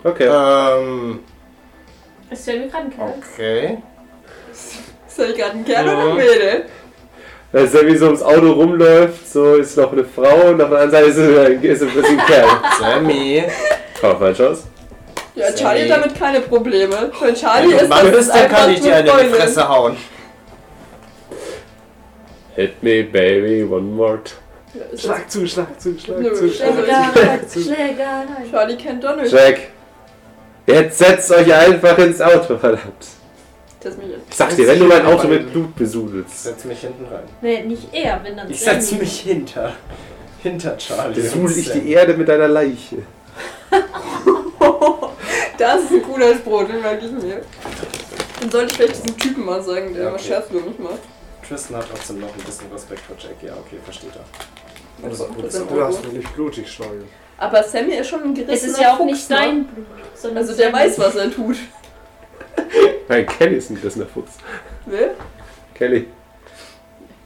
Speaker 1: Okay.
Speaker 6: Ähm,
Speaker 4: Ist der gerade ein Kerl?
Speaker 6: okay.
Speaker 2: Ist halt gerade ein Kerl oder ein Mädel?
Speaker 1: Weil Sammy so ums Auto rumläuft, so ist noch eine Frau und auf der anderen Seite ist ein, ist ein bisschen Kerl.
Speaker 6: Sammy.
Speaker 1: Komm auf meinen Schuss.
Speaker 2: Ja,
Speaker 6: Sehr
Speaker 2: Charlie
Speaker 6: gut.
Speaker 2: hat damit keine Probleme. Wenn Charlie
Speaker 6: Wenn du
Speaker 2: ist,
Speaker 6: Mann
Speaker 2: das
Speaker 6: bist,
Speaker 2: ist
Speaker 6: dann
Speaker 2: einfach
Speaker 6: kann ich dir
Speaker 2: eine
Speaker 6: eine in die
Speaker 2: Freundin.
Speaker 6: Fresse hauen.
Speaker 1: Hit me, baby, one more time.
Speaker 2: Ja, ist das-
Speaker 5: Schlag zu, Schlag zu, Schlag
Speaker 2: Nö, also-
Speaker 5: zu,
Speaker 2: Schlag.
Speaker 5: Schlag
Speaker 4: Schläger, Schläger, nein.
Speaker 2: Charlie kennt doch nicht.
Speaker 1: Jack. Jetzt setzt euch einfach ins Auto, verdammt.
Speaker 2: Das mich jetzt.
Speaker 1: Ich sag dir, wenn du mein Auto mit Blut besudelst.
Speaker 6: Setz mich hinten rein.
Speaker 4: Nee, nicht er, wenn dann
Speaker 6: Ich
Speaker 4: Sammy.
Speaker 6: setze mich hinter. Hinter Charlie.
Speaker 1: Besudel ich die
Speaker 6: Erde.
Speaker 1: Erde mit deiner Leiche.
Speaker 2: Das ist ein guter Spruch, den merke ich mir. Dann sollte ich vielleicht diesem Typen mal sagen, der
Speaker 6: Ja,
Speaker 2: immer
Speaker 6: okay.
Speaker 2: Scherz über mich macht.
Speaker 6: Tristan hat trotzdem noch ein bisschen Respekt vor Jack. Ja, okay, versteht er. Das ist
Speaker 2: Also,
Speaker 6: ein gutes
Speaker 2: das ist ein
Speaker 5: Du hast
Speaker 2: Auto.
Speaker 5: mich nicht blutig schlagen.
Speaker 2: Aber Sammy ist schon ein gerissener
Speaker 4: Es ist ja auch
Speaker 2: Fuchs,
Speaker 4: nicht
Speaker 2: ne?
Speaker 4: sein Blut, sondern
Speaker 2: Also der
Speaker 4: sein-
Speaker 2: weiß, was er tut.
Speaker 1: Nein, Kelly ist ein gerissener Fuchs.
Speaker 2: Ne?
Speaker 1: Kelly.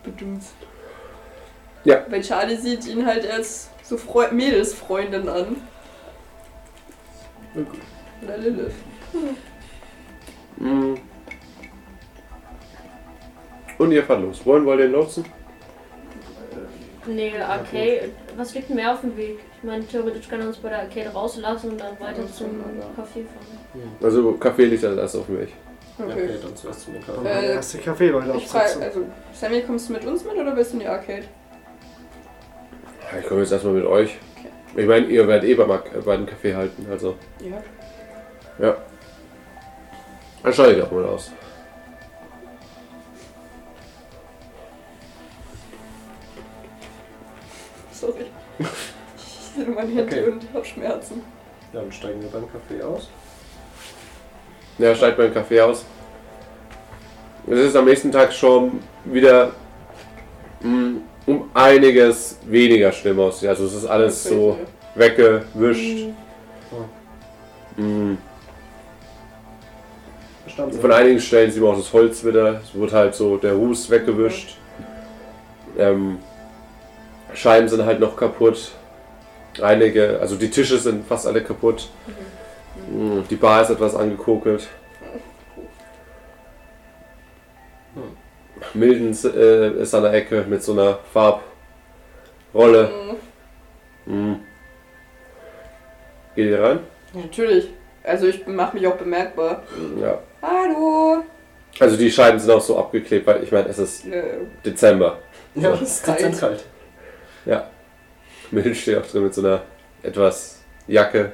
Speaker 2: Bedummt.
Speaker 1: Ja.
Speaker 2: Weil Charlie sieht ihn halt als so Freu Mädelsfreundin an. Oder Lilith.
Speaker 1: Mm. Und ihr fahrt los. Wollen wollt ihr nutzen?
Speaker 4: Nee, Arcade. Was liegt denn mehr auf dem Weg? Ich meine, theoretisch kann er uns bei der Arcade rauslassen und dann weiter zum Café fahren.
Speaker 1: Also Kaffee liegt als erst auf mich.
Speaker 2: Okay.
Speaker 6: dann zuerst zu mir
Speaker 5: Und
Speaker 6: kommen.
Speaker 5: der erste Kaffee, Leute,
Speaker 2: Äh, Ich frage,
Speaker 5: aufsetzen.
Speaker 2: also, Sammy, kommst du mit uns mit oder willst du in die Arcade?
Speaker 1: Ich komme jetzt erstmal mit euch.
Speaker 2: Okay.
Speaker 1: Ich meine, ihr werdet eh bei, Mark, äh, bei einem Kaffee halten, also.
Speaker 2: Ja.
Speaker 1: Dann schau ich doch mal aus.
Speaker 2: Sorry. Ich hätte meine Hände
Speaker 6: Okay.
Speaker 2: und hab Schmerzen.
Speaker 6: Dann steigen wir beim Café aus.
Speaker 1: Ja, steigt beim Kaffee aus. Es ist am nächsten Tag schon wieder mm, um einiges weniger schlimm aus. Also es ist alles so weggewischt. Mm.
Speaker 6: Verstanden Sie?
Speaker 1: Also Von einigen Stellen sieht man auch das Holz wieder. Es wird halt so der Ruß weggewischt. Ähm, Scheiben sind halt noch kaputt. Einige, also die Tische sind fast alle kaputt. Mm, Die Bar ist etwas angekokelt. Hm. Milden äh, ist an der Ecke mit so einer Farbrolle.
Speaker 2: Mhm.
Speaker 1: Mm. Geht ihr rein?
Speaker 2: Natürlich. Also ich mache mich auch bemerkbar.
Speaker 1: Ja.
Speaker 2: Hallo.
Speaker 1: Also die Scheiben sind auch so abgeklebt, weil ich meine, es ist
Speaker 2: Äh,
Speaker 1: Dezember.
Speaker 6: Ja, es ist
Speaker 2: Kalt.
Speaker 6: ganz kalt.
Speaker 1: Milch steht auch drin mit so einer etwas Jacke,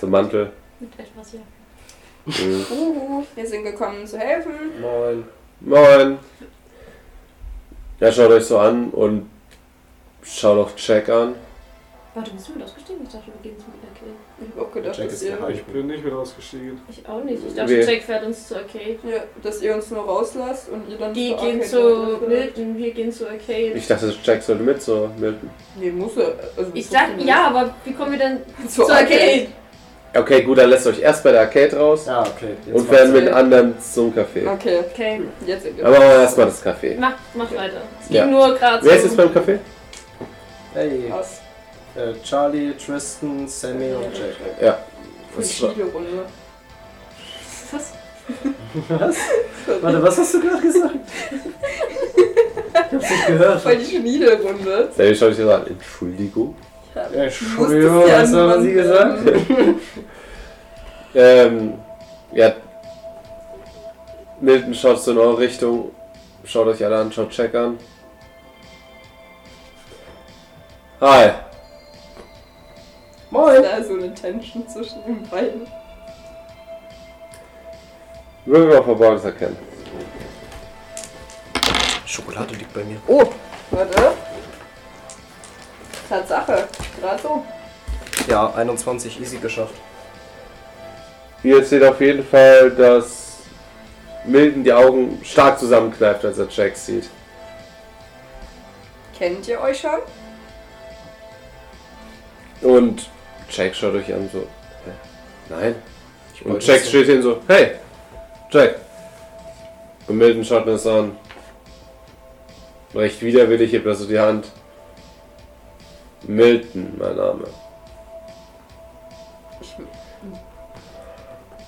Speaker 1: so Mantel.
Speaker 4: Mit etwas, ja.
Speaker 1: Mhm.
Speaker 2: uhu. Wir sind gekommen zu helfen.
Speaker 6: Moin.
Speaker 1: Moin! Ja, schaut euch so an und schaut auch Jack an.
Speaker 4: Warte, bist du mit ausgestiegen? Ich dachte, wir gehen zum Arcade.
Speaker 2: Ich habe auch gedacht,
Speaker 6: Jack
Speaker 2: dass
Speaker 6: ist
Speaker 2: ihr,
Speaker 6: geheim.
Speaker 5: Ich bin nicht mit ausgestiegen.
Speaker 4: Ich auch nicht. Ich
Speaker 1: Wir-
Speaker 4: dachte, Jack fährt uns zur Arcade.
Speaker 2: ja, dass ihr uns nur rauslasst und ihr dann
Speaker 4: Die
Speaker 2: zur
Speaker 4: gehen
Speaker 2: Arcade
Speaker 4: zu
Speaker 2: geht.
Speaker 4: Milton, wir gehen zu Arcade.
Speaker 1: Ich dachte, Jack sollte mit, so Milton.
Speaker 2: Nee, muss er. Also
Speaker 4: Ich dachte, ja, aber wie kommen wir denn
Speaker 2: Zu
Speaker 4: zur Arcade?
Speaker 2: Arcade.
Speaker 1: Okay, gut, dann lässt euch erst bei der Arcade raus
Speaker 6: Ja, okay. Jetzt
Speaker 1: und fährt
Speaker 6: macht's-
Speaker 1: mit den anderen zum Café.
Speaker 2: Okay,
Speaker 4: Okay,
Speaker 2: jetzt ergibt
Speaker 1: Aber machen wir erstmal das Café.
Speaker 4: mach, mach weiter. Es ging
Speaker 1: Ja.
Speaker 4: nur gerade
Speaker 1: Wer ist jetzt beim Café?
Speaker 6: Hey,
Speaker 2: Aus.
Speaker 6: äh, Charlie, Tristan, Sammy und Jack.
Speaker 1: Das war-
Speaker 2: Eine Runde.
Speaker 4: Was?
Speaker 6: Was? Warte, was hast du gerade gesagt? Ich hab's nicht gehört.
Speaker 2: Voll die Schmiedelrunde.
Speaker 1: Sammy schaut dich so an. Entschuldigung.
Speaker 6: Entschuldigung, was haben Sie gesagt?
Speaker 1: Ähm, ja. Milton schaut so in eure Richtung. Schaut euch alle an, schaut Jack an. Hi.
Speaker 6: Moin!
Speaker 2: Da ist so eine Tension zwischen den beiden.
Speaker 1: Würfel wir auf Verborgenes erkennen.
Speaker 3: Schokolade liegt bei mir.
Speaker 6: Oh!
Speaker 2: Warte. Tatsache. Gerade so.
Speaker 3: Ja, 21 easy geschafft.
Speaker 1: Ihr seht auf jeden Fall, dass Milton die Augen stark zusammenkneift, als er Jack sieht.
Speaker 2: Kennt ihr euch schon?
Speaker 1: Und Jack schaut euch an so. hä? Nein.
Speaker 3: Ich
Speaker 1: Und Jack steht hin so, hey, Jack. Und Milton schaut mir das an. Recht widerwillig hebt er so die Hand. Milton, mein Name.
Speaker 2: Ich,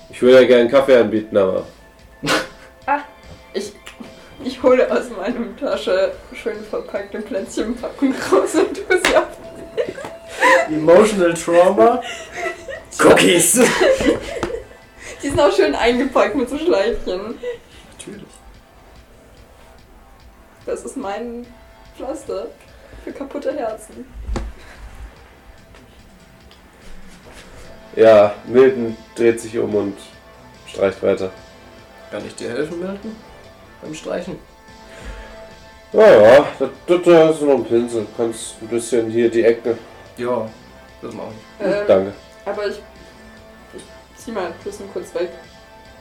Speaker 1: Ich würde ja gerne einen Kaffee anbieten, aber
Speaker 2: ich, ich hole aus meinem Tasche schön verpackte Plätzchenpacken raus und tue sie auf.
Speaker 6: Emotional Trauma. Cookies!
Speaker 2: Die sind auch schön eingepackt mit so Schleifchen.
Speaker 6: Natürlich.
Speaker 2: Das ist mein Pflaster für kaputte Herzen.
Speaker 1: ja, Milton dreht sich um und streicht weiter.
Speaker 3: Kann ich dir helfen, Milton? Beim Streichen?
Speaker 1: Ja, ja, da, da, da ist noch ein Pinsel. Kannst ein bisschen hier die Ecke.
Speaker 3: Ja, das mache ich.
Speaker 2: Äh,
Speaker 1: Danke.
Speaker 2: aber ich, ich zieh mal Küssen kurz weg.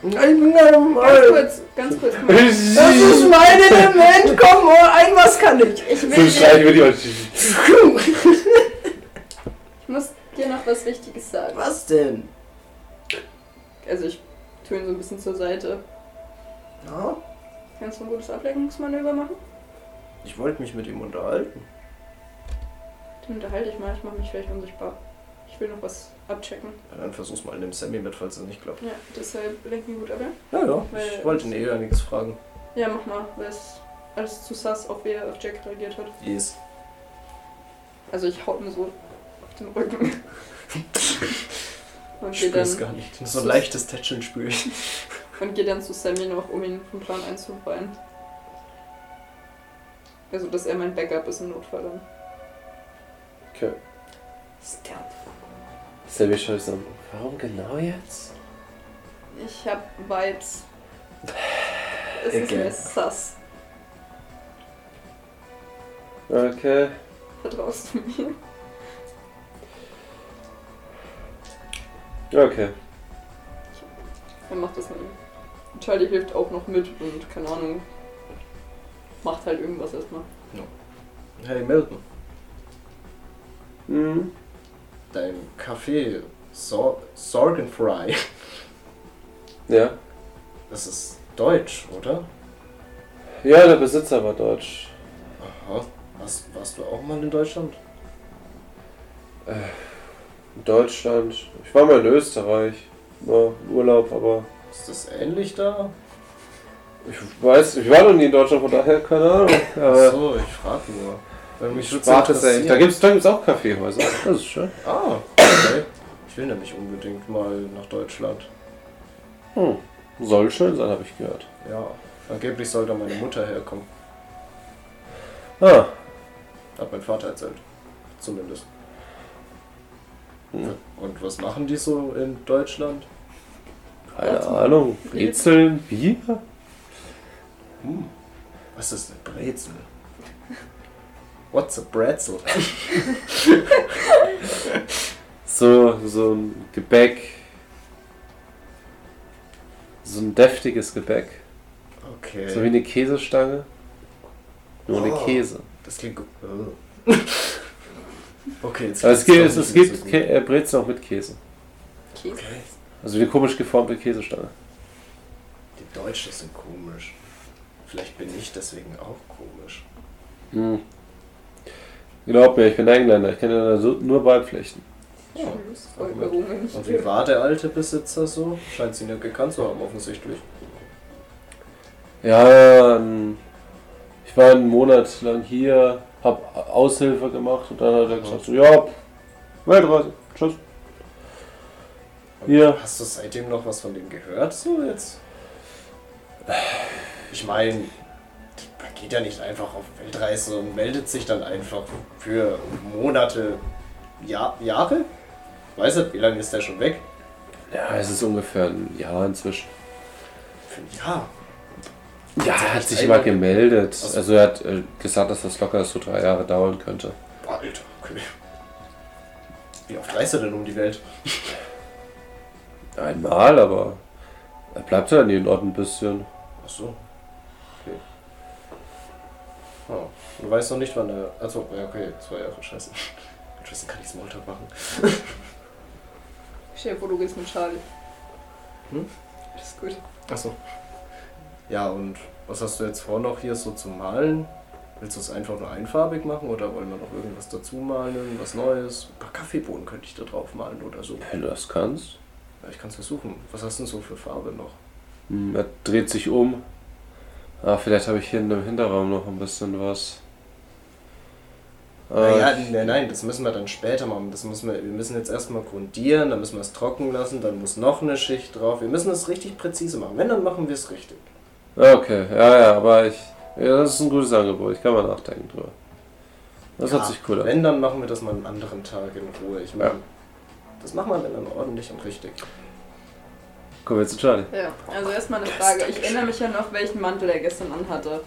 Speaker 2: Ganz
Speaker 6: Das
Speaker 2: kurz, ganz kurz. guck mal.
Speaker 6: ist
Speaker 1: So
Speaker 6: mein Element! Komm, oh, ein was kann ich!
Speaker 2: Ich will dir,
Speaker 1: streichen wir die und
Speaker 2: ich muss dir noch was Wichtiges sagen.
Speaker 6: Was denn?
Speaker 2: Also ich tue ihn so ein bisschen zur Seite.
Speaker 6: Na?
Speaker 2: Kannst du ein gutes Ablenkungsmanöver machen?
Speaker 3: Ich wollte mich mit ihm unterhalten.
Speaker 2: Dann unterhalte ich mal, ich mache mich vielleicht unsichtbar. Ich will noch was abchecken.
Speaker 3: Ja, dann versuch's mal in dem Sammy mit, falls es nicht klappt.
Speaker 2: Ja, deshalb lenk mich gut ab, ja?
Speaker 3: Ja, ja. Ich
Speaker 2: Weil-
Speaker 3: wollte ihn eh ja nichts fragen.
Speaker 2: Ja, mach mal, weil es alles zu sass, auch wie er auf Jack reagiert hat.
Speaker 3: Yes.
Speaker 2: Also ich hau ihm so auf den Rücken. und
Speaker 3: Ich
Speaker 2: gehe
Speaker 3: spür's
Speaker 2: dann,
Speaker 3: gar nicht. So ein leichtes Tätscheln spüre ich.
Speaker 2: und geh dann zu Sammy noch, um ihn vom Plan einzuweihen. Also, dass er mein Backup ist im Notfall dann.
Speaker 1: Okay. Sammy schaut sich so an. Warum genau jetzt?
Speaker 2: Ich hab Vibes. Es ist
Speaker 3: Again.
Speaker 2: mir sass.
Speaker 1: Okay.
Speaker 2: Vertraust du mir?
Speaker 1: Okay.
Speaker 2: Er macht das mit ihm. Charlie hilft auch noch mit und keine Ahnung. Macht halt irgendwas erstmal.
Speaker 3: Hey, Milton.
Speaker 1: Hm.
Speaker 3: Dein Kaffee Sor Sorgenfry.
Speaker 1: Ja.
Speaker 3: Das ist deutsch, oder?
Speaker 1: Ja, der Besitzer war deutsch.
Speaker 3: Aha. Warst, warst du auch mal in Deutschland?
Speaker 1: In Deutschland. Ich war mal in Österreich. War im Urlaub, aber.
Speaker 3: Ist das ähnlich da?
Speaker 1: Ich weiß, ich war noch nie in Deutschland, von daher keine Ahnung. Aber
Speaker 3: Achso, ich frage nur. Weil mich würd's
Speaker 1: Äh, Sprache ist ja echt. Da
Speaker 3: interessieren.
Speaker 1: gibt's, da gibt's auch Kaffeehäuser. Das ist schön.
Speaker 3: Ah, okay. Ich will nämlich unbedingt mal nach Deutschland.
Speaker 1: Hm. Soll schön sein, habe ich gehört.
Speaker 3: Ja, angeblich soll da meine Mutter herkommen.
Speaker 1: Ah.
Speaker 3: Hat mein Vater erzählt. Zumindest.
Speaker 1: Hm.
Speaker 3: Und was machen die so in Deutschland?
Speaker 1: Keine Ahnung. Brezeln, Bier?
Speaker 3: Hm. Was ist eine Brezel? What's a Brezel?
Speaker 1: So, so ein Gebäck. So ein deftiges Gebäck.
Speaker 3: Okay.
Speaker 1: So wie eine Käsestange. Nur ohne
Speaker 3: Oh.
Speaker 1: Käse.
Speaker 3: das klingt gut. okay, jetzt
Speaker 1: Aber es gibt, es,
Speaker 3: geht's doch
Speaker 1: es
Speaker 3: nicht mehr
Speaker 1: gibt
Speaker 3: so gut.
Speaker 1: Kä- äh, Brezeln auch mit Käse.
Speaker 2: Okay.
Speaker 3: Okay.
Speaker 1: Also wie eine komisch geformte Käsestange.
Speaker 3: Die Deutschen sind komisch. Vielleicht bin ich deswegen auch komisch.
Speaker 1: Hm. Glaub mir, ich bin Engländer. Ich kann dir da so, nur beipflichten.
Speaker 3: Ja.
Speaker 2: Tschüss, Folgerungen.
Speaker 3: Und wie war der alte Besitzer so? Scheint sie nicht gekannt zu haben, offensichtlich.
Speaker 1: Ja, ähm, ich war einen Monat lang hier, hab Aushilfe gemacht und dann hat er gesagt so, ja, pff, Weltreise, tschüss. Hier.
Speaker 3: Hast du seitdem noch was von dem gehört, so jetzt? Ich meine, man geht ja nicht einfach auf Weltreise und meldet sich dann einfach für Monate, ja Jahre? Weiß er, wie lange ist der schon weg?
Speaker 1: Ja, es ist ungefähr ein Jahr inzwischen.
Speaker 3: Ja.
Speaker 1: Ja, er hat sich mal gemeldet. Also er hat äh, gesagt, dass das locker so drei Jahre dauern könnte.
Speaker 3: Boah, Alter, okay. Wie oft reist er denn um die Welt?
Speaker 1: Einmal, aber er bleibt ja in den Ort ein bisschen.
Speaker 3: Ach so. Okay. Oh, du weißt noch nicht, wann er. Achso, ja, okay, zwei Jahre, scheiße. Scheiße, kann ich Smalltalk machen.
Speaker 2: Chef, wo du gehst mit Charlie.
Speaker 3: Hm?
Speaker 2: Ist gut.
Speaker 3: Achso. Ja, und was hast du jetzt vor, noch hier so zu malen? Willst du es einfach nur einfarbig machen oder wollen wir noch irgendwas dazu malen, irgendwas Neues? Ein paar Kaffeebohnen könnte ich da drauf malen oder so.
Speaker 1: Wenn du das kannst.
Speaker 3: Ja, ich kann es versuchen. Was hast du denn so für Farbe noch?
Speaker 1: Hm, Er dreht sich um. Ah, vielleicht habe ich hier in dem Hinterraum noch ein bisschen was. Äh,
Speaker 3: Naja, nein, nein, das müssen wir dann später machen. Das müssen wir, wir müssen jetzt erstmal grundieren, dann müssen wir es trocken lassen, dann muss noch eine Schicht drauf. Wir müssen es richtig präzise machen. Wenn, dann machen wir es richtig.
Speaker 1: ah, Okay, ja, ja, aber ich. Ja, das ist ein gutes Angebot. Ich kann mal nachdenken drüber. Das
Speaker 3: Ja,
Speaker 1: hat sich cool an.
Speaker 3: Wenn, dann machen wir das mal einen anderen Tag in Ruhe. Ich meine,
Speaker 1: Ja.
Speaker 3: das machen wir dann ordentlich und richtig.
Speaker 1: Kommen wir zu Charlie.
Speaker 2: Ja, also erstmal eine Frage. Ich erinnere mich ja noch, welchen Mantel er gestern anhatte.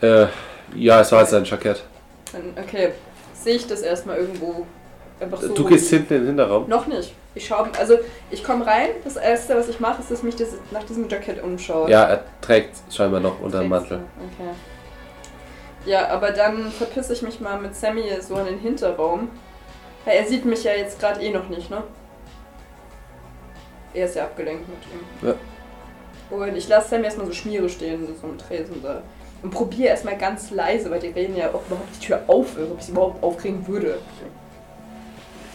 Speaker 1: Äh, ja, es war jetzt ein Jackett.
Speaker 2: Dann, okay, sehe ich das erstmal irgendwo einfach so.
Speaker 1: Äh, du gehst
Speaker 2: rumliegen?
Speaker 1: hinten in den Hinterraum.
Speaker 2: Noch nicht. Ich schaue, also ich komme rein. Das erste, was ich mache, ist, dass ich mich das, nach diesem Jackett umschaue.
Speaker 1: Ja, er trägt scheinbar noch unter dem Mantel.
Speaker 2: ne? Okay. Ja, aber dann verpisse ich mich mal mit Sammy so in den Hinterraum. Weil er sieht mich ja jetzt gerade eh noch nicht, ne? Er ist ja abgelenkt mit ihm.
Speaker 1: Ja.
Speaker 2: Und ich lasse Sammy erstmal so Schmiere stehen, so am Tresen da. Und probiere erstmal ganz leise, weil die reden ja auch überhaupt die Tür auf, also ob ich sie überhaupt aufkriegen würde.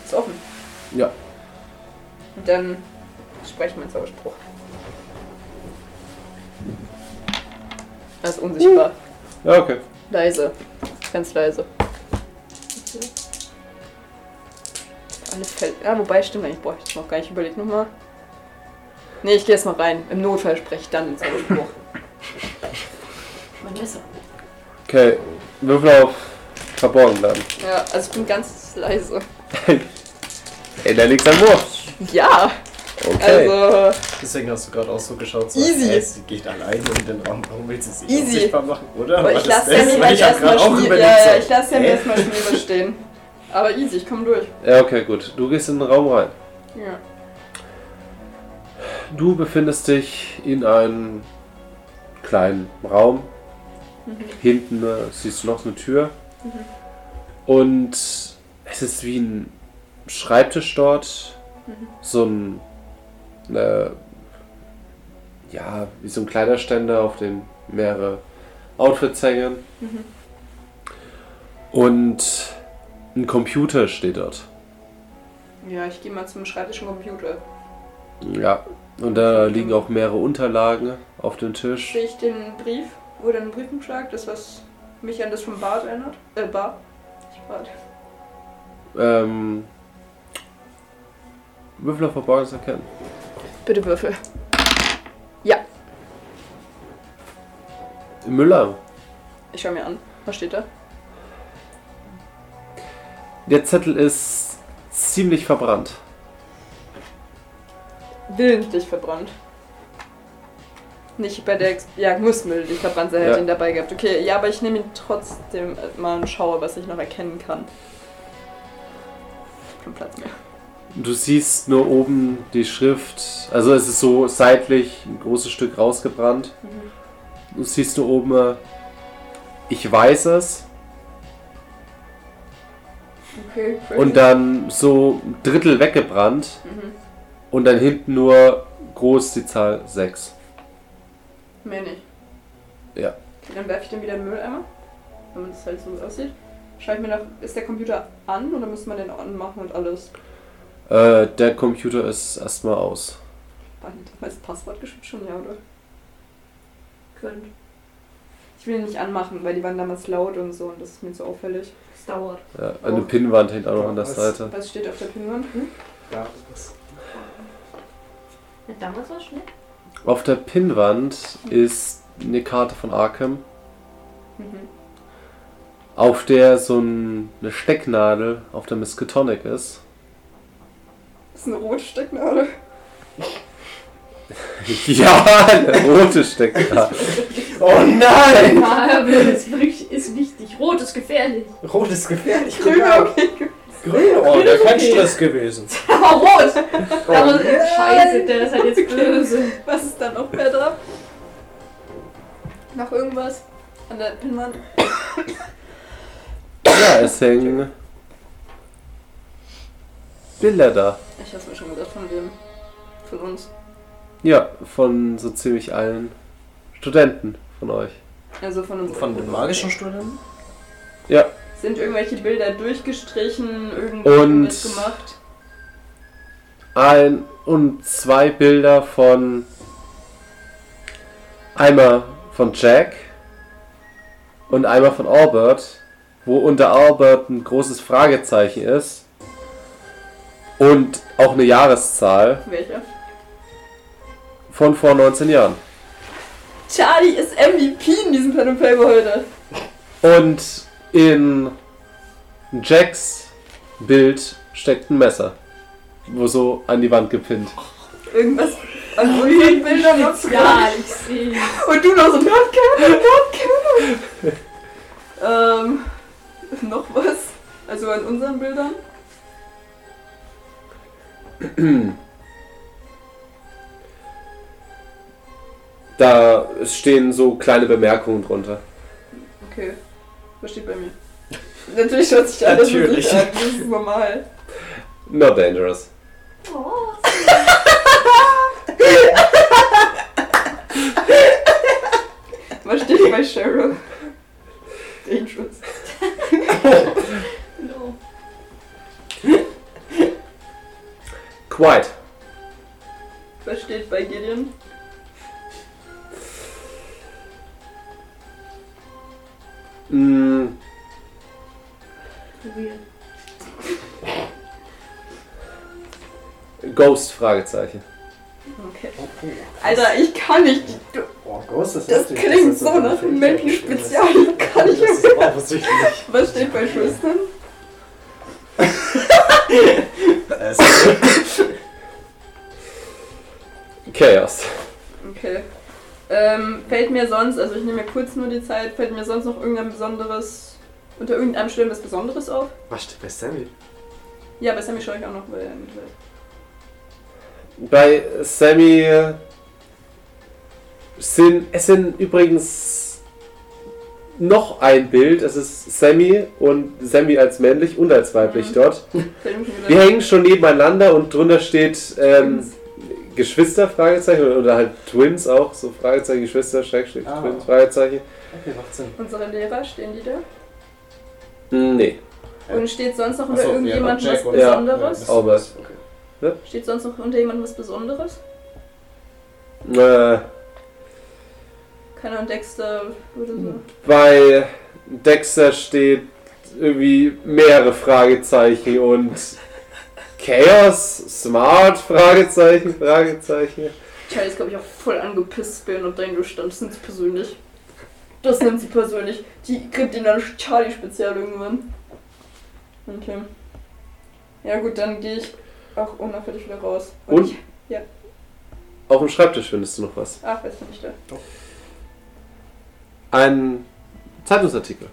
Speaker 2: Ist offen.
Speaker 1: Ja.
Speaker 2: Und dann sprechen wir Zauberspruch. Er ist unsichtbar.
Speaker 1: Ja, okay.
Speaker 2: Leise. Ganz leise. Alles fällt. Ja, wobei stimmt eigentlich, brauche ich das noch gar nicht. Überleg nur mal. Nee, ich gehe jetzt mal rein. Im Notfall spreche ich dann den Zauberspruch.
Speaker 4: Mein Messer.
Speaker 1: Okay, Würfel auf verborgen bleiben.
Speaker 2: ja, also ich bin ganz leise.
Speaker 1: Ändert nichts am Wurf.
Speaker 2: Ja,
Speaker 1: Okay.
Speaker 2: also.
Speaker 3: Deswegen hast du gerade auch so geschaut, so
Speaker 2: Easy.
Speaker 3: Hey, sie geht allein in den Raum. Warum willst du sie
Speaker 2: Easy.
Speaker 3: unsichtbar machen, oder?
Speaker 2: Aber
Speaker 3: War
Speaker 2: ich
Speaker 3: das
Speaker 2: lasse
Speaker 3: das?
Speaker 2: Sammy
Speaker 3: Weil
Speaker 2: halt
Speaker 3: ich hab
Speaker 2: erstmal
Speaker 3: grad auch
Speaker 2: Schmier.
Speaker 3: überlegt,
Speaker 2: Ja,
Speaker 3: so,
Speaker 2: ja, ich lasse Sammy
Speaker 3: hä?
Speaker 2: erstmal Schmiere stehen. Aber easy, ich komme durch.
Speaker 1: Ja, okay, gut. Du gehst in den Raum rein.
Speaker 2: Ja.
Speaker 1: Du befindest dich in einem kleinen Raum. Hinten äh, siehst du noch eine Tür. Und es ist wie ein Schreibtisch dort. So ein. Äh, ja, wie so ein Kleiderständer, auf dem mehrere Outfits hängen. Und ein Computer steht dort.
Speaker 2: Ja, ich gehe mal zum Schreibtisch und Computer.
Speaker 1: Ja. Und da liegen auch mehrere Unterlagen auf dem Tisch.
Speaker 2: Sehe ich den Brief, wo dann ein Briefumschlag, das was mich an das vom Bart erinnert. Äh, Bar. Ich Bart.
Speaker 1: Ähm. Würfel auf Verborgenes erkennen.
Speaker 2: Bitte Würfel. Ja,
Speaker 1: Im Müllarm.
Speaker 2: ich schau mir an. Was steht da?
Speaker 1: Der Zettel ist ziemlich verbrannt.
Speaker 2: Willentlich verbrannt. Nicht bei der Ex ja, muss willentlich verbrannt sein, er hätte
Speaker 1: Ja.
Speaker 2: ihn dabei gehabt. Okay, ja, aber ich nehme ihn trotzdem mal und schaue, was ich noch erkennen kann. Kein Platz mehr.
Speaker 1: Du siehst nur oben die Schrift. Also es ist so seitlich ein großes Stück rausgebrannt. Du siehst nur oben. äh, Ich weiß es.
Speaker 2: Okay,
Speaker 1: Und dann so ein Drittel weggebrannt. Und dann hinten nur groß die Zahl 6.
Speaker 2: Mehr nicht.
Speaker 1: Ja.
Speaker 2: Okay, dann werfe ich den wieder in den Mülleimer, wenn man das halt so aussieht. Schreibe mir noch, ist der Computer an oder müsste man den anmachen und alles?
Speaker 1: Äh, der Computer ist erstmal aus.
Speaker 2: War nicht damals Passwort geschickt schon, ja, oder?
Speaker 4: Könnt.
Speaker 2: Ich will ihn nicht anmachen, weil die waren damals laut und so und das ist mir zu auffällig.
Speaker 4: Es dauert.
Speaker 1: Ja, eine Pinnwand hängt auch noch an der
Speaker 5: Was?
Speaker 1: Seite.
Speaker 2: Was steht auf der Pinwand? Hm?
Speaker 5: Ja, das
Speaker 4: Ja, damals war es schnell.
Speaker 1: Auf der Pinnwand ist eine Karte von Arkham,
Speaker 2: Mhm.
Speaker 1: auf der so ein, eine Stecknadel auf der Miskatonic ist.
Speaker 2: Das ist ne, eine rote Stecknadel.
Speaker 1: Ja, eine rote steckt da.
Speaker 3: Oh nein!
Speaker 4: Farbe ist, wirklich- ist wichtig. Rot ist gefährlich.
Speaker 1: Oh
Speaker 3: Rot ist gefährlich.
Speaker 2: Grüne, okay.
Speaker 3: Grün,
Speaker 8: Oh,
Speaker 4: Grün
Speaker 8: wäre
Speaker 4: ist
Speaker 8: kein
Speaker 4: okay.
Speaker 8: Stress gewesen.
Speaker 4: Aber rot! Aber scheiße, der ist halt jetzt böse.
Speaker 2: Was ist da noch mehr drauf? Noch irgendwas? An der Pinnwand?
Speaker 1: Ja, es hängen Bilder da.
Speaker 2: Ich hab's mir schon gedacht, von wem? Von uns.
Speaker 1: Ja, von so ziemlich allen Studenten von euch.
Speaker 2: Also von uns.
Speaker 3: Von den magischen Studenten?
Speaker 2: Sind irgendwelche Bilder durchgestrichen,
Speaker 1: Und-
Speaker 2: irgendwas gemacht?
Speaker 1: Ein und zwei Bilder von einmal von Jack und einmal von Albert, wo unter Albert ein großes Fragezeichen ist und auch eine Jahreszahl
Speaker 2: Welcher?
Speaker 1: von vor 19 Jahren.
Speaker 2: Charlie ist MVP in diesem Pen and Paper heute.
Speaker 1: Und in Jacks Bild steckt ein Messer, wo so an die Wand gepinnt.
Speaker 2: Irgendwas an unseren Bildern noch
Speaker 4: Ja, ich sehe.
Speaker 2: Und du noch so Nordkerne, Nordkerne. ähm, noch was? Also an unseren Bildern?
Speaker 1: Da stehen so kleine Bemerkungen drunter.
Speaker 2: Okay. Was steht bei mir? Natürlich schaut sich alles so
Speaker 3: Natürlich.
Speaker 2: durch an. Das ist normal.
Speaker 1: Not dangerous.
Speaker 4: Oh,
Speaker 2: Was steht bei Cheryl? Dangerous.
Speaker 4: no.
Speaker 1: Quite.
Speaker 2: Was steht bei Gideon?
Speaker 1: Mm,
Speaker 4: Weird.
Speaker 1: Ghost? Fragezeichen.
Speaker 2: Okay. Alter, ich kann nicht. Du-
Speaker 6: Oh, Ghost ist
Speaker 2: Das klingt so ne? nach einem Menschen-Spezial. Ich kann nicht mehr.
Speaker 6: offensichtlich.
Speaker 2: Was steht bei Tristan?
Speaker 1: Chaos.
Speaker 2: Okay. Ähm, fällt mir sonst, also ich nehme mir kurz nur die Zeit, fällt mir sonst noch irgendein besonderes, unter irgendeinem Stern was Besonderes auf?
Speaker 5: Was steht bei Sammy?
Speaker 2: Ja, bei Sammy schaue ich auch noch, weil er mit weiß.
Speaker 1: Bei Sammy sind es sind übrigens noch ein Bild. Es ist Sammy und Sammy als männlich und als weiblich
Speaker 2: Mhm.
Speaker 1: dort.
Speaker 2: Fällt mir schon
Speaker 1: Wir
Speaker 2: wieder.
Speaker 1: hängen schon nebeneinander und drunter steht ähm, Geschwister, Fragezeichen, oder halt Twins auch, so Fragezeichen, Geschwister, Schrägstrich,
Speaker 6: Ah.
Speaker 1: Twins, Fragezeichen.
Speaker 6: Okay, macht Sinn.
Speaker 2: Unsere Lehrer, stehen die da?
Speaker 1: Mm, Nee.
Speaker 2: Und steht sonst noch
Speaker 6: Ach
Speaker 2: unter
Speaker 6: so, ja,
Speaker 2: irgendjemandem
Speaker 6: Jack
Speaker 2: was
Speaker 6: und-
Speaker 1: Ja.
Speaker 2: Besonderes?
Speaker 1: Ja. Albert.
Speaker 6: Okay.
Speaker 2: Steht sonst noch unter jemandem was Besonderes?
Speaker 1: Äh,
Speaker 2: Keiner und Dexter oder so.
Speaker 1: bei Dexter steht irgendwie mehrere Fragezeichen und Chaos, Smart, Fragezeichen, Fragezeichen.
Speaker 2: Charlie ist, glaube ich, auch voll angepisst bin und dein Gestand. Das nimmt sie persönlich. Das nimmt sie persönlich. Die kriegt ihn dann Charlie speziell irgendwann. Okay. Ja gut, dann gehe ich auch unauffällig wieder raus.
Speaker 1: Und?
Speaker 2: Ich,
Speaker 1: Auf dem Schreibtisch findest du noch was.
Speaker 2: ach, weiß ich nicht. da.
Speaker 1: Ein Zeitungsartikel.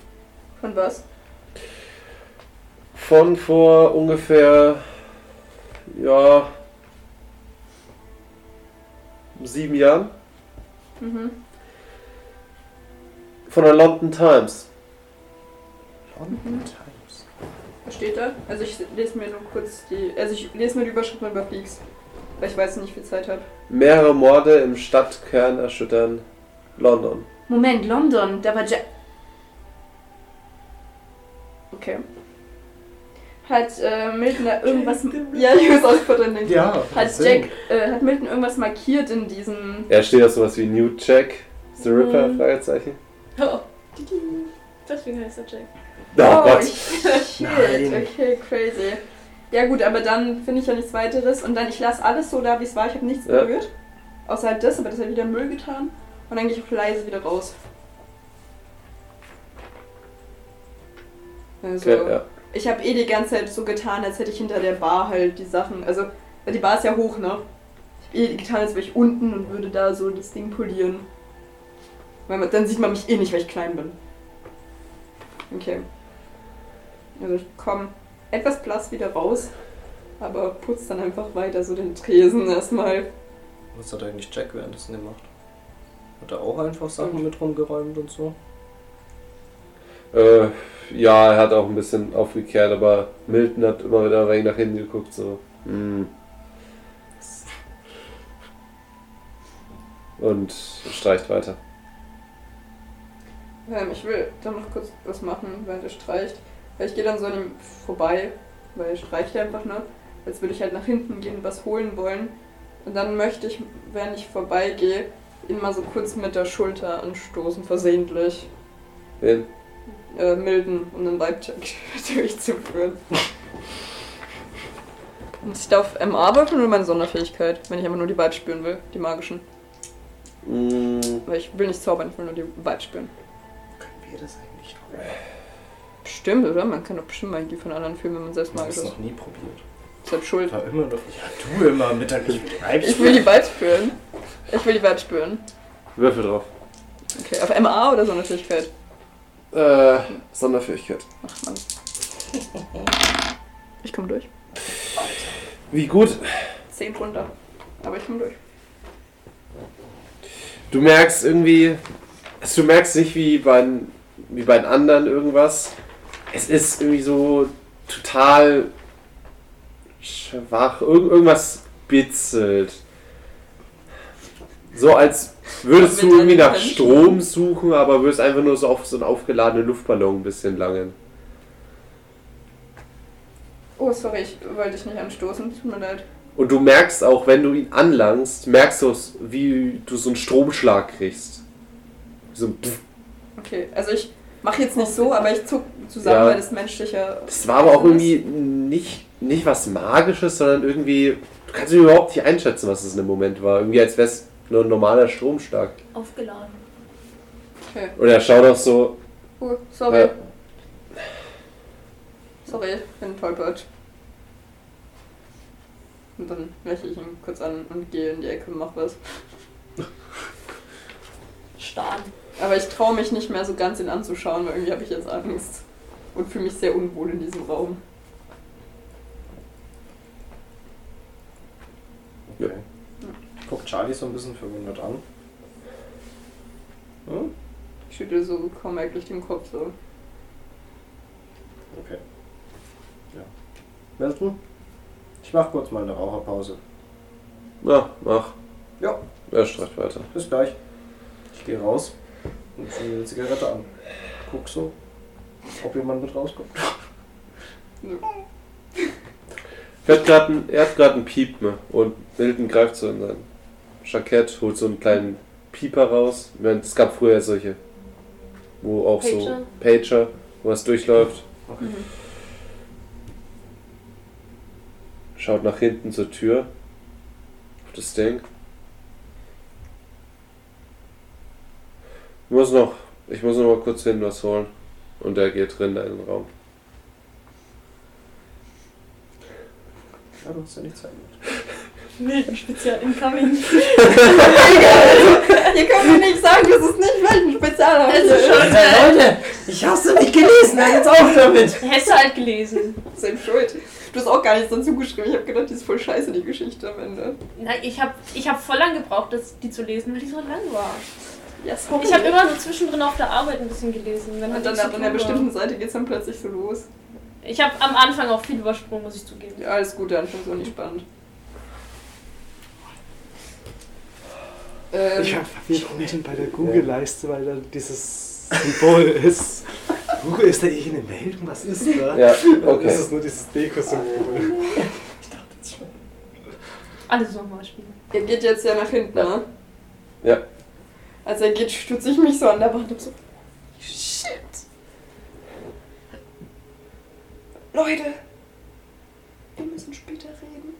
Speaker 2: Von was?
Speaker 1: Von vor ungefähr, ja, sieben Jahren.
Speaker 2: Mhm.
Speaker 1: Von der London Times.
Speaker 6: Mhm.
Speaker 3: London Times.
Speaker 2: Was steht da? Also ich lese mir nur kurz die... Also ich lese mir die Überschrift und überflieg's. Weil ich weiß nicht, wie viel Zeit habe.
Speaker 1: Mehrere Morde im Stadtkern erschüttern London.
Speaker 2: Moment, London, da war Jack. Okay. Hat äh, Milton da irgendwas. Ja, ich muss auch gerade denken.
Speaker 6: Ja,
Speaker 2: Hat Jack, äh, hat Milton irgendwas markiert in diesem.
Speaker 1: Ja, steht da sowas wie New Jack, The Ripper,
Speaker 4: Mhm.
Speaker 1: Fragezeichen.
Speaker 4: Oh. Deswegen heißt er Jack.
Speaker 1: Oh, Gott.
Speaker 2: shit. Okay, crazy. Ja gut, aber dann finde ich ja nichts weiteres und dann ich lasse alles so da, wie es war. Ich habe nichts
Speaker 1: Ja.
Speaker 2: berührt. Außer halt das, aber das hat wieder Müll getan. Und dann gehe ich auch leise wieder raus. Also,
Speaker 1: Okay, ja.
Speaker 2: Ich habe eh die ganze Zeit so getan, als hätte ich hinter der Bar halt die Sachen. Also Die Bar ist ja hoch, ne? Ich hab eh getan, als wäre ich unten und würde da so das Ding polieren. Weil man, dann sieht man mich eh nicht, weil ich klein bin. Okay. Also ich komm etwas blass wieder raus, aber putz dann einfach weiter so den Tresen erstmal.
Speaker 6: Was hat eigentlich Jack währenddessen gemacht? Hat er auch einfach Sachen mit rumgeräumt und so?
Speaker 8: Äh, ja, er hat auch ein bisschen aufgekehrt, aber Milton hat immer wieder ein wenig nach hinten geguckt, so. hm. Und streicht weiter.
Speaker 2: Ähm, ich will dann noch kurz was machen, während er streicht. Weil ich gehe dann so an ihm vorbei, weil er streicht ja einfach, ne? Als würde ich halt nach hinten gehen, was holen wollen. Und dann möchte ich, wenn ich vorbeigehe, ihn mal so kurz mit der Schulter anstoßen, versehentlich.
Speaker 8: Wen?
Speaker 2: Äh, milden, um den Vibe-Check durchzuführen. Muss ich da auf MA würfeln oder meine Sonderfähigkeit, wenn ich einfach nur die Vibes spüren will, die magischen?
Speaker 8: Hm,
Speaker 2: Weil ich will nicht zaubern, ich will nur die Vibes spüren.
Speaker 6: Können wir das eigentlich noch?
Speaker 2: Bestimmt, oder? Man kann doch bestimmt Magie von anderen fühlen, wenn man selbst
Speaker 6: Man hat
Speaker 2: magisch
Speaker 6: es
Speaker 2: ist.
Speaker 6: noch nie probiert.
Speaker 2: Selbst schuld.
Speaker 6: War immer noch. Ja, du immer mit deinem nicht mit Leib
Speaker 2: Ich will die Vibes spüren. Ich will die Vibes spüren.
Speaker 8: Würfel drauf.
Speaker 2: Okay, auf MA oder Sonderfähigkeit?
Speaker 1: Äh, Sonderfähigkeit.
Speaker 2: Ach Mann. Ich komme durch.
Speaker 1: Wie gut.
Speaker 2: Zehn runter. Aber ich komme durch.
Speaker 1: Du merkst irgendwie, also du merkst nicht wie bei, den- wie bei den anderen irgendwas. Es ist irgendwie so total schwach. Irgend, irgendwas bitzelt. So als würdest du irgendwie nach Strom suchen, aber würdest einfach nur so auf so einen aufgeladenen Luftballon ein bisschen langen.
Speaker 2: Oh, sorry, ich wollte dich nicht anstoßen. Tut mir leid.
Speaker 1: Und du merkst auch, wenn du ihn anlangst, merkst du, es, wie du so einen Stromschlag kriegst. So ein Pff.
Speaker 2: Okay, also ich mache jetzt nicht so, aber ich zuck zusammen,
Speaker 1: Ja.
Speaker 2: weil das menschliche.
Speaker 1: Das war aber auch irgendwie nicht, nicht was Magisches, sondern irgendwie. Du kannst überhaupt nicht einschätzen, was es in dem Moment war. Irgendwie als wäre es nur ein normaler Stromschlag.
Speaker 4: Aufgeladen.
Speaker 2: Okay.
Speaker 1: Und er schaut auch so. äh,
Speaker 2: Oh, sorry.
Speaker 1: Ja.
Speaker 2: Sorry, ich bin tollpatsch. Und dann lächle ich ihn kurz an und gehe in die Ecke und mach was.
Speaker 4: Stark.
Speaker 2: Aber ich traue mich nicht mehr so ganz ihn anzuschauen, weil irgendwie habe ich jetzt Angst. Und fühle mich sehr unwohl in diesem Raum.
Speaker 6: Okay. Guckt Charlie so ein bisschen verwundert an. Hm?
Speaker 2: Ich schüttel so kaum merklich den Kopf so.
Speaker 6: Okay. Ja. Milton? Ich mach kurz mal eine Raucherpause.
Speaker 8: Na, mach.
Speaker 6: Ja.
Speaker 8: Er streicht weiter.
Speaker 6: Bis gleich. Ich gehe raus und ziehe mir eine Zigarette an. Guck so, ob jemand mit rauskommt.
Speaker 8: Er hat gerade ein, er hat grad ein Piepen und Milton greift so in sein Jackett, holt so einen kleinen Pieper raus. Ich meine, Es gab früher solche, wo auch so
Speaker 4: Pager?
Speaker 8: Pager, wo es durchläuft. Schaut nach hinten zur Tür, auf das Ding. Ich muss noch, ich muss noch mal kurz hin was holen. Und er geht drin in den Raum.
Speaker 6: Ja, du hast ja nichts verändert.
Speaker 4: Milden Spezial incoming.
Speaker 2: Ihr könnt mir nicht sagen, das ist nicht welchen Spezial
Speaker 4: Es ist schon
Speaker 3: Leute, ich hab's doch nicht gelesen, hör jetzt auf damit!
Speaker 4: Hättest du halt gelesen.
Speaker 2: Selbst schuld. Du hast auch gar nichts dazu geschrieben. Ich habe gedacht, die ist voll scheiße, die Geschichte am Ende.
Speaker 4: Nein, ich habe ich hab voll lang gebraucht, das, die zu lesen, weil die so lang war.
Speaker 2: Ja, sorry.
Speaker 4: Ich habe immer so zwischendrin auf der Arbeit ein bisschen gelesen. Wenn
Speaker 2: Und
Speaker 4: man
Speaker 2: dann
Speaker 4: nichts
Speaker 2: an
Speaker 4: zu tun
Speaker 2: einer
Speaker 4: war.
Speaker 2: bestimmten Seite geht es dann plötzlich so los.
Speaker 4: Ich habe am Anfang auch viel übersprungen, muss ich zugeben.
Speaker 2: Ja, alles gut, dann finde ich es auch nicht spannend. Ähm,
Speaker 5: Ich war verwirrt unten bei der Google-Leiste, weil da dieses Symbol ist. Google ist da eh irgendeine Meldung, was ist da?
Speaker 8: Ja,
Speaker 5: Okay. Das
Speaker 8: okay.
Speaker 5: ist nur dieses Deko-Symbol.
Speaker 4: Alles nochmal spielen.
Speaker 2: er geht jetzt ja nach hinten,
Speaker 8: Ja.
Speaker 2: ne?
Speaker 8: Ja.
Speaker 2: Als er geht, stütze ich mich so an der Wand und so. Shit! Leute! Wir müssen später reden.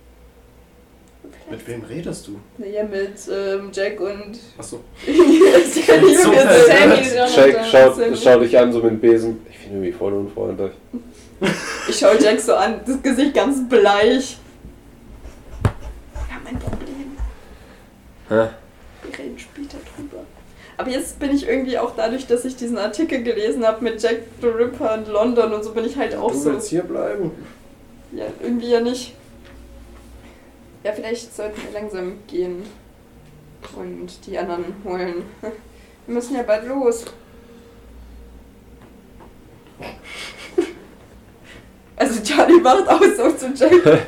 Speaker 6: Mit wem redest du?
Speaker 2: Naja, mit ähm, Jack und.
Speaker 6: Achso.
Speaker 2: ich kann nicht
Speaker 6: So
Speaker 2: mehr
Speaker 6: verwirrt.
Speaker 2: Sammy.
Speaker 8: ne? Jack Äh, schaut,
Speaker 2: Sammy.
Speaker 8: schaut dich an, so mit dem Besen. Ich finde mich voll unfreundlich.
Speaker 2: Ich schaue Jack so an, das Gesicht ganz bleich.
Speaker 1: Ja.
Speaker 2: Wir reden später drüber. Aber jetzt bin ich irgendwie auch dadurch, dass ich diesen Artikel gelesen habe mit Jack the Ripper in London und so bin ich halt auch
Speaker 8: Du
Speaker 2: so.
Speaker 8: willst hier bleiben?
Speaker 2: Ja, irgendwie ja nicht. Ja, vielleicht sollten wir langsam gehen und die anderen holen. Wir müssen ja bald los. Also Charlie macht auch so zu Jack.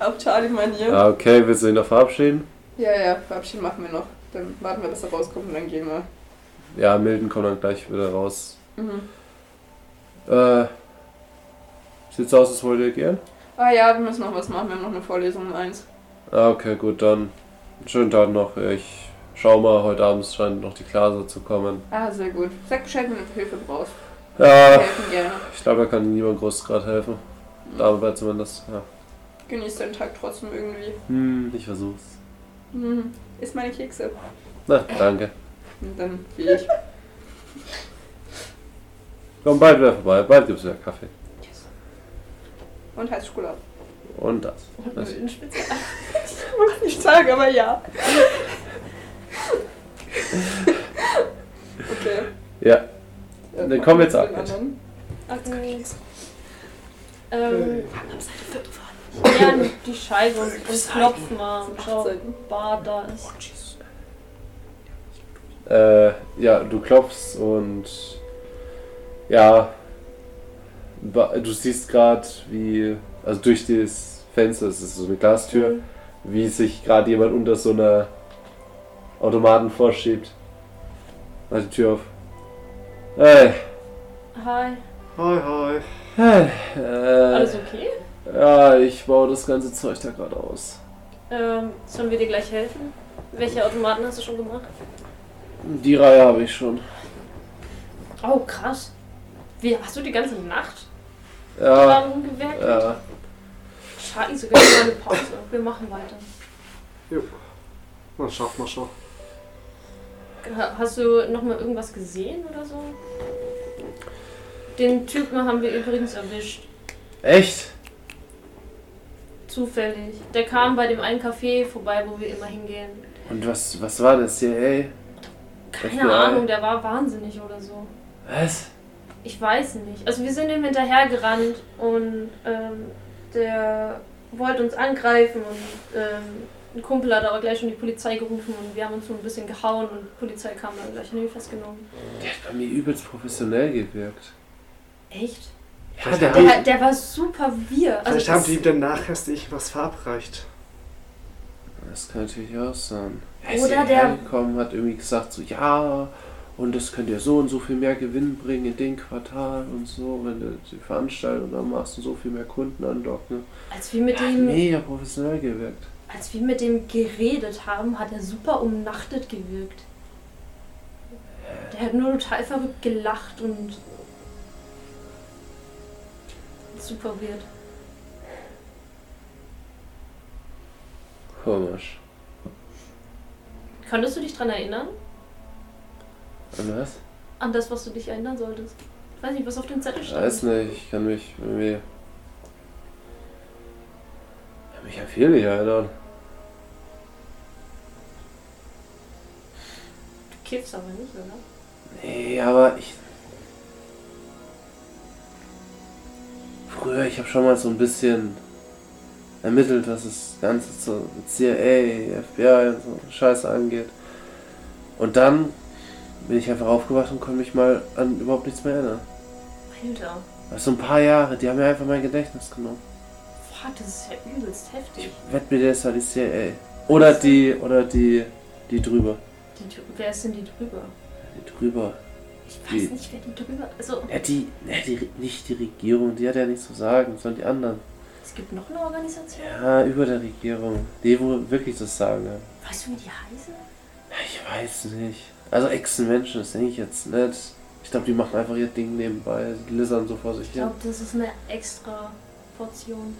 Speaker 2: Auf Charlie-Manier.
Speaker 1: Ja, okay, willst du ihn noch verabschieden?
Speaker 2: Ja, ja, Verabschieden machen wir noch. Dann warten wir, bis er rauskommt und dann gehen wir.
Speaker 1: Ja, Milton kommt dann gleich wieder raus.
Speaker 2: Mhm.
Speaker 1: Äh, sieht's aus, als wollt ihr gehen?
Speaker 2: Ah ja, wir müssen noch was machen. Wir haben noch eine Vorlesung um eins.
Speaker 1: Ah, okay, gut, dann schönen Tag noch. Ich schau mal, heute Abend scheint noch die Klasse zu kommen.
Speaker 2: Ah, sehr gut. Sag Bescheid, wenn du Hilfe brauchst. Wir
Speaker 1: Ja,
Speaker 2: helfen gerne.
Speaker 1: ich glaube, da kann niemand groß gerade helfen. Dabei zumindest, ja.
Speaker 2: Genieß deinen Tag trotzdem irgendwie.
Speaker 1: Hm, ich versuch's.
Speaker 2: Mhm. Iss meine Kekse.
Speaker 1: Na, danke.
Speaker 2: Und dann wie ich.
Speaker 1: Komm bald wieder vorbei, bald gibt's wieder Kaffee.
Speaker 2: Und heiß Schokolade.
Speaker 1: Und das. das.
Speaker 2: Wollte ich nicht sagen, aber ja. okay. Äh,
Speaker 1: Ja, Dann kommen wir jetzt ab.
Speaker 4: Ähm, ja, die Scheibe und, und klopf mal
Speaker 2: Oh.
Speaker 4: und schau, ob Bar da ist.
Speaker 1: Äh, ja, du klopfst und ja, ba- du siehst gerade, wie, also durch das Fenster, es ist so eine Glastür, wie sich gerade jemand unter so einer Automaten vorschiebt. Mach die Tür auf. Hey,
Speaker 4: Hi.
Speaker 5: Hoi, hoi.
Speaker 1: hey,
Speaker 4: Alles
Speaker 1: äh,
Speaker 4: okay?
Speaker 1: ja, ich baue das ganze Zeug da gerade aus.
Speaker 4: Ähm, sollen wir dir gleich helfen? Welche Automaten hast du schon gemacht?
Speaker 1: Die Reihe habe ich schon.
Speaker 4: Oh, krass. Wie, hast du die ganze Nacht
Speaker 1: Ja,
Speaker 4: daran gewerkelt?
Speaker 1: ja.
Speaker 4: Scheiße, gib mir mal eine Pause. Wir machen weiter.
Speaker 5: Na, schaff mal schon.
Speaker 4: Ha- Hast du noch mal irgendwas gesehen oder so? Den Typen haben wir übrigens erwischt.
Speaker 1: Echt?
Speaker 4: Zufällig. Der kam bei dem einen Café vorbei, wo wir immer hingehen.
Speaker 1: Und was, was war das hier, ey?
Speaker 4: Keine
Speaker 1: FBI.
Speaker 4: Ahnung, der war wahnsinnig oder so.
Speaker 1: Was?
Speaker 4: Ich weiß nicht. Also wir sind ihm hinterhergerannt und ähm, der wollte uns angreifen und ähm, ein Kumpel hat aber gleich schon die Polizei gerufen und wir haben uns so ein bisschen gehauen und die Polizei kam dann gleich und hat ihn festgenommen.
Speaker 1: Der hat bei mir übelst professionell gewirkt.
Speaker 4: Echt?
Speaker 1: Ja,
Speaker 5: der
Speaker 4: Der, hat- der war super wir. Also
Speaker 5: Vielleicht haben die ihm dann nachher ich was verabreicht.
Speaker 1: Das kann natürlich auch sein. Er
Speaker 4: Oder
Speaker 1: ist hierher
Speaker 4: der-
Speaker 1: gekommen, hat irgendwie gesagt so, ja, und das könnt ihr so und so viel mehr Gewinn bringen in dem Quartal und so, wenn du die Veranstaltung dann machst und so viel mehr Kunden andocken.
Speaker 4: als wir mit
Speaker 1: Der hat
Speaker 4: dem
Speaker 1: mega professionell gewirkt.
Speaker 4: Als wir mit dem geredet haben, hat er super umnachtet gewirkt. Der hat nur total verrückt gelacht und super weird.
Speaker 1: Komisch.
Speaker 4: Könntest du dich dran erinnern?
Speaker 1: Und was?
Speaker 4: An das, was du dich erinnern solltest? Ich weiß nicht, was auf dem Zettel
Speaker 1: Ich
Speaker 4: stand.
Speaker 1: weiß nicht, ich kann mich irgendwie... Ich kann mich an viel nicht erinnern.
Speaker 4: Du kiffst aber nicht, oder?
Speaker 1: Nee, aber ich. Früher, ich habe schon mal so ein bisschen ermittelt, was das Ganze zur CIA, FBI und so Scheiße angeht. Und dann bin ich einfach aufgewacht und konnte mich mal an überhaupt nichts mehr erinnern.
Speaker 4: Alter,
Speaker 1: Also ein paar Jahre, die haben mir einfach mein Gedächtnis genommen.
Speaker 4: fuck, das ist ja übelst heftig.
Speaker 1: Ich wette mir, das war die CIA. Oder die, oder die, die drüber.
Speaker 4: Die, drü- wer ist denn die drüber?
Speaker 1: Die drüber.
Speaker 4: Ich
Speaker 1: Die-
Speaker 4: weiß nicht, wer die drüber... Also,
Speaker 1: Ja, die, ja, die, nicht die Regierung, die hat ja nichts zu sagen, sondern die anderen.
Speaker 4: es gibt noch eine Organisation.
Speaker 1: Ja, über der Regierung. Die, wo wirklich das sagen. Ja.
Speaker 4: Weißt du, wie die heißen?
Speaker 1: Ich weiß nicht. Also Echsenmenschen, das denke ich jetzt nicht. Ich glaube, die machen einfach ihr Ding nebenbei. Die lissern so vor sich
Speaker 4: Ich
Speaker 1: hin.
Speaker 4: glaube, das ist eine extra Portion.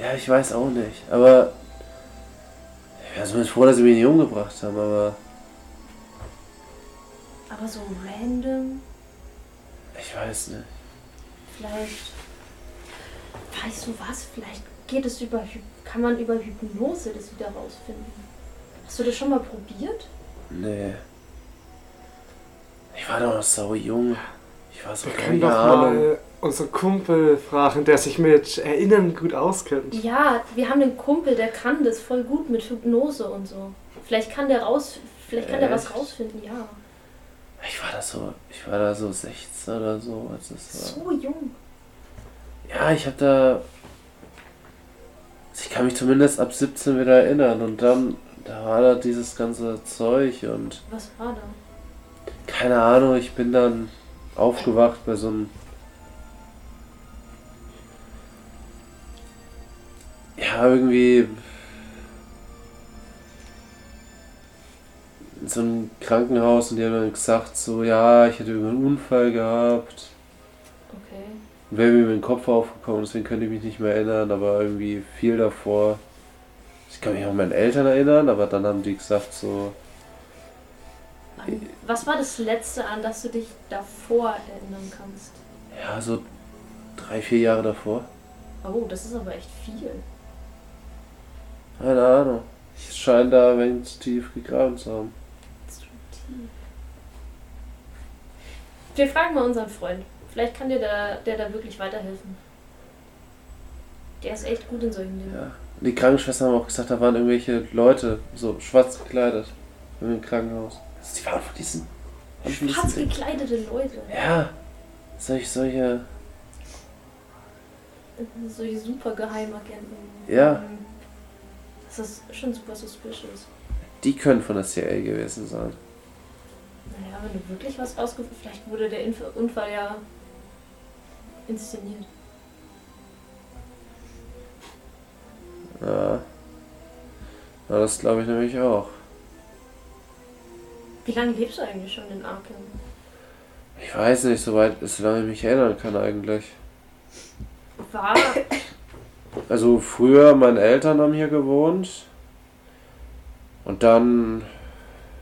Speaker 1: Ja, ich weiß auch nicht. Aber. Ich wäre zumindest froh, dass sie mich nicht umgebracht haben, aber.
Speaker 4: Aber so random,
Speaker 1: Ich weiß nicht.
Speaker 4: vielleicht. Weißt du was? Vielleicht geht es über Hy- kann man über Hypnose das wieder rausfinden. Hast du das schon mal probiert?
Speaker 1: Nee. Ich war doch noch sau jung. Ich war so
Speaker 5: Wir
Speaker 1: keine
Speaker 5: können doch
Speaker 1: Ahnung.
Speaker 5: mal unseren Kumpel fragen, der sich mit Erinnern gut auskennt.
Speaker 4: Ja, wir haben einen Kumpel, der kann das voll gut mit Hypnose und so. Vielleicht kann der raus, vielleicht kann der was
Speaker 1: Echt?
Speaker 4: rausfinden, ja.
Speaker 1: Ich war da so, ich war da so 16 oder so, als es war.
Speaker 4: So jung.
Speaker 1: Ja, ich hab da. Ich kann mich zumindest ab 17 wieder erinnern und dann, da war da dieses ganze Zeug und
Speaker 4: Was war da?
Speaker 1: keine Ahnung, ich bin dann aufgewacht bei so einem. Ja, irgendwie. In so einem Krankenhaus und die haben dann gesagt, so, ja, ich hätte irgendeinen Unfall gehabt.
Speaker 4: Okay.
Speaker 1: Und wäre mir über den Kopf aufgekommen, deswegen könnte ich mich nicht mehr erinnern, aber irgendwie viel davor. Ich kann mich auch an meine Eltern erinnern, aber dann haben die gesagt, so,
Speaker 4: An- Was war das letzte, an das du dich davor erinnern kannst?
Speaker 1: ja, so drei, vier Jahre davor.
Speaker 4: Oh, das ist aber echt viel.
Speaker 1: Keine Ahnung. Ich scheine da ein wenig zu tief gegraben zu haben.
Speaker 4: Zu tief. Wir fragen mal unseren Freund. Vielleicht kann dir da, der da wirklich weiterhelfen. Der ist echt gut in solchen Dingen.
Speaker 1: Ja. Und die Krankenschwestern haben auch gesagt, da waren irgendwelche Leute so schwarz gekleidet im Krankenhaus. Also die waren von diesen. haben von diesen-
Speaker 4: Schwarz gekleidete Leute.
Speaker 1: Ja. Solche, solche.
Speaker 4: Solche super Geheimagenten.
Speaker 1: Ja.
Speaker 4: Das ist schon super suspicious.
Speaker 1: Die können von der CIA gewesen sein.
Speaker 4: Naja, wenn du wirklich was rausgefunden vielleicht wurde der Inf Unfall ja inszeniert.
Speaker 1: Ja. ja das glaube ich nämlich auch.
Speaker 4: Wie lange lebst du eigentlich schon in Arkham?
Speaker 1: Ich weiß nicht, soweit, solange ich mich erinnern kann eigentlich.
Speaker 4: War,
Speaker 1: Also früher, meine Eltern haben hier gewohnt. Und dann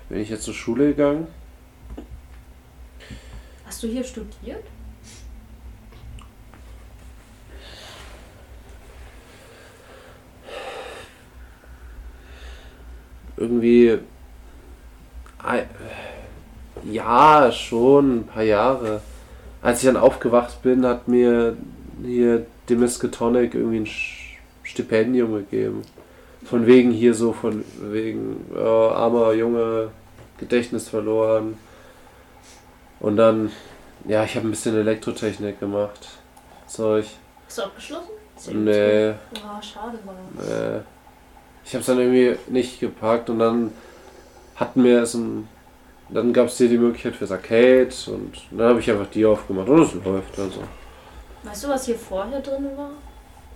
Speaker 1: bin ich jetzt zur Schule gegangen.
Speaker 4: hast du hier studiert?
Speaker 1: irgendwie. ei- Ja, schon ein paar Jahre. Als ich dann aufgewacht bin, hat mir hier Demiskatonic irgendwie ein Sch- Stipendium gegeben. Von wegen hier so, von wegen äh, armer Junge, Gedächtnis verloren. Und dann, ja, ich habe ein bisschen Elektrotechnik gemacht. Zeug.
Speaker 4: Hast du abgeschlossen? Ist ja
Speaker 1: Nee.
Speaker 4: übelst gut. Oh, schade war.
Speaker 1: Äh, ich habe es dann irgendwie nicht gepackt und dann hatten wir es ein, dann gab es hier die Möglichkeit fürs Arcade und dann habe ich einfach die aufgemacht und es läuft also.
Speaker 4: Weißt du, was hier vorher drin war?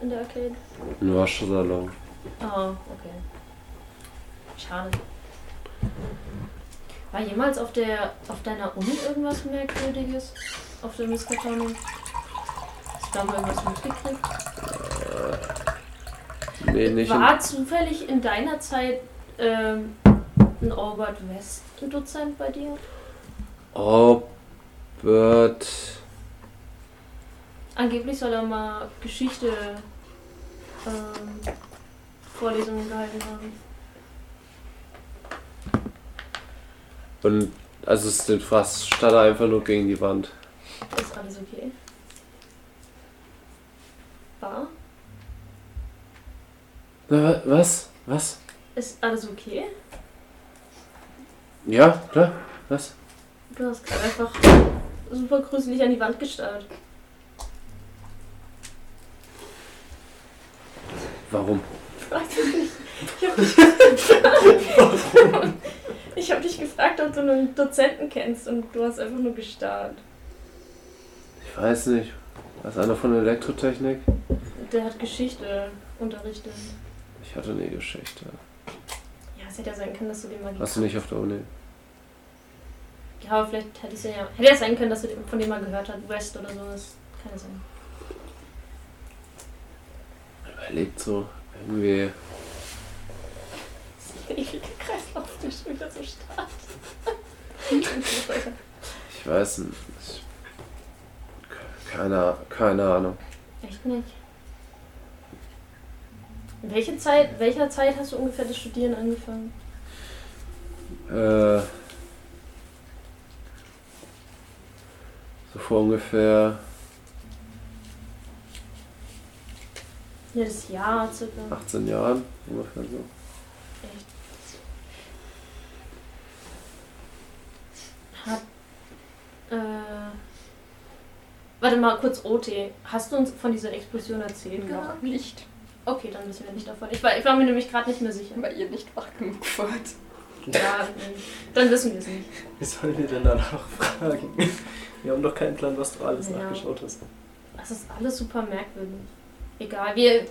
Speaker 4: In der Arcade?
Speaker 1: Ein Waschsalon.
Speaker 4: Ah, okay. Schade. War jemals auf der auf deiner Uni irgendwas merkwürdiges? Auf der Miskatone? Hast du da mal irgendwas mitgekriegt?
Speaker 1: Nee, nicht in,
Speaker 4: War zufällig in deiner Zeit ähm, ein Albert West ein Dozent bei dir?
Speaker 1: Robert.
Speaker 4: Angeblich soll er mal Geschichte ähm, Vorlesungen gehalten haben.
Speaker 1: Und also es den Fraß statt einfach nur gegen die Wand.
Speaker 4: Ist alles okay? War?
Speaker 1: Na, wa- was? Was?
Speaker 4: Ist alles okay?
Speaker 1: Ja, klar. Was?
Speaker 4: Du hast gerade einfach super gruselig an die Wand gestarrt.
Speaker 1: Warum?
Speaker 4: Frag mich nicht. Ich hab dich Ich hab dich gefragt, ob du einen Dozenten kennst und du hast einfach nur gestarrt.
Speaker 1: Ich weiß nicht. Was einer von Elektrotechnik?
Speaker 4: Der hat Geschichte unterrichtet.
Speaker 1: Ich hatte nie Geschichte.
Speaker 4: Ja, es hätte ja sein können, dass du den mal
Speaker 1: Hast du nicht auf der Uni?
Speaker 4: Ja, aber vielleicht hätte es ja, hätte ja sein können, dass du den- von dem mal gehört hast. West oder sowas. Kann ja sein.
Speaker 1: Überlegt so. Irgendwie.
Speaker 4: Der ewige Kreislauf, der schon wieder so starrt.
Speaker 1: Ich weiß nicht. Ich- Keine, keine Ahnung.
Speaker 4: Echt nicht. Welche Zeit, welcher Zeit hast du ungefähr das Studieren angefangen?
Speaker 1: Äh, so vor ungefähr
Speaker 4: Ja, das Jahr circa.
Speaker 1: 18 Jahren. Ungefähr so.
Speaker 4: Hat, äh, warte mal kurz, OT. Hast du uns von dieser Explosion erzählt gehabt?
Speaker 2: Gar nicht,
Speaker 4: Okay, dann wissen wir nicht davon. Ich war, ich war mir nämlich gerade nicht mehr sicher.
Speaker 2: weil ihr nicht wach genug wart.
Speaker 4: Ja, nee. dann wissen wir es nicht.
Speaker 6: Wie sollen wir denn danach fragen? Wir haben doch keinen Plan, was du alles
Speaker 4: Ja.
Speaker 6: nachgeschaut hast.
Speaker 4: Das ist alles super merkwürdig. Egal, wir,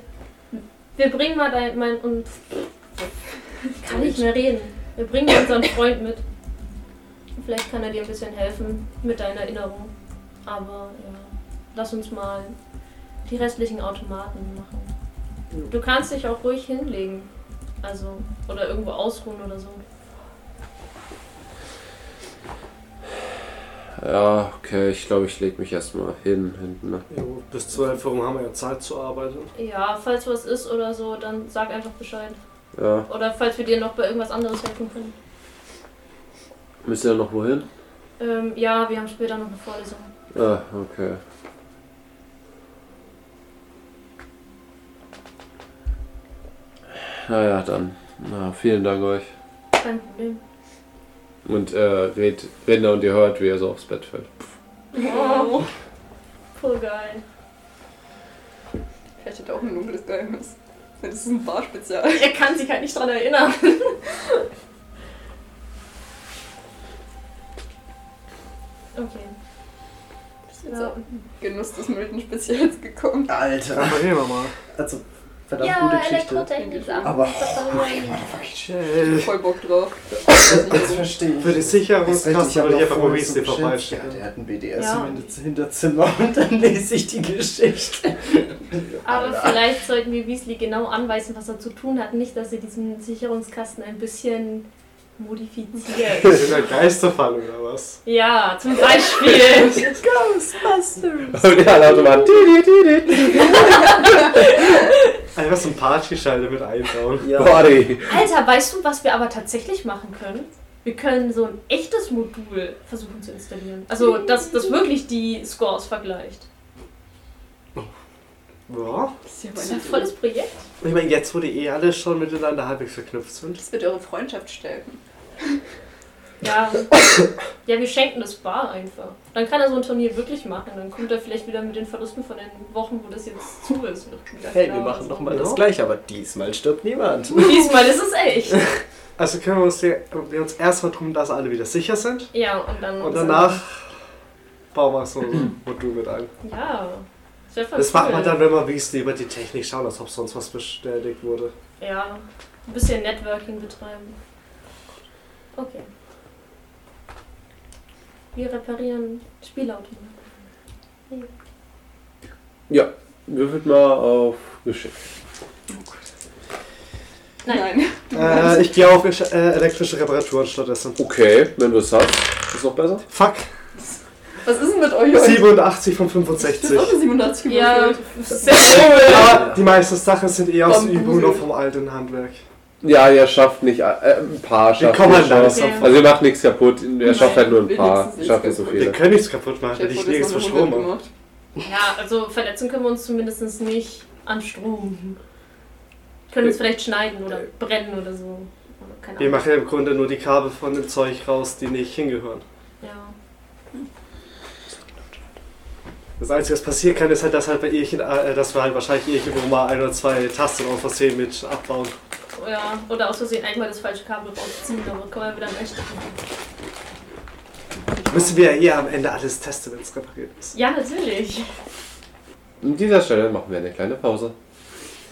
Speaker 4: wir bringen mal dein, mein, und kann nicht mehr reden. Wir bringen dir unseren Freund mit. Vielleicht kann er dir ein bisschen helfen mit deiner Erinnerung. Aber ja, lass uns mal die restlichen Automaten machen. Du kannst dich auch ruhig hinlegen. Also, oder irgendwo ausruhen oder so.
Speaker 1: Ja, okay, ich glaube, ich lege mich erstmal hin, hinten. Ne?
Speaker 5: Jo, bis 12 Uhr haben wir ja Zeit zu arbeiten.
Speaker 4: Ja, falls was ist oder so, dann sag einfach Bescheid.
Speaker 1: Ja.
Speaker 4: Oder falls wir dir noch bei irgendwas anderes helfen können.
Speaker 1: Müsst ihr dann noch wohin?
Speaker 4: Ähm, ja, wir haben später noch eine Vorlesung.
Speaker 1: Ah, okay. Naja, dann. Na, vielen Dank euch.
Speaker 4: Kein Problem.
Speaker 1: Und äh, red, Redner und ihr hört, wie er so aufs Bett fällt.
Speaker 4: Oh. Voll geil.
Speaker 2: Vielleicht hat er auch ein dunkles Geheimnis. Das ist ein Barspezial.
Speaker 4: Er kann sich halt nicht dran erinnern. okay.
Speaker 2: Das
Speaker 4: Ja.
Speaker 2: Genuss des milden Spezials gekommen.
Speaker 6: Alter,
Speaker 5: Aber nehmen wir mal.
Speaker 6: also verdammt gute Geschichte.
Speaker 4: Elektrotechnik.
Speaker 6: Aber
Speaker 1: Äh.
Speaker 5: Chill.
Speaker 2: Voll Bock drauf.
Speaker 6: jetzt verstehe ich.
Speaker 5: Für die
Speaker 6: Hast recht,
Speaker 5: Sicherungskasse
Speaker 6: hab
Speaker 5: würde ich einfach
Speaker 6: noch vorhin
Speaker 5: Maurice
Speaker 6: so
Speaker 5: dir
Speaker 6: geschimpft. Ja,
Speaker 5: vorbeistellen.
Speaker 6: der hat ein BDS
Speaker 4: Ja.
Speaker 6: im Hinter- Hinterzimmer und dann lese ich die Geschichte.
Speaker 4: Aber vielleicht sollten wir Weasley genau anweisen, was er zu tun hat. Nicht, dass er diesen Sicherungskasten ein bisschen modifiziert.
Speaker 5: Das ist ein Geisterfall oder was?
Speaker 4: ja, zum Beispiel.
Speaker 1: Und ja, laut mal.
Speaker 5: Einfach so ein Partyschalter mit einbauen.
Speaker 6: Ja.
Speaker 1: Body.
Speaker 4: Alter, weißt du, was wir aber tatsächlich machen können? Wir können so ein echtes Modul versuchen zu installieren. Also, das, das wirklich die Scores vergleicht.
Speaker 5: Ja.
Speaker 2: Das ist ja
Speaker 4: Das
Speaker 2: meine
Speaker 4: ist ein volles Projekt.
Speaker 5: Ich meine, jetzt wo die eh alle schon miteinander halbwegs verknüpft sind.
Speaker 2: Das wird eure Freundschaft stärken.
Speaker 4: Ja. ja, wir schenken das Bar einfach. Dann kann er so ein Turnier wirklich machen. Dann kommt er vielleicht wieder mit den Verlusten von den Wochen, wo das jetzt zu ist.
Speaker 6: Hey, wir machen nochmal das gleiche, aber diesmal stirbt niemand.
Speaker 4: Diesmal ist es echt.
Speaker 5: Also können wir uns, die, wir uns erstmal drum, dass alle wieder sicher sind.
Speaker 4: Ja, und dann.
Speaker 5: Und danach bauen wir so ein Modul mit ein.
Speaker 4: Ja. Das, wär voll
Speaker 5: Das macht
Speaker 4: cool.
Speaker 5: man dann, wenn wir Weasley über die Technik schauen, als ob sonst was bestätigt wurde.
Speaker 4: Ja, ein bisschen Networking betreiben. Okay. Wir reparieren Spielautomaten.
Speaker 1: Ja, würfelt mal auf Geschick.
Speaker 4: Nein.
Speaker 5: Äh, ich gehe auf äh, elektrische Reparaturen stattdessen.
Speaker 1: Okay, wenn du es hast, ist noch besser.
Speaker 5: Fuck!
Speaker 2: Was ist denn mit euch heute?
Speaker 5: 87 von
Speaker 2: Das ist auch
Speaker 5: 65.
Speaker 2: eine 87
Speaker 4: Ja,
Speaker 2: gewürfelt.
Speaker 4: sehr
Speaker 5: Aber die meisten Sachen sind eher aus
Speaker 2: Vom
Speaker 5: Übung
Speaker 2: Dusel.
Speaker 5: noch vom alten Handwerk.
Speaker 1: Ja, ihr schafft nicht. Äh, ein paar
Speaker 5: Wir
Speaker 1: schafft
Speaker 5: kommen
Speaker 1: ihr
Speaker 5: halt
Speaker 1: schon.
Speaker 5: alles
Speaker 4: Okay.
Speaker 5: davon.
Speaker 1: Also ihr macht nichts kaputt, ihr schafft halt nur ein paar.
Speaker 2: wenigstens
Speaker 1: Ihr schafft nicht
Speaker 2: nichts
Speaker 1: so
Speaker 5: Wir
Speaker 1: viele.
Speaker 5: können nichts kaputt machen, wenn
Speaker 2: Chef
Speaker 5: ich
Speaker 2: wurde jetzt
Speaker 5: nirgends
Speaker 2: noch
Speaker 5: für
Speaker 2: eine
Speaker 5: Strom
Speaker 2: 100
Speaker 5: habe.
Speaker 2: gemacht.
Speaker 4: Ja, also verletzen können wir uns zumindest nicht am Strom. Können uns vielleicht schneiden oder brennen oder so. Oder Keine
Speaker 5: Wir
Speaker 4: Ahnung.
Speaker 5: machen im Grunde nur die Kabel von dem Zeug raus, die nicht hingehören.
Speaker 4: Ja.
Speaker 5: Das Einzige, was passieren kann, ist halt, dass, halt bei Irchen, äh, dass wir halt wahrscheinlich irgendwo mal ein oder zwei Tasten aus Versehen mit abbauen.
Speaker 4: ja. Oder aus Versehen einmal das falsche Kabel rausziehen, aber kommen wir wieder am echten.
Speaker 5: Müssen wir ja eher am Ende alles testen, wenn es repariert ist.
Speaker 4: Ja, natürlich.
Speaker 1: An dieser Stelle machen wir eine kleine Pause.